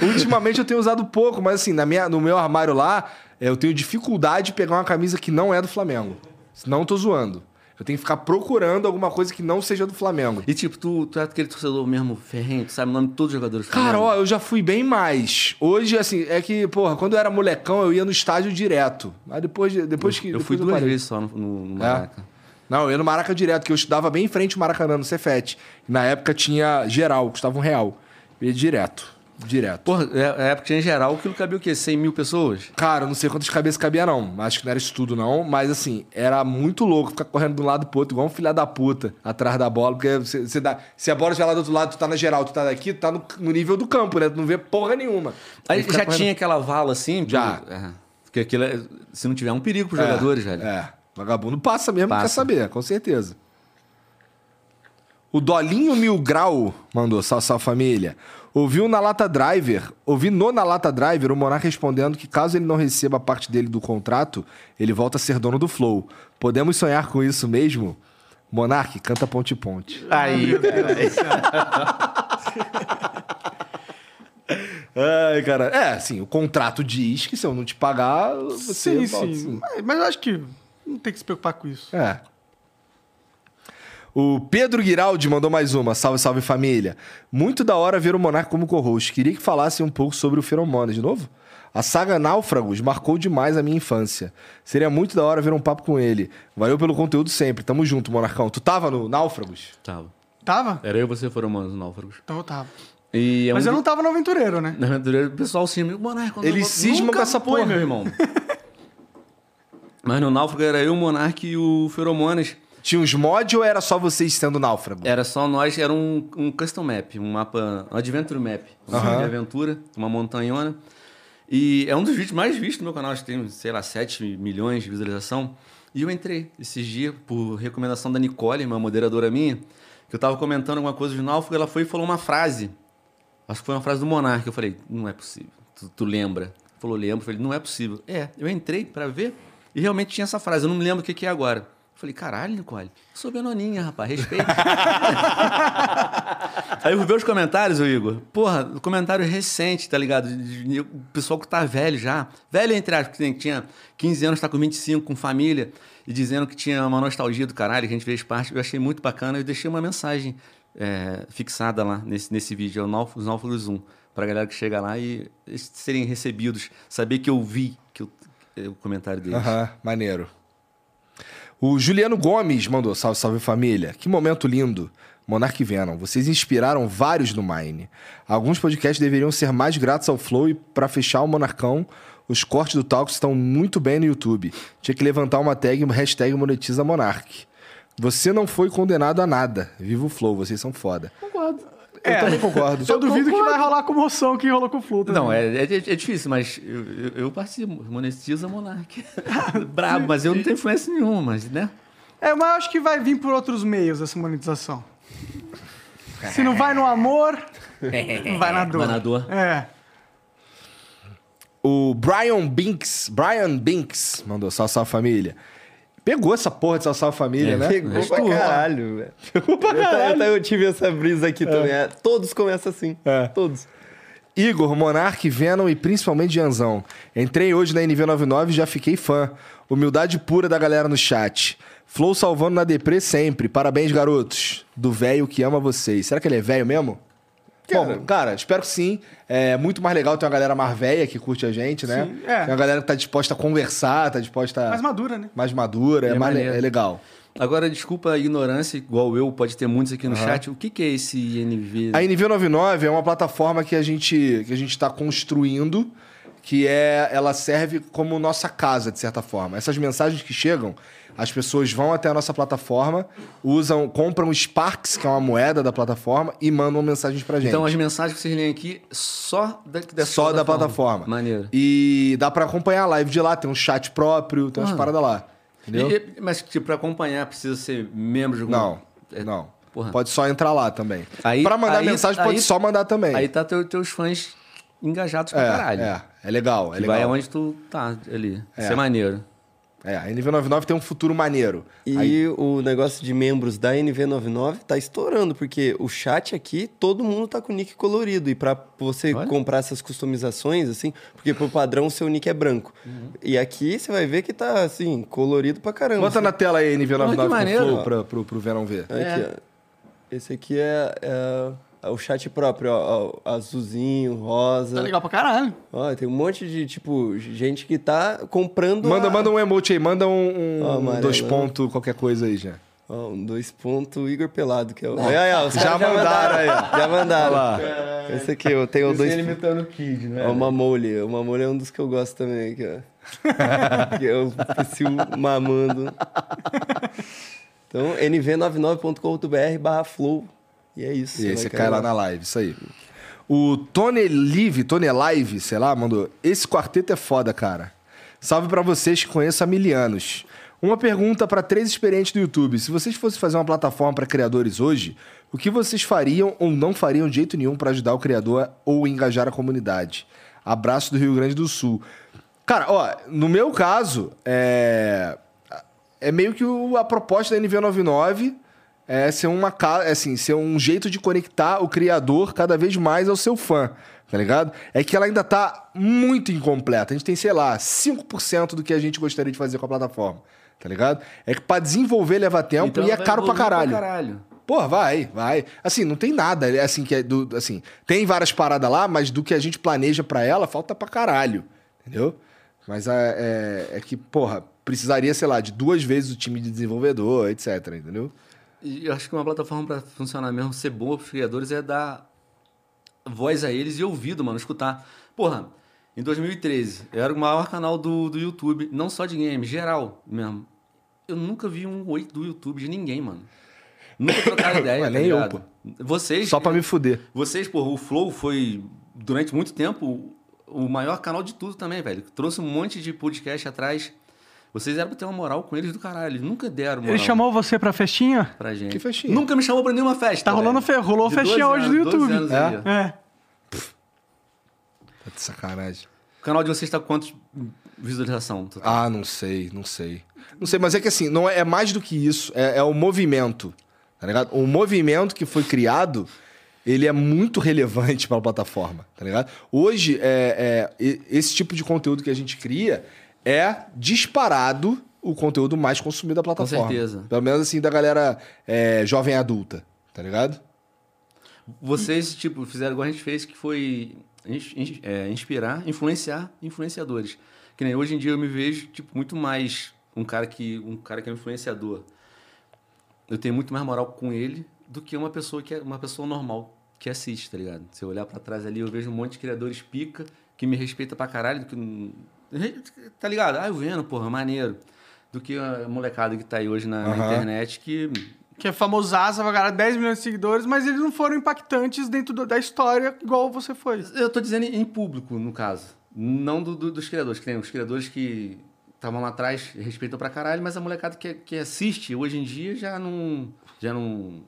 A: Ultimamente eu tenho usado pouco, mas assim, na minha, no meu armário lá, eh, eu tenho dificuldade de pegar uma camisa que não é do Flamengo. Senão eu tô zoando. Eu tenho que ficar procurando alguma coisa que não seja do Flamengo.
C: E tipo, tu, tu é aquele torcedor mesmo ferrenho, tu sabe o nome de todos os jogadores. do
A: Cara,
C: Flamengo.
A: ó, eu já fui bem mais. Hoje, assim, é que, porra, quando eu era molecão, eu ia no estádio direto. Mas depois, de- depois que.
C: Eu fui
A: depois eu
C: duas
A: parei.
C: vezes só no, no, no
A: É.
C: Maraca.
A: Não, eu ia no Maraca direto, que eu estudava bem em frente ao Maracanã, no Cefete. Na época tinha geral, custava um real. Eu ia direto, direto.
C: Porra, é, é época tinha em geral, aquilo cabia o quê? 100 mil pessoas?
A: Cara, eu não sei quantas cabeças cabia, não. Acho que não era isso tudo, não. Mas, assim, era muito louco ficar correndo de um lado pro outro, igual um filha da puta, atrás da bola. Porque você, você dá, se a bola estiver lá do outro lado, tu tá na geral, tu tá daqui, tu tá no, no nível do campo, né? Tu não vê porra nenhuma.
C: Aí
A: fica
C: já
A: correndo-
C: tinha aquela vala assim?
A: Já.
C: pro- É. Porque aquilo é, se não tiver é um perigo pros jogadores, velho.
A: É. Vagabundo passa mesmo,
C: Passa.
A: quer saber, com certeza. O Dolinho Mil Grau mandou, salve, salve família. Ouviu na Lata Driver, ouvi no Na Lata Driver o Monark respondendo que caso ele não receba a parte dele do contrato, ele volta a ser dono do Flow. Podemos sonhar com isso mesmo? Monark, canta ponte ponte.
B: Ah.
C: Aí,
A: Ai, cara. É, assim, o contrato diz que se eu não te pagar, você
B: Sim,
A: volta,
B: sim. Mas, mas eu acho que não tem que se preocupar com isso.
A: É. O Pedro Giraldi mandou mais uma. Salve, salve família. Muito da hora ver o Monark como co-host. Queria que falasse um pouco sobre o Feromônio de novo. A saga Náufragos marcou demais a minha infância. Seria muito da hora ver um papo com ele. Valeu pelo conteúdo sempre. Tamo junto, Monarcão. Tu tava no Náufragos?
C: Tava.
B: Tava?
C: Era eu e você foram humanos, náufragos.
B: Então eu tava.
C: E é um
B: Mas eu
C: do-
B: não tava no aventureiro, né?
C: Na verdade, o pessoal cisma. Monarca, quando
A: Ele
C: eu-
A: cisma
C: nunca
A: com essa
C: foi,
A: porra.
C: meu irmão. Mas no Náufrago era eu, o Monarca e o Feromonas.
A: Tinha uns mods ou era só vocês sendo náufrago?
C: Era só nós, era um, um custom map, um mapa, um adventure map, um mapa
A: Aham.
C: de aventura, uma montanhona. E é um dos vídeos mais vistos no meu canal, acho que tem, sei lá, 7 milhões de visualização. E eu entrei esses dias, por recomendação da Nicole, uma moderadora minha, que eu tava comentando alguma coisa de náufrago, ela foi e falou uma frase. Acho que foi uma frase do Monark. Eu falei, não é possível. Tu, tu lembra? Falou, lembro. Eu falei, não é possível. É, eu entrei pra ver e realmente tinha essa frase. Eu não me lembro o que, que é agora. Eu falei, caralho, Nicole, sou benoninha, rapaz, respeita. Aí eu fui ver os comentários, ô Igor. Porra, comentário recente, tá ligado? De- de- de- Pessoal que tá velho já. Velho, entre aspas, que tem- tinha 15 anos, tá com 25, com família. E dizendo que tinha uma nostalgia do caralho, que a gente fez parte. Eu achei muito bacana. Eu deixei uma mensagem é, fixada lá nesse, nesse vídeo. É o Náufrago- os Náufragos 1. Pra galera que chega lá e eles serem recebidos. Saber que eu vi que eu- é, o comentário deles.
A: Aham, maneiro. O Juliano Gomes mandou salve, salve família. Que momento lindo. Monark e Venom, vocês inspiraram vários no Mine. Alguns podcasts deveriam ser mais gratos ao Flow e pra fechar o Monarcão, os cortes do Talks estão muito bem no YouTube. Tinha que levantar uma tag, um hashtag monetiza Monark. Você não foi condenado a nada. Viva o Flow, vocês são foda. Eu também concordo.
B: Eu duvido que vai rolar a comoção que rolou com o Fluto. né?
C: Não, é, é, é difícil, mas eu, eu, eu participo. Monetiza Monark. Brabo, mas eu não tenho influência nenhuma, mas, né?
B: É, mas eu acho que vai vir por outros meios essa monetização. Se não vai no amor, vai na dor.
C: Vai na dor.
B: É.
A: O Brian Binks, Brian Binks, mandou salve, salve família. Pegou essa porra de salve, salve família, né?
D: Pegou pra caralho, velho. Pegou pra caralho. Eu, ta- eu tive essa brisa aqui também. É, Todos começam assim.
A: É.
D: Todos.
A: Igor, Monark, Venom e principalmente Janzão. Entrei hoje na NV99 e já fiquei fã. Humildade pura da galera no chat. Flow salvando na deprê sempre. Parabéns, garotos. Do velho que ama vocês. Será que ele é velho mesmo?
D: Cara-
A: Bom, cara, espero que sim. É muito mais legal ter uma galera mais velha que curte a gente, né?
B: Sim, é.
A: Tem uma galera que tá disposta a conversar, tá disposta a...
B: Mais madura, né?
A: mais madura. É,
C: é
A: mais le-
C: maneiro.
A: é legal.
C: Agora, desculpa a ignorância, igual eu, pode ter muitos aqui no chat. O que, que é esse INV?
A: A NV99 é uma plataforma que a gente que a gente está construindo, que é ela serve como nossa casa de certa forma. Essas mensagens que chegam, as pessoas vão até a nossa plataforma, usam, compram Sparks, que é uma moeda da plataforma e mandam mensagens pra gente.
C: então, as mensagens que vocês leem aqui, só da, dessa
A: Só da plataforma.
C: Maneiro.
A: E dá pra acompanhar a live de lá, tem um chat próprio, tem umas
C: Ah.
A: paradas lá. Entendeu?
C: E- e- mas, tipo, pra acompanhar, precisa ser membro de algum...
A: Não.
C: É,
A: Não.
C: Porra.
A: Pode só entrar lá também.
C: Aí-
A: pra mandar
C: aí-
A: mensagem, pode
C: aí-
A: só mandar também.
C: Aí tá teu, teus fãs engajados pra
A: é,
C: caralho.
A: é, é legal, é
C: que vai
A: legal.
C: aonde tu tá ali. Isso é maneiro.
A: É, a NV99 tem um futuro maneiro.
D: E o negócio de membros da NV99 tá estourando, porque o chat aqui, todo mundo tá com nick colorido. E pra você
C: Olha.
D: comprar essas customizações, assim, porque por padrão o seu nick é branco.
A: Uhum.
D: E aqui você vai ver que tá, assim, colorido pra caramba.
A: Bota na tela aí NV99
C: Olha que
A: com
C: maneiro.
A: flow pra, pro, pro Verão ver.
D: Aqui,
B: É.
D: ó. Esse aqui é, é- é o chat próprio, ó, ó, azulzinho, rosa.
B: Tá legal pra caralho.
D: Ó, tem um monte de, tipo, gente que tá comprando.
A: Manda,
D: a-
A: manda um emote aí, manda um, um
D: Ó, amarelo.
A: dois pontos, qualquer coisa aí já.
D: Ó, um dois ponto Igor Pelado, que é o. Aí, aí, ó, os caras já
A: mandaram
D: mandaram
A: aí,
D: aí,
A: ó.
D: Já mandaram.
A: Olha lá.
D: Esse aqui, eu tenho o dois.
C: imitando o Kid, né?
D: Ó, o Mamole. O Mamole é um dos que eu gosto também aqui, ó. que é o perfil mamando. Então, nv99.com.br barra flow. E é isso.
A: E aí
D: vai
A: você cai
D: cair
A: lá na live, isso aí. O Tony Live, Tony Live, sei lá, mandou. Esse quarteto é foda, cara. Salve pra vocês que conheço há mil anos. Uma pergunta pra três experientes do YouTube. Se vocês fossem fazer uma plataforma pra criadores hoje, o que vocês fariam ou não fariam de jeito nenhum pra ajudar o criador ou engajar a comunidade? Abraço do Rio Grande do Sul. Cara, ó, no meu caso, é é meio que o- a proposta da NV99 é ser uma ca- é assim, ser um jeito de conectar o criador cada vez mais ao seu fã, tá ligado? É que ela ainda tá muito incompleta. A gente tem, sei lá, 5% do que a gente gostaria de fazer com a plataforma, tá ligado? É que pra desenvolver leva tempo
C: Então
A: e é caro pra caralho. Porra, vai, vai. Assim, não tem nada, é assim que é do, assim, tem várias paradas lá, mas do que a gente planeja pra ela, falta pra caralho, entendeu? Mas a- é, é que, porra, precisaria, sei lá, de duas vezes o time de desenvolvedor, etc, entendeu?
C: E eu acho que uma plataforma pra funcionar mesmo, ser boa pros criadores, é dar voz a eles e ouvido, mano, escutar. Porra, em 2013, eu era o maior canal do, do YouTube, não só de game, geral mesmo. Eu nunca vi um oi do YouTube de ninguém, mano. Nunca trocaram ideia,
A: Ué,
C: tá
A: nem eu,
C: ligado? Vocês,
A: Só pra me fuder.
C: vocês, porra, o Flow foi, durante muito tempo, o maior canal de tudo também, velho. Trouxe um monte de podcast atrás. Vocês eram pra ter uma moral com eles do caralho. Eles nunca deram moral
B: Ele chamou você pra festinha?
C: pra gente.
A: Que festinha?
C: Nunca me chamou pra nenhuma festa.
B: Tá rolando
C: velho.
B: fe... rolou
C: De
B: festinha
C: 12
B: hoje no
C: anos, 12
B: YouTube.
C: anos
A: É?
C: aí, ó.
B: É.
A: Tá de sacanagem.
C: O canal de vocês tá com quantos visualização? total?
A: Ah, não sei, não sei. Não sei, mas é que assim, não é, é mais do que isso. É, é o movimento, tá ligado? O movimento que foi criado, ele é muito relevante para a plataforma, tá ligado? Hoje, é, é, e- esse tipo de conteúdo que a gente cria é disparado o conteúdo mais consumido da plataforma.
C: certeza.
A: Pelo menos assim, da galera é, jovem adulta, tá ligado?
C: Vocês, tipo, fizeram igual a gente fez, que foi ins- ins- é, inspirar, influenciar influenciadores. Que nem hoje em dia eu me vejo, tipo, muito mais um cara que, um cara que é um influenciador. Eu tenho muito mais moral com ele do que uma pessoa que é uma pessoa normal que assiste, tá ligado? Se eu olhar pra trás ali, eu vejo um monte de criadores pica que me respeita pra caralho, que não- tá ligado? Ah, eu vendo, porra, maneiro. Do que a molecada que tá aí hoje na, na
A: Aham.
C: internet que
B: Que é famosaça, vai ganhar 10 milhões de seguidores, mas eles não foram impactantes dentro do- da história igual você foi.
C: Eu tô dizendo em público, no caso. Não do- do- dos criadores, que tem os criadores que estavam lá atrás respeitam pra caralho, mas a molecada que, que assiste hoje em dia já não. já não.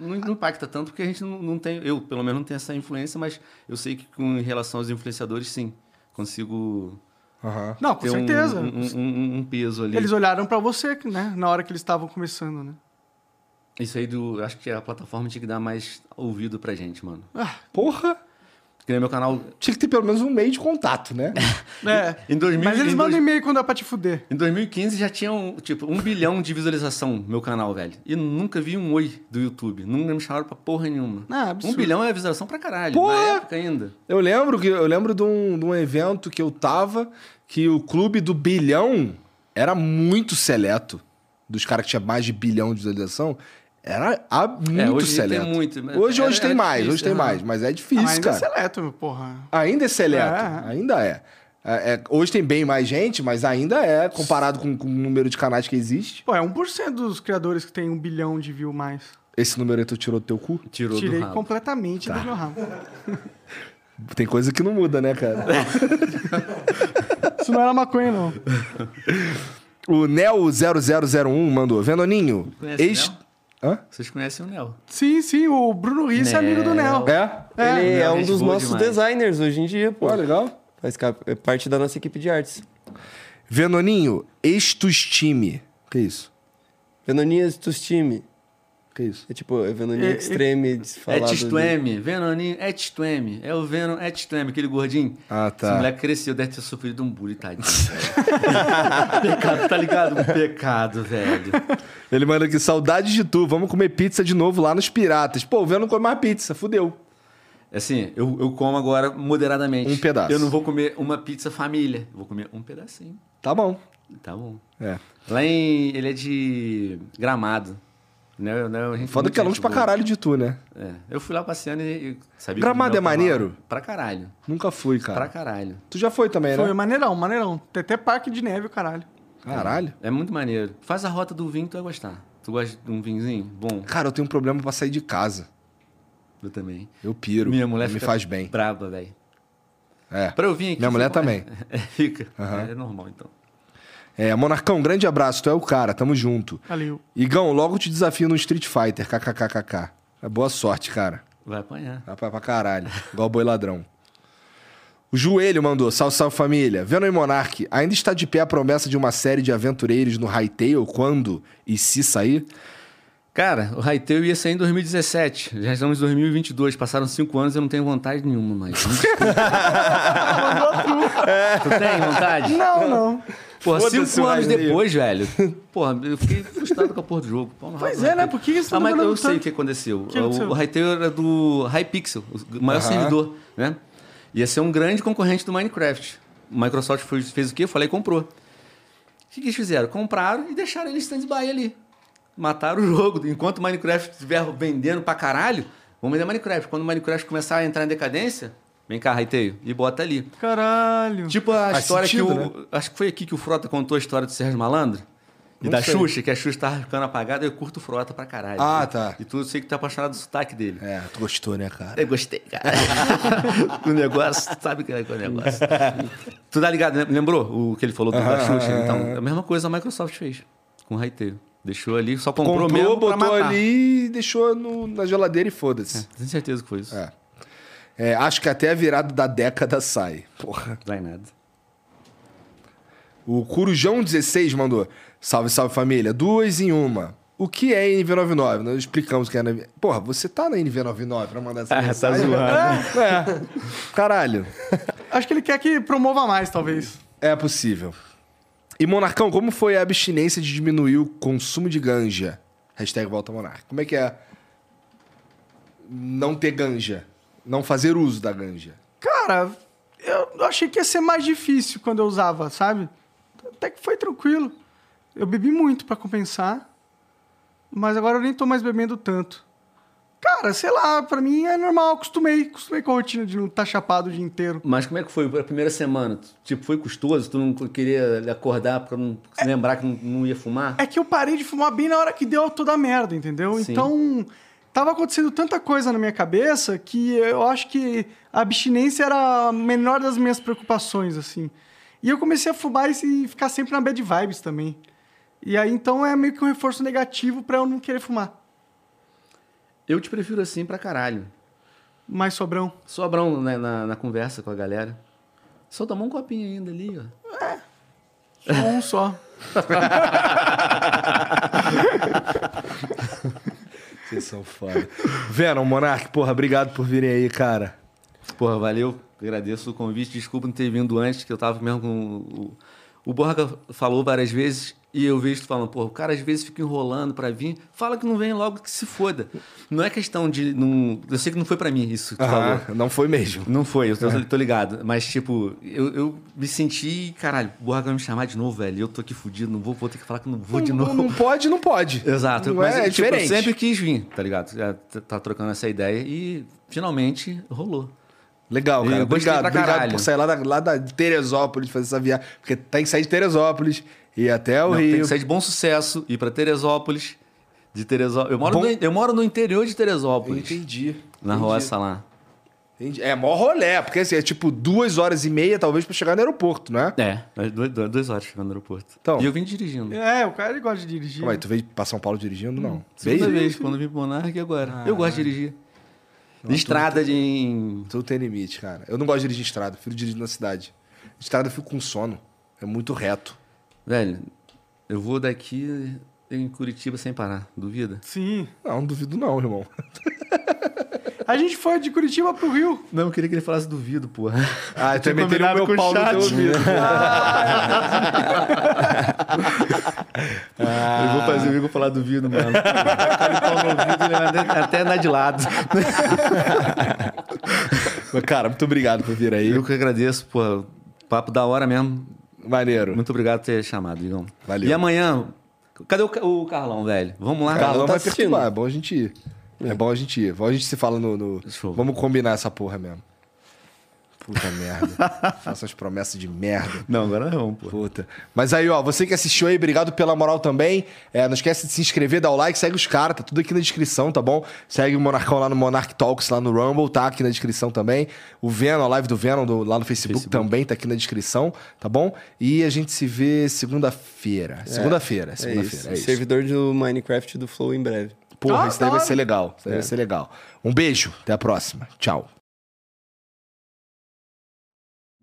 C: Não, não impacta tanto porque a gente não, não tem. Eu, pelo menos, não tenho essa influência, mas eu sei que com em relação aos influenciadores, sim. Consigo
A: Aham.
B: Não, com
C: ter um-
B: certeza.
C: Um, um- um- um peso ali.
B: Eles olharam pra você, né? Na hora que eles estavam começando, né?
C: Isso aí do. Acho que é a plataforma tinha que dar mais ouvido pra gente, mano.
A: Porra!
C: Porque meu canal.
A: Tinha que ter pelo menos um meio de contato, né?
B: É.
C: Em 2000,
B: Mas eles
C: em
B: mandam e-mail quando dá pra te fuder.
C: Em 2015 já tinha, um, tipo, um bilhão de visualização meu canal, velho. E nunca vi um oi do YouTube. Nunca me chamaram pra porra nenhuma.
B: Ah, absurdo.
C: Um bilhão é visualização pra caralho.
A: Porra!
C: Na época ainda.
A: Eu lembro que eu lembro de um, de um evento que eu tava que o clube do bilhão era muito seleto. Dos caras que tinha mais de bilhão de visualização, era a- muito
C: É, hoje tem
A: seleto.
C: muito, mas
A: hoje
C: era-
A: hoje tem
C: era
A: mais,
C: difícil,
A: hoje tem
C: aham.
A: mais, mas é
B: Ah,
A: difícil,
B: mas ainda
A: cara.
B: é seleto, meu porra.
A: Ainda é seleto,
B: É.
A: ainda é. É- é- Hoje tem bem mais gente, mas ainda é comparado com, com o número de canais que existe.
B: Pô, é 1% dos criadores que tem um bilhão de view mais.
A: Esse número aí tu tirou do teu cu.
C: Tirou
B: Tirei
C: do rabo.
B: completamente do meu rabo.
A: Tem coisa que não muda, né, cara?
B: Isso não era maconha, não.
A: o Neo0001 mandou. Venoninho,
C: Conhece o
A: ex...
C: Neo?
A: Hã?
C: Vocês conhecem o Nel.
B: Sim, sim, o Bruno Risse é amigo do Nel.
A: É?
B: É,
D: Ele é
C: não,
D: um
C: gente
D: dos
C: boa
D: nossos
C: demais.
D: designers hoje em dia, pô.
A: Pô, legal.
D: Faz cap- é parte da nossa equipe de artes.
A: Venoninho, estustime. Que isso?
D: Venonias Tustime.
A: Que isso?
D: É tipo, é Venonia
B: É, é-
D: Extreme
C: É
D: desfalado.
C: Tistueme, Venoninho, é Tistueme. É o Venom, é Tistueme, aquele gordinho.
A: Ah, tá.
C: Esse moleque cresceu, deve ter sofrido um bullying, tadinho. velho. pecado, tá ligado? Um pecado, velho.
A: Ele manda aqui, saudades de tu, vamos comer pizza de novo lá nos Piratas. Pô, o Venom não come mais pizza, fudeu.
C: Assim, eu, eu como agora moderadamente.
A: Um pedaço.
C: Eu não vou comer uma pizza família. Vou comer um pedacinho.
A: Tá bom.
C: Tá bom.
A: É.
C: Lá em. Ele é de gramado. Né? né, gente-
A: Foda
C: muita
A: que é longe
C: gente
A: pra
C: boa.
A: caralho de tu, né?
C: É, eu fui lá passeando e e sabia que
A: Gramado
C: o meu
A: é maneiro?
C: cavalo- Pra caralho.
A: Nunca fui,
C: Pra
A: cara.
C: caralho.
A: Tu já foi também,
B: Foi
A: né?
B: maneirão, maneirão. Tem até parque de neve, o caralho.
A: Caralho.
C: É muito maneiro. Faz a rota do vinho, tu vai gostar. Tu gosta de um vinhozinho? Bom,
A: Cara, eu tenho um problema pra sair de casa.
C: eu também.
A: Eu piro.
C: Minha mulher
A: Me
C: fica
A: faz bem.
C: Braba, velho.
A: É.
C: Pra eu vir aqui.
A: Minha mulher
C: fica-
A: também.
C: É, fica.
A: Aham.
C: É normal, então.
A: É, Monarcão, grande abraço. Tu é o cara, tamo junto.
B: Valeu.
A: Igão, logo te desafio no Street Fighter, kkkk. É boa sorte, cara.
C: Vai apanhar.
A: Rapaz, pra caralho. Igual boi ladrão. O Joelho mandou, salve, salve família. Venom e Monark, ainda está de pé a promessa de uma série de aventureiros no Hightail quando e se sair?
C: Cara, o Raiteu ia sair em 2017. Já estamos em 2022. Passaram cinco anos e eu não tenho vontade nenhuma mais. tu tem vontade?
B: Não, não.
C: Porra,
A: Foda-se
C: cinco
A: o
C: anos
A: Raiteu.
C: depois, velho. Porra, eu fiquei frustrado com a porra do jogo. Pô, não
B: Pois
C: vai-
B: é, né? Por que isso tá
C: Ah, mas eu
B: demorando
C: sei o
B: tanto?
C: que aconteceu.
B: que aconteceu?
C: o o Hytale era do Hypixel, o maior servidor, né? Ia ser um grande concorrente do Minecraft. O Microsoft foi- fez o quê? Eu falei, comprou. O que, que eles fizeram? Compraram e deixaram ele em stand-by ali. Mataram o jogo. Enquanto o Minecraft estiver vendendo pra caralho, vamos vender Minecraft. Quando o Minecraft começar a entrar em decadência, vem cá, Hytale, e bota ali.
B: Caralho.
C: Tipo a
A: Faz
C: história
A: sentido, né?
C: que o. Acho que foi aqui que o Frota contou a história do Sérgio Malandro. E da
A: sei.
C: Xuxa, que a Xuxa tava ficando apagada, eu curto o Frota pra caralho.
A: Ah,
C: né?
A: tá.
C: E tu eu sei que tá apaixonado do sotaque dele.
A: É, tu gostou, né, cara?
C: Eu gostei, cara. o negócio, tu sabe que é o negócio. tu tá ligado, né? lembrou o que ele falou do, da
A: Aham,
C: Xuxa?
A: aham,
C: Então,
A: aham.
C: a mesma coisa a Microsoft fez com o Raiteio. Deixou ali, só comprou,
A: Comprou,
C: mesmo
A: botou
C: pra matar. É,
A: ali e deixou no- na geladeira e foda-se.
C: Tenho certeza que foi isso.
A: É. É, acho que até a virada da década sai. Porra.
C: Não dá em nada.
A: O Corujão16 mandou. Salve, salve família. Duas em uma. O que é NV99? Nós explicamos o que é NV... Porra, você tá na NV99 pra mandar essa mensagem? É. Caralho.
B: Acho que ele quer que promova mais, talvez.
A: É possível. E Monarcão, como foi a abstinência de diminuir o consumo de ganja? Hashtag volta monarca. Como é que é não ter ganja? Não fazer uso da ganja?
B: Cara, eu achei que ia ser mais difícil quando eu usava, sabe? Até que foi tranquilo. Eu bebi muito pra compensar, mas agora eu nem tô mais bebendo tanto. Cara, sei lá, pra mim é normal, acostumei, acostumei com a rotina de não estar chapado o dia inteiro.
C: Mas como é que foi a primeira semana? Tu- Tipo, foi custoso? Tu não queria acordar pra não
A: É.
C: se lembrar que não, não ia fumar?
B: É que eu parei de fumar bem na hora que deu toda a merda, entendeu?
C: Sim.
B: Então, tava acontecendo tanta coisa na minha cabeça que eu acho que a abstinência era a menor das minhas preocupações, assim. E eu comecei a fumar e se- ficar sempre na bad vibes também. E aí, então, é meio que um reforço negativo pra eu não querer fumar.
C: Eu te prefiro assim pra caralho.
B: Mais sobrão.
C: Sobrão na, na, na conversa com a galera. Só tomou um copinho ainda ali, ó.
B: Só um só.
A: Vocês são foda. Venom, Monark, porra, obrigado por virem aí, cara.
C: Porra, valeu. Agradeço o convite. Desculpa não ter vindo antes, que eu tava mesmo com. O, o Borga falou várias vezes e eu vejo tu falando, porra, o cara às vezes fica enrolando pra vir. Fala que não vem logo que se foda. Não é questão de. Não... Eu sei que não foi pra mim isso que tu falou.
A: Aham, não foi mesmo.
C: Não foi, eu tô, tô ligado. Mas, tipo, eu, eu me senti. Caralho, o Borga vai me chamar de novo, velho. Eu tô aqui fudido, não vou, vou ter que falar que não vou de
A: Não-
C: novo.
A: Não, pode, não pode.
C: Exato,
A: Não
C: mas
A: é,
C: tipo,
A: é diferente.
C: eu sempre quis vir, tá ligado? Já t- tá trocando essa ideia e finalmente rolou.
A: Legal, cara.
C: Eu gostei
A: Obrigado,
C: pra
A: obrigado
C: caralho.
A: por sair lá da, lá da Teresópolis, fazer essa viagem. Porque tem que sair de Teresópolis e ir até É o
C: Não, Tem
A: Rio.
C: que sair de bom sucesso, ir pra Teresópolis. De Teresópolis. Eu moro,
A: Bom-
C: no, eu moro no interior de Teresópolis.
A: Entendi.
C: Na
A: entendi.
C: roça lá.
A: Entendi. É mó rolé, porque assim, é tipo duas horas e meia, talvez, pra chegar no aeroporto, né?
C: É, mas duas, duas- duas horas chegando no aeroporto.
A: Então.
C: E eu vim dirigindo.
B: É, o cara ele gosta de dirigir. né?
A: Calma aí, tu veio pra São Paulo dirigindo? Não.
C: Segunda
A: Veio?
C: vez, quando eu vim pro Monark e
A: Ah.
C: agora. eu gosto de dirigir. De estrada de... em-
A: Tudo tem limite, cara. Eu não gosto de dirigir em estrada, eu prefiro dirigir na cidade. Estrada eu fico com sono. É muito reto.
C: Velho, eu vou daqui em Curitiba sem parar. Duvida?
B: Sim.
A: Não, não duvido não, irmão.
B: A gente foi de Curitiba pro Rio.
C: Não, eu queria que ele falasse duvido, porra.
A: Ah, eu
C: tinha
A: também teria o
C: combinado
A: meu
C: com o
A: pau no
C: chat.
A: teu ouvido.
C: Eu vou fazer o Igor falar duvido, mano. Tacar ele pau no ouvido, ele vai até- até andar de lado.
A: Mas, cara, muito obrigado por vir aí.
C: Eu que agradeço, pô. Papo da hora mesmo.
A: Maneiro.
C: Muito obrigado por ter chamado, Igão.
A: Valeu.
C: E amanhã, cadê o, Ca- o Carlão, velho? Vamos lá.
A: Cara,
D: Carlão
A: não
D: tá
A: vai
D: assistindo.
A: perturbar, é bom a gente ir. É bom a gente ir. Bom a gente se fala no. no-
C: Show.
A: Vamos combinar essa porra mesmo. Puta merda. Faça as promessas de merda.
C: Não, agora não, pô.
A: Puta. Mas aí, ó, você que assistiu aí, obrigado pela moral também. É, não esquece de se inscrever, dar o like, segue os caras, tá tudo aqui na descrição, tá bom? Segue o Monarcão lá no Monarch Talks, lá no Rumble, tá aqui na descrição também. O Venom, a live do Venom do- lá no Facebook, também tá aqui na descrição, tá bom? E a gente se vê segunda-feira. Segunda-feira,
D: É
A: segunda-feira.
D: isso.
A: É isso.
D: Servidor do Minecraft do Flow em breve.
A: Porra,
B: Ah,
A: isso daí
B: da
A: vai
B: hora.
A: ser legal. Isso daí vai ser legal. Um beijo, até a próxima. Tchau.